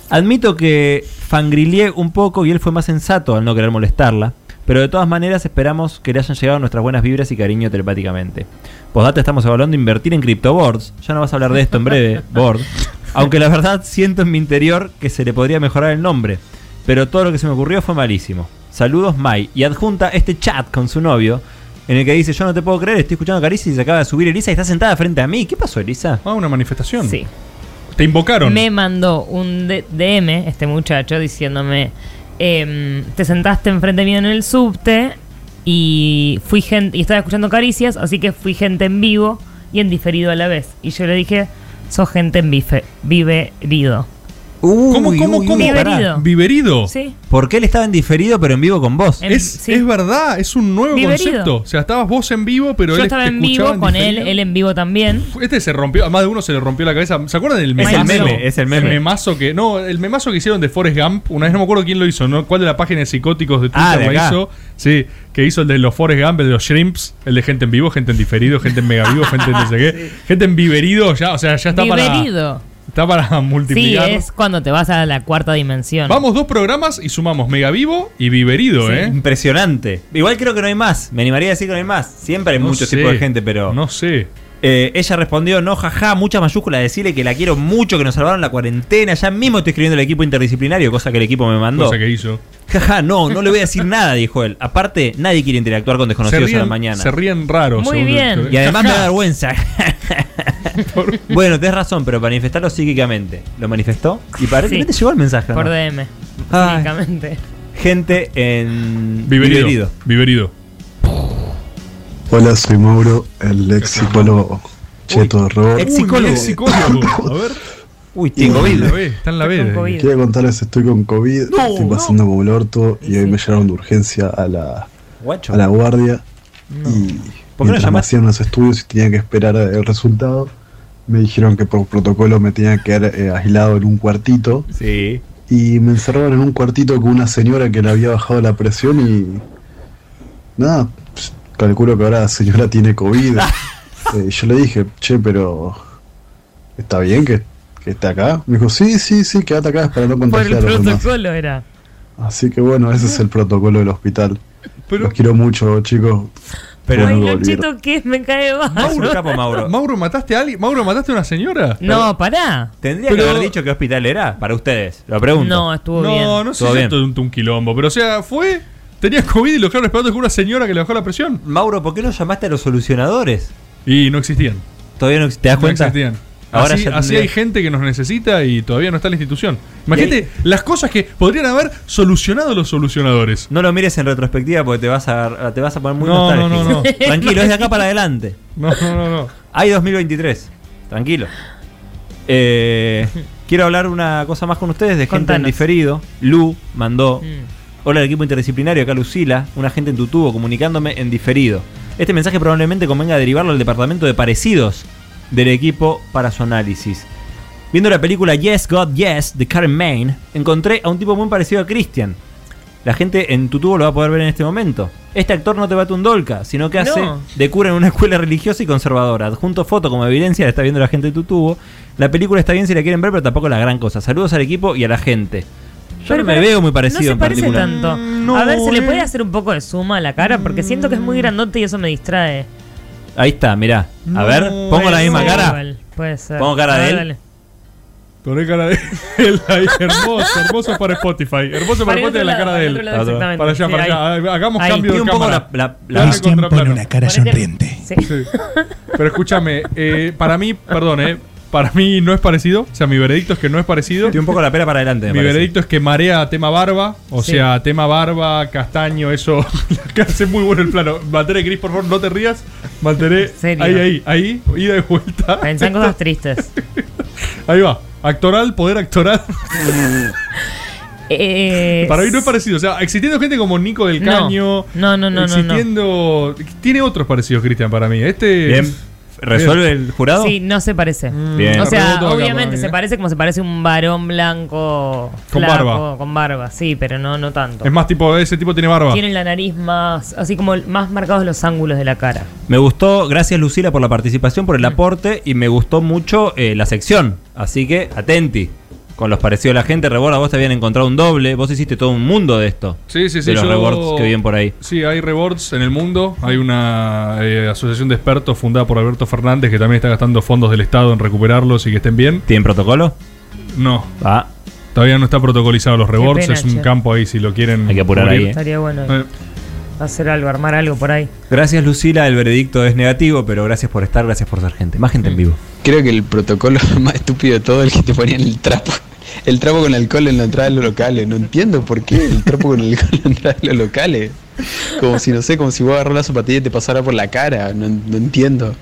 [SPEAKER 6] Admito que fangrilié un poco y él fue más sensato al no querer molestarla. Pero de todas maneras esperamos que le hayan llegado nuestras buenas vibras y cariño telepáticamente. Postdata estamos evaluando invertir en criptoboards. Ya no vas a hablar de esto en breve, board. Aunque la verdad siento en mi interior que se le podría mejorar el nombre. Pero todo lo que se me ocurrió fue malísimo. Saludos Mai. Y adjunta este chat con su novio. En el que dice, yo no te puedo creer, estoy escuchando a Caricia y se acaba de subir Elisa y está sentada frente a mí. ¿Qué pasó, Elisa?
[SPEAKER 4] Ah, una manifestación.
[SPEAKER 8] Sí.
[SPEAKER 4] Te invocaron.
[SPEAKER 8] Me mandó un D- DM, este muchacho, diciéndome, em, te sentaste enfrente mío en el subte y fui gente, y estaba escuchando caricias, así que fui gente en vivo y en diferido a la vez. Y yo le dije, sos gente en bife, viverido.
[SPEAKER 4] ¿Cómo, cómo, cómo?
[SPEAKER 8] Viverido.
[SPEAKER 4] Viverido.
[SPEAKER 8] Sí.
[SPEAKER 6] ¿Por qué él estaba en diferido pero en vivo con vos?
[SPEAKER 8] En-
[SPEAKER 4] Es, es verdad, es un nuevo
[SPEAKER 8] Viverido.
[SPEAKER 4] concepto. O sea, estabas vos en vivo, pero
[SPEAKER 8] yo
[SPEAKER 4] él
[SPEAKER 8] estaba
[SPEAKER 4] te
[SPEAKER 8] en vivo
[SPEAKER 4] escuchaba
[SPEAKER 8] con él,
[SPEAKER 4] diferido.
[SPEAKER 8] él eh. en vivo también.
[SPEAKER 4] Este se rompió, a más de uno se le rompió la cabeza. ¿Se acuerdan del
[SPEAKER 6] Es
[SPEAKER 4] memazo?
[SPEAKER 6] el meme, es el meme.
[SPEAKER 4] memazo que. No, el memazo que hicieron de Forrest Gump. Una vez no me acuerdo quién lo hizo, ¿no? ¿Cuál de la página de psicóticos de Twitter
[SPEAKER 6] Ah,
[SPEAKER 4] la
[SPEAKER 6] de acá.
[SPEAKER 4] hizo? Sí, que hizo el de los Forrest Gump, el de los Shrimps, el de gente en vivo, gente en diferido, gente en mega vivo, gente en no sé qué. Gente en viverido, ya, o sea, ya está para.
[SPEAKER 8] Viverido.
[SPEAKER 4] Está para
[SPEAKER 8] Sí,
[SPEAKER 4] multiplicar.
[SPEAKER 8] es cuando te vas a la cuarta dimensión.
[SPEAKER 4] Vamos dos programas y sumamos Mega Vivo y Viverido,
[SPEAKER 6] Sí.
[SPEAKER 4] ¿eh?
[SPEAKER 6] Impresionante. Igual creo que no hay más. Me animaría a decir que no hay más. Siempre hay
[SPEAKER 4] No
[SPEAKER 6] muchos
[SPEAKER 4] sé.
[SPEAKER 6] tipos de gente, pero. Eh,
[SPEAKER 4] No sé.
[SPEAKER 6] ella respondió, no, jaja, muchas mayúsculas, decirle que la quiero mucho, que nos salvaron la cuarentena. Ya mismo estoy escribiendo el equipo interdisciplinario, cosa que el equipo me mandó.
[SPEAKER 4] Cosa que hizo.
[SPEAKER 6] Jaja, no, no le voy a decir nada, dijo él. Aparte, nadie quiere interactuar con desconocidos
[SPEAKER 4] Se ríen-
[SPEAKER 6] a la mañana.
[SPEAKER 4] se ríen raro, Muy según el bien. doctor.
[SPEAKER 6] Y además me da
[SPEAKER 4] Jaja.
[SPEAKER 6] vergüenza. bueno, tenés razón, pero manifestarlo psíquicamente. Lo manifestó y aparentemente
[SPEAKER 8] Sí.
[SPEAKER 6] llegó el mensaje.
[SPEAKER 8] Por
[SPEAKER 6] ¿no?
[SPEAKER 8] DM.
[SPEAKER 6] Ay.
[SPEAKER 8] Únicamente.
[SPEAKER 6] Gente en.
[SPEAKER 4] Viverido.
[SPEAKER 6] Viverido.
[SPEAKER 4] Viverido.
[SPEAKER 28] Hola, soy Mauro, el lexicólogo.
[SPEAKER 19] Cheto, Robert.
[SPEAKER 4] Uy, es psicólogo. A ver.
[SPEAKER 19] Uy,
[SPEAKER 4] Está en la B, Está en la B.
[SPEAKER 19] Quiero contarles, estoy con COVID,
[SPEAKER 4] No,
[SPEAKER 19] estoy pasando como el orto y hoy me llevaron de urgencia a la,
[SPEAKER 6] Guacho.
[SPEAKER 19] a la guardia. Y
[SPEAKER 6] ¿Por qué no
[SPEAKER 19] mientras me
[SPEAKER 6] llamaste?
[SPEAKER 19] hacían los estudios y tenía que esperar el resultado, me dijeron que por protocolo me tenía que quedar eh, aislado en un cuartito.
[SPEAKER 6] Sí.
[SPEAKER 19] Y me encerraron en un cuartito con una señora que le había bajado la presión y. Nada, pues, calculo que ahora la señora tiene COVID. Eh, yo le dije, che, pero. ¿Está bien que, que esté acá? Me dijo, sí, sí, sí, quédate acá es para no
[SPEAKER 8] Por
[SPEAKER 19] contagiar
[SPEAKER 8] el
[SPEAKER 19] a los demás.
[SPEAKER 8] protocolo era.
[SPEAKER 19] Así que bueno, ese es el protocolo del hospital. Los quiero mucho, chicos.
[SPEAKER 8] Pero
[SPEAKER 19] Bueno,
[SPEAKER 8] Ay, lo
[SPEAKER 19] volvieron.
[SPEAKER 8] cheto que es, me cae bajo.
[SPEAKER 4] Mauro, ¿mataste a alguien? ¿Mauro, mataste a una señora?
[SPEAKER 8] No, pará.
[SPEAKER 6] Tendría
[SPEAKER 4] Pero-
[SPEAKER 6] que haber dicho qué hospital era para ustedes. Lo pregunto.
[SPEAKER 8] No, estuvo
[SPEAKER 4] no,
[SPEAKER 8] bien.
[SPEAKER 4] no sé si esto es un, un quilombo, pero o sea, fue. Tenía COVID y lo dejaron esperando con una señora que le bajó la presión.
[SPEAKER 6] Mauro, ¿por qué no llamaste a los solucionadores?
[SPEAKER 4] Y no existían.
[SPEAKER 6] Todavía no existían. ¿Te das
[SPEAKER 4] No
[SPEAKER 6] cuenta?
[SPEAKER 4] existían.
[SPEAKER 6] Ahora
[SPEAKER 4] así,
[SPEAKER 6] ya
[SPEAKER 4] así
[SPEAKER 6] tendría-
[SPEAKER 4] hay gente que nos necesita y todavía no está la institución. Imagínate las cosas que podrían haber solucionado los solucionadores.
[SPEAKER 6] No lo mires en retrospectiva porque te vas a, te vas a poner muy
[SPEAKER 4] No, no,
[SPEAKER 6] nostálgico.
[SPEAKER 4] no, no.
[SPEAKER 6] Tranquilo, es de acá para adelante.
[SPEAKER 4] No, no, no, no.
[SPEAKER 6] Hay 2023. Tranquilo. Eh, quiero hablar una cosa más con ustedes de gente en
[SPEAKER 8] Contanos.
[SPEAKER 6] diferido. Lu mandó.
[SPEAKER 4] Mm.
[SPEAKER 6] Hola al equipo interdisciplinario, acá Lucila, una gente en tu tubo comunicándome en diferido. Este mensaje probablemente convenga derivarlo al departamento de parecidos del equipo para su análisis. Viendo la película Yes, God, Yes de Karen Maine, encontré a un tipo muy parecido a Christian. La gente en tu tubo lo va a poder ver en este momento. Este actor no te bate un dolca, sino que
[SPEAKER 8] No.
[SPEAKER 6] hace de cura en una escuela religiosa y conservadora. Adjunto foto como evidencia, la está viendo la gente de tu tubo. La película está bien si la quieren ver, pero tampoco es la gran cosa. Saludos al equipo y a la gente. Yo
[SPEAKER 8] Pero
[SPEAKER 6] no me
[SPEAKER 8] pará,
[SPEAKER 6] veo muy parecido
[SPEAKER 8] no se
[SPEAKER 6] en
[SPEAKER 8] parece
[SPEAKER 6] particular.
[SPEAKER 8] tanto. a ver,
[SPEAKER 4] eh.
[SPEAKER 8] ¿se le puede hacer un poco de suma a la cara? Porque siento que es muy grandote y eso me distrae.
[SPEAKER 6] Ahí está, mirá. A ver, pongo la
[SPEAKER 8] Puede
[SPEAKER 6] misma
[SPEAKER 8] ser
[SPEAKER 6] cara.
[SPEAKER 8] igual, puede ser.
[SPEAKER 6] Pongo cara
[SPEAKER 8] A
[SPEAKER 6] de
[SPEAKER 8] ver,
[SPEAKER 6] Ah, él.
[SPEAKER 8] Ah, dale.
[SPEAKER 4] Poné cara de él ahí, hermoso, hermoso para Spotify. Hermoso
[SPEAKER 8] Para
[SPEAKER 4] para
[SPEAKER 8] el otro
[SPEAKER 4] Spotify la
[SPEAKER 8] lado,
[SPEAKER 4] cara
[SPEAKER 8] para
[SPEAKER 4] de
[SPEAKER 8] el
[SPEAKER 4] él.
[SPEAKER 8] otro lado, exactamente.
[SPEAKER 4] Para allá,
[SPEAKER 8] Sí,
[SPEAKER 4] para allá.
[SPEAKER 8] ahí.
[SPEAKER 4] Ah, Hagamos
[SPEAKER 8] Ahí.
[SPEAKER 4] cambio
[SPEAKER 8] Y
[SPEAKER 4] de
[SPEAKER 8] un poco
[SPEAKER 4] cámara.
[SPEAKER 6] la- la-
[SPEAKER 2] la- Cristian
[SPEAKER 4] Plano
[SPEAKER 2] pone
[SPEAKER 4] contra
[SPEAKER 2] una cara
[SPEAKER 4] plano.
[SPEAKER 2] sonriente.
[SPEAKER 8] Sí.
[SPEAKER 4] Pero escúchame, eh, para mí, perdón, eh, para mí no es parecido. O sea, mi veredicto es que no es parecido.
[SPEAKER 6] Tiene un poco la pera para adelante. me
[SPEAKER 4] Mi
[SPEAKER 6] parece.
[SPEAKER 4] veredicto es que marea tema barba, o
[SPEAKER 6] Sí.
[SPEAKER 4] sea, tema barba, castaño, eso. la cara hace muy bueno el plano. Mantener gris, por favor, no te rías. Mantener
[SPEAKER 8] serio?
[SPEAKER 4] ahí, ahí, ahí, ida y vuelta.
[SPEAKER 8] Pensá en cosas tristes.
[SPEAKER 4] Ahí va. Actoral, poder actoral.
[SPEAKER 8] Eh,
[SPEAKER 4] Para mí no es parecido. O sea, existiendo gente como Nico del
[SPEAKER 8] No.
[SPEAKER 4] Caño.
[SPEAKER 8] No, no, no, no,
[SPEAKER 4] Existiendo. Tiene otros parecidos, Cristian, para mí. Este.
[SPEAKER 6] Bien. ¿Resuelve el jurado?
[SPEAKER 8] Sí, no se parece.
[SPEAKER 4] Mm.
[SPEAKER 8] Mm.
[SPEAKER 6] Bien.
[SPEAKER 8] O sea,
[SPEAKER 4] Revoto acá para
[SPEAKER 8] obviamente
[SPEAKER 4] mí,
[SPEAKER 8] se
[SPEAKER 4] ¿eh?
[SPEAKER 8] parece como se parece un varón blanco.
[SPEAKER 4] Con
[SPEAKER 8] flaco,
[SPEAKER 4] barba.
[SPEAKER 8] Con barba, sí, pero no, no tanto.
[SPEAKER 4] Es más, tipo, ese tipo tiene barba.
[SPEAKER 8] Tienen la nariz más, así como más marcados los ángulos de la cara.
[SPEAKER 6] Me gustó, gracias Lucila por la participación, por el aporte y me gustó mucho eh, la sección. Así que atenti con los parecidos de la gente. Reborda, vos te habían encontrado un doble, vos hiciste todo un mundo de esto.
[SPEAKER 4] Sí, sí, sí.
[SPEAKER 6] De los
[SPEAKER 4] yo-
[SPEAKER 6] rewards que vienen por ahí.
[SPEAKER 4] Sí, hay rewards en el mundo. Hay una eh, asociación de expertos fundada por Alberto Fernández que también está gastando fondos del Estado en recuperarlos y que estén bien.
[SPEAKER 6] ¿Tienen protocolo?
[SPEAKER 4] No.
[SPEAKER 6] Ah.
[SPEAKER 4] Todavía no está protocolizado los rewards.
[SPEAKER 8] pena,
[SPEAKER 4] es un
[SPEAKER 8] che.
[SPEAKER 4] campo ahí si lo quieren.
[SPEAKER 6] Hay que apurar
[SPEAKER 4] cubrir.
[SPEAKER 6] ahí, eh.
[SPEAKER 8] Estaría bueno
[SPEAKER 4] Eh.
[SPEAKER 8] hacer algo, armar algo por ahí.
[SPEAKER 6] Gracias Lucila, el veredicto es negativo, pero gracias por estar, gracias por ser gente. Más gente en vivo.
[SPEAKER 28] Creo que el protocolo más estúpido de todo es el que te ponían el trapo. El trapo con alcohol en la entrada de los locales. No entiendo por qué el trapo con alcohol en la entrada de los locales. Como si, no sé, como si vos agarrás la zapatilla y te pasara por la cara. No, no entiendo.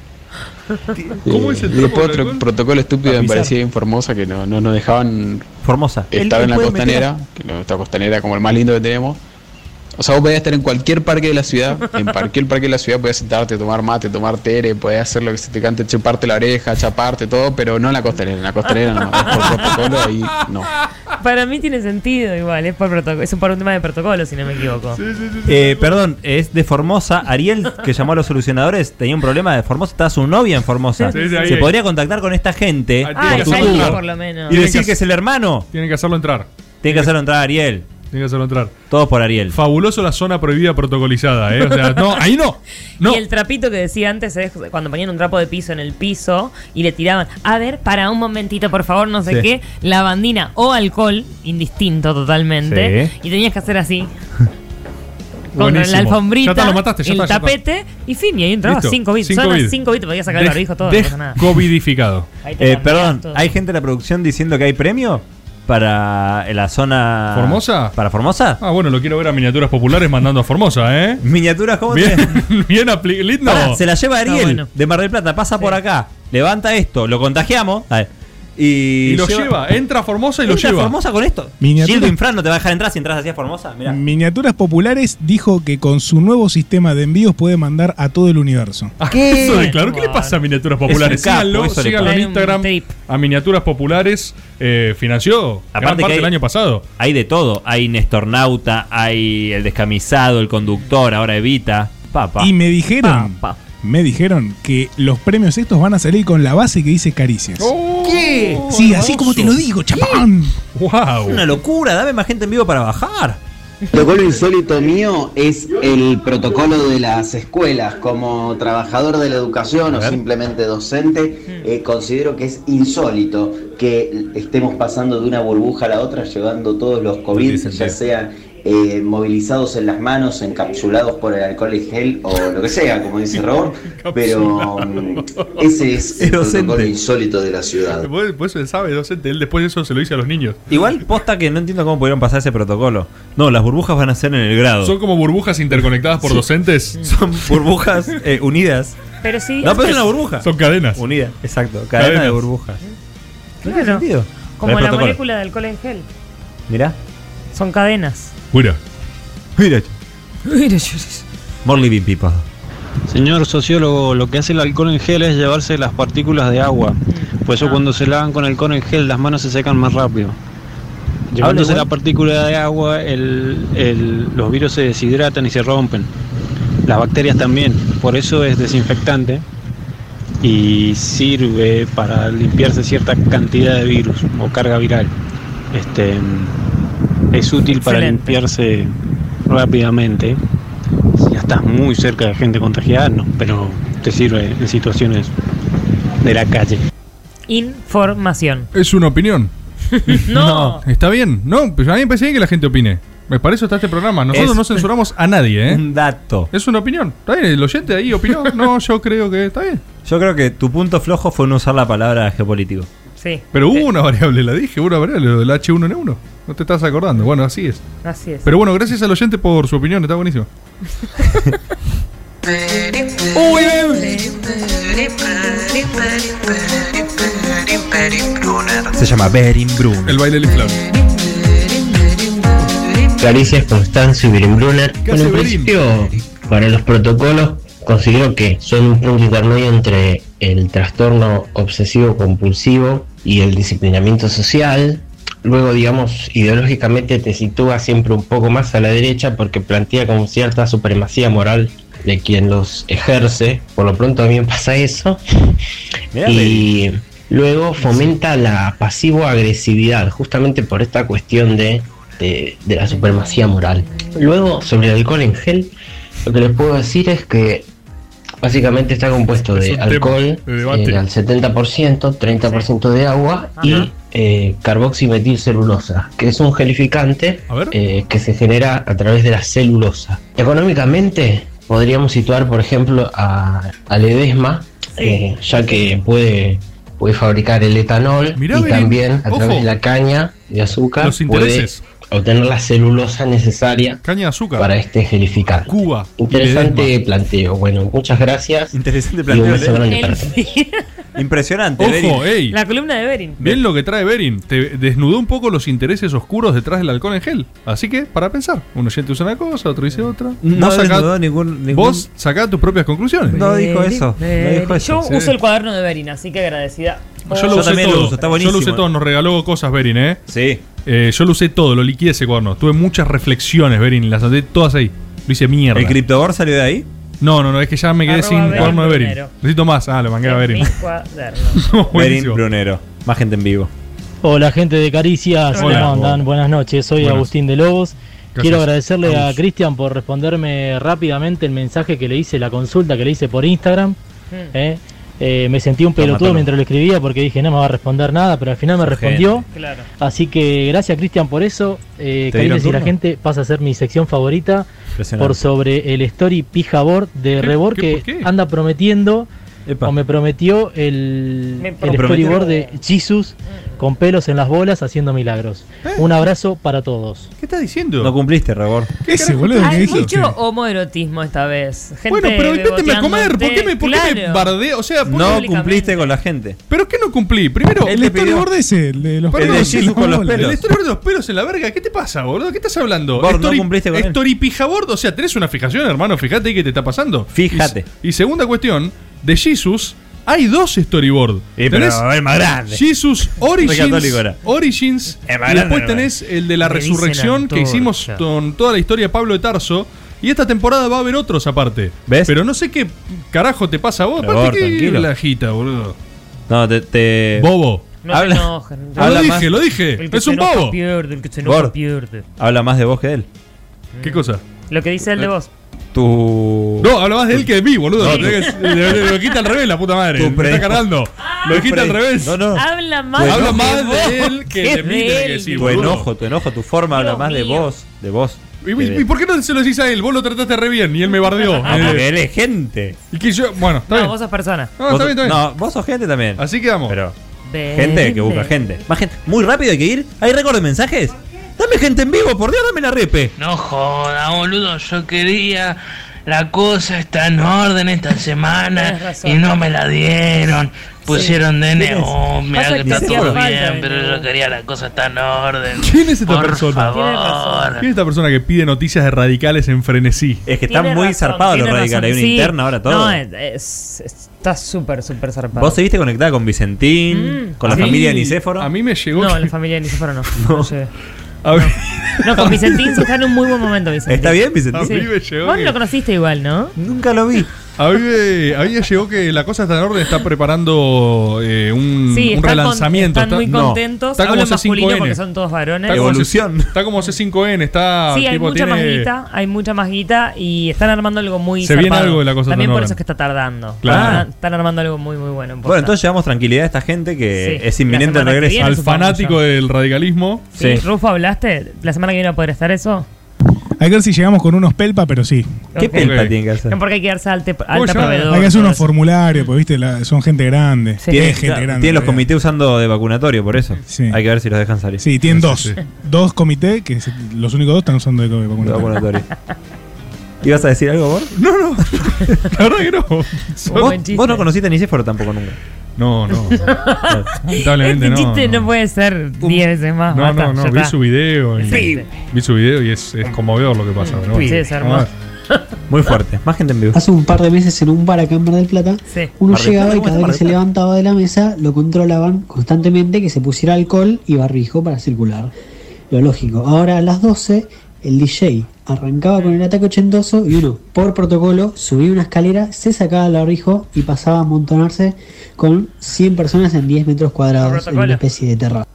[SPEAKER 4] ¿Cómo
[SPEAKER 28] Eh,
[SPEAKER 4] es el
[SPEAKER 28] y
[SPEAKER 4] trapo
[SPEAKER 28] después
[SPEAKER 4] con
[SPEAKER 28] otro
[SPEAKER 4] alcohol?
[SPEAKER 28] protocolo estúpido me
[SPEAKER 4] Avisar.
[SPEAKER 28] parecía bien Formosa que no, no nos dejaban.
[SPEAKER 6] Formosa.
[SPEAKER 28] Estaba
[SPEAKER 4] Él- él
[SPEAKER 28] en la
[SPEAKER 4] puede meter a-
[SPEAKER 28] costanera, que no- nuestra costanera como el más lindo que tenemos. O sea, vos podías estar en cualquier parque de la ciudad, en cualquier parque de la ciudad podías sentarte, tomar mate, tomar tere, podías hacer lo que se te cante, chuparte la oreja, chaparte, todo, pero no en la costanera, en la costanera no, es por protocolo ahí no.
[SPEAKER 4] Ah.
[SPEAKER 8] Para mí tiene sentido igual, es por protocolo, es por un tema de protocolo si no me equivoco.
[SPEAKER 6] Eh, perdón, es de Formosa. Ariel, que llamó a los solucionadores, tenía un problema de Formosa. Estaba su novia en Formosa.
[SPEAKER 4] Sí, sí, ahí,
[SPEAKER 6] Se
[SPEAKER 4] ahí.
[SPEAKER 6] podría contactar con esta gente
[SPEAKER 4] Ah,
[SPEAKER 8] Ah,
[SPEAKER 6] Eh, por tu
[SPEAKER 8] está ahí,
[SPEAKER 6] tubo,
[SPEAKER 8] por lo menos.
[SPEAKER 6] y decir que es el hermano.
[SPEAKER 4] Tienen que hacerlo entrar.
[SPEAKER 6] Tiene que hacerlo entrar a Ariel.
[SPEAKER 4] Tiene que hacerlo entrar.
[SPEAKER 6] Todos por Ariel.
[SPEAKER 4] Fabuloso la zona prohibida protocolizada, ¿eh? O sea, no, ahí no. No.
[SPEAKER 8] Y el trapito que decía antes es cuando ponían un trapo de piso en el piso y le tiraban, a ver, para un momentito, por favor, no sé
[SPEAKER 6] Sí.
[SPEAKER 8] qué, lavandina o alcohol, indistinto totalmente,
[SPEAKER 6] Sí.
[SPEAKER 8] y tenías que hacer así. Contra
[SPEAKER 4] Buenísimo.
[SPEAKER 8] la alfombrita,
[SPEAKER 4] Ya está, lo mataste, ya
[SPEAKER 8] el
[SPEAKER 4] está, ya está.
[SPEAKER 8] tapete y fin, y ahí entrabas
[SPEAKER 4] Listo,
[SPEAKER 8] 5 bits.
[SPEAKER 4] cinco
[SPEAKER 8] Son
[SPEAKER 4] bits.
[SPEAKER 8] 5 bits, podías sacar el barbijo todo, no pasa nada.
[SPEAKER 4] Descovidificado.
[SPEAKER 8] Ahí te
[SPEAKER 6] Eh,
[SPEAKER 8] cambiás
[SPEAKER 6] perdón,
[SPEAKER 8] todo.
[SPEAKER 6] ¿hay gente de la producción diciendo que hay premio? para eh, la zona.
[SPEAKER 4] ¿Formosa?
[SPEAKER 6] ¿Para Formosa?
[SPEAKER 4] Ah, bueno, lo quiero ver a Miniaturas Populares mandando a Formosa, ¿eh?
[SPEAKER 6] Miniaturas, ¿cómo
[SPEAKER 4] bien, bien apli- lindo. Ah,
[SPEAKER 6] Pará, se la lleva Ariel de Mar del Plata, pasa por acá, levanta esto, lo contagiamos. a ver, y,
[SPEAKER 4] Y lo lleva, entra a Formosa y lo
[SPEAKER 6] Entra a
[SPEAKER 4] lleva.
[SPEAKER 6] Formosa con esto.
[SPEAKER 2] Miniatura.
[SPEAKER 6] Gildo Infran no te va a dejar entrar si entras hacia Formosa. Mirá.
[SPEAKER 4] Mm.
[SPEAKER 2] Miniaturas Populares dijo que con su nuevo sistema de envíos puede mandar a todo el universo.
[SPEAKER 4] ¿Qué? Ah, Eso declaró. ¿Qué le pasa a Miniaturas Populares?
[SPEAKER 2] Es un capo,
[SPEAKER 4] síganlo
[SPEAKER 2] eso le
[SPEAKER 4] síganlo en
[SPEAKER 2] pasa.
[SPEAKER 4] Instagram. A Miniaturas Populares eh, financió gran
[SPEAKER 6] Aparte
[SPEAKER 4] parte
[SPEAKER 6] que hay-
[SPEAKER 4] del año pasado.
[SPEAKER 6] Hay de todo. Hay Nestornauta, hay el descamisado, el conductor, ahora Evita. Papá.
[SPEAKER 2] Y me dijeron,
[SPEAKER 6] Pa, pa.
[SPEAKER 2] me dijeron que los premios estos van a salir con la base que dice Caricias.
[SPEAKER 4] Oh,
[SPEAKER 6] ¿Qué?
[SPEAKER 2] Sí, así como te lo digo, chapán.
[SPEAKER 4] ¡Wow!
[SPEAKER 6] Una locura, dame más gente en vivo para bajar.
[SPEAKER 13] protocolo insólito mío es el protocolo de las escuelas. Como trabajador de la educación o simplemente docente,
[SPEAKER 6] Hmm.
[SPEAKER 13] eh, considero que es insólito que estemos pasando de una burbuja a la otra llevando todos los COVID, ya sean eh, movilizados en las manos, encapsulados por el alcohol y gel o lo que sea, como dice Robert. Pero mm, ese es el protocolo insólito de la ciudad.
[SPEAKER 4] Pues, pues él sabe, docente. Él después de eso se lo dice a los niños.
[SPEAKER 6] Igual, posta que no entiendo cómo pudieron pasar ese protocolo. No, las burbujas van a ser en el grado.
[SPEAKER 4] Son como burbujas interconectadas por
[SPEAKER 6] Sí.
[SPEAKER 4] docentes.
[SPEAKER 6] Son burbujas eh, unidas.
[SPEAKER 8] Pero sí.
[SPEAKER 6] No, pero es una burbuja.
[SPEAKER 4] Son cadenas.
[SPEAKER 6] Unidas, exacto. Cadena
[SPEAKER 4] Cadenas.
[SPEAKER 6] de burbujas.
[SPEAKER 8] Claro.
[SPEAKER 6] Pero
[SPEAKER 8] Como
[SPEAKER 6] es
[SPEAKER 8] la
[SPEAKER 6] protocolo.
[SPEAKER 8] molécula de alcohol en gel.
[SPEAKER 6] Mirá.
[SPEAKER 8] Son cadenas.
[SPEAKER 4] Mira.
[SPEAKER 6] Mira. More living people.
[SPEAKER 14] Señor sociólogo, lo que hace el alcohol en gel es llevarse las partículas de agua. Por Pues eso cuando se lavan con alcohol en gel las manos se secan más rápido. Llevándose
[SPEAKER 6] igual.
[SPEAKER 14] la partícula de agua, el- el- los virus se deshidratan y se rompen. Las bacterias también. Por eso es desinfectante y sirve para limpiarse cierta cantidad de virus o carga viral. Este, es útil para
[SPEAKER 8] Excelente.
[SPEAKER 14] limpiarse rápidamente. Si ya estás muy cerca de gente contagiada, no, pero te sirve en situaciones de la calle.
[SPEAKER 8] Información.
[SPEAKER 4] Es una opinión.
[SPEAKER 8] No.
[SPEAKER 4] Está bien. No, pues a mí me parece bien que la gente opine. Pues Para eso está este programa. Nosotros
[SPEAKER 6] Es-
[SPEAKER 4] no censuramos a nadie, ¿eh?
[SPEAKER 6] Un dato.
[SPEAKER 4] Es una opinión. Está bien, el oyente ahí opinó. No, yo creo que está bien.
[SPEAKER 6] Yo creo que tu punto flojo fue no usar la palabra geopolítico.
[SPEAKER 8] Sí, Eh.
[SPEAKER 4] Pero hubo una variable, la dije, hubo una variable, lo del H1N1. No te estás acordando. Bueno, así es.
[SPEAKER 8] así es.
[SPEAKER 4] Pero bueno, gracias al oyente por su opinión, está buenísimo.
[SPEAKER 8] Uy,
[SPEAKER 6] Se llama Berin Brun.
[SPEAKER 4] El baile del inflable.
[SPEAKER 30] Caricias Constancio y Berenbrunner.
[SPEAKER 4] ¿Qué
[SPEAKER 30] Bueno,
[SPEAKER 4] hace
[SPEAKER 30] en
[SPEAKER 4] Berín?
[SPEAKER 30] principio, para los protocolos, considero que son un punto intermedio entre el trastorno obsesivo-compulsivo y el disciplinamiento social. Luego, digamos, ideológicamente te sitúa siempre un poco más a la derecha porque plantea con cierta supremacía moral de quien los ejerce. Por lo pronto a mí me pasa eso.
[SPEAKER 6] Mirá,
[SPEAKER 30] y luego fomenta la pasivo-agresividad, justamente por esta cuestión de, de- de la supremacía moral. Luego, sobre el alcohol en gel, lo que les puedo decir es que básicamente está compuesto
[SPEAKER 4] Es
[SPEAKER 30] de
[SPEAKER 4] un tema
[SPEAKER 30] alcohol
[SPEAKER 4] de debate.
[SPEAKER 30] eh, al 70%, 30% de agua y eh, carboximetilcelulosa, que es un gelificante eh, que se genera a través de la celulosa. Económicamente podríamos situar, por ejemplo, a, a Ledesma, eh, ya que puede, puede fabricar el etanol
[SPEAKER 4] Mirá,
[SPEAKER 30] y
[SPEAKER 4] Belén,
[SPEAKER 30] también a
[SPEAKER 4] ojo.
[SPEAKER 30] través de la caña de azúcar
[SPEAKER 4] Los
[SPEAKER 30] puede
[SPEAKER 4] intereses.
[SPEAKER 30] obtener la celulosa necesaria
[SPEAKER 4] Caña de azúcar.
[SPEAKER 30] para este gelificante.
[SPEAKER 4] Cuba.
[SPEAKER 30] Interesante Este planteo. Bueno, muchas gracias.
[SPEAKER 6] Interesante
[SPEAKER 30] planteo. Y un beso
[SPEAKER 6] planteo,
[SPEAKER 30] grande
[SPEAKER 6] Belén.
[SPEAKER 30] para
[SPEAKER 6] Impresionante,
[SPEAKER 4] Ojo, ey.
[SPEAKER 8] La columna de Berin.
[SPEAKER 4] Bien lo que trae Berin. Te desnudó un poco los intereses oscuros detrás del alcohol en gel. Así que, para pensar. Uno oyente usa una cosa, otro dice otra.
[SPEAKER 6] No
[SPEAKER 4] Vos sacá-
[SPEAKER 6] desnudó ningún- ningún-
[SPEAKER 4] Vos sacá tus propias conclusiones.
[SPEAKER 6] No dijo eso. No dijo
[SPEAKER 8] Yo
[SPEAKER 6] eso.
[SPEAKER 4] Sí.
[SPEAKER 8] uso el cuaderno de Berin, así que agradecida.
[SPEAKER 4] Yo lo
[SPEAKER 6] Yo
[SPEAKER 4] usé
[SPEAKER 6] también lo
[SPEAKER 4] todo.
[SPEAKER 6] uso, está
[SPEAKER 4] yo lo
[SPEAKER 6] buenísimo.
[SPEAKER 4] usé todo, nos regaló cosas Berin, ¿eh?
[SPEAKER 6] Sí.
[SPEAKER 4] yo lo usé todo, lo liquidé ese cuaderno. Tuve muchas reflexiones, Berin, y las anoté todas ahí. Lo hice mierda.
[SPEAKER 6] ¿El criptobor salió de ahí?
[SPEAKER 4] No, no, no, es que ya me quedé
[SPEAKER 8] Arroba
[SPEAKER 4] sin
[SPEAKER 8] Berin
[SPEAKER 4] cuaderno de Berin.
[SPEAKER 8] primero.
[SPEAKER 4] Necesito más. Ah, lo mangué a Berin.
[SPEAKER 8] Mi cuaderno.
[SPEAKER 6] Berin Brunero. Más gente en vivo.
[SPEAKER 24] Hola gente de Caricias,
[SPEAKER 6] Hola.
[SPEAKER 24] ¿cómo andan? Buenas noches, soy
[SPEAKER 6] Buenas.
[SPEAKER 24] Agustín de Lobos.
[SPEAKER 6] Gracias,
[SPEAKER 24] Quiero agradecerle a
[SPEAKER 6] Agus.
[SPEAKER 24] Cristian por responderme rápidamente el mensaje que le hice, la consulta que le hice por Instagram. ¿eh? Eh, me sentí un pelotudo
[SPEAKER 25] matalo.
[SPEAKER 24] mientras lo escribía porque dije no me va a responder nada, pero al final me respondió.
[SPEAKER 25] Claro.
[SPEAKER 24] Así que gracias Cristian por eso. Eh,
[SPEAKER 25] ¿Te dieron
[SPEAKER 24] Caricias y la
[SPEAKER 25] turno?
[SPEAKER 24] gente pasa a ser mi sección favorita
[SPEAKER 6] Impresionante.
[SPEAKER 24] por sobre el story pijabor de
[SPEAKER 25] ¿Qué?
[SPEAKER 24] Rebor
[SPEAKER 25] ¿Qué?
[SPEAKER 24] que
[SPEAKER 25] ¿Por qué?
[SPEAKER 24] anda prometiendo o me prometió el,
[SPEAKER 8] Me
[SPEAKER 24] el
[SPEAKER 8] prometió.
[SPEAKER 24] storyboard de Jesus con pelos en las bolas haciendo milagros.
[SPEAKER 25] Eh.
[SPEAKER 24] Un abrazo para todos.
[SPEAKER 4] ¿Qué estás diciendo?
[SPEAKER 24] No
[SPEAKER 6] cumpliste, Rabor.
[SPEAKER 24] ¿Qué ese boludo
[SPEAKER 8] Hay mucho homoerotismo esta vez. Gente
[SPEAKER 4] Bueno, pero inténteme comer. ¿Por qué me, por qué me
[SPEAKER 8] Claro.
[SPEAKER 4] bardeo? O sea, ¿por
[SPEAKER 6] No
[SPEAKER 4] qué-
[SPEAKER 6] cumpliste con la gente.
[SPEAKER 4] ¿Pero qué no cumplí? Primero,
[SPEAKER 2] El storyboard ese, el de los
[SPEAKER 4] Perdón,
[SPEAKER 2] pelos, de las bolas.
[SPEAKER 4] El storyboard de los pelos en la verga. ¿Qué te pasa, boludo? ¿Qué estás hablando?
[SPEAKER 6] Bord, no cumpliste con él.
[SPEAKER 4] Storypijabord. O sea, tenés una fijación, hermano. Fíjate ahí qué te está pasando.
[SPEAKER 6] Fíjate.
[SPEAKER 4] Y, y segunda cuestión, de Jesus hay dos storyboard.
[SPEAKER 6] Sí, pero es más grande.
[SPEAKER 4] Jesus
[SPEAKER 6] Soy católico
[SPEAKER 4] Origins.
[SPEAKER 6] ahora.
[SPEAKER 4] Origins.
[SPEAKER 6] Es más
[SPEAKER 4] Y después
[SPEAKER 6] grande,
[SPEAKER 4] tenés el de la
[SPEAKER 6] Me dicen
[SPEAKER 4] resurrección que
[SPEAKER 6] antorcha.
[SPEAKER 4] hicimos con toda la historia de Pablo de Tarso. Y esta temporada va a haber otros aparte. Pero no sé qué carajo te pasa a vos.
[SPEAKER 6] Pero,
[SPEAKER 4] Aparte,
[SPEAKER 6] Bord,
[SPEAKER 4] qué
[SPEAKER 6] tranquilo.
[SPEAKER 4] relajita, boludo.
[SPEAKER 6] No, te. te-
[SPEAKER 4] Bobo.
[SPEAKER 8] No
[SPEAKER 6] Habla-
[SPEAKER 8] se enojen.
[SPEAKER 6] Lo Habla dije, más- lo
[SPEAKER 4] dije.
[SPEAKER 8] El que
[SPEAKER 6] Es
[SPEAKER 8] se
[SPEAKER 6] un
[SPEAKER 8] enoja
[SPEAKER 6] bobo.
[SPEAKER 8] pierde, el que se enoja
[SPEAKER 6] Bor,
[SPEAKER 8] pierde.
[SPEAKER 6] habla más de vos que de él.
[SPEAKER 4] ¿Qué cosa?
[SPEAKER 8] Lo que dice él de vos.
[SPEAKER 6] Tu.
[SPEAKER 4] No, hablabas de él que de mí, boludo.
[SPEAKER 6] No,
[SPEAKER 4] Lo tenés que- lo, lo quita al revés, la puta madre.
[SPEAKER 6] Tu
[SPEAKER 4] Me
[SPEAKER 6] pre-
[SPEAKER 4] está cargando. Lo
[SPEAKER 6] tu
[SPEAKER 4] quita
[SPEAKER 6] pre-
[SPEAKER 4] al revés.
[SPEAKER 6] No, no.
[SPEAKER 8] Habla más
[SPEAKER 6] Tu
[SPEAKER 4] Habla
[SPEAKER 6] enojo
[SPEAKER 4] más
[SPEAKER 6] es
[SPEAKER 4] de
[SPEAKER 6] vos
[SPEAKER 4] él que de mí, tenés que decir,
[SPEAKER 6] Tu
[SPEAKER 4] boludo.
[SPEAKER 6] enojo, tu enojo, tu forma habla más de
[SPEAKER 4] mío.
[SPEAKER 6] vos. De vos.
[SPEAKER 4] ¿Y,
[SPEAKER 6] que de-
[SPEAKER 4] y- y por qué no se lo decís a él? Vos lo trataste re bien y él me bardeó.
[SPEAKER 6] Ah, porque
[SPEAKER 4] Eh,
[SPEAKER 6] él es gente.
[SPEAKER 4] Y que yo. Bueno, está
[SPEAKER 8] No,
[SPEAKER 4] bien.
[SPEAKER 8] vos sos persona.
[SPEAKER 4] No, está bien, está bien.
[SPEAKER 6] No, vos sos gente también.
[SPEAKER 4] Así quedamos.
[SPEAKER 6] Pero. Gente que busca gente. Más gente. Muy rápido hay que ir. ¿Hay récord de mensajes? Dame gente en vivo, por Dios, dame la repe.
[SPEAKER 1] No joda, boludo, yo quería. La cosa está en orden esta
[SPEAKER 8] Tenés
[SPEAKER 1] semana
[SPEAKER 8] razón.
[SPEAKER 1] y no me la dieron. Pusieron de
[SPEAKER 8] ¿Quién es?
[SPEAKER 1] DNO, me
[SPEAKER 8] Pasa
[SPEAKER 1] que
[SPEAKER 8] que
[SPEAKER 1] está
[SPEAKER 8] hacía
[SPEAKER 1] todo
[SPEAKER 8] falta
[SPEAKER 1] bien,
[SPEAKER 8] de
[SPEAKER 1] pero yo quería la cosa está en orden.
[SPEAKER 4] ¿Quién es esta
[SPEAKER 1] Por
[SPEAKER 4] persona?
[SPEAKER 1] Favor.
[SPEAKER 4] ¿Quién es esta persona que pide noticias de radicales en frenesí?
[SPEAKER 6] Es que
[SPEAKER 8] Tiene razón, tiene razón. Sí. No,
[SPEAKER 6] ¿Vos
[SPEAKER 8] es- es- está súper, súper zarpado.
[SPEAKER 6] seguiste conectada con Vicentín?
[SPEAKER 8] Mm.
[SPEAKER 6] con la
[SPEAKER 8] Sí.
[SPEAKER 6] familia de Nicéforo?
[SPEAKER 4] A mí me llegó.
[SPEAKER 8] No, la familia de Niceforo no. No, sé.
[SPEAKER 4] A ver.
[SPEAKER 8] No, con Vicentín se está en un muy buen momento, Vicentín.
[SPEAKER 4] ¿Está bien, Vicentín? A mí me
[SPEAKER 8] Sí.
[SPEAKER 4] llegó
[SPEAKER 8] Vos
[SPEAKER 4] que-
[SPEAKER 8] lo conociste igual, ¿no?
[SPEAKER 6] Nunca lo vi.
[SPEAKER 4] A mí, me, a mí me llegó que la cosa está en orden, está preparando eh, un,
[SPEAKER 8] Sí,
[SPEAKER 4] un
[SPEAKER 8] están con-
[SPEAKER 4] relanzamiento.
[SPEAKER 8] están muy
[SPEAKER 4] no.
[SPEAKER 8] contentos.
[SPEAKER 4] Está como
[SPEAKER 8] Hablan masculino
[SPEAKER 4] C5N.
[SPEAKER 8] porque son todos varones.
[SPEAKER 4] Está como C- Está como C5N, está.
[SPEAKER 8] sí, hay
[SPEAKER 4] tipo,
[SPEAKER 8] mucha más
[SPEAKER 4] tiene-
[SPEAKER 8] guita, hay mucha más guita y están armando algo muy
[SPEAKER 4] Se viene
[SPEAKER 8] zarpado.
[SPEAKER 4] algo de la cosa
[SPEAKER 8] También
[SPEAKER 4] tan
[SPEAKER 8] por
[SPEAKER 4] ahora.
[SPEAKER 8] eso es que está tardando.
[SPEAKER 6] Claro.
[SPEAKER 8] Están, están armando algo muy, muy bueno. posta.
[SPEAKER 6] Bueno, entonces llevamos tranquilidad a esta gente que
[SPEAKER 8] Sí.
[SPEAKER 6] es inminente
[SPEAKER 8] La
[SPEAKER 6] el
[SPEAKER 8] semana que
[SPEAKER 6] regreso.
[SPEAKER 8] viene, Al supongo fanático yo.
[SPEAKER 4] del radicalismo.
[SPEAKER 8] Sí,
[SPEAKER 6] Sí.
[SPEAKER 8] Rufo, ¿hablaste? ¿La semana que viene va a poder estar eso?
[SPEAKER 2] Hay que ver si llegamos con unos pelpa, pero sí.
[SPEAKER 8] ¿Qué Ok. pelpa
[SPEAKER 6] tiene que hacer?
[SPEAKER 8] No, porque hay que darse alte- alta,
[SPEAKER 2] Hay
[SPEAKER 8] proveedora.
[SPEAKER 2] que hacer unos formularios, porque viste, la- son gente grande.
[SPEAKER 6] Tiene,
[SPEAKER 2] Es gente grande.
[SPEAKER 6] tiene los
[SPEAKER 2] todavía.
[SPEAKER 6] comités usando de vacunatorio, por eso. Hay que ver si los dejan salir.
[SPEAKER 2] Sí, tienen dos. Dos comités, que se- los únicos dos están usando de co-
[SPEAKER 6] De
[SPEAKER 2] vacunatorio.
[SPEAKER 6] vacunatorio. ¿Ibas a decir algo, Bor?
[SPEAKER 4] No, no. La verdad que no.
[SPEAKER 6] ¿Vos, vos no conociste a Nicéforo tampoco nunca.
[SPEAKER 4] No, no. Lamentablemente
[SPEAKER 8] Este
[SPEAKER 4] no.
[SPEAKER 8] chiste no,
[SPEAKER 4] no.
[SPEAKER 8] puede ser 10 veces más.
[SPEAKER 4] No,
[SPEAKER 8] Ah, basta,
[SPEAKER 4] no, no,
[SPEAKER 8] ya
[SPEAKER 4] vi
[SPEAKER 8] está.
[SPEAKER 4] su video y
[SPEAKER 8] Sí. Mm,
[SPEAKER 4] vi su video y es, es conmovedor lo que pasa. pero bueno.
[SPEAKER 8] Sí, es hermoso.
[SPEAKER 6] Muy fuerte. Más gente en vivo.
[SPEAKER 16] Hace un par de meses en un bar acá en Mar del Plata, uno
[SPEAKER 6] Mar del
[SPEAKER 16] llegaba
[SPEAKER 6] Plata, ¿cómo
[SPEAKER 16] y cada
[SPEAKER 6] está Mar
[SPEAKER 16] vez
[SPEAKER 6] del
[SPEAKER 16] que se levantaba de la mesa lo controlaban constantemente que se pusiera alcohol y barbijo para circular. Lo lógico. Ahora a las 12 el DJ arrancaba con el ataque ochentoso y uno, por protocolo, subía una escalera, se sacaba el barbijo y pasaba a amontonarse con 100 personas en 10 metros cuadrados en
[SPEAKER 8] protocolo.
[SPEAKER 16] una especie de terraza.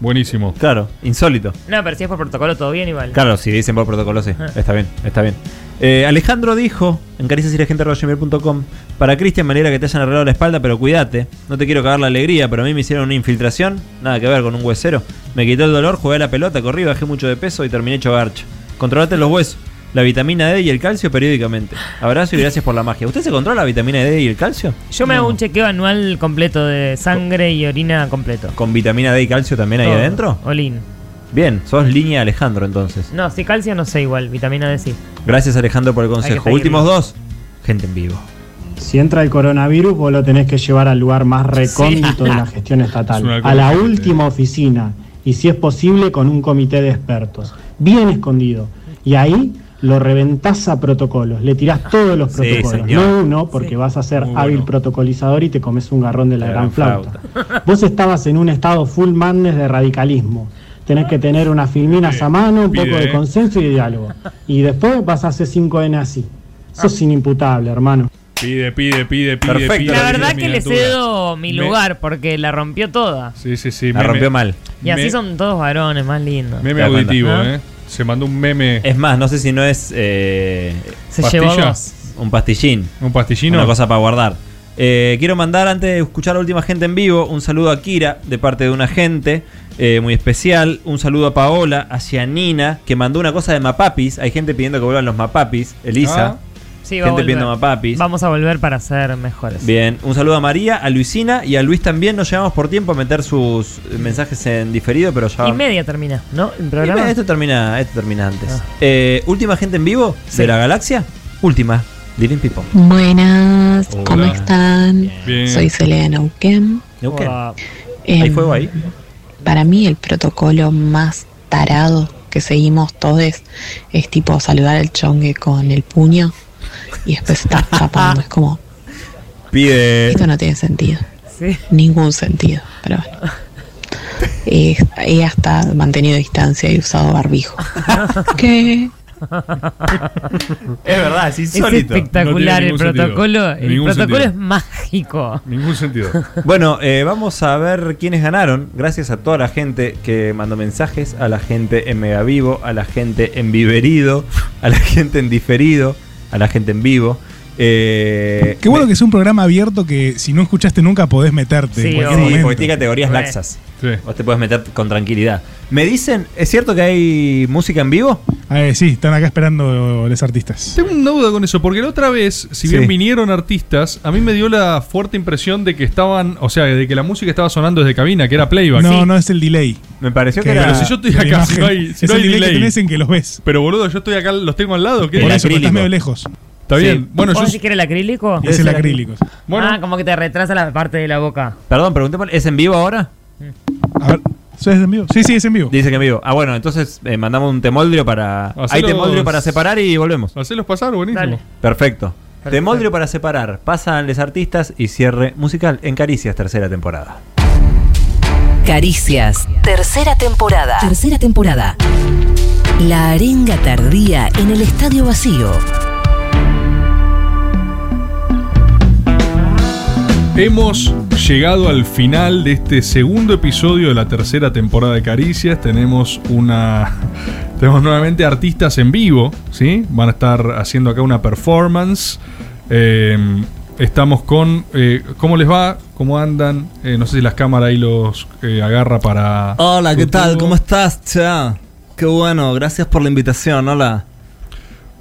[SPEAKER 4] Buenísimo.
[SPEAKER 6] Claro, insólito.
[SPEAKER 8] No, pero si es por protocolo, todo bien igual.
[SPEAKER 6] Claro, si dicen por protocolo, sí. Está bien, está bien. Eh, Alejandro dijo en cariciasiragente.com Para Cristian, manera que te hayan arreglado la espalda, pero cuídate. No te quiero cagar la alegría, pero a mí me hicieron una infiltración. Nada que ver con un huesero. Me quitó el dolor, jugué a la pelota, corrí, bajé mucho de peso y terminé hecho garcha. Controlate los huesos, la vitamina D y el calcio periódicamente. Abrazo y gracias por la magia. ¿Usted se controla la vitamina D y el calcio?
[SPEAKER 8] Yo me hago un chequeo anual completo de sangre y orina completo.
[SPEAKER 6] ¿Con vitamina D y calcio también ahí
[SPEAKER 8] Todo.
[SPEAKER 6] adentro?
[SPEAKER 8] Olin.
[SPEAKER 6] Bien, sos línea Alejandro entonces.
[SPEAKER 8] No, si calcio no sé igual, vitamina D sí.
[SPEAKER 6] Gracias Alejandro por el
[SPEAKER 8] que
[SPEAKER 6] consejo.
[SPEAKER 8] pedirlo.
[SPEAKER 6] Últimos dos, gente en vivo.
[SPEAKER 18] Si entra el coronavirus, vos lo tenés que llevar al lugar más
[SPEAKER 6] Sí.
[SPEAKER 18] recóndito de la gestión
[SPEAKER 6] Es una
[SPEAKER 18] estatal, a la
[SPEAKER 6] cosa que
[SPEAKER 18] última oficina, y si es posible, con un comité de expertos, bien escondido. Y ahí lo reventás a protocolos, le tirás todos los
[SPEAKER 6] Ah, Sí,
[SPEAKER 18] protocolos,
[SPEAKER 6] señor.
[SPEAKER 18] no uno, porque vas a ser hábil protocolizador y te comes un garrón de la, gran flauta. Vos estabas en un estado full madness de radicalismo. Tenés que tener unas filminas a mano, un
[SPEAKER 4] pide,
[SPEAKER 18] poco de
[SPEAKER 4] eh.
[SPEAKER 18] consenso y diálogo. Y después vas a hacer 5N así.
[SPEAKER 6] Ah.
[SPEAKER 18] Sos inimputable, hermano.
[SPEAKER 4] Pide, pide, pide, pide.
[SPEAKER 18] Perfecto.
[SPEAKER 4] pide,
[SPEAKER 18] La
[SPEAKER 4] pide
[SPEAKER 8] La verdad que le
[SPEAKER 4] miniatura.
[SPEAKER 8] cedo mi
[SPEAKER 4] Me-
[SPEAKER 8] lugar porque la rompió toda.
[SPEAKER 4] Sí, sí, sí.
[SPEAKER 6] La rompió mal.
[SPEAKER 8] Y así
[SPEAKER 4] me-
[SPEAKER 8] son todos varones, más lindos.
[SPEAKER 4] Meme
[SPEAKER 6] Te das
[SPEAKER 4] auditivo,
[SPEAKER 6] cuenta.
[SPEAKER 8] Ah.
[SPEAKER 4] ¿eh? Se mandó un meme.
[SPEAKER 6] Es más, no sé si no es. eh,
[SPEAKER 8] Se llevó dos.
[SPEAKER 6] Un pastillín.
[SPEAKER 4] ¿Un pastillino?
[SPEAKER 6] Una cosa para guardar. Eh, quiero mandar, antes de escuchar a la última gente en vivo, un saludo a Kira de parte de una gente eh, muy especial. Un saludo a Paola, a Gianina, que mandó una cosa de Mapapis. Hay gente pidiendo que vuelvan los Mapapis. Elisa.
[SPEAKER 4] Ah.
[SPEAKER 8] Sí, va a
[SPEAKER 6] Gente
[SPEAKER 8] volver.
[SPEAKER 6] pidiendo mapapis.
[SPEAKER 8] Vamos a volver para ser mejores.
[SPEAKER 6] Bien, un saludo a María, a Luisina y a Luis también. No llegamos por tiempo a meter sus eh, mensajes en diferido, pero ya.
[SPEAKER 8] Y media termina, ¿no? El programa. Ah.
[SPEAKER 6] Y me- Esto termina, esto termina antes. Eh, última gente en vivo de la galaxia. Última, Dirin Pipo.
[SPEAKER 17] Buenas, ¿cómo
[SPEAKER 6] Hola.
[SPEAKER 17] están?
[SPEAKER 6] Bien.
[SPEAKER 17] Soy Celia de Neuquén.
[SPEAKER 6] Neuquén.
[SPEAKER 17] Em,
[SPEAKER 6] ¿Hay fuego ahí?
[SPEAKER 17] Para mí el protocolo más tarado que seguimos todos es tipo saludar al chongue con el puño y después estar chapando. Es como,
[SPEAKER 6] Pide.
[SPEAKER 17] esto no tiene sentido. Ningún sentido, pero bueno. Eh, He hasta mantenido distancia y usado barbijo. ¿Qué?
[SPEAKER 6] Es verdad, es insólito.
[SPEAKER 8] Es espectacular
[SPEAKER 6] No tiene
[SPEAKER 8] el
[SPEAKER 6] ningún sentido.
[SPEAKER 8] protocolo. El
[SPEAKER 6] Ningún
[SPEAKER 8] protocolo
[SPEAKER 6] sentido.
[SPEAKER 8] es mágico.
[SPEAKER 4] Ningún sentido.
[SPEAKER 6] Bueno, eh, vamos a ver quiénes ganaron. Gracias a toda la gente que mandó mensajes, a la gente en Megavivo, a la gente en Viverido, a la gente en Diferido, a la gente en Vivo. Eh,
[SPEAKER 2] Qué bueno que es un programa abierto que si no escuchaste nunca podés meterte. en
[SPEAKER 6] Sí,
[SPEAKER 2] cualquier
[SPEAKER 6] sí,
[SPEAKER 2] momento.
[SPEAKER 6] porque tiene categorías
[SPEAKER 2] Re.
[SPEAKER 6] laxas. Vos te puedes meter con tranquilidad. Me dicen, ¿es cierto que hay música en vivo?
[SPEAKER 2] A ver, Ah, eh, sí, están acá esperando los artistas.
[SPEAKER 4] Tengo una duda con eso, porque la otra vez, si bien
[SPEAKER 2] Sí.
[SPEAKER 4] vinieron artistas, a mí me dio la fuerte impresión de que estaban, o sea, de que la música estaba sonando desde cabina, que era playback.
[SPEAKER 2] No, no es el delay.
[SPEAKER 6] Me pareció
[SPEAKER 2] que era-
[SPEAKER 4] Pero si yo estoy
[SPEAKER 2] la
[SPEAKER 4] acá, si
[SPEAKER 2] imagen.
[SPEAKER 4] no hay, si
[SPEAKER 2] Es
[SPEAKER 4] no
[SPEAKER 2] el
[SPEAKER 4] hay
[SPEAKER 2] delay que
[SPEAKER 4] delay.
[SPEAKER 2] tenés en que los ves.
[SPEAKER 4] Pero boludo, yo estoy acá, los tengo al lado. ¿qué?
[SPEAKER 2] Por eso, pero estás medio lejos.
[SPEAKER 4] Está bien. Bueno,
[SPEAKER 8] ¿Vos
[SPEAKER 4] yo.
[SPEAKER 8] decís que era el acrílico?
[SPEAKER 4] Es el acrílico.
[SPEAKER 8] Ah, como que te retrasa la parte de la boca.
[SPEAKER 6] Perdón, pregunté por- ¿es en vivo ahora?
[SPEAKER 2] ¿Eso es en vivo? Sí, sí, es en vivo.
[SPEAKER 6] Dice que en vivo. Ah, bueno, entonces eh, mandamos un temoldrio para. Hay
[SPEAKER 4] Hacelos-
[SPEAKER 6] temoldrio para separar y volvemos.
[SPEAKER 4] Hacelos pasar, buenísimo.
[SPEAKER 6] Perfecto. Temoldrio para separar. Pasan los artistas y cierre musical en Caricias, tercera temporada.
[SPEAKER 12] Caricias. Tercera temporada. Tercera temporada. La arenga tardía en el estadio vacío.
[SPEAKER 4] Hemos llegado al final de este segundo episodio de la tercera temporada de Caricias. Tenemos una. Tenemos nuevamente artistas en vivo, ¿sí? Van a estar haciendo acá una performance. Eh, estamos con. eh, ¿Cómo les va? ¿Cómo andan? Eh, no sé si las cámaras ahí los eh, agarra para.
[SPEAKER 20] Hola, ¿qué
[SPEAKER 4] YouTube.
[SPEAKER 20] tal? ¿Cómo estás, cha? Qué bueno, gracias por la invitación, hola.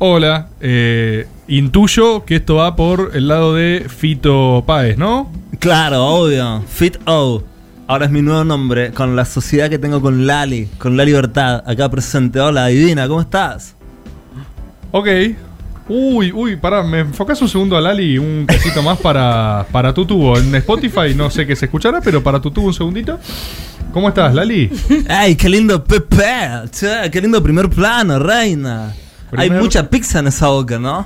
[SPEAKER 4] Hola, eh, intuyo que esto va por el lado de Fito Páez, ¿no?
[SPEAKER 20] Claro, obvio, Fit O. Ahora es mi nuevo nombre, con la sociedad que tengo con Lali, con la libertad, acá presente. Hola, divina, ¿cómo estás?
[SPEAKER 4] Ok. Uy, uy, pará, me enfocas un segundo a Lali y un poquito más para, para tu tubo. En Spotify no sé qué se escuchará, pero para tu tubo un segundito. ¿Cómo estás, Lali?
[SPEAKER 20] ¡Ay, qué lindo Pepe! Che, qué lindo primer plano, reina. Hay
[SPEAKER 4] Primer-
[SPEAKER 20] mucha pizza en esa boca, ¿no?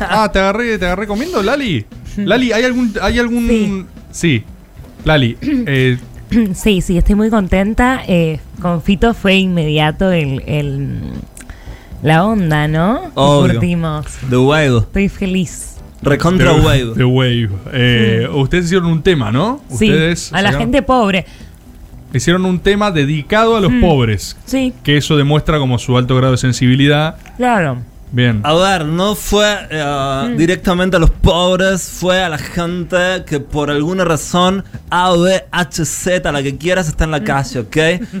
[SPEAKER 4] Ah, te agarré, te agarré comiendo, Lali. Lali, ¿hay algún. Hay algún... Sí. Lali, eh,
[SPEAKER 8] Sí, sí, estoy muy contenta. Eh, con Fito fue inmediato el, el- la onda, ¿no?
[SPEAKER 20] Obvio.
[SPEAKER 8] Curtimos.
[SPEAKER 20] The Wave.
[SPEAKER 8] Estoy feliz.
[SPEAKER 20] Recontra
[SPEAKER 4] The-
[SPEAKER 20] Wave.
[SPEAKER 4] The Wave. Eh, Ustedes hicieron un tema, ¿no?
[SPEAKER 8] Sí,
[SPEAKER 4] Ustedes
[SPEAKER 8] a la
[SPEAKER 4] sacaron-
[SPEAKER 8] gente pobre.
[SPEAKER 4] Hicieron un tema dedicado a los
[SPEAKER 8] Mm.
[SPEAKER 4] pobres.
[SPEAKER 8] Sí,
[SPEAKER 4] Que eso demuestra como su alto grado de sensibilidad.
[SPEAKER 8] claro.
[SPEAKER 4] Bien.
[SPEAKER 20] A ver, no fue eh,
[SPEAKER 8] Mm.
[SPEAKER 20] directamente a los pobres, fue a la gente que por alguna razón A, B, H, Z, la que quieras, está
[SPEAKER 8] Mm.
[SPEAKER 20] en la calle, ¿ok?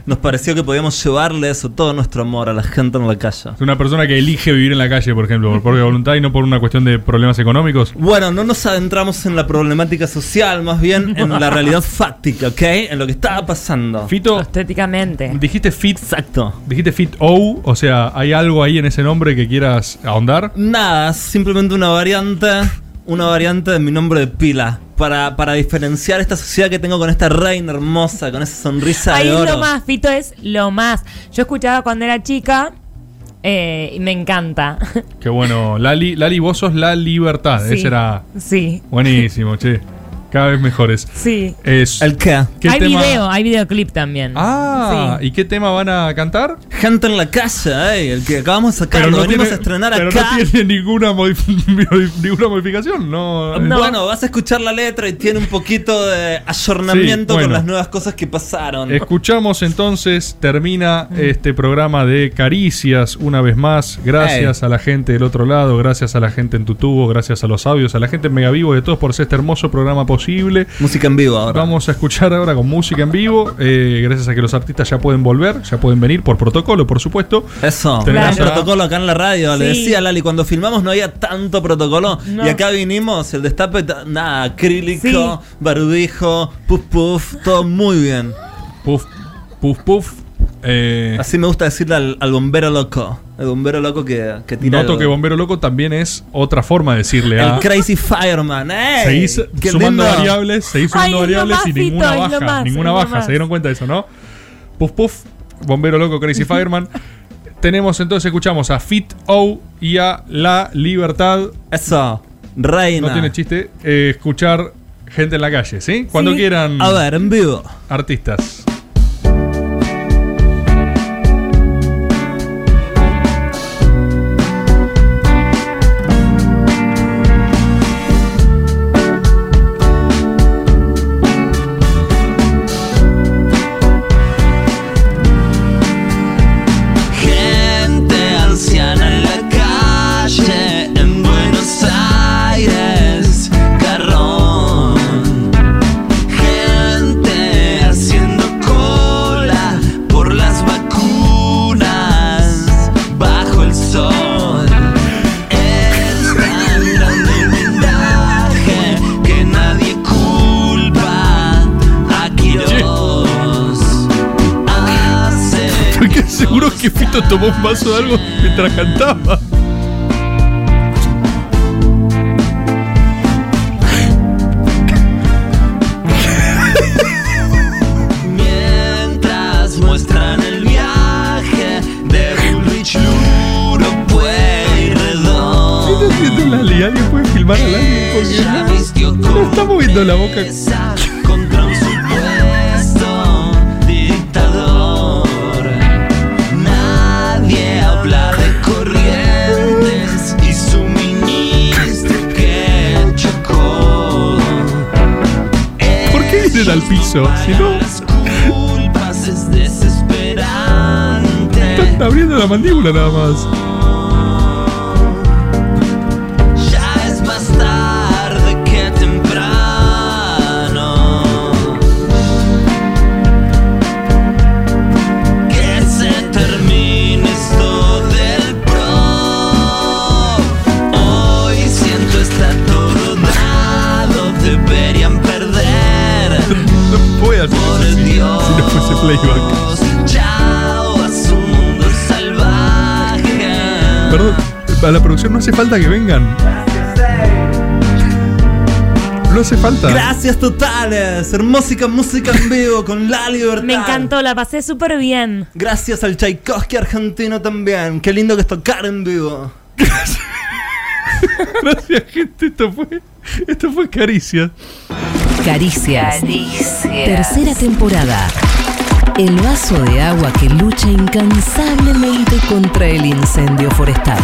[SPEAKER 20] Nos pareció que podíamos llevarle eso, todo nuestro amor a la gente en la calle.
[SPEAKER 4] Una persona que elige vivir en la calle, por ejemplo, por propia voluntad y no por una cuestión de problemas económicos.
[SPEAKER 20] Bueno, no nos adentramos en la problemática social, más bien en la realidad fáctica, ¿ok? En lo que estaba pasando.
[SPEAKER 4] Fito.
[SPEAKER 8] Estéticamente.
[SPEAKER 4] Dijiste fit.
[SPEAKER 20] Exacto.
[SPEAKER 4] Dijiste fit O, o sea, ¿hay algo ahí en ese nombre que quieras ahondar?
[SPEAKER 20] Nada, simplemente una variante, una variante de mi nombre de pila. Para, para diferenciar esta sociedad que tengo con esta reina hermosa, con esa sonrisa
[SPEAKER 8] Ahí
[SPEAKER 20] de oro.
[SPEAKER 8] es lo más, Fito es lo más. Yo escuchaba cuando era chica eh, y me encanta.
[SPEAKER 4] Qué bueno. Lali, Lali, vos sos la libertad.
[SPEAKER 8] Sí.
[SPEAKER 4] Ese era.
[SPEAKER 8] Sí.
[SPEAKER 4] Buenísimo, che. Cada vez mejores.
[SPEAKER 8] Sí.
[SPEAKER 4] Es,
[SPEAKER 20] ¿El qué?
[SPEAKER 8] hay video, hay videoclip también.
[SPEAKER 4] Ah,
[SPEAKER 8] Sí.
[SPEAKER 4] ¿y qué tema van a cantar?
[SPEAKER 20] Gente en la calle,
[SPEAKER 6] eh,
[SPEAKER 20] ey, el que acabamos de sacar,
[SPEAKER 4] Pero
[SPEAKER 20] lo
[SPEAKER 4] no
[SPEAKER 20] venimos
[SPEAKER 4] tiene-
[SPEAKER 20] a estrenar
[SPEAKER 4] pero
[SPEAKER 20] acá.
[SPEAKER 4] no tiene ninguna, modif- ninguna modificación, no. eh.
[SPEAKER 20] Bueno, vas a escuchar la letra y tiene un poquito de ayornamiento
[SPEAKER 4] Sí, bueno.
[SPEAKER 20] con las nuevas cosas que pasaron.
[SPEAKER 4] Escuchamos entonces, termina este programa de Caricias una vez más. Gracias
[SPEAKER 20] Ey.
[SPEAKER 6] Eh.
[SPEAKER 4] a la gente del otro lado, gracias a la gente en tu tubo, gracias a los sabios, a la gente en Megavivo y a todos por ser este hermoso programa posible.
[SPEAKER 6] Música en vivo ahora.
[SPEAKER 4] Vamos a escuchar ahora con música en vivo. eh, gracias a que los artistas ya pueden volver, ya pueden venir por protocolo, por supuesto.
[SPEAKER 6] Eso,
[SPEAKER 4] Tenemos
[SPEAKER 6] gran
[SPEAKER 4] a-
[SPEAKER 6] protocolo acá en la radio. Le
[SPEAKER 4] Sí.
[SPEAKER 6] decía Lali, cuando filmamos no había tanto protocolo.
[SPEAKER 4] No.
[SPEAKER 6] Y acá vinimos, el destape, ta- nada, acrílico, barbijo, puf puf, todo muy bien.
[SPEAKER 4] Puf, puf, puf. eh.
[SPEAKER 6] Así me gusta decirle al, al bombero loco. El bombero loco que, que tira.
[SPEAKER 4] Noto
[SPEAKER 6] el,
[SPEAKER 4] que Bombero Loco también es otra forma de decirle a.
[SPEAKER 6] el Crazy Fireman, ¡eh!
[SPEAKER 4] Seguís
[SPEAKER 6] ¡Qué
[SPEAKER 4] sumando
[SPEAKER 6] lindo!
[SPEAKER 4] variables, seguís
[SPEAKER 6] Ay,
[SPEAKER 4] sumando
[SPEAKER 6] es lo
[SPEAKER 4] variables
[SPEAKER 6] más,
[SPEAKER 4] y
[SPEAKER 6] Fito,
[SPEAKER 4] ninguna
[SPEAKER 6] es lo
[SPEAKER 4] baja.
[SPEAKER 6] más,
[SPEAKER 4] ninguna
[SPEAKER 6] es lo
[SPEAKER 4] baja.
[SPEAKER 6] más.
[SPEAKER 4] ¿Se dieron cuenta de eso, no? Puf Puf, Bombero Loco, Crazy Fireman. Tenemos entonces, escuchamos a Fit O y a La Libertad.
[SPEAKER 6] Eso, reina.
[SPEAKER 4] No tiene chiste. eh, escuchar gente en la calle, ¿sí? Cuando
[SPEAKER 6] Sí.
[SPEAKER 4] quieran.
[SPEAKER 6] A ver, en vivo.
[SPEAKER 4] Artistas.
[SPEAKER 10] Gente anciana en la calle, en Buenos Aires, carrón. Gente haciendo cola por las vacunas, bajo el sol. Es tan grande el vendaje que nadie culpa a Quirós. Hace
[SPEAKER 4] Porque seguro que Fito tomó un vaso de algo mientras cantaba.
[SPEAKER 10] Mientras muestran el viaje de Ulrich Luro, Pueyrredón.
[SPEAKER 4] ¿Qué está haciendo Lali? ¿Alguien puede filmar a Lali? Porque no, no está moviendo la boca.
[SPEAKER 10] Contra un supuesto dictador. Nadie habla de corrientes y su ministro que chocó.
[SPEAKER 4] ¿Por qué vienen al piso? Si no,
[SPEAKER 10] Culpas es desesperante.
[SPEAKER 4] están abriendo la mandíbula nada más.
[SPEAKER 10] Ya es más tarde que temprano. Que se termine esto del pro. Hoy siento está todo dado. Deberían perder.
[SPEAKER 4] No voy a hacer eso si, si no fuese playback.
[SPEAKER 10] Chao a su mundo salvaje.
[SPEAKER 4] Perdón, a la producción no hace falta que vengan. No hace falta.
[SPEAKER 6] Gracias totales. Hermósica música en vivo con la libertad. Me encantó,
[SPEAKER 31] la pasé súper bien.
[SPEAKER 6] Gracias al Tchaikovsky argentino también. Qué lindo que es tocar en vivo.
[SPEAKER 4] Gracias, gente. Esto fue, esto fue Caricias.
[SPEAKER 1] Caricias. Caricias. Tercera temporada. El vaso de agua que lucha incansablemente contra el incendio forestal.